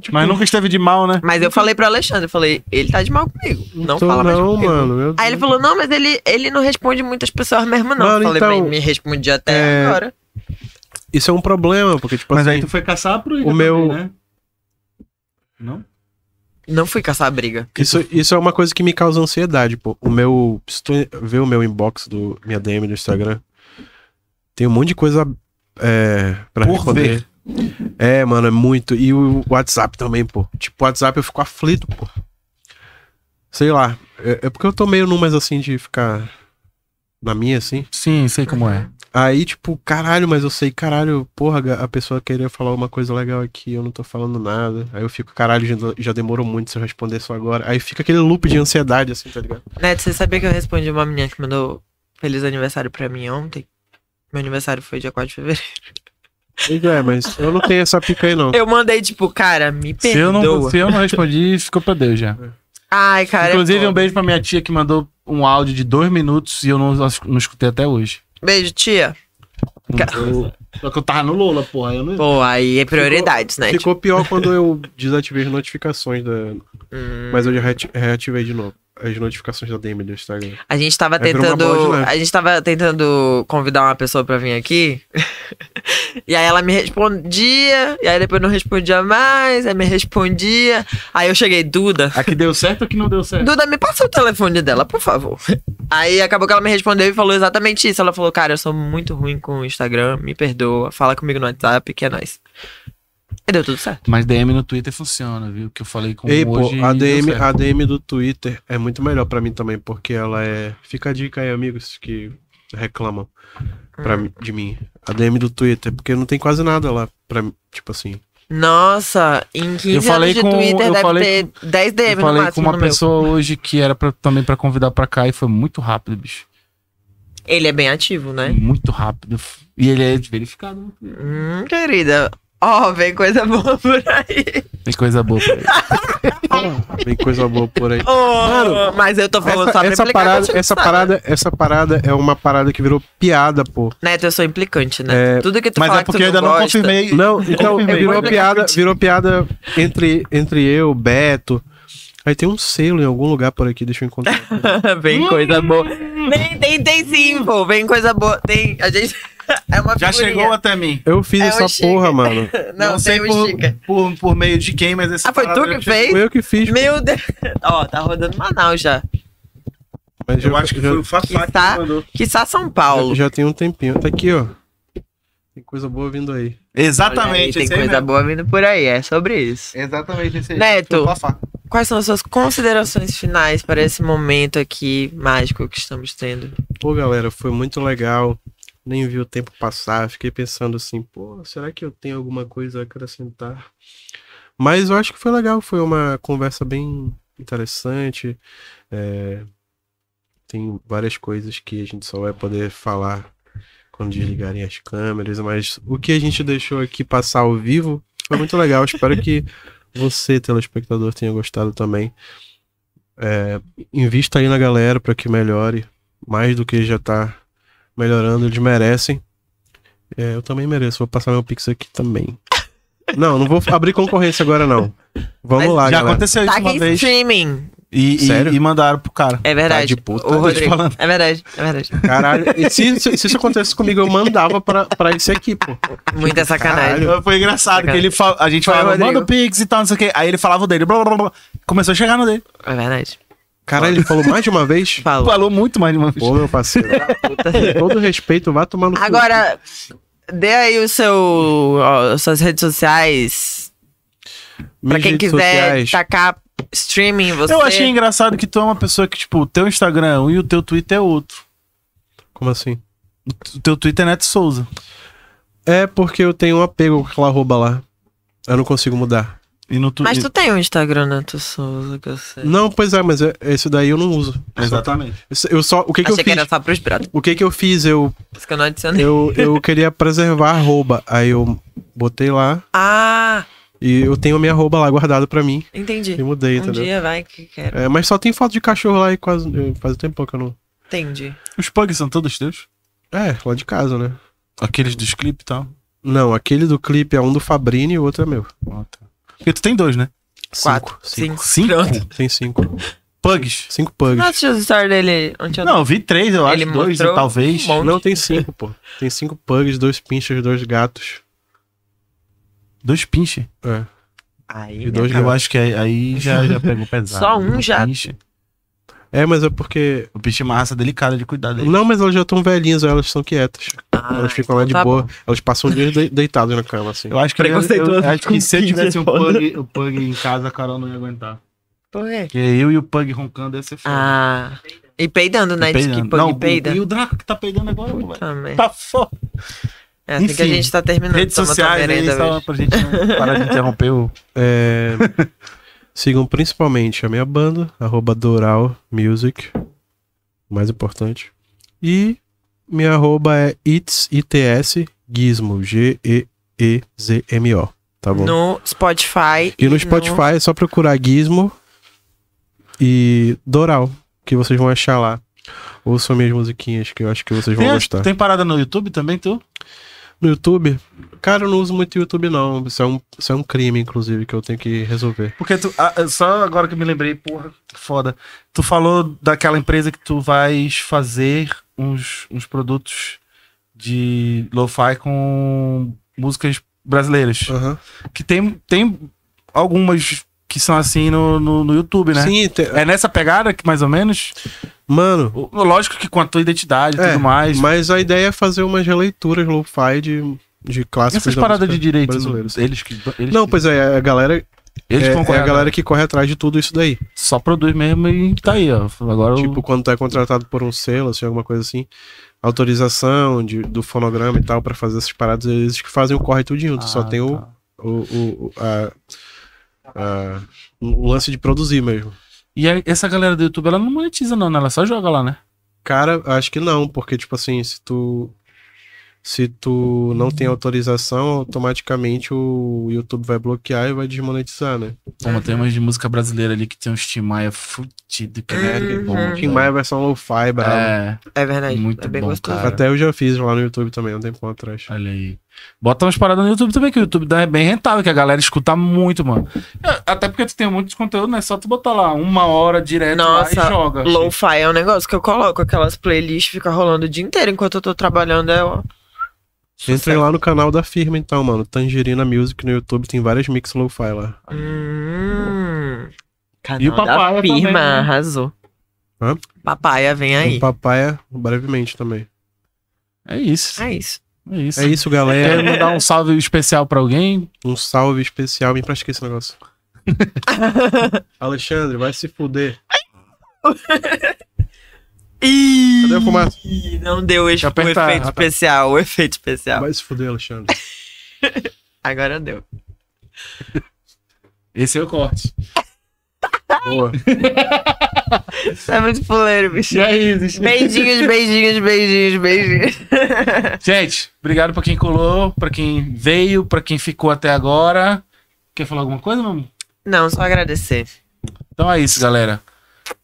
S2: Tipo
S1: Mas nunca esteve de mal, né?
S2: Mas eu falei pro Alexandre, eu falei, ele tá de mal comigo, não
S4: tô-
S2: fala mais
S4: não,
S2: comigo.
S4: mano. meu
S2: Aí ele
S4: Deus.
S2: falou, não, mas ele, ele não responde muitas pessoas mesmo, não.
S4: Mano,
S2: eu falei,
S4: então,
S2: mas me respondi até
S4: é,
S2: agora.
S4: Isso é um problema, porque, tipo
S1: Mas
S4: assim.
S1: aí tu foi caçar pro
S4: O meu-
S1: né? Não?
S2: Não fui caçar briga.
S4: Isso, isso é uma coisa que me causa ansiedade, pô. O meu. Se tu ver o meu inbox do minha DM do Instagram, tem um monte de coisa é, pra
S1: Por
S4: responder. É, mano, é muito. E o WhatsApp também, pô. Tipo, o WhatsApp eu fico aflito, pô. Sei lá. É, é porque eu tô meio numas assim de ficar na minha, assim.
S1: Sim, sei como é.
S4: Aí, tipo, caralho, mas eu sei, caralho, porra, a pessoa queria falar uma coisa legal aqui, eu não tô falando nada. Aí eu fico, caralho, já- já demorou muito se eu responder só agora. Aí fica aquele loop de ansiedade, assim, tá ligado?
S2: Neto, você sabia que eu respondi uma menina que mandou feliz aniversário pra mim ontem? Meu aniversário foi dia 4 de fevereiro.
S4: Pois é, mas eu não tenho essa pica aí, não.
S2: Eu mandei, tipo, cara, me
S1: Se eu,
S2: perdoa.
S1: não, se eu não respondi, ficou pra Deus já.
S2: Ai,
S8: é
S2: cara. é
S1: Inclusive,
S2: pô.
S1: um beijo pra minha tia que mandou um áudio de dois minutos e eu não, não escutei até hoje.
S2: beijo, tia.
S1: Eu- Só que eu tava no Lola, porra. Eu não...
S2: Pô, aí é prioridades, né?
S4: Ficou pior quando eu desativei as notificações da. Mas eu já reati- reativei de novo. As notificações da tá DM do Instagram.
S2: A gente tava
S4: é, virou uma
S2: tentando.
S4: bola de neve.
S2: A gente tava tentando convidar uma pessoa pra vir aqui. e aí ela me respondia. E aí depois não respondia mais. Aí me respondia. Aí eu cheguei, Duda.
S1: A que deu certo ou que não deu certo?
S2: Duda, me passa o telefone dela, por favor. Aí acabou que ela me respondeu e falou exatamente isso. Ela falou, cara, eu sou muito ruim com o Instagram, me perdoa, fala comigo no WhatsApp, que é nóis. E deu tudo certo.
S1: Mas DM no Twitter funciona, viu? Que eu falei com
S4: Ei,
S1: um
S4: pô,
S1: hoje.
S4: a
S1: e deu
S4: DM,
S1: certo.
S4: a DM do Twitter é muito melhor pra mim também, porque ela é. Fica a dica aí, amigos que reclamam pra mim- de mim. A DM do Twitter, porque não tem quase nada lá pra mim, tipo assim.
S2: Nossa, em 15
S1: Eu falei
S2: anos de
S1: com-
S2: Twitter
S1: eu
S2: deve
S1: falei
S2: ter 10 DM
S1: Eu
S2: no
S1: falei
S2: máximo
S1: com uma
S2: no meu.
S1: pessoa hoje que era pra- também pra convidar pra cá e foi muito rápido, bicho.
S2: Ele é bem ativo, né?
S1: Muito rápido. E ele é verificado.
S2: Hum, querida, Ó, vem coisa boa por aí.
S5: Tem coisa boa pra ele.
S4: Tem coisa boa por aí.
S2: Ô, tá mas eu tô falando
S4: Essa,
S2: sobre
S4: essa
S2: implicante,
S4: parada,
S2: não
S4: essa
S2: sabe.
S4: parada, essa parada é uma parada que virou piada, pô.
S2: Neto, eu sou implicante, né? Tudo que tu
S1: Mas
S2: fala
S1: é porque eu
S2: que tu
S1: ainda não
S2: gosta,
S1: confirmei.
S4: Não, então
S1: Confirmei.
S4: virou piada, virou piada entre, entre eu, Beto. Aí tem um selo em algum lugar por aqui, deixa eu encontrar.
S1: Hum.
S2: Vem coisa boa. Tem, tem, tem sim, pô. Vem coisa boa. Tem. A gente. É uma
S1: Já
S2: figurinha.
S1: chegou até mim.
S4: Eu fiz
S2: É o
S4: essa
S2: Chica.
S4: porra, mano.
S2: Não,
S1: sei
S2: tem o
S1: por,
S2: Chica.
S1: por, por meio de quem, mas esse
S2: Ah, foi tu que fez?
S4: Foi eu que fiz,
S2: Meu Deus. Ó, tá rodando Manaus já.
S4: mas
S1: Eu
S4: já-
S1: acho que
S4: já-
S1: foi o Fafá que
S2: Tá.
S1: mandou.
S2: Quiçá São Paulo.
S4: Já tem um tempinho. Tá aqui, ó. Tem coisa boa vindo aí.
S2: Olha aí,
S1: Exatamente,
S2: tem
S1: esse aí
S2: coisa
S1: mesmo.
S2: boa vindo por aí. É sobre isso.
S1: Exatamente, esse aí.
S2: Neto.
S1: Foi o Fafá.
S2: Quais são as suas considerações finais para esse momento aqui mágico que estamos tendo?
S4: Pô, galera, foi muito legal. Nem vi o tempo passar. Fiquei pensando assim, pô, será que eu tenho alguma coisa a acrescentar? Mas eu acho que foi legal. Foi uma conversa bem interessante. É, Tem várias coisas que a gente só vai poder falar quando desligarem as câmeras. Mas o que a gente deixou aqui passar ao vivo foi muito legal. Espero que você, telespectador, tenha gostado também. É, Invista aí na galera para que melhore mais do que já tá melhorando, eles merecem. É, eu também mereço, vou passar meu pix aqui também. Não, não vou abrir concorrência agora, não. Vamos
S2: Mas
S4: lá,
S1: Já
S4: galera.
S1: aconteceu
S2: Tá
S1: isso
S2: aqui
S1: uma
S2: em
S1: vez. Ah,
S2: streaming.
S1: E,
S4: Sério?
S1: e, e mandaram pro cara.
S2: É verdade.
S4: de puta.
S2: Ô,
S1: tá Tô te
S2: Rodrigo.
S1: falando.
S2: É verdade, é verdade.
S4: Caralho, e se, se, se isso acontecesse comigo, eu mandava pra, pra esse aqui, pô.
S2: Muita sacanagem.
S4: Caralho.
S1: Foi engraçado que ele fal... a gente
S2: Foi,
S1: falava,
S2: Rodrigo.
S1: manda o Pix e tal, não sei o quê. Aí ele falava o dele, blá blá blá. blá. Começou a chegar no dele.
S2: É verdade.
S4: Caralho, ele falou mais de uma vez?
S2: Falou.
S1: Falou muito mais de uma vez.
S4: Pô, meu parceiro. Com todo respeito, vá tomar no cu.
S2: Agora, dê aí o seu, ó, suas redes sociais. Pra
S4: Minhas
S2: quem
S4: redes
S2: quiser tá-
S4: sociais.
S2: tacar streaming, você.
S1: Eu achei engraçado que tu é uma pessoa que, tipo, o teu Instagram é um e o teu Twitter é outro.
S4: Como assim?
S1: O teu Twitter é Neto Souza.
S4: É porque eu tenho um apego com aquela rouba lá. Eu não consigo mudar.
S1: E no tu...
S2: Mas tu tem um Instagram, né? Tu Souza, que eu sei.
S4: Não, pois é, mas é- esse daí eu não uso.
S1: Exatamente.
S4: Eu só- Eu só,
S1: é
S4: o que que
S2: achei
S4: eu
S2: que,
S4: fiz?
S2: era só pros brothers.
S4: O que que eu fiz? Eu,
S2: Por isso que eu não adicionei.
S4: eu, eu queria preservar a rouba. Aí eu botei lá
S2: Ah,
S4: e eu tenho a minha rouba lá guardada pra mim.
S2: entendi.
S4: E mudei,
S2: Um
S4: entendeu?
S2: dia vai que quero.
S4: É, mas só tem foto de cachorro lá e quase. eu- Faz tempo que eu não.
S2: Entendi.
S1: Os pugs são todos teus?
S4: É, lá de casa, né?
S1: Aqueles dos clipes e tal.
S4: Não, aquele do clipe é um do Fabrini e o outro é meu.
S1: Ah, tá. Porque tu tem dois, né?
S2: Quatro.
S4: Cinco.
S2: Cinco.
S1: Cinco?
S2: Pronto.
S4: cinco. Tem cinco.
S1: Pugs.
S4: Cinco pugs.
S2: Não assistiu as histórias dele ontem?
S1: Não, eu vi três, eu
S2: Ele
S1: acho. Dois,
S2: mostrou
S1: talvez.
S2: um monte.
S4: Não, tem cinco, pô. Tem cinco pugs, dois pinchers, dois gatos.
S1: Dois pinches.
S4: É.
S2: Aí,
S4: E dois
S1: Eu
S4: gatos.
S1: acho que aí, aí já, já pegou pesado.
S2: Só um já.
S1: Pinche.
S4: É, mas é porque.
S1: O bicho é uma raça delicada de cuidar dele.
S4: Não, mas elas já estão velhinhas, elas são quietas. elas ficam lá de
S2: tá
S4: boa. Elas passam dias de- deitadas na cama, assim.
S1: Eu acho que, eu,
S2: Preconceituoso
S1: eu acho que
S2: com
S1: se eu
S2: pinche,
S1: tivesse um
S2: foda.
S1: pug, o pug em casa, a Carol não ia aguentar.
S2: Por quê?
S1: Porque eu e o pug roncando ia ser foda.
S2: Ah. E peidando, né?
S1: E
S2: Diz que
S1: peidando.
S2: pug
S1: Não,
S2: peida.
S1: o- E o Draco que tá peidando agora, velho.
S2: Também.
S1: Tá foda.
S2: É assim que a
S1: Enfim,
S2: gente tá terminando.
S1: Redes
S2: Toma tua
S1: sociais aí,
S2: merenda
S1: só
S2: hoje.
S1: pra gente não parar de interromper o...
S4: É, sigam principalmente a minha banda, arroba Doral Music, o mais importante. E minha arroba é its, its, gizmo, G-E-E-Z-M-O, tá bom?
S2: No Spotify.
S4: E no Spotify é só procurar gizmo e Doral, que vocês vão achar lá. Ouçam minhas musiquinhas, que eu acho que vocês vão
S1: Tem,
S4: gostar.
S1: tem parada no YouTube também, tu?
S4: No YouTube, cara, eu não uso muito YouTube não, isso é um, isso é um crime, inclusive, que eu tenho que resolver.
S1: Porque tu... ah, só agora que eu me lembrei, porra, foda. Tu falou daquela empresa que tu vais fazer uns, uns produtos de lo-fi com músicas brasileiras.
S4: Aham.
S1: Que tem, tem algumas que são assim no, no, no YouTube, né?
S4: Sim, te-
S1: É nessa pegada que mais ou menos?
S4: mano,
S1: O- Lógico que com a tua identidade e
S4: É,
S1: tudo mais.
S4: mas a ideia é fazer umas releituras lo-fi de, de
S1: E
S4: clássicos
S1: essas
S4: da
S1: paradas de
S4: música
S1: direitos
S4: brasileiros.
S1: Eles que. Eles
S4: Não,
S1: que-
S4: pois é, a galera,
S1: eles
S4: é,
S1: que vão
S4: é
S1: correr
S4: a
S1: atrás.
S4: galera que corre atrás de tudo isso daí.
S1: Só produz mesmo e tá aí, ó. Agora
S4: Tipo,
S1: tipo,
S4: quando tu é contratado por um selo, assim, alguma coisa assim, autorização de, do fonograma e tal pra fazer essas paradas, eles que fazem o corre tudinho, tu Ah,
S1: Ah,
S4: só tem
S1: tá.
S8: tá.
S4: o, o, o, o- a- a- o lance de produzir mesmo.
S1: E aí, essa galera do YouTube, ela não monetiza, não, né? Ela só joga lá, né?
S4: Cara, acho que não, porque, tipo assim, se tu. Se tu não tem autorização, automaticamente o YouTube vai bloquear e vai desmonetizar, né?
S8: Pô, mas tem umas de música brasileira ali que tem um Tim Maia fudido, que é bom.
S4: Tim Maia versão lo-fi, brabo.
S8: É,
S2: É verdade.
S8: Muito
S2: é bem
S8: bom,
S2: gostoso.
S8: cara.
S4: Até eu já fiz lá no YouTube também, um tempo atrás.
S8: olha aí. Bota umas paradas no YouTube também, que o YouTube dá- é bem rentável, que a galera escuta muito, mano.
S5: É, Até porque tu tem muito conteúdo, né? Só tu botar lá uma hora direto lá
S2: Nossa,
S5: e joga. assim.
S2: Lo-fi é um negócio que eu coloco aquelas playlists, fica rolando o dia inteiro enquanto eu tô trabalhando. É, ó,
S4: Entrem lá no canal da firma então, mano. Tangerina Music no YouTube tem várias mix lo-fi lá.
S2: Hum.
S5: E o Papaya
S2: firma,
S5: também, né?
S2: arrasou.
S4: Hã?
S2: Papaya, vem
S4: O
S2: aí.
S4: Papaya, Um é brevemente também.
S8: É isso.
S2: É isso.
S8: É isso.
S4: É isso,
S8: Quer
S4: galera.
S8: mandar um salve especial pra alguém?
S4: Um salve especial. Me pratiquei esse negócio. Alexandre, vai se fuder.
S2: Ih,
S4: Cadê a fumaça?
S2: não deu o, efe- o
S8: apertar,
S2: efeito
S8: rapaz.
S2: especial, o efeito especial.
S4: Vai se fuder, Alexandre.
S2: Agora deu.
S5: Esse é o corte.
S4: Boa.
S2: Você é muito fuleiro, bicho.
S5: E aí, gente?
S2: Beijinhos, beijinhos, beijinhos, beijinhos.
S5: Gente, obrigado pra quem colou, pra quem veio, pra quem ficou até agora. Quer falar alguma coisa, meu amor?
S2: Não, só agradecer.
S5: Então é isso, galera.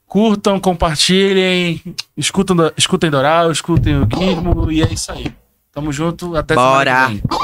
S5: Curtam, compartilhem, escutem, escutem Doral, escutem o Gizmo e é isso aí. Tamo junto, até semana
S2: Bora.
S5: que vem.